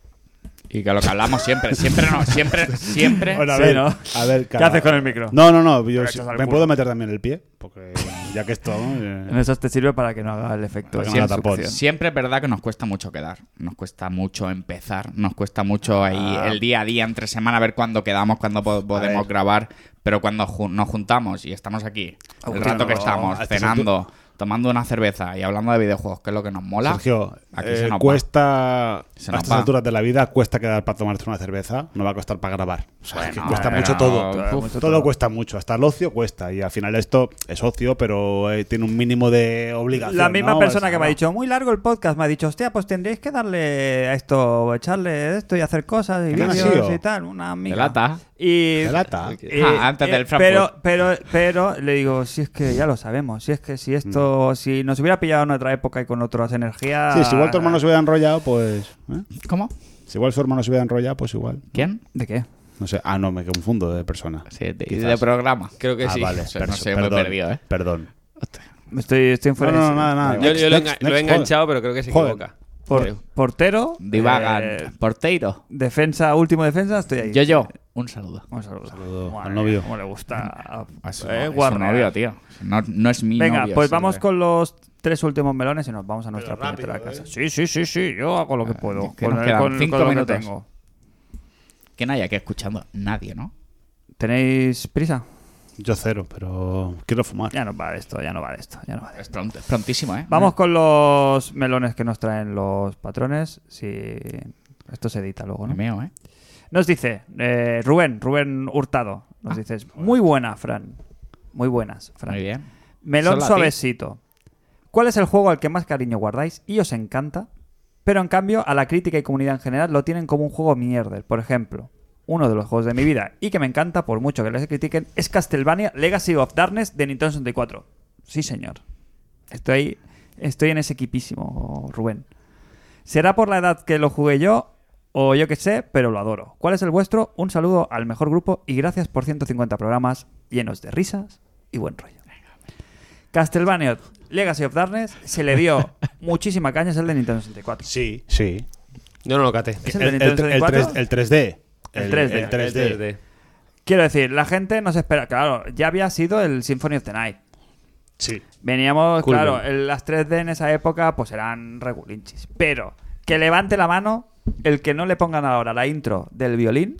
[SPEAKER 2] Y que lo que hablamos siempre, siempre no, siempre, siempre.
[SPEAKER 4] Bueno, a
[SPEAKER 1] Sí,
[SPEAKER 4] ver,
[SPEAKER 1] ¿no?
[SPEAKER 4] a ver,
[SPEAKER 1] ¿Qué
[SPEAKER 4] cara-
[SPEAKER 1] haces con el micro?
[SPEAKER 4] No, no, no. yo
[SPEAKER 1] Lo
[SPEAKER 4] sí-
[SPEAKER 1] echas al
[SPEAKER 4] me
[SPEAKER 1] culo.
[SPEAKER 4] puedo meter también el pie, porque ya que esto. eh,
[SPEAKER 1] En eso te sirve para que no haga el efecto.
[SPEAKER 4] Para que
[SPEAKER 1] de
[SPEAKER 4] no la tapó.
[SPEAKER 1] succión.
[SPEAKER 2] Siempre es verdad que nos cuesta mucho quedar, nos cuesta mucho empezar, nos cuesta mucho ahí el día a día, entre semana, ver cuándo quedamos, cuándo po- podemos grabar, pero cuando ju- nos juntamos y estamos aquí, el
[SPEAKER 1] Aburrido.
[SPEAKER 2] rato que estamos
[SPEAKER 4] A esta
[SPEAKER 2] cenando, tomando una cerveza y hablando de videojuegos, que es lo que nos mola,
[SPEAKER 4] Sergio,
[SPEAKER 2] aquí
[SPEAKER 4] eh,
[SPEAKER 2] se nos va.
[SPEAKER 4] cuesta
[SPEAKER 2] Se
[SPEAKER 4] a
[SPEAKER 2] nos
[SPEAKER 4] estas
[SPEAKER 2] va.
[SPEAKER 4] alturas de la vida, cuesta quedar para tomarte una cerveza, no va a costar para grabar. O sea,
[SPEAKER 2] Bueno,
[SPEAKER 4] que cuesta
[SPEAKER 2] pero-
[SPEAKER 4] mucho todo.
[SPEAKER 2] uf,
[SPEAKER 4] Todo, cuesta mucho, hasta el ocio cuesta. Y al final esto es ocio, pero eh, tiene un mínimo de obligación.
[SPEAKER 1] La misma
[SPEAKER 4] ¿no? Ah,
[SPEAKER 1] persona
[SPEAKER 4] O sea,
[SPEAKER 1] que me ha
[SPEAKER 4] no.
[SPEAKER 1] dicho, muy largo el podcast, me ha dicho, hostia, pues tendréis que darle a esto, echarle esto y hacer cosas y
[SPEAKER 4] ¿Quién ha
[SPEAKER 1] vídeos
[SPEAKER 4] sido?
[SPEAKER 1] y tal, una amiga.
[SPEAKER 2] de lata.
[SPEAKER 1] Y,
[SPEAKER 4] ¿Te lata?
[SPEAKER 1] eh,
[SPEAKER 2] Ah, antes del
[SPEAKER 1] pero,
[SPEAKER 2] Frankfurt.
[SPEAKER 1] pero, pero le digo, si es que ya lo sabemos, si es que si esto,
[SPEAKER 2] Mm.
[SPEAKER 1] si nos hubiera pillado en otra época y con otras energías.
[SPEAKER 4] Sí, si igual tu
[SPEAKER 1] Ah.
[SPEAKER 4] hermano se hubiera enrollado, pues. ¿eh?
[SPEAKER 2] ¿Cómo?
[SPEAKER 4] Si igual su hermano se hubiera enrollado, pues igual.
[SPEAKER 2] ¿Quién?
[SPEAKER 1] ¿De qué?
[SPEAKER 4] No sé. Ah, no, me confundo de persona.
[SPEAKER 2] Sí, de,
[SPEAKER 4] Quizás.
[SPEAKER 2] de programa.
[SPEAKER 3] Creo que
[SPEAKER 4] Ah,
[SPEAKER 3] sí.
[SPEAKER 4] vale.
[SPEAKER 2] No sé,
[SPEAKER 4] perso-
[SPEAKER 2] no sé, me he
[SPEAKER 4] perdón,
[SPEAKER 2] perdido, ¿eh?
[SPEAKER 4] Perdón.
[SPEAKER 1] Estoy, estoy en
[SPEAKER 4] No,
[SPEAKER 1] fuera
[SPEAKER 4] no,
[SPEAKER 1] de-
[SPEAKER 4] no, nada, nada.
[SPEAKER 3] Yo, yo lo, he
[SPEAKER 4] Next,
[SPEAKER 3] enga- lo he
[SPEAKER 4] next,
[SPEAKER 3] enganchado, pero creo que se
[SPEAKER 4] Joder.
[SPEAKER 3] equivoca.
[SPEAKER 1] Por- portero.
[SPEAKER 2] Divagan.
[SPEAKER 1] eh,
[SPEAKER 2] Porteiro.
[SPEAKER 1] defensa, último defensa, estoy ahí.
[SPEAKER 2] Yo, yo. Un saludo.
[SPEAKER 1] Un saludo.
[SPEAKER 4] Saludo
[SPEAKER 1] Madre
[SPEAKER 4] al novio.
[SPEAKER 1] mía, cómo le gusta.
[SPEAKER 2] A su-
[SPEAKER 1] eh,
[SPEAKER 2] a su
[SPEAKER 1] guarrear.
[SPEAKER 2] novio, tío. No, no es mi
[SPEAKER 1] Venga,
[SPEAKER 2] novio,
[SPEAKER 1] pues
[SPEAKER 2] sí,
[SPEAKER 1] vamos
[SPEAKER 2] eh.
[SPEAKER 1] con los tres últimos melones y nos vamos a nuestra puñetera casa. Sí, sí, sí, sí, yo hago lo que puedo.
[SPEAKER 2] Eh, que nos
[SPEAKER 1] el-
[SPEAKER 2] quedan cinco
[SPEAKER 1] lo que
[SPEAKER 2] minutos.
[SPEAKER 1] tengo.
[SPEAKER 2] Que nadie aquí escuchando. Nadie, ¿no?
[SPEAKER 1] ¿Tenéis prisa?
[SPEAKER 4] Yo cero, pero quiero fumar.
[SPEAKER 1] Ya no va de esto, ya no va de esto, ya no va de esto.
[SPEAKER 2] Es, pronto- es prontísimo, ¿eh?
[SPEAKER 1] Vamos con los melones que nos traen los patrones. Si esto se edita luego,
[SPEAKER 2] Me
[SPEAKER 1] ¿no?
[SPEAKER 2] meo, ¿eh?
[SPEAKER 1] Nos dice eh, Rubén, Rubén Hurtado. Nos dices, muy buena, Fran. Muy buenas, Fran.
[SPEAKER 2] Ah. Muy bien.
[SPEAKER 1] Melón
[SPEAKER 2] Solo a ti.
[SPEAKER 1] suavecito. ¿Cuál es el juego al que más cariño guardáis y os encanta? Pero en cambio, a la crítica y comunidad en general lo tienen como un juego mierder. Por ejemplo, uno de los juegos de mi vida y que me encanta, por mucho que les critiquen, es Castlevania Legacy of Darkness de Nintendo 64. Sí, señor. Estoy, estoy en ese equipísimo, Rubén. ¿Será por la edad que lo jugué yo? O yo que sé, pero lo adoro. ¿Cuál es el vuestro? Un saludo al mejor grupo y gracias por 150 programas llenos de risas y buen rollo. Castlevania Legacy of Darkness se le dio muchísima caña es el de Nintendo 64.
[SPEAKER 4] Sí, sí.
[SPEAKER 3] Yo no lo cate.
[SPEAKER 1] ¿Es el de
[SPEAKER 4] El, el,
[SPEAKER 1] Nintendo
[SPEAKER 4] tre- el
[SPEAKER 1] 64?
[SPEAKER 4] tres- el 3D.
[SPEAKER 1] El 3D.
[SPEAKER 4] El 3D.
[SPEAKER 1] Quiero decir, la gente nos espera. Claro, ya había sido el Symphony of the Night.
[SPEAKER 4] Sí.
[SPEAKER 1] Veníamos,
[SPEAKER 3] Cool,
[SPEAKER 1] claro,
[SPEAKER 3] man.
[SPEAKER 1] el- las 3D en esa época pues eran regulinchis. Pero que levante la mano el que no le pongan ahora la intro del violín,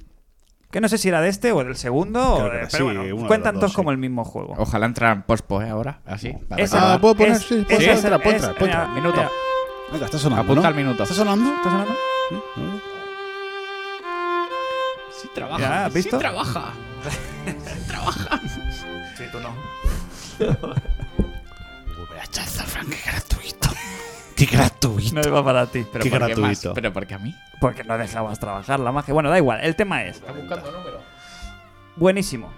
[SPEAKER 1] que no sé si era de este o del segundo,
[SPEAKER 4] Creo
[SPEAKER 1] o
[SPEAKER 4] que
[SPEAKER 1] de-
[SPEAKER 4] era,
[SPEAKER 1] pero
[SPEAKER 4] sí, uno de
[SPEAKER 1] bueno,
[SPEAKER 4] los
[SPEAKER 1] cuentan
[SPEAKER 4] dos,
[SPEAKER 1] todos
[SPEAKER 4] sí.
[SPEAKER 1] como el mismo juego.
[SPEAKER 2] Ojalá entraran pospo, ¿eh? Ahora. Así. para
[SPEAKER 1] Ese-
[SPEAKER 2] acabar.
[SPEAKER 4] Ah, ¿puedo poner?
[SPEAKER 1] es-
[SPEAKER 4] Sí,
[SPEAKER 1] es-
[SPEAKER 4] pontra,
[SPEAKER 1] es-
[SPEAKER 4] pontra, pontra,
[SPEAKER 1] es-
[SPEAKER 4] pontra.
[SPEAKER 1] mira,
[SPEAKER 2] Minuto.
[SPEAKER 1] mira.
[SPEAKER 4] Venga, está sonando.
[SPEAKER 2] Apunta
[SPEAKER 4] ¿no?
[SPEAKER 2] al minuto.
[SPEAKER 4] ¿Está sonando?
[SPEAKER 1] ¿Está sonando?
[SPEAKER 2] Sí
[SPEAKER 1] Ya,
[SPEAKER 2] trabaja.
[SPEAKER 1] ¿has visto?
[SPEAKER 2] Sí trabaja.
[SPEAKER 1] Sí, tú no.
[SPEAKER 4] Qué gratuito.
[SPEAKER 1] No es para ti.
[SPEAKER 2] Pero
[SPEAKER 4] Qué
[SPEAKER 2] ¿por qué más?
[SPEAKER 4] gratuito.
[SPEAKER 2] Pero porque a mí.
[SPEAKER 1] Porque no dejabas trabajar la magia. Bueno, da igual, el tema es.
[SPEAKER 2] Buscando números.
[SPEAKER 1] Buenísimo.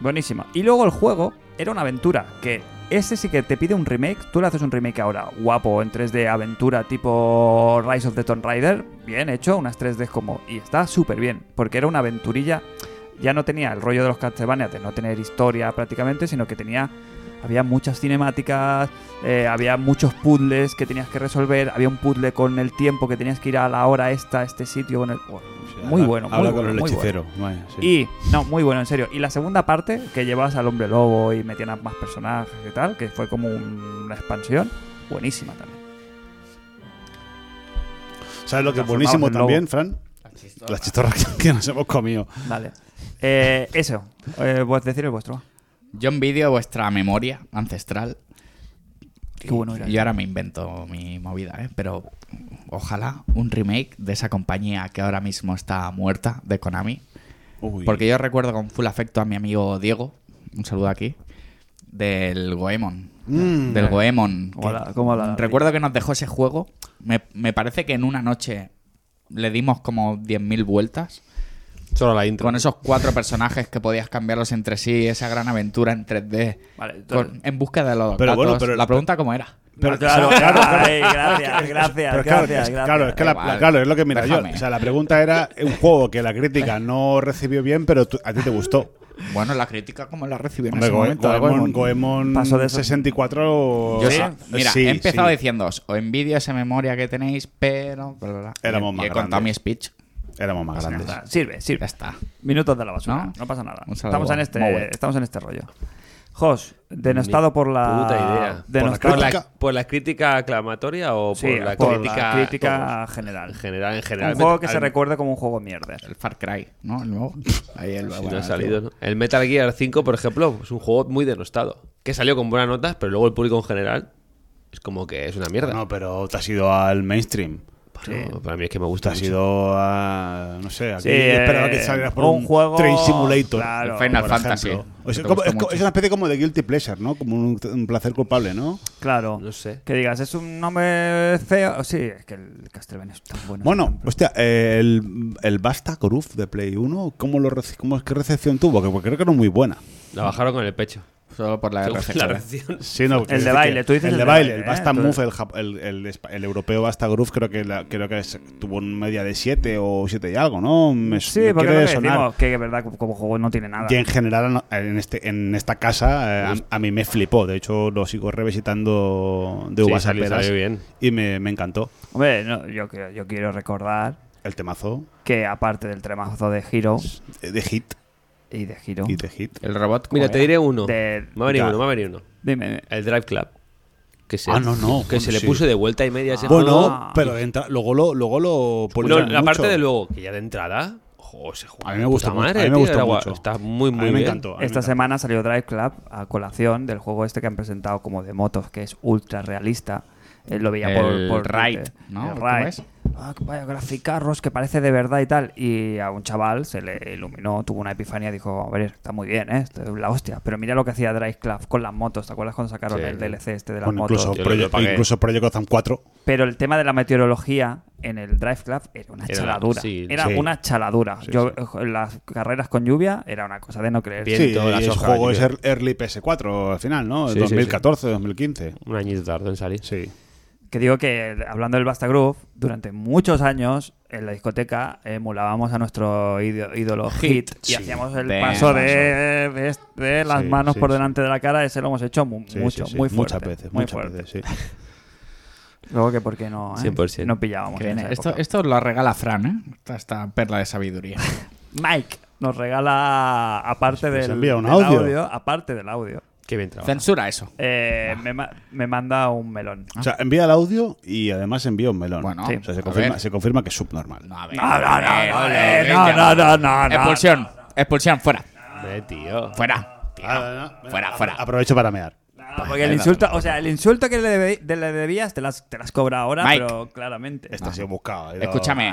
[SPEAKER 1] Buenísimo. Y luego el juego era una aventura, que ese sí que te pide un remake. Tú le haces un remake ahora, guapo, en 3D aventura tipo Rise of the Tomb Raider. Bien hecho, unas 3D como... Y está súper bien, porque era una aventurilla. Ya no tenía el rollo de los Castlevania de no tener historia prácticamente, sino que tenía... Había muchas cinemáticas, eh, había muchos puzzles que tenías que resolver, había un puzzle con el tiempo que tenías que ir a la hora esta, a este sitio, con el... Muy bueno, muy
[SPEAKER 4] Habla
[SPEAKER 1] bueno,
[SPEAKER 4] con el
[SPEAKER 1] muy bueno.
[SPEAKER 4] hechicero. Vale, sí.
[SPEAKER 1] Y, no, muy bueno, en serio. Y la segunda parte, que llevas al hombre lobo y metían a más personajes y tal, que fue como un- una expansión, buenísima también.
[SPEAKER 4] ¿Sabes lo que
[SPEAKER 1] transformabas
[SPEAKER 4] es buenísimo
[SPEAKER 1] en lobo.
[SPEAKER 4] también, Fran? Las chistorras que nos hemos comido.
[SPEAKER 1] Vale. Eh, eso, eh, vos decir el vuestro.
[SPEAKER 2] Yo envidio vuestra memoria ancestral.
[SPEAKER 1] Qué bueno era.
[SPEAKER 2] Yo ahora me invento mi movida, ¿eh? Pero ojalá un remake de esa compañía que ahora mismo está muerta, de Konami.
[SPEAKER 4] Uy.
[SPEAKER 2] Porque yo recuerdo con full afecto a mi amigo Diego, un saludo aquí, del Goemon.
[SPEAKER 4] Mm.
[SPEAKER 2] del Goemon.
[SPEAKER 1] ¿Cómo
[SPEAKER 2] que-
[SPEAKER 1] la- cómo la-
[SPEAKER 2] recuerdo que nos dejó ese juego. Me, me parece que en una noche le dimos como 10.000 vueltas.
[SPEAKER 3] Solo la intro.
[SPEAKER 2] Con esos cuatro personajes que podías cambiarlos entre sí, esa gran aventura en 3D.
[SPEAKER 1] Vale, entonces-
[SPEAKER 2] con- en busca de los
[SPEAKER 4] Pero
[SPEAKER 2] datos.
[SPEAKER 4] bueno, pero-
[SPEAKER 2] la pregunta cómo era.
[SPEAKER 1] Pero claro, claro, ay, gracias, gracias,
[SPEAKER 4] Pero claro,
[SPEAKER 1] gracias,
[SPEAKER 4] es,
[SPEAKER 1] gracias.
[SPEAKER 4] claro, es que la,
[SPEAKER 2] Igual.
[SPEAKER 4] la- claro, es lo que mira
[SPEAKER 2] Déjame.
[SPEAKER 4] yo. O sea, la pregunta era un juego que la crítica no recibió bien, pero tú- a ti te gustó.
[SPEAKER 2] Bueno, la crítica como la recibió en
[SPEAKER 4] Hombre,
[SPEAKER 2] ese
[SPEAKER 4] Go-
[SPEAKER 2] momento.
[SPEAKER 4] Goemon,
[SPEAKER 2] Goemon.
[SPEAKER 4] Goemon
[SPEAKER 1] Paso de eso.
[SPEAKER 4] 64.
[SPEAKER 2] Yo
[SPEAKER 4] o-
[SPEAKER 2] sí,
[SPEAKER 4] ah,
[SPEAKER 2] mira,
[SPEAKER 4] sí,
[SPEAKER 2] he empezado
[SPEAKER 4] sí.
[SPEAKER 2] diciendo, os envidio esa memoria que tenéis, pero... bla, bla, bla.
[SPEAKER 4] Éramos
[SPEAKER 2] Y-
[SPEAKER 4] más
[SPEAKER 2] y he contado
[SPEAKER 4] grandes.
[SPEAKER 2] mi speech.
[SPEAKER 4] Éramos más grandes.
[SPEAKER 1] Nada, Sirve,
[SPEAKER 2] Ya
[SPEAKER 1] sirve.
[SPEAKER 2] está.
[SPEAKER 1] Minutos de la basura, no,
[SPEAKER 2] ¿No?
[SPEAKER 1] pasa nada.
[SPEAKER 2] Un saludo.
[SPEAKER 1] Estamos en,
[SPEAKER 2] Muy bueno.
[SPEAKER 1] este, estamos en este rollo. Jos, denostado por la...
[SPEAKER 3] puta idea.
[SPEAKER 1] Denostado
[SPEAKER 3] ¿Por la, por la crítica aclamatoria o
[SPEAKER 1] Sí,
[SPEAKER 3] por la
[SPEAKER 1] por
[SPEAKER 3] crítica,
[SPEAKER 1] la crítica
[SPEAKER 3] en
[SPEAKER 1] general.
[SPEAKER 3] general? En general
[SPEAKER 1] Un juego que
[SPEAKER 3] Al-
[SPEAKER 1] se recuerda como un juego mierder.
[SPEAKER 2] El Far Cry, ¿no? El nuevo. Ahí el,
[SPEAKER 3] si no
[SPEAKER 2] bueno,
[SPEAKER 3] ha salido, ¿no? El Metal Gear 5, por ejemplo, es un juego muy denostado. que salió con buenas notas, pero luego el público en general es como que es una mierda.
[SPEAKER 4] No, pero te has ido al mainstream.
[SPEAKER 3] Pero para mí es que me
[SPEAKER 4] Te
[SPEAKER 3] gusta
[SPEAKER 4] has
[SPEAKER 3] mucho.
[SPEAKER 4] ido a. No sé, aquí
[SPEAKER 1] Sí,
[SPEAKER 4] esperaba
[SPEAKER 1] eh,
[SPEAKER 4] que salieras por
[SPEAKER 1] un
[SPEAKER 4] un,
[SPEAKER 1] juego-
[SPEAKER 4] Train Simulator.
[SPEAKER 1] claro,
[SPEAKER 4] por
[SPEAKER 2] Final
[SPEAKER 4] ejemplo.
[SPEAKER 2] Fantasy,
[SPEAKER 4] O sea,
[SPEAKER 2] que te
[SPEAKER 4] como-
[SPEAKER 2] gusta
[SPEAKER 4] es, co-
[SPEAKER 2] mucho.
[SPEAKER 4] es una especie como de guilty pleasure, ¿no? Como un, un placer culpable, ¿no?
[SPEAKER 1] Claro.
[SPEAKER 3] No sé.
[SPEAKER 1] Que digas, es un nombre feo. Sí, es que el Castlevania es tan bueno.
[SPEAKER 4] Bueno, hostia, eh, el, el Basta Groove de Play 1, ¿cómo lo rece- cómo, es- ¿qué recepción tuvo? Que porque creo que no muy buena.
[SPEAKER 3] La bajaron con el pecho.
[SPEAKER 2] Solo por la
[SPEAKER 3] Según
[SPEAKER 2] RG.
[SPEAKER 3] la reacción.
[SPEAKER 4] Sí, no, porque
[SPEAKER 1] El de
[SPEAKER 4] dice que-
[SPEAKER 1] baile, tú dices
[SPEAKER 4] el
[SPEAKER 1] el
[SPEAKER 4] de
[SPEAKER 1] de
[SPEAKER 4] baile,
[SPEAKER 1] baile,
[SPEAKER 4] el
[SPEAKER 1] ¿eh?
[SPEAKER 4] Basta
[SPEAKER 1] Tú-
[SPEAKER 4] Move, el, jap- el- el espa- el europeo Basta Groove, creo que, la- creo que es- tuvo un media de 7 o 7 y algo, ¿no? Me,
[SPEAKER 1] sí,
[SPEAKER 4] me
[SPEAKER 1] porque
[SPEAKER 4] quiere
[SPEAKER 1] lo que
[SPEAKER 4] sonar.
[SPEAKER 1] decimos, que es verdad, como- como juego no tiene nada.
[SPEAKER 4] Y en general en, este, en esta casa eh, a, a mí me flipó. De hecho, lo sigo revisitando de
[SPEAKER 3] Sí,
[SPEAKER 4] uvas a
[SPEAKER 3] salió-
[SPEAKER 4] peras
[SPEAKER 3] salió bien.
[SPEAKER 4] y me, me encantó
[SPEAKER 1] Hombre, no, yo, quiero- yo quiero recordar
[SPEAKER 4] el temazo
[SPEAKER 1] que aparte del tremazo de Hero
[SPEAKER 4] eh, de hit
[SPEAKER 1] y de Hero.
[SPEAKER 4] y de hit.
[SPEAKER 2] El robot.
[SPEAKER 3] Mira, te
[SPEAKER 2] joder.
[SPEAKER 3] diré uno.
[SPEAKER 1] de-
[SPEAKER 3] Me ha venido
[SPEAKER 4] Ya.
[SPEAKER 3] uno, me ha venido uno.
[SPEAKER 1] Dime, dime.
[SPEAKER 3] El Drive Club. Que se,
[SPEAKER 4] Ah, no, no,
[SPEAKER 3] Que
[SPEAKER 4] bueno,
[SPEAKER 3] se le
[SPEAKER 4] sí.
[SPEAKER 3] puso de vuelta y media. a ese
[SPEAKER 4] Bueno,
[SPEAKER 3] juego.
[SPEAKER 4] pero de entra- luego lo, luego lo
[SPEAKER 3] Ah. No,
[SPEAKER 4] ponían
[SPEAKER 3] la
[SPEAKER 4] mucho.
[SPEAKER 3] parte de luego, que ya de entrada. Ojo, se juega.
[SPEAKER 4] A mí
[SPEAKER 3] de
[SPEAKER 4] me gustó
[SPEAKER 3] puta
[SPEAKER 4] mucho,
[SPEAKER 3] madre,
[SPEAKER 4] a mí me
[SPEAKER 3] tío,
[SPEAKER 4] gustó
[SPEAKER 3] era guay.
[SPEAKER 4] mucho.
[SPEAKER 3] Está muy, muy
[SPEAKER 4] A mí me
[SPEAKER 3] bien.
[SPEAKER 4] encantó. a
[SPEAKER 1] Esta
[SPEAKER 4] mí me encantó.
[SPEAKER 1] semana salió Drive Club a colación del juego este que han presentado como de motos, que es ultra realista. Eh, lo veía
[SPEAKER 2] El
[SPEAKER 1] por, por
[SPEAKER 2] Ride,
[SPEAKER 1] Twitter.
[SPEAKER 2] ¿no?
[SPEAKER 1] El
[SPEAKER 2] ¿Cómo
[SPEAKER 1] Ride.
[SPEAKER 2] es?
[SPEAKER 1] Ah, que vaya graficarros, que parece de verdad y tal. Y a un chaval se le iluminó, tuvo una epifanía, dijo, a ver, está muy bien, ¿eh? Esto es la hostia. Pero mira lo que hacía Drive Club con las motos, ¿te acuerdas cuando sacaron
[SPEAKER 3] Sí.
[SPEAKER 1] el DLC este de las
[SPEAKER 4] Bueno,
[SPEAKER 1] motos?
[SPEAKER 4] incluso,
[SPEAKER 3] Yo lo
[SPEAKER 4] Proye-
[SPEAKER 3] pagué.
[SPEAKER 4] incluso Project Gotham 4.
[SPEAKER 1] Pero el tema de la meteorología en el Drive Club era una
[SPEAKER 3] Era-
[SPEAKER 1] chaladura.
[SPEAKER 3] sí,
[SPEAKER 1] era
[SPEAKER 4] sí.
[SPEAKER 1] una chaladura.
[SPEAKER 4] Sí,
[SPEAKER 1] Yo, eh, Las carreras con lluvia era una cosa de no creer.
[SPEAKER 3] Bien.
[SPEAKER 4] Sí,
[SPEAKER 3] todas las
[SPEAKER 4] el
[SPEAKER 3] hojas,
[SPEAKER 4] juego
[SPEAKER 3] yo
[SPEAKER 4] es
[SPEAKER 3] creo.
[SPEAKER 4] ear- early PS4 al final, ¿no?
[SPEAKER 3] Sí, sí, sí.
[SPEAKER 4] 2014, 2015.
[SPEAKER 3] Un añito tardó en salir.
[SPEAKER 4] Sí.
[SPEAKER 1] Que digo que, hablando del Basta Groove, durante muchos años en la discoteca emulábamos a nuestro ído- ídolo Hit, y hacíamos el
[SPEAKER 2] De
[SPEAKER 1] paso
[SPEAKER 2] paso.
[SPEAKER 1] de, de est- de las
[SPEAKER 4] Sí,
[SPEAKER 1] manos
[SPEAKER 4] sí,
[SPEAKER 1] por
[SPEAKER 4] sí.
[SPEAKER 1] delante de la cara. Ese lo hemos hecho mu-
[SPEAKER 4] Sí,
[SPEAKER 1] mucho,
[SPEAKER 4] sí, sí.
[SPEAKER 1] muy fuerte.
[SPEAKER 4] Muchas veces,
[SPEAKER 1] muy
[SPEAKER 4] muchas
[SPEAKER 1] fuerte.
[SPEAKER 4] veces, sí.
[SPEAKER 1] Luego que porque no, eh?
[SPEAKER 3] 100%.
[SPEAKER 1] no pillábamos.
[SPEAKER 2] Que
[SPEAKER 1] en esa
[SPEAKER 2] esto,
[SPEAKER 1] época.
[SPEAKER 2] esto lo regala Fran, ¿eh? Esta, esta perla de sabiduría.
[SPEAKER 1] Mike nos regala, aparte
[SPEAKER 4] Pues
[SPEAKER 1] del,
[SPEAKER 4] envía un
[SPEAKER 1] del
[SPEAKER 4] audio.
[SPEAKER 1] aparte del audio,
[SPEAKER 3] Qué bien trabajado.
[SPEAKER 2] Censura eso.
[SPEAKER 1] eh, me, ma- me manda un melón.
[SPEAKER 4] O sea, envía el audio y además envía un melón.
[SPEAKER 2] Bueno,
[SPEAKER 1] Sí.
[SPEAKER 4] O sea, se
[SPEAKER 2] a
[SPEAKER 4] confirma,
[SPEAKER 2] ver.
[SPEAKER 4] se confirma que es subnormal.
[SPEAKER 2] No, a ver.
[SPEAKER 1] No, no, no,
[SPEAKER 2] Eh,
[SPEAKER 1] no,
[SPEAKER 2] ole,
[SPEAKER 1] eh,
[SPEAKER 2] venga.
[SPEAKER 1] no, no, no, no,
[SPEAKER 2] Expulsión. Expulsión, fuera.
[SPEAKER 3] Hombre, tío.
[SPEAKER 2] Fuera. tío. Fuera, fuera.
[SPEAKER 4] Aprovecho para mear.
[SPEAKER 1] Ah, Porque el insulto, o sea, el insulto que le, debe- de- le debías te las, te las cobra ahora,
[SPEAKER 2] Mike.
[SPEAKER 1] pero claramente.
[SPEAKER 4] Este ha sido buscado. eh,
[SPEAKER 2] Escúchame.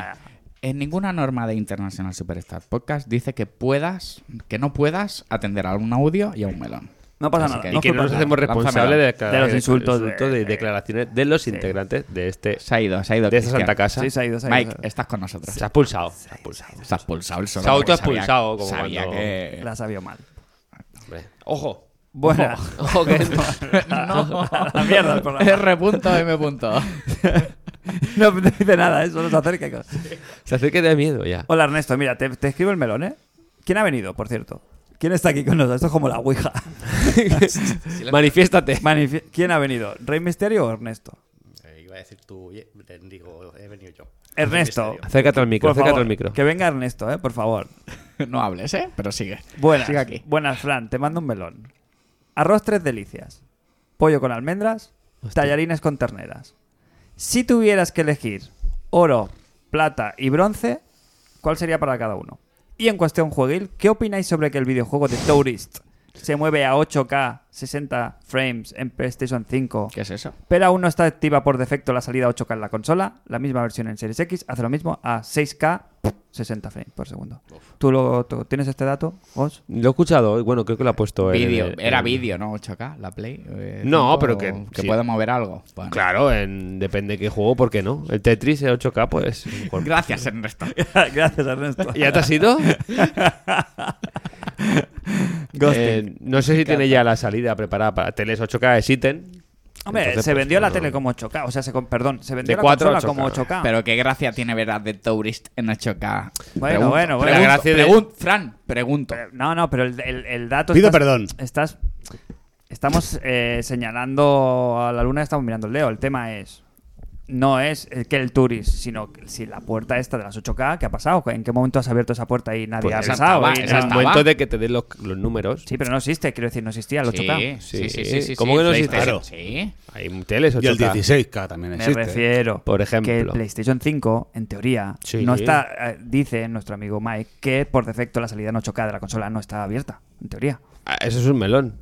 [SPEAKER 2] En ninguna norma de International Superstar Podcast dice que puedas, que no puedas atender a un audio y a un melón.
[SPEAKER 1] No pasa
[SPEAKER 2] Así
[SPEAKER 1] nada.
[SPEAKER 2] que-
[SPEAKER 1] no
[SPEAKER 3] Y
[SPEAKER 1] es
[SPEAKER 3] que no
[SPEAKER 1] culpa
[SPEAKER 3] nos
[SPEAKER 1] mía.
[SPEAKER 3] hacemos
[SPEAKER 2] Lánzamela.
[SPEAKER 3] responsables de, declarar-
[SPEAKER 1] De los insultos,
[SPEAKER 3] insultos
[SPEAKER 1] de-
[SPEAKER 3] de declaraciones de los integrantes de este
[SPEAKER 2] Se ha ido, se ha ido.
[SPEAKER 3] de esta
[SPEAKER 2] Cristian.
[SPEAKER 3] santa casa.
[SPEAKER 1] Sí, se ha ido, se ha ido.
[SPEAKER 2] Mike, estás con nosotros.
[SPEAKER 3] Se ha expulsado. Se ha expulsado.
[SPEAKER 2] Se ha expulsado el solo.
[SPEAKER 3] Se ha
[SPEAKER 2] porque sabía-
[SPEAKER 3] autoexpulsado, como
[SPEAKER 2] Sabía
[SPEAKER 3] cuando-
[SPEAKER 2] que.
[SPEAKER 1] La sabió mal.
[SPEAKER 3] Hombre. Ojo.
[SPEAKER 1] Bueno,
[SPEAKER 3] Ojo que
[SPEAKER 2] No.
[SPEAKER 1] la mierda del programa.
[SPEAKER 2] R.M.
[SPEAKER 1] no te dice nada, eso nos acerca. y cosas.
[SPEAKER 3] se hace que da miedo ya.
[SPEAKER 1] Hola Ernesto, mira, te, te escribo el melón, ¿eh? ¿Quién ha venido, por cierto? ¿Quién está aquí con nosotros? Esto es como la Ouija.
[SPEAKER 3] Manifiéstate.
[SPEAKER 1] Manifi- ¿Quién ha venido? ¿Rey Misterio o Ernesto?
[SPEAKER 8] Eh, iba a decir tú, digo, he venido yo.
[SPEAKER 1] Ernesto.
[SPEAKER 3] Acércate al micro,
[SPEAKER 1] Por
[SPEAKER 3] acércate
[SPEAKER 1] favor,
[SPEAKER 3] al micro.
[SPEAKER 1] Que venga Ernesto, ¿eh? Por favor.
[SPEAKER 2] No hables, ¿eh? Pero sigue.
[SPEAKER 1] Buenas,
[SPEAKER 2] Sigue aquí.
[SPEAKER 1] buenas, Fran, te mando un melón. Arroz tres delicias, pollo con almendras, tallarines con terneras. Si tuvieras que elegir oro, plata y bronce, ¿cuál sería para cada uno? Y en cuestión jueguil, ¿qué opináis sobre que el videojuego de Tourist se mueve a 8K 60 frames en PlayStation 5?
[SPEAKER 2] ¿Qué es eso?
[SPEAKER 1] Pero aún no está activa por defecto la salida 8K en la consola. La misma versión en Series X hace lo mismo a 6K 60 frames por segundo. ¿Tú lo tú- tienes este dato, Os?
[SPEAKER 3] Lo he escuchado, bueno, creo que lo ha puesto en-
[SPEAKER 2] Vídeo.
[SPEAKER 3] en-
[SPEAKER 2] Era
[SPEAKER 3] en-
[SPEAKER 2] vídeo, ¿no? 8K, la Play. eh,
[SPEAKER 3] No,
[SPEAKER 2] cinco,
[SPEAKER 3] pero que-
[SPEAKER 2] Que
[SPEAKER 3] sí.
[SPEAKER 2] puede mover algo. Bueno.
[SPEAKER 3] Claro, en, depende de qué juego, ¿por qué no? El Tetris el 8K, pues. mejor.
[SPEAKER 2] Gracias, Ernesto.
[SPEAKER 1] Gracias, Ernesto.
[SPEAKER 3] ¿Ya te has ido?
[SPEAKER 1] Ghosting.
[SPEAKER 3] Eh, no sé si tiene ya la salida preparada para teles 8K de Siten.
[SPEAKER 1] Hombre,
[SPEAKER 3] Entonces,
[SPEAKER 1] se
[SPEAKER 3] pues,
[SPEAKER 1] vendió la
[SPEAKER 3] no.
[SPEAKER 1] tele como 8K. O sea, se, con- perdón, se vendió
[SPEAKER 3] De
[SPEAKER 1] la
[SPEAKER 3] 4 a
[SPEAKER 1] consola como
[SPEAKER 3] 8K.
[SPEAKER 1] 8K.
[SPEAKER 2] Pero qué gracia tiene ver a The Tourist en 8K.
[SPEAKER 1] Bueno, bueno, bueno.
[SPEAKER 2] Pregunto,
[SPEAKER 3] La gracia de-
[SPEAKER 2] pregun- Fran, pregunto.
[SPEAKER 1] Pero- No, no, pero el, el- el dato...
[SPEAKER 4] Pido perdón.
[SPEAKER 1] Estás, estamos eh, señalando a la luna, estamos mirando el dedo. El tema es... No es eh, que el Turis, sino que si la puerta esta de las 8K, ¿qué ha pasado? ¿En qué momento has abierto esa puerta y nadie
[SPEAKER 2] Pues
[SPEAKER 1] ha
[SPEAKER 2] esa
[SPEAKER 1] pasado?
[SPEAKER 2] estaba,
[SPEAKER 1] Y
[SPEAKER 2] esa
[SPEAKER 1] no-
[SPEAKER 3] En el
[SPEAKER 2] estaba.
[SPEAKER 3] momento de que te den los, los números,
[SPEAKER 1] Sí, pero no existe, quiero decir, no existía el 8K.
[SPEAKER 2] Sí, sí, sí.
[SPEAKER 3] Sí.
[SPEAKER 2] sí, sí
[SPEAKER 3] ¿Cómo que no
[SPEAKER 2] sí,
[SPEAKER 3] existe?
[SPEAKER 2] PlayStation,
[SPEAKER 4] Claro.
[SPEAKER 2] Sí.
[SPEAKER 3] hay teles 8K.
[SPEAKER 4] Y el 16K también
[SPEAKER 1] Me
[SPEAKER 4] existe. ¿eh?
[SPEAKER 1] refiero
[SPEAKER 3] Por ejemplo.
[SPEAKER 1] que el PlayStation 5, en teoría,
[SPEAKER 3] Sí.
[SPEAKER 1] no está. eh, dice nuestro amigo Mike que por defecto la salida en 8K de la consola no está abierta. En teoría.
[SPEAKER 3] Ah, Eso es un melón.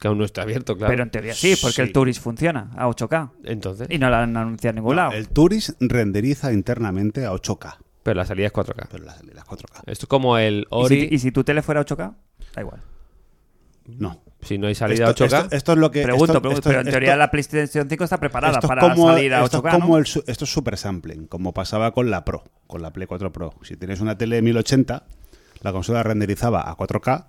[SPEAKER 3] que aún no está abierto, claro.
[SPEAKER 1] Pero en teoría sí, porque el
[SPEAKER 4] Sí. Eh.
[SPEAKER 1] Tourist funciona a 8K.
[SPEAKER 3] Entonces,
[SPEAKER 1] Y no la han anunciado en ningún lado.
[SPEAKER 4] El Tourist renderiza internamente a 8K,
[SPEAKER 3] pero la salida es 4K.
[SPEAKER 4] pero las, las 4K.
[SPEAKER 3] Esto es como el
[SPEAKER 1] ¿Y,
[SPEAKER 3] Ori.
[SPEAKER 1] si, y si tu tele fuera 8K, da igual.
[SPEAKER 4] No.
[SPEAKER 3] Si no hay salida
[SPEAKER 4] esto,
[SPEAKER 3] 8K.
[SPEAKER 4] esto- esto es lo que.
[SPEAKER 1] Pregunto,
[SPEAKER 4] Eh, esto-
[SPEAKER 1] pregunto,
[SPEAKER 4] esto-
[SPEAKER 1] pero en
[SPEAKER 4] esto-
[SPEAKER 1] teoría la PlayStation 5 está preparada
[SPEAKER 4] esto es
[SPEAKER 1] para
[SPEAKER 4] como-
[SPEAKER 1] salir a
[SPEAKER 4] esto es
[SPEAKER 1] 8K.
[SPEAKER 4] como
[SPEAKER 1] ¿no?
[SPEAKER 4] el su- esto es super sampling, como pasaba con la Pro, con la Play 4 Pro. Si tienes una tele de 1080, la consola renderizaba a 4K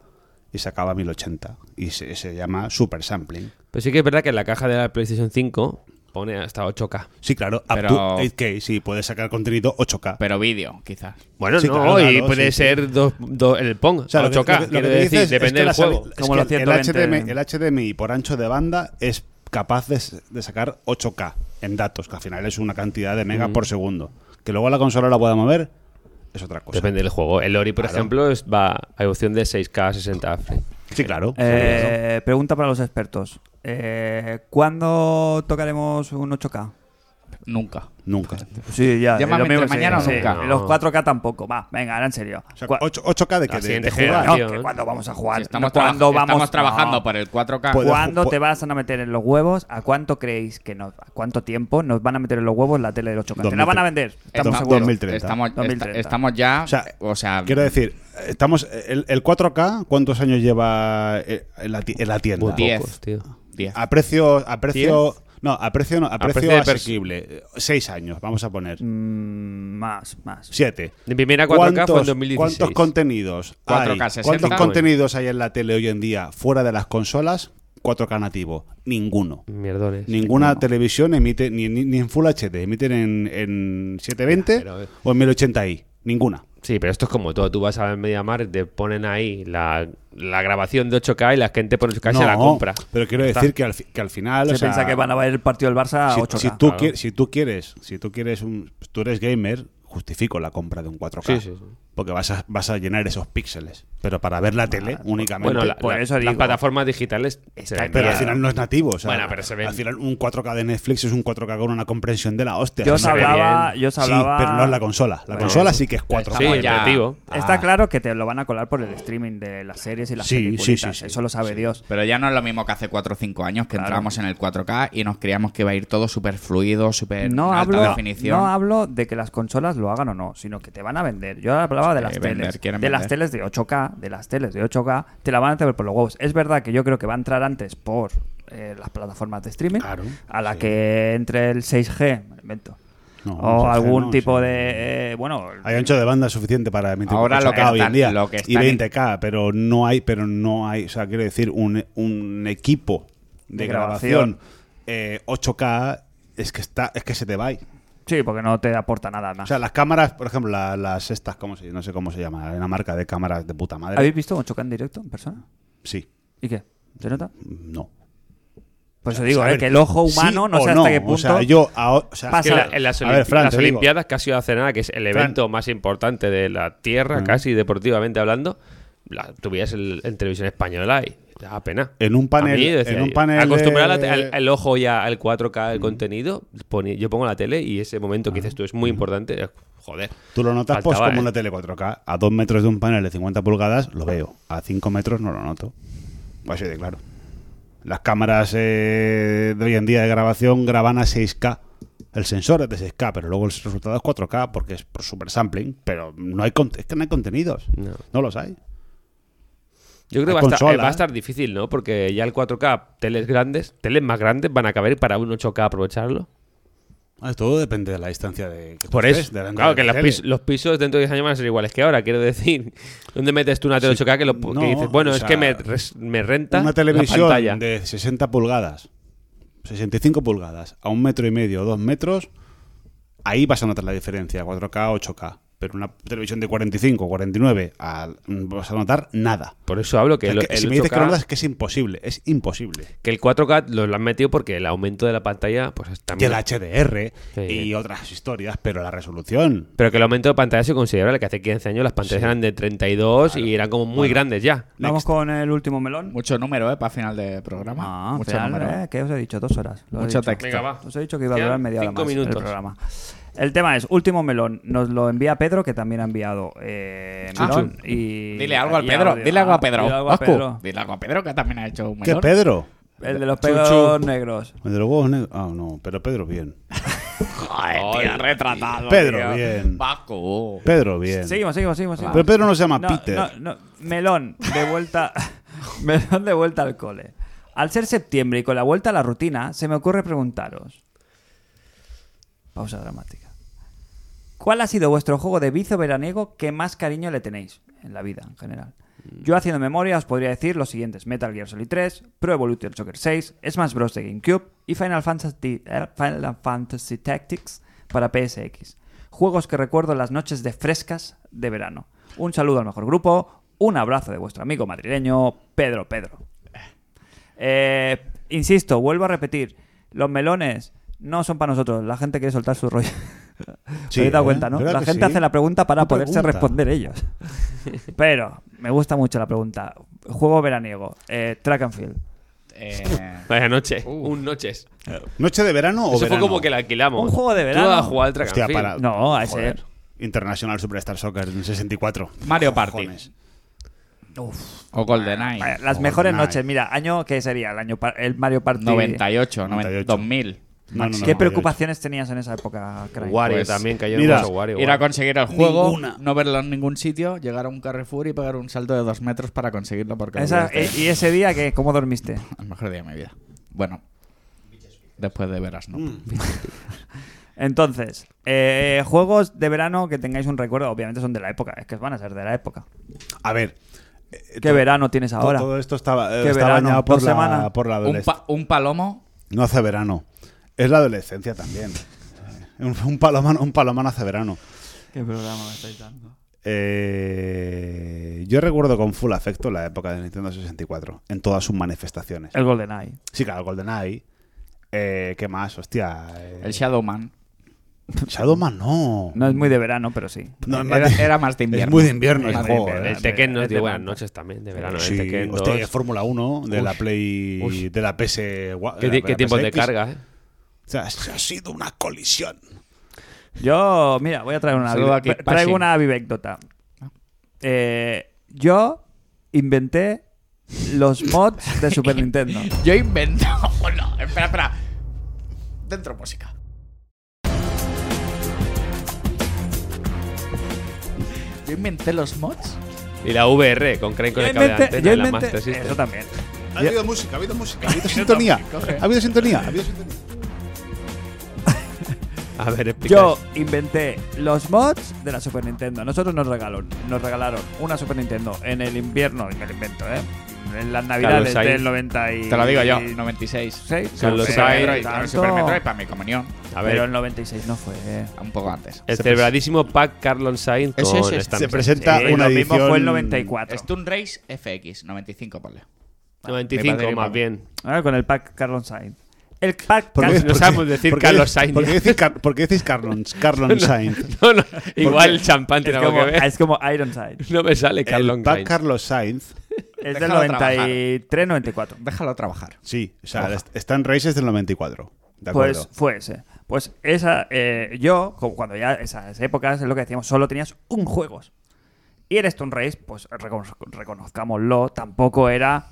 [SPEAKER 4] y sacaba 1080. Y se, se llama super sampling.
[SPEAKER 3] Pero pues sí que es verdad que en la caja de la PlayStation 5 pone hasta 8K.
[SPEAKER 4] Sí, claro, up
[SPEAKER 2] Pero-
[SPEAKER 4] to 8K, sí, puedes sacar contenido 8K.
[SPEAKER 2] Pero vídeo, quizás.
[SPEAKER 3] Bueno,
[SPEAKER 4] Sí,
[SPEAKER 3] no,
[SPEAKER 4] claro,
[SPEAKER 3] y
[SPEAKER 4] claro,
[SPEAKER 3] puede
[SPEAKER 4] sí,
[SPEAKER 3] ser dos- dos- el Pong,
[SPEAKER 4] O sea, lo que-
[SPEAKER 3] 8K.
[SPEAKER 4] lo que- lo
[SPEAKER 3] quiero
[SPEAKER 4] que te
[SPEAKER 3] decir,
[SPEAKER 4] dices es
[SPEAKER 3] depende
[SPEAKER 4] que
[SPEAKER 3] del
[SPEAKER 4] la sali-
[SPEAKER 3] juego.
[SPEAKER 4] es
[SPEAKER 1] Como
[SPEAKER 4] que
[SPEAKER 1] los
[SPEAKER 4] el,
[SPEAKER 1] 120.
[SPEAKER 4] HDMI, el HDMI por ancho de banda es capaz de, s- de sacar 8K en datos, que al final es una cantidad de megas por segundo. Que luego la consola la pueda mover es otra cosa.
[SPEAKER 3] Depende del juego. El Ori, por
[SPEAKER 4] Claro.
[SPEAKER 3] ejemplo, es- va a opción de 6K 60 frames.
[SPEAKER 4] Sí, claro.
[SPEAKER 1] Eh, pregunta para los expertos. Eh, ¿Cuándo tocaremos un 8K?
[SPEAKER 2] Nunca.
[SPEAKER 4] Nunca.
[SPEAKER 1] Sí, ya.
[SPEAKER 2] Llámame
[SPEAKER 1] lo mismo
[SPEAKER 2] entre
[SPEAKER 1] que
[SPEAKER 2] mañana
[SPEAKER 1] sí,
[SPEAKER 2] o nunca.
[SPEAKER 1] sí.
[SPEAKER 3] No.
[SPEAKER 1] Los 4K tampoco. Va, venga, ahora en serio.
[SPEAKER 4] O sea,
[SPEAKER 1] Cua-
[SPEAKER 4] 8, 8K
[SPEAKER 3] La
[SPEAKER 4] de que de-
[SPEAKER 3] siguiente
[SPEAKER 4] de, jugar.
[SPEAKER 1] no,
[SPEAKER 3] generación.
[SPEAKER 1] que
[SPEAKER 3] ¿eh?
[SPEAKER 1] cuando vamos a
[SPEAKER 2] Si
[SPEAKER 1] jugar.
[SPEAKER 2] estamos,
[SPEAKER 1] ¿Cuándo
[SPEAKER 2] traba-
[SPEAKER 1] vamos
[SPEAKER 2] estamos trabajando
[SPEAKER 1] No.
[SPEAKER 2] para el 4K.
[SPEAKER 4] Puede-
[SPEAKER 1] ¿Cuándo
[SPEAKER 4] pu-
[SPEAKER 1] te vas a meter en los huevos? ¿A cuánto creéis que nos, a cuánto tiempo nos van a meter en los huevos la tele del 8K? Te la van a
[SPEAKER 4] 2030.
[SPEAKER 1] vender, estamos
[SPEAKER 2] Estamos-
[SPEAKER 1] seguros.
[SPEAKER 4] 2030.
[SPEAKER 2] Estamos, est-
[SPEAKER 1] 2030.
[SPEAKER 2] estamos ya.
[SPEAKER 4] O sea, Quiero decir, estamos el, el 4K, ¿cuántos años lleva eh, en la, ti- en la tienda?
[SPEAKER 3] Muy
[SPEAKER 2] Diez.
[SPEAKER 3] pocos, tío.
[SPEAKER 2] 10.
[SPEAKER 4] A precio, a precio, no, a precio, no, a precio,
[SPEAKER 3] precio de pers-
[SPEAKER 4] asequible. Seis años, vamos a poner.
[SPEAKER 1] Mm, más, más.
[SPEAKER 4] Siete.
[SPEAKER 3] Mi primera 4K fue en 2016.
[SPEAKER 4] ¿Cuántos contenidos?
[SPEAKER 2] 4K
[SPEAKER 4] hay?
[SPEAKER 2] 60.
[SPEAKER 4] ¿Cuántos
[SPEAKER 2] Bueno.
[SPEAKER 4] contenidos hay en la tele hoy en día fuera de las consolas? 4K nativo. Ninguno.
[SPEAKER 3] Mierdones.
[SPEAKER 4] Ninguna televisión emite, ni, ni- ni en Full HD, emiten en, en 720
[SPEAKER 3] Ya, pero- eh.
[SPEAKER 4] o en 1080i. Ninguna.
[SPEAKER 3] Sí, pero esto es como todo. Tú vas a MediaMarkt, te ponen ahí la, la grabación de 8K y la gente por 8K se la compra.
[SPEAKER 4] Pero quiero
[SPEAKER 3] Está.
[SPEAKER 4] decir que al, fi- que al final.
[SPEAKER 1] Se
[SPEAKER 4] o sea,
[SPEAKER 1] piensa que van a ver el partido del Barça a
[SPEAKER 4] si,
[SPEAKER 1] 8K.
[SPEAKER 4] si tú
[SPEAKER 3] claro.
[SPEAKER 4] quie- si tú quieres, si tú quieres un, pues tú eres gamer, justifico la compra de un 4K.
[SPEAKER 3] Sí, sí, sí.
[SPEAKER 4] Porque vas a, vas a llenar esos píxeles. Pero para ver la tele únicamente.
[SPEAKER 3] Bueno, la-
[SPEAKER 1] por
[SPEAKER 3] la-
[SPEAKER 1] eso digo.
[SPEAKER 3] las plataformas digitales se
[SPEAKER 1] Está
[SPEAKER 3] ven
[SPEAKER 4] pero
[SPEAKER 1] bien.
[SPEAKER 4] al final no es nativo. o sea,
[SPEAKER 3] Bueno, pero se ven-
[SPEAKER 4] Al final un 4K de Netflix es un 4K con una comprensión de la hostia.
[SPEAKER 1] yo os
[SPEAKER 4] Se ve
[SPEAKER 1] hablaba, yo os
[SPEAKER 4] Sí,
[SPEAKER 1] hablaba.
[SPEAKER 4] pero no es la consola. La consola sí que es 4K.
[SPEAKER 3] Sí,
[SPEAKER 2] ya.
[SPEAKER 3] nativo.
[SPEAKER 1] Está
[SPEAKER 4] Ah.
[SPEAKER 1] claro que te lo van a colar por el streaming de las series y las
[SPEAKER 4] Sí,
[SPEAKER 1] películas.
[SPEAKER 4] sí, sí, sí.
[SPEAKER 1] Eso lo sabe Dios.
[SPEAKER 2] Pero ya no es lo mismo que hace 4 o 5 años que
[SPEAKER 1] Claro.
[SPEAKER 2] entramos en el 4K y nos creíamos que iba a ir todo súper fluido, súper
[SPEAKER 1] No
[SPEAKER 2] alta
[SPEAKER 1] hablo,
[SPEAKER 2] definición.
[SPEAKER 1] no hablo de que las consolas lo hagan o no, sino que te van a vender. Yo hablaba de
[SPEAKER 2] Sí,
[SPEAKER 1] las
[SPEAKER 2] vender,
[SPEAKER 1] teles. De
[SPEAKER 2] quieren
[SPEAKER 1] las
[SPEAKER 2] vender.
[SPEAKER 1] teles de 8K, de las teles de 8K, te la van a meter por los huevos. Es verdad que yo creo que va a entrar antes por eh, las plataformas de streaming.
[SPEAKER 4] Claro,
[SPEAKER 1] a la
[SPEAKER 4] sí.
[SPEAKER 1] que entre el 6G, me lo invento.
[SPEAKER 4] No,
[SPEAKER 1] o
[SPEAKER 4] 6G
[SPEAKER 1] algún
[SPEAKER 4] no,
[SPEAKER 1] tipo
[SPEAKER 4] sí.
[SPEAKER 1] de. eh, bueno,
[SPEAKER 4] Hay ancho de banda suficiente para emitir
[SPEAKER 2] Ahora lo
[SPEAKER 4] 8K
[SPEAKER 2] que
[SPEAKER 4] hoy
[SPEAKER 2] están-
[SPEAKER 4] en día
[SPEAKER 2] lo que
[SPEAKER 4] y
[SPEAKER 2] están-
[SPEAKER 4] 20K, pero no hay, pero no hay, o sea, quiero decir un, un equipo de,
[SPEAKER 1] De grabación.
[SPEAKER 4] grabación, eh, 8K es que está, es que se te va. ahí.
[SPEAKER 1] sí, porque no te aporta nada más.
[SPEAKER 4] O sea, las cámaras, por ejemplo, la- las estas, ¿cómo se, no sé cómo se llama, hay una marca de cámaras de puta madre.
[SPEAKER 1] ¿Habéis visto un 8K en directo en persona?
[SPEAKER 4] Sí,
[SPEAKER 1] ¿Y qué? ¿Se nota?
[SPEAKER 4] no.
[SPEAKER 1] Por eso digo,
[SPEAKER 4] A
[SPEAKER 1] eh,
[SPEAKER 4] ver,
[SPEAKER 1] que el ojo
[SPEAKER 4] sí
[SPEAKER 1] humano no
[SPEAKER 4] o
[SPEAKER 1] sé hasta qué punto.
[SPEAKER 4] O sea, yo, a- o sea,
[SPEAKER 1] pasa-
[SPEAKER 3] Que la- en las,
[SPEAKER 4] A ver,
[SPEAKER 3] Olimpi-
[SPEAKER 4] Fran,
[SPEAKER 3] las
[SPEAKER 4] te digo.
[SPEAKER 3] Olimpiadas, que ha sido hace nada, que es el evento más importante de la Tierra, casi deportivamente hablando, la tuvías el- en televisión española y te daba pena.
[SPEAKER 4] En un panel-
[SPEAKER 3] A yo decía,
[SPEAKER 4] en un panel
[SPEAKER 3] acostumbrar la te-
[SPEAKER 4] de-
[SPEAKER 3] al, al ojo ya al 4K del contenido, poni- yo pongo la tele y ese momento que dices tú es muy importante. Joder.
[SPEAKER 4] Tú lo notas pues,
[SPEAKER 3] faltaba,
[SPEAKER 4] como
[SPEAKER 3] ¿eh?
[SPEAKER 4] una tele 4K. A 2 metros de un panel de 50 pulgadas lo veo. A 5 metros no lo noto. Así de claro. Las cámaras eh, de hoy en día de grabación graban a 6K. El sensor es de 6K, pero luego el resultado es 4K porque es por super sampling. Pero no hay con- es que no hay contenidos.
[SPEAKER 3] No.
[SPEAKER 4] No, los hay.
[SPEAKER 3] Yo creo
[SPEAKER 4] Hay
[SPEAKER 3] que va a, estar,
[SPEAKER 4] consola,
[SPEAKER 3] eh, va a
[SPEAKER 4] ¿eh?
[SPEAKER 3] estar difícil, ¿no? Porque ya el 4K, teles grandes, teles más grandes van a caber y para un 8K aprovecharlo.
[SPEAKER 4] Ah, todo depende de la distancia de que tú
[SPEAKER 3] Por
[SPEAKER 4] estés,
[SPEAKER 3] eso,
[SPEAKER 4] de la- de
[SPEAKER 3] claro,
[SPEAKER 4] la
[SPEAKER 3] que los,
[SPEAKER 4] tele.
[SPEAKER 3] pis- los pisos dentro de 10 años van a ser iguales que ahora, quiero decir. ¿Dónde metes tú una tele
[SPEAKER 4] Sí,
[SPEAKER 3] 8K que, lo po- que
[SPEAKER 4] no,
[SPEAKER 3] dices, bueno,
[SPEAKER 4] o
[SPEAKER 3] es
[SPEAKER 4] sea,
[SPEAKER 3] que me, res- me renta
[SPEAKER 4] Una
[SPEAKER 3] la
[SPEAKER 4] televisión
[SPEAKER 3] pantalla?
[SPEAKER 4] de 60 pulgadas, 65 pulgadas, a un metro y medio o dos metros, ahí vas a notar la diferencia, 4K, 8K. Pero una televisión de 45, 49, a- vas a notar nada.
[SPEAKER 3] Por eso hablo
[SPEAKER 4] O
[SPEAKER 3] que,
[SPEAKER 4] sea,
[SPEAKER 3] el,
[SPEAKER 4] que
[SPEAKER 3] el
[SPEAKER 4] si me dices que no
[SPEAKER 3] 8K,
[SPEAKER 4] notas, es que es imposible, es imposible.
[SPEAKER 3] que el 4K lo, lo han metido porque el aumento de la pantalla, pues es
[SPEAKER 4] Y
[SPEAKER 3] también.
[SPEAKER 4] el HDR
[SPEAKER 3] Sí.
[SPEAKER 4] y otras historias, pero la resolución.
[SPEAKER 3] Pero que el aumento de pantalla se considera que hace 15 años las pantallas eran de 32 y eran como muy grandes ya.
[SPEAKER 1] Vamos con el último melón.
[SPEAKER 2] Mucho número, ¿eh? Para final de programa.
[SPEAKER 1] Ah,
[SPEAKER 2] Mucho
[SPEAKER 1] final,
[SPEAKER 2] número.
[SPEAKER 1] eh, que os he dicho, dos horas. Lo he dicho.
[SPEAKER 2] Mucho texto.
[SPEAKER 3] Venga, va.
[SPEAKER 1] Os he dicho que iba a
[SPEAKER 3] Quedan
[SPEAKER 1] durar media hora
[SPEAKER 3] cinco
[SPEAKER 1] más el
[SPEAKER 3] minutos.
[SPEAKER 1] programa. El tema es, último melón, nos lo envía Pedro, que también ha enviado eh,
[SPEAKER 2] Ah.
[SPEAKER 1] melón. Y,
[SPEAKER 2] Dile algo al
[SPEAKER 1] y
[SPEAKER 2] Pedro,
[SPEAKER 1] audio. Ah,
[SPEAKER 2] dile algo a
[SPEAKER 1] Dile
[SPEAKER 2] Pedro.
[SPEAKER 1] algo a
[SPEAKER 2] Oscu,
[SPEAKER 1] Pedro.
[SPEAKER 2] Dile algo a Pedro que también ha hecho un
[SPEAKER 4] ¿Qué
[SPEAKER 2] melón.
[SPEAKER 4] Pedro?
[SPEAKER 1] El de los
[SPEAKER 4] Chu, chu.
[SPEAKER 1] pedos negros.
[SPEAKER 4] ¿El de los huevos negros? Ah, no, pero Pedro bien.
[SPEAKER 2] Joder, tío, retratado.
[SPEAKER 4] Pedro,
[SPEAKER 2] tío.
[SPEAKER 4] bien.
[SPEAKER 2] Vasco.
[SPEAKER 4] Pedro bien.
[SPEAKER 1] Seguimos, seguimos, seguimos. seguimos.
[SPEAKER 4] Pero Pedro no se llama
[SPEAKER 1] No,
[SPEAKER 4] Peter.
[SPEAKER 1] no, no. Melón, de vuelta. melón de vuelta al cole. Al ser septiembre y con la vuelta a la rutina, se me ocurre preguntaros. Pausa dramática. ¿Cuál ha sido vuestro juego de vicio veraniego que más cariño le tenéis en la vida en general? Yo haciendo memoria os podría decir los siguientes: Metal Gear Solid 3, Pro Evolution Soccer 6, Smash Bros. de GameCube y Final Fantasy, eh, Final Fantasy Tactics para PSX. Juegos que recuerdo en las noches de frescas de verano. Un saludo al mejor grupo, un abrazo de vuestro amigo madrileño, Pedro Pedro. Eh, insisto, vuelvo a repetir, los melones no son para nosotros, la gente quiere soltar su rollo.
[SPEAKER 4] Sí,
[SPEAKER 1] Os habéis dado
[SPEAKER 4] ¿eh?
[SPEAKER 1] cuenta, ¿no?
[SPEAKER 4] ¿Verdad
[SPEAKER 1] La
[SPEAKER 4] que
[SPEAKER 1] gente
[SPEAKER 4] sí?
[SPEAKER 1] hace la pregunta para
[SPEAKER 4] Qué
[SPEAKER 1] poderse
[SPEAKER 4] pregunta.
[SPEAKER 1] responder ellos. Pero me gusta mucho la pregunta. Juego veraniego, eh, track and field.
[SPEAKER 2] Eh,
[SPEAKER 3] Vaya noche,
[SPEAKER 1] Uh.
[SPEAKER 3] un noches.
[SPEAKER 4] ¿Noche de verano o
[SPEAKER 3] Eso
[SPEAKER 4] verano?
[SPEAKER 3] fue como que la alquilamos.
[SPEAKER 1] Un juego de
[SPEAKER 3] Tú
[SPEAKER 1] verano.
[SPEAKER 3] a jugar al track and
[SPEAKER 4] Hostia,
[SPEAKER 3] field.
[SPEAKER 4] para-
[SPEAKER 1] No, a ese.
[SPEAKER 4] Joder. International Superstar Soccer en 64.
[SPEAKER 2] Mario Party.
[SPEAKER 4] Cojones.
[SPEAKER 2] o
[SPEAKER 1] Vaya,
[SPEAKER 2] GoldenEye.
[SPEAKER 1] Las mejores
[SPEAKER 4] Fortnite.
[SPEAKER 1] noches, mira, año que sería el año pa- el Mario Party.
[SPEAKER 2] 98, 98. 2000.
[SPEAKER 4] No, no, no,
[SPEAKER 1] ¿Qué
[SPEAKER 4] no,
[SPEAKER 1] preocupaciones tenías en esa época, Craig?
[SPEAKER 3] Wario
[SPEAKER 2] Pues,
[SPEAKER 3] también, cayó
[SPEAKER 4] mira,
[SPEAKER 3] mucho Wario.
[SPEAKER 2] Ir a
[SPEAKER 3] Wario.
[SPEAKER 2] conseguir el juego,
[SPEAKER 4] Ninguna.
[SPEAKER 2] no verlo en ningún sitio, llegar a un Carrefour y pegar un salto de dos metros para conseguirlo porque lo
[SPEAKER 1] Esa- eh,
[SPEAKER 2] olvidaste.
[SPEAKER 1] ¿Y ese día que cómo dormiste?
[SPEAKER 2] el mejor día de mi vida. Bueno, después de veras, ¿no?
[SPEAKER 1] Entonces, eh, juegos de verano que tengáis un recuerdo, obviamente son de la época, es que van a ser de la época.
[SPEAKER 4] A ver.
[SPEAKER 1] ¿Qué verano tienes ahora?
[SPEAKER 4] Todo esto estaba, eh,
[SPEAKER 1] ¿Qué
[SPEAKER 4] está
[SPEAKER 1] verano?
[SPEAKER 4] bañado
[SPEAKER 1] ¿Dos
[SPEAKER 4] por la,
[SPEAKER 1] semanas?
[SPEAKER 4] por la
[SPEAKER 2] Un,
[SPEAKER 4] adolesc-
[SPEAKER 2] pa- un palomo,
[SPEAKER 4] No hace verano. Es la adolescencia también. Eh, Un, un paloma, un paloma no hace verano.
[SPEAKER 1] ¿Qué programa me estáis dando?
[SPEAKER 4] Eh, yo recuerdo con full afecto la época de Nintendo 64 en todas sus manifestaciones.
[SPEAKER 1] El GoldenEye.
[SPEAKER 4] Sí, claro, GoldenEye. Eh, ¿Qué más? Hostia. eh,
[SPEAKER 2] el Shadowman.
[SPEAKER 4] Shadowman no.
[SPEAKER 1] No es muy de verano, pero sí.
[SPEAKER 4] No, es más
[SPEAKER 2] Era,
[SPEAKER 4] de-
[SPEAKER 2] era más de invierno.
[SPEAKER 4] Es muy de invierno el
[SPEAKER 2] Más de
[SPEAKER 4] juego.
[SPEAKER 2] invierno.
[SPEAKER 4] ¿eh?
[SPEAKER 3] El Tekken no,
[SPEAKER 1] Es de
[SPEAKER 3] tío, buenas
[SPEAKER 1] verano.
[SPEAKER 3] noches también, de verano.
[SPEAKER 4] Sí,
[SPEAKER 3] el Tekken
[SPEAKER 4] hostia,
[SPEAKER 3] 2.
[SPEAKER 4] y Fórmula 1 de la
[SPEAKER 3] Uy.
[SPEAKER 4] Play.
[SPEAKER 3] Uy.
[SPEAKER 4] de la PS. gua-
[SPEAKER 3] ¿Qué,
[SPEAKER 4] de
[SPEAKER 3] ti-
[SPEAKER 4] la
[SPEAKER 3] qué tiempos de
[SPEAKER 4] PSX.
[SPEAKER 3] carga, eh?
[SPEAKER 4] O sea, ha sido una colisión.
[SPEAKER 1] Yo, mira, voy a traer una,
[SPEAKER 2] Saludo a Kid
[SPEAKER 1] traigo
[SPEAKER 2] Pashin.
[SPEAKER 1] una avivécdota. Ah. Eh, yo inventé los mods de Super Nintendo.
[SPEAKER 2] Yo invento. No, espera, espera. Dentro música. Yo inventé los mods.
[SPEAKER 3] Y la VR, con Crane con
[SPEAKER 1] Yo
[SPEAKER 3] el cable de
[SPEAKER 1] inventé-
[SPEAKER 3] antena
[SPEAKER 1] yo
[SPEAKER 3] y la
[SPEAKER 1] inventé-
[SPEAKER 3] Master System.
[SPEAKER 1] Eso también.
[SPEAKER 4] Ha habido música, ha habido música, ha habido sintonía. Ha habido sintonía, ha habido sintonía.
[SPEAKER 3] A ver, explica.
[SPEAKER 1] Yo inventé los mods de la Super Nintendo. Nosotros nos regalaron, nos regalaron una Super Nintendo en el invierno, y me lo invento, ¿eh? En las navidades
[SPEAKER 3] Sainz.
[SPEAKER 1] del 90 y...
[SPEAKER 2] Te lo digo yo, 96.
[SPEAKER 1] Sí,
[SPEAKER 3] Carlos
[SPEAKER 1] pero
[SPEAKER 2] Super
[SPEAKER 3] Sainz,
[SPEAKER 2] Metroid,
[SPEAKER 1] tanto.
[SPEAKER 2] Super Metroid para mi comunión.
[SPEAKER 3] A
[SPEAKER 1] Pero
[SPEAKER 3] ver,
[SPEAKER 1] el 96 no fue. eh.
[SPEAKER 2] Un poco antes.
[SPEAKER 3] el celebradísimo pack Carlon Sainz con
[SPEAKER 2] Ese, ese, ese.
[SPEAKER 3] Stamp.
[SPEAKER 4] Se presenta
[SPEAKER 1] Sí,
[SPEAKER 4] una
[SPEAKER 1] lo mismo
[SPEAKER 4] edición.
[SPEAKER 1] fue el 94.
[SPEAKER 2] Stun Race FX, 95, ponle. Me
[SPEAKER 3] 95
[SPEAKER 2] parece
[SPEAKER 3] más
[SPEAKER 2] que-
[SPEAKER 3] bien.
[SPEAKER 1] Ah, Con el pack Carlos Sainz. El pack
[SPEAKER 4] ¿Por qué-
[SPEAKER 1] Carlos
[SPEAKER 3] No
[SPEAKER 4] por qué-
[SPEAKER 3] sabemos decir
[SPEAKER 4] por qué-
[SPEAKER 3] Carlos Sainz.
[SPEAKER 4] ¿Por qué decís, Car- por qué decís Carlon, Carlon Sainz?
[SPEAKER 3] No, no, igual el champán
[SPEAKER 1] es
[SPEAKER 3] tiene algo
[SPEAKER 1] como,
[SPEAKER 3] que ver.
[SPEAKER 1] es como Ironside.
[SPEAKER 3] No me sale
[SPEAKER 4] El
[SPEAKER 3] Carlon
[SPEAKER 4] pack
[SPEAKER 3] Sainz.
[SPEAKER 4] Carlos Sainz,
[SPEAKER 1] Es del
[SPEAKER 2] Déjalo
[SPEAKER 1] 93-94.
[SPEAKER 2] Déjalo trabajar.
[SPEAKER 4] sí, o sea, est- está en Races del 94. De acuerdo.
[SPEAKER 1] Pues fue ese. Pues esa, eh, yo, como cuando ya esas épocas, es lo que decíamos, solo tenías un juego. Y el Stone Race, pues recono- reconozcámoslo, tampoco era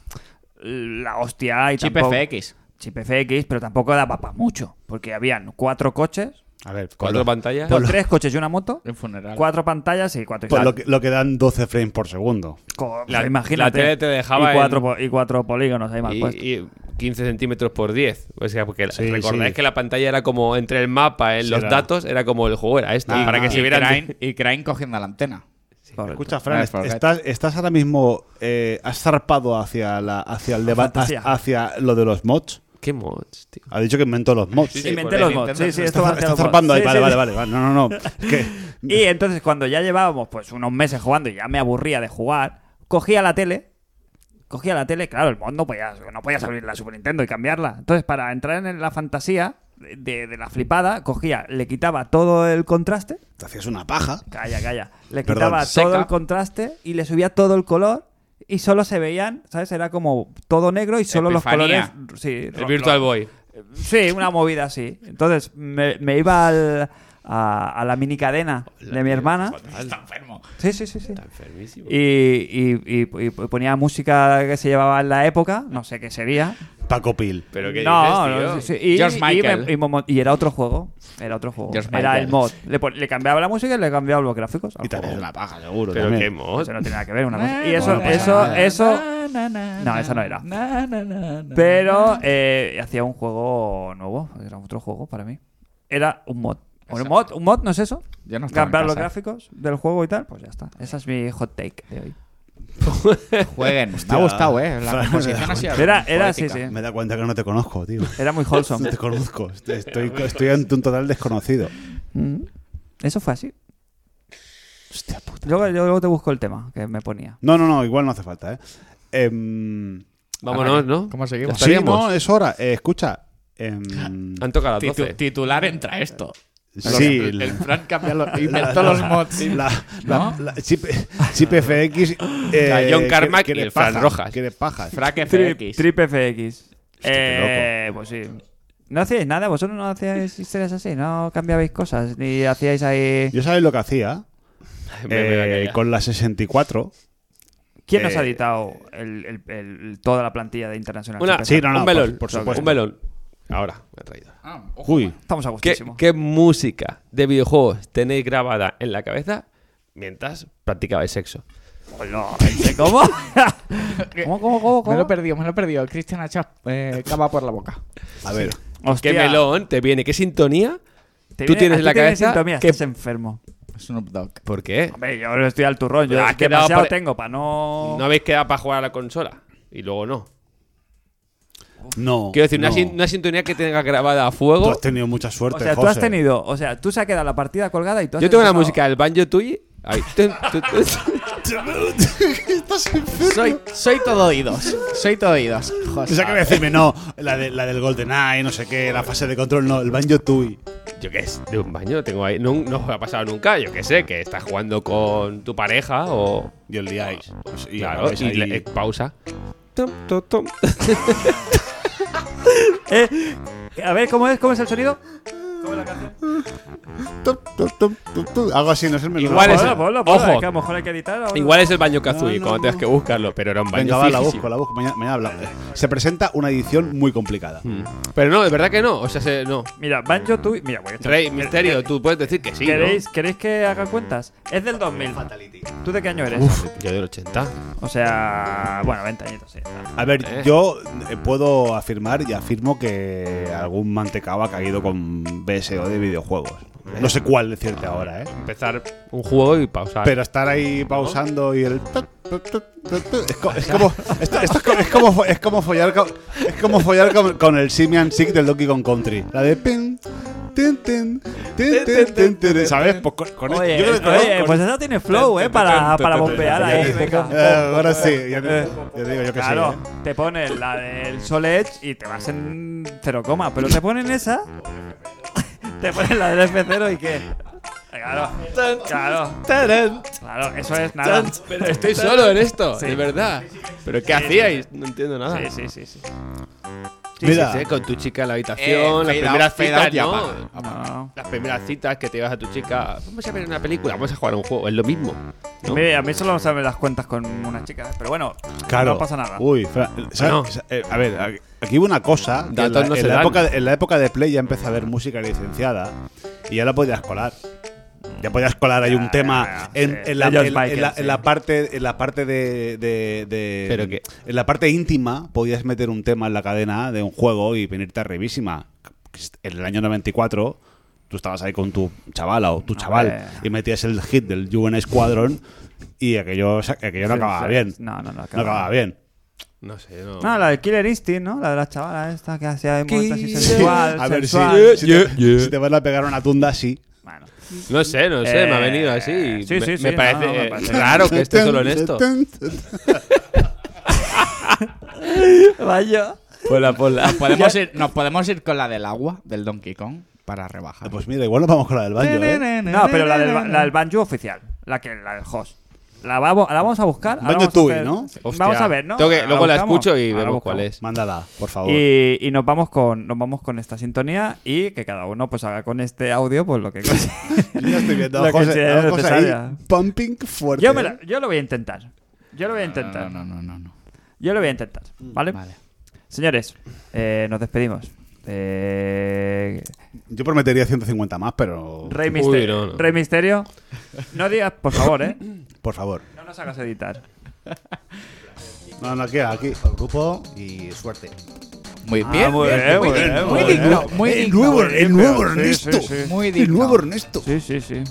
[SPEAKER 1] la hostia y
[SPEAKER 2] Chip
[SPEAKER 1] tampoco...
[SPEAKER 2] FX.
[SPEAKER 1] Chip FX, pero tampoco daba para mucho. Porque habían cuatro coches,
[SPEAKER 4] a ver, por,
[SPEAKER 3] Cuatro
[SPEAKER 4] lo,
[SPEAKER 3] pantallas.
[SPEAKER 1] no, tres coches y una moto,
[SPEAKER 2] En funeral.
[SPEAKER 1] cuatro pantallas y cuatro...
[SPEAKER 4] por lo que, lo que dan 12 frames por segundo.
[SPEAKER 1] Co- pues,
[SPEAKER 3] La-
[SPEAKER 1] imagínate.
[SPEAKER 3] la tele te dejaba
[SPEAKER 1] y cuatro,
[SPEAKER 3] en-
[SPEAKER 1] po- y cuatro polígonos ahí mal
[SPEAKER 3] Y,
[SPEAKER 1] puesto.
[SPEAKER 3] y 15 centímetros por 10. O sea, porque la-
[SPEAKER 4] Sí,
[SPEAKER 3] recordáis
[SPEAKER 4] sí.
[SPEAKER 3] que la pantalla era como entre el mapa, en
[SPEAKER 4] Sí,
[SPEAKER 3] los
[SPEAKER 4] era-
[SPEAKER 3] datos, era como el juego era este.
[SPEAKER 4] Ah,
[SPEAKER 3] para que
[SPEAKER 4] ah.
[SPEAKER 3] se
[SPEAKER 2] y,
[SPEAKER 3] vieran.
[SPEAKER 2] Crane, y Crane cogiendo la antena.
[SPEAKER 1] Correcto.
[SPEAKER 4] Escucha, Fran,
[SPEAKER 2] No,
[SPEAKER 4] est-
[SPEAKER 2] forget.
[SPEAKER 4] estás, estás ahora mismo. eh, has zarpado hacia, la, hacia el debate,
[SPEAKER 1] fantasía.
[SPEAKER 4] hacia lo de los mods.
[SPEAKER 3] ¿Qué mods, tío?
[SPEAKER 4] Ha dicho que inventó los mods.
[SPEAKER 3] Sí, sí,
[SPEAKER 1] Inventé
[SPEAKER 3] por
[SPEAKER 1] los
[SPEAKER 3] el
[SPEAKER 1] mods. Sí,
[SPEAKER 2] Nintendo.
[SPEAKER 1] sí, esto va
[SPEAKER 4] Está,
[SPEAKER 1] hacia
[SPEAKER 4] está
[SPEAKER 1] los mods.
[SPEAKER 4] zarpando ahí.
[SPEAKER 1] Sí,
[SPEAKER 4] vale,
[SPEAKER 1] sí,
[SPEAKER 4] vale,
[SPEAKER 1] sí.
[SPEAKER 4] vale, vale. No, no, no. Es que-
[SPEAKER 1] Y entonces cuando ya llevábamos pues unos meses jugando y ya me aburría de jugar, cogía la tele, cogía la tele, claro, el mod no podías, no podías abrir la Super Nintendo y cambiarla. Entonces para entrar en la fantasía de, de- de la flipada, cogía, le quitaba todo el contraste,
[SPEAKER 4] te hacías una paja.
[SPEAKER 1] calla, calla, le
[SPEAKER 4] Perdón,
[SPEAKER 1] quitaba
[SPEAKER 4] seca.
[SPEAKER 1] todo el contraste y le subía todo el color. Y solo se veían, ¿sabes? Era como todo negro y solo
[SPEAKER 2] Epifanía.
[SPEAKER 1] los colores. Sí,
[SPEAKER 3] El Virtual Boy.
[SPEAKER 1] Sí, una movida así. Entonces me, me iba al, a, a la minicadena de mi hermana.
[SPEAKER 2] Está enfermo.
[SPEAKER 1] Sí, sí, sí, sí.
[SPEAKER 3] Está enfermísimo.
[SPEAKER 1] Y, y- y- y ponía música que se llevaba en la época, no sé qué sería.
[SPEAKER 4] Paco Pil.
[SPEAKER 3] Pero que
[SPEAKER 1] no, no, sí, sí. Y,
[SPEAKER 2] George
[SPEAKER 1] y
[SPEAKER 2] Michael.
[SPEAKER 1] me- y mo- y era otro juego. Era otro juego.
[SPEAKER 2] George
[SPEAKER 1] era
[SPEAKER 2] Michael.
[SPEAKER 1] el mod. Le, pon- le cambiaba la música y le cambiaba los gráficos. al
[SPEAKER 4] Y también
[SPEAKER 1] juego.
[SPEAKER 4] es una paja, seguro.
[SPEAKER 3] Pero
[SPEAKER 4] también.
[SPEAKER 3] qué mod.
[SPEAKER 1] Eso no tiene nada que ver una cosa. Y
[SPEAKER 2] Eh,
[SPEAKER 1] eso,
[SPEAKER 2] no pasa
[SPEAKER 1] eso,
[SPEAKER 2] nada.
[SPEAKER 1] eso.
[SPEAKER 2] Na, na,
[SPEAKER 1] No,
[SPEAKER 2] na,
[SPEAKER 1] esa no era.
[SPEAKER 2] na, na, na, na,
[SPEAKER 1] Pero
[SPEAKER 2] na.
[SPEAKER 1] eh, hacía un juego nuevo, era otro juego para mí. Era un mod. Un mod, un mod no es eso.
[SPEAKER 2] Yo no estaba en
[SPEAKER 1] Cambiar los
[SPEAKER 2] casa.
[SPEAKER 1] gráficos del juego y tal, pues ya está. Esa es mi hot take de hoy.
[SPEAKER 2] Jueguen. Me ha gustado, ¿eh? La
[SPEAKER 4] Fran,
[SPEAKER 2] composición ha sido.
[SPEAKER 1] Era, era, sí,
[SPEAKER 2] poética.
[SPEAKER 1] sí.
[SPEAKER 4] Me da cuenta que no te conozco, tío.
[SPEAKER 1] Era muy
[SPEAKER 4] No
[SPEAKER 1] wholesome.
[SPEAKER 4] te conozco. Estoy, estoy, estoy ante un total desconocido.
[SPEAKER 1] Mm. Eso fue así. Luego, yo luego te busco el tema que me ponía.
[SPEAKER 4] No, no, no, igual no hace falta, ¿eh? Em,
[SPEAKER 3] Vámonos, ¿no?
[SPEAKER 2] ¿Cómo seguimos?
[SPEAKER 3] Ya
[SPEAKER 4] sí,
[SPEAKER 3] estaríamos.
[SPEAKER 4] no, es hora. Eh, escucha. em,
[SPEAKER 3] Han tocado las
[SPEAKER 2] Titu-
[SPEAKER 3] 12.
[SPEAKER 2] titular entra esto. Los-
[SPEAKER 4] sí,
[SPEAKER 2] el, el
[SPEAKER 4] la-
[SPEAKER 2] Fran cambia los,
[SPEAKER 4] la-
[SPEAKER 2] inventó los mods.
[SPEAKER 4] la-
[SPEAKER 2] ¿No?
[SPEAKER 4] la- la- chip, Chip FX. eh,
[SPEAKER 3] A John
[SPEAKER 4] que-
[SPEAKER 3] Carmack
[SPEAKER 4] que
[SPEAKER 3] y
[SPEAKER 4] le
[SPEAKER 3] el Fran
[SPEAKER 4] paja,
[SPEAKER 3] Rojas.
[SPEAKER 4] Que le paja.
[SPEAKER 2] Frac
[SPEAKER 1] Trip,
[SPEAKER 2] FX.
[SPEAKER 1] trip FX.
[SPEAKER 4] qué
[SPEAKER 1] Eh, pues sí. No hacíais nada, vosotros no hacíais historias así, no cambiabais cosas, ni hacíais ahí...
[SPEAKER 4] Yo sabéis lo que hacía.
[SPEAKER 3] Me- me voy a
[SPEAKER 4] Eh,
[SPEAKER 3] callar.
[SPEAKER 4] con la 64.
[SPEAKER 1] ¿Quién nos
[SPEAKER 4] Eh,
[SPEAKER 1] ha editado el- el- el- toda la plantilla de Internacional?
[SPEAKER 3] Una-
[SPEAKER 4] Sí, no, no,
[SPEAKER 3] un melón.
[SPEAKER 4] por- por supuesto.
[SPEAKER 3] Un melón. Ahora, me ha traído.
[SPEAKER 2] Ah, ojo.
[SPEAKER 4] Uy.
[SPEAKER 1] Estamos a
[SPEAKER 3] ¿Qué,
[SPEAKER 1] gustísimo.
[SPEAKER 3] qué música de videojuegos tenéis grabada en la cabeza mientras practicabais sexo?
[SPEAKER 1] Hola, gente, ¿Cómo? ¿Cómo, cómo, cómo?
[SPEAKER 2] Me
[SPEAKER 1] cómo?
[SPEAKER 2] lo he perdido, me lo he perdido. Cristian Hacha eh, cava por la boca.
[SPEAKER 4] A ver.
[SPEAKER 1] Hostia,
[SPEAKER 3] ¿Qué melón te viene? ¿Qué sintonía?
[SPEAKER 1] te
[SPEAKER 3] tú
[SPEAKER 1] viene-
[SPEAKER 3] tienes
[SPEAKER 1] a
[SPEAKER 3] en
[SPEAKER 1] ti
[SPEAKER 3] la
[SPEAKER 1] te viene
[SPEAKER 3] cabeza
[SPEAKER 1] sintomía,
[SPEAKER 3] que-
[SPEAKER 1] Estás enfermo.
[SPEAKER 2] Snoop Dogg.
[SPEAKER 3] ¿Por qué?
[SPEAKER 1] Hombre, yo no estoy al turrón. Yo
[SPEAKER 3] Ah,
[SPEAKER 1] es que
[SPEAKER 3] quedado
[SPEAKER 1] demasiado
[SPEAKER 3] pare-
[SPEAKER 1] tengo para no...
[SPEAKER 3] ¿No habéis quedado para jugar a la consola? Y luego no.
[SPEAKER 4] No.
[SPEAKER 3] Quiero decir, una,
[SPEAKER 4] no.
[SPEAKER 3] sin- una sintonía que tenga grabada a
[SPEAKER 4] Tú
[SPEAKER 3] fuego.
[SPEAKER 4] has tenido mucha
[SPEAKER 1] o
[SPEAKER 4] suerte.
[SPEAKER 1] sea, tú
[SPEAKER 4] José.
[SPEAKER 1] has tenido... O sea, tú se ha quedado la partida colgada y tú has
[SPEAKER 3] Yo tengo la
[SPEAKER 1] empezado-
[SPEAKER 3] música del banjo tuyo. Ahí. Tun, tun, tun.
[SPEAKER 2] Soy, soy todo oídos. Soy todo oídos. Joder.
[SPEAKER 4] Pensaba que iba a decirme, no, la, de, la del GoldenEye, no sé qué, la fase de control, no, el Banjo Tui.
[SPEAKER 3] Yo qué sé, de un baño tengo ahí. No, no me ha pasado nunca, yo qué sé, que estás jugando con tu pareja o.
[SPEAKER 4] Y os liáis. Pues, y
[SPEAKER 3] claro,
[SPEAKER 4] acabáis
[SPEAKER 3] y
[SPEAKER 4] ahí-
[SPEAKER 3] le- eh, pausa. Tum, tum, tum.
[SPEAKER 1] Eh, a ver, ¿cómo es? ¿Cómo es el sonido?
[SPEAKER 4] Tum, tum, tum, tum, tum. Algo así, no sé el menú.
[SPEAKER 3] Igual es-
[SPEAKER 1] Ponlo, ponlo, ponlo,
[SPEAKER 3] Ojo.
[SPEAKER 1] es que a lo mejor hay que editar. ahora.
[SPEAKER 3] Igual es el baño Kazooie
[SPEAKER 4] No, no,
[SPEAKER 3] cuando
[SPEAKER 4] no.
[SPEAKER 3] tengas que buscarlo, pero era un baño.
[SPEAKER 4] Venga, va, la
[SPEAKER 3] fijísimo.
[SPEAKER 4] busco, la busco. Mañana, mañana hablamos. Se presenta una edición muy complicada.
[SPEAKER 3] Hmm. Mm. Pero no, de verdad que no. O sea, se- no.
[SPEAKER 1] Mira, Banjo, tú... y- Mira, voy a echar-
[SPEAKER 3] Rey, misterio, tú puedes decir que sí. ¿no?
[SPEAKER 1] ¿Queréis, ¿Queréis que haga cuentas? Es del 2000. ¿Tú de qué año eres?
[SPEAKER 3] Yo del 80.
[SPEAKER 1] O sea, bueno, 20 añitos, sí.
[SPEAKER 4] A ver,
[SPEAKER 3] Eh.
[SPEAKER 4] yo eh, puedo afirmar y afirmo que algún mantecao ha caído con BSO de videojuegos. No sé cuál decirte ahora, ¿eh?
[SPEAKER 3] Empezar un juego y pausar.
[SPEAKER 4] Pero estar ahí pausando y el. tu, tu, tu, tu, tu, Es co- es como, esto- esto es co- es como, fo- es como follar, con, es como follar con, con el Simian Sick del Donkey Kong Country. La de. Pin, tin, tin, tin, tin, tin, tin. ¿Sabes? Pues con, con esto-
[SPEAKER 1] Oye,
[SPEAKER 4] yo creo que
[SPEAKER 1] oye,
[SPEAKER 4] con- este
[SPEAKER 1] pues esa tiene flow, ¿eh? Para, para bombear ahí. venga.
[SPEAKER 4] Eh, ahora sí, ya te, ya te digo yo que
[SPEAKER 1] Claro,
[SPEAKER 4] sí. ¿eh?
[SPEAKER 1] te ponen la del Sol Edge y te vas en cero coma, pero te ponen esa, te ponen la del F0 y qué. Claro, claro,
[SPEAKER 3] ¡Tarán!
[SPEAKER 1] claro, eso es nada.
[SPEAKER 3] Pero estoy solo en esto,
[SPEAKER 1] Sí.
[SPEAKER 3] de verdad. ¿Pero qué hacíais? No entiendo nada.
[SPEAKER 1] Sí, sí, sí. sí.
[SPEAKER 4] Mira,
[SPEAKER 3] Sí, sí, con tu citas en la
[SPEAKER 2] Eh,
[SPEAKER 3] habitación, las
[SPEAKER 2] fade out,
[SPEAKER 3] primeras
[SPEAKER 2] fade
[SPEAKER 3] citas,
[SPEAKER 2] out y
[SPEAKER 3] ¿no?
[SPEAKER 2] apaga,
[SPEAKER 1] No.
[SPEAKER 3] Las primeras citas que te ibas a tu chica, vamos a ver una película, vamos a jugar a un juego, es lo mismo. ¿no?
[SPEAKER 1] Mira, A mí solo me saben las cuentas con unas chicas, pero bueno,
[SPEAKER 4] Claro.
[SPEAKER 1] no pasa nada.
[SPEAKER 4] Uy, Fra- ¿sabes?
[SPEAKER 3] Bueno.
[SPEAKER 4] Eh, a ver, aquí- aquí hubo una cosa. que en,
[SPEAKER 3] Datos
[SPEAKER 4] la,
[SPEAKER 3] no
[SPEAKER 4] en
[SPEAKER 3] se
[SPEAKER 4] la
[SPEAKER 3] dan.
[SPEAKER 4] época, en la época de Play ya empecé a ver música licenciada y ya la podías colar. Ya podías colar ahí un tema
[SPEAKER 1] ya,
[SPEAKER 4] en,
[SPEAKER 1] sí.
[SPEAKER 4] en la,
[SPEAKER 1] De George
[SPEAKER 4] en la- en
[SPEAKER 1] Michael,
[SPEAKER 4] la-
[SPEAKER 1] sí.
[SPEAKER 4] en la parte en la parte de, de- de-
[SPEAKER 3] ¿Pero qué?
[SPEAKER 4] en la parte íntima podías meter un tema en la cadena de un juego y venirte arribísima. En el año 94 tú estabas ahí con tu chavala o tu chaval
[SPEAKER 1] Hombre.
[SPEAKER 4] y metías el hit del Juven Squadron y aquello, aquello no
[SPEAKER 1] Sí,
[SPEAKER 4] acababa
[SPEAKER 1] sí.
[SPEAKER 4] bien.
[SPEAKER 1] No, no, no
[SPEAKER 4] No
[SPEAKER 1] acababa.
[SPEAKER 4] acababa bien.
[SPEAKER 3] No sé, no.
[SPEAKER 1] No, la del Killer Instinct, ¿no? La de la chavala esta que hacía movimientos así
[SPEAKER 3] Killer-
[SPEAKER 1] sensual,
[SPEAKER 4] a ver si,
[SPEAKER 1] sensual.
[SPEAKER 4] si te, si te van a pegar una tunda así.
[SPEAKER 1] Bueno.
[SPEAKER 3] No sé, no sé, me ha
[SPEAKER 1] Eh,
[SPEAKER 3] venido así.
[SPEAKER 1] sí,
[SPEAKER 3] me,
[SPEAKER 1] sí, sí,
[SPEAKER 3] me
[SPEAKER 1] no,
[SPEAKER 3] parece,
[SPEAKER 1] no, me
[SPEAKER 3] eh,
[SPEAKER 1] parece.
[SPEAKER 3] raro que esté solo en esto.
[SPEAKER 1] Vaya.
[SPEAKER 3] Ponla, ponla.
[SPEAKER 2] Podemos ir- nos podemos ir con la del agua del Donkey Kong para
[SPEAKER 4] Ah,
[SPEAKER 2] rebajar.
[SPEAKER 4] Pues mira, igual nos vamos con la del baño, ¿eh?
[SPEAKER 1] No, pero la del, ba- la del banjo oficial, la que la del host. La vamos, la vamos a buscar. ahora
[SPEAKER 4] Banjo
[SPEAKER 1] vamos a
[SPEAKER 4] Tooie,
[SPEAKER 1] hacer-
[SPEAKER 4] ¿no?
[SPEAKER 3] Hostia.
[SPEAKER 1] Vamos a ver, ¿no?
[SPEAKER 3] Tengo que- luego la
[SPEAKER 1] buscamos?
[SPEAKER 3] escucho y
[SPEAKER 1] Ahora
[SPEAKER 3] vemos
[SPEAKER 1] buscamos.
[SPEAKER 3] cuál es.
[SPEAKER 4] Mándala, por favor.
[SPEAKER 1] Y, y nos vamos con nos vamos con esta sintonía y que cada uno pues haga con este audio pues lo que
[SPEAKER 4] Yo estoy viendo
[SPEAKER 1] Lo
[SPEAKER 4] a
[SPEAKER 1] que
[SPEAKER 4] José,
[SPEAKER 1] sea
[SPEAKER 4] a José
[SPEAKER 1] necesaria.
[SPEAKER 4] ahí pumping fuerte.
[SPEAKER 1] yo, me
[SPEAKER 4] ¿eh?
[SPEAKER 1] la- yo lo voy a intentar. Yo lo voy a intentar.
[SPEAKER 2] No, no, no, no. no.
[SPEAKER 1] Yo lo voy a intentar,
[SPEAKER 4] Mm,
[SPEAKER 1] ¿vale?
[SPEAKER 2] Vale.
[SPEAKER 1] Señores, eh, nos despedimos. Eh,
[SPEAKER 4] Yo prometería 150 más, pero
[SPEAKER 1] Rey,
[SPEAKER 3] Uy,
[SPEAKER 1] Misterio,
[SPEAKER 3] no, no.
[SPEAKER 1] Rey Misterio, no digas, por favor, ¿eh?
[SPEAKER 4] por favor.
[SPEAKER 1] No nos hagas editar.
[SPEAKER 4] No, no, aquí, aquí.
[SPEAKER 8] Al grupo y suerte.
[SPEAKER 2] Muy bien.
[SPEAKER 1] muy
[SPEAKER 2] bien,
[SPEAKER 1] bien,
[SPEAKER 2] muy
[SPEAKER 1] muy
[SPEAKER 2] digno,
[SPEAKER 1] bien,
[SPEAKER 2] muy
[SPEAKER 1] muy
[SPEAKER 2] digno, muy
[SPEAKER 4] eh. el
[SPEAKER 2] digno.
[SPEAKER 4] nuevo,
[SPEAKER 1] muy
[SPEAKER 4] el
[SPEAKER 1] digno,
[SPEAKER 4] nuevo
[SPEAKER 1] sí,
[SPEAKER 4] Ernesto.
[SPEAKER 1] sí, sí.
[SPEAKER 2] Muy
[SPEAKER 4] El
[SPEAKER 2] digno.
[SPEAKER 4] nuevo Ernesto.
[SPEAKER 1] Sí, sí, sí.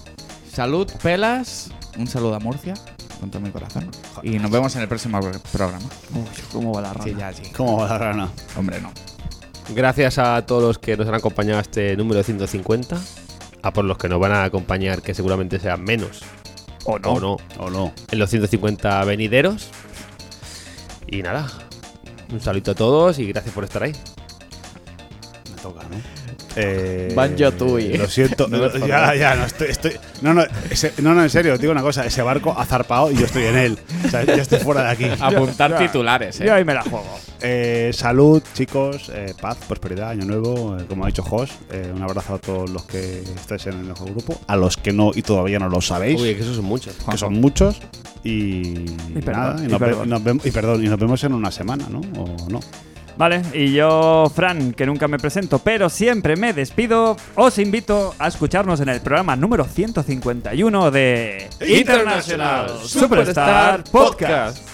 [SPEAKER 2] Salud, pelas. Un saludo a Murcia, con todo mi corazón. Y nos vemos en el próximo programa.
[SPEAKER 1] Uy, cómo va la ronda.
[SPEAKER 2] Sí, ya, sí.
[SPEAKER 4] ¿Cómo va la gana?
[SPEAKER 2] Hombre, no.
[SPEAKER 3] Gracias a todos los que nos han acompañado a este número 150. A por los que nos van a acompañar, que seguramente sean menos
[SPEAKER 1] O no.
[SPEAKER 3] o no
[SPEAKER 4] ¿O no?
[SPEAKER 3] en los 150 venideros. Y nada, un saludo a todos y gracias por estar ahí.
[SPEAKER 4] Me toca, ¿no? Eh,
[SPEAKER 2] Banjo Tooie.
[SPEAKER 4] Lo siento.
[SPEAKER 2] No me
[SPEAKER 4] ya,
[SPEAKER 2] jodas.
[SPEAKER 4] ya, no, estoy, estoy- no, no, ese- no, no, en serio, os digo una cosa. Ese barco ha zarpado y yo estoy en él. O sea, yo estoy fuera de aquí.
[SPEAKER 3] Ah, pues-
[SPEAKER 2] Apuntar
[SPEAKER 1] ya.
[SPEAKER 2] titulares,
[SPEAKER 1] Yo
[SPEAKER 2] eh.
[SPEAKER 1] ahí me la juego.
[SPEAKER 4] Eh, salud, chicos, eh, paz, prosperidad, año nuevo, eh, como ha dicho Jos. eh, un abrazo a todos los que estáis en el mejor grupo, a los que no y todavía no lo sabéis,
[SPEAKER 3] Uy, que esos son muchos.
[SPEAKER 4] que son muchos. Y,
[SPEAKER 1] perdón,
[SPEAKER 4] nada,
[SPEAKER 1] y
[SPEAKER 4] nos ve-
[SPEAKER 1] perdón.
[SPEAKER 4] nos vemos- y perdón, y nos vemos en una semana, ¿no? ¿O no?
[SPEAKER 1] Vale, y yo, Fran, que nunca me presento, pero siempre me despido, os invito a escucharnos en el programa número 151 de
[SPEAKER 3] International Superstar Podcast.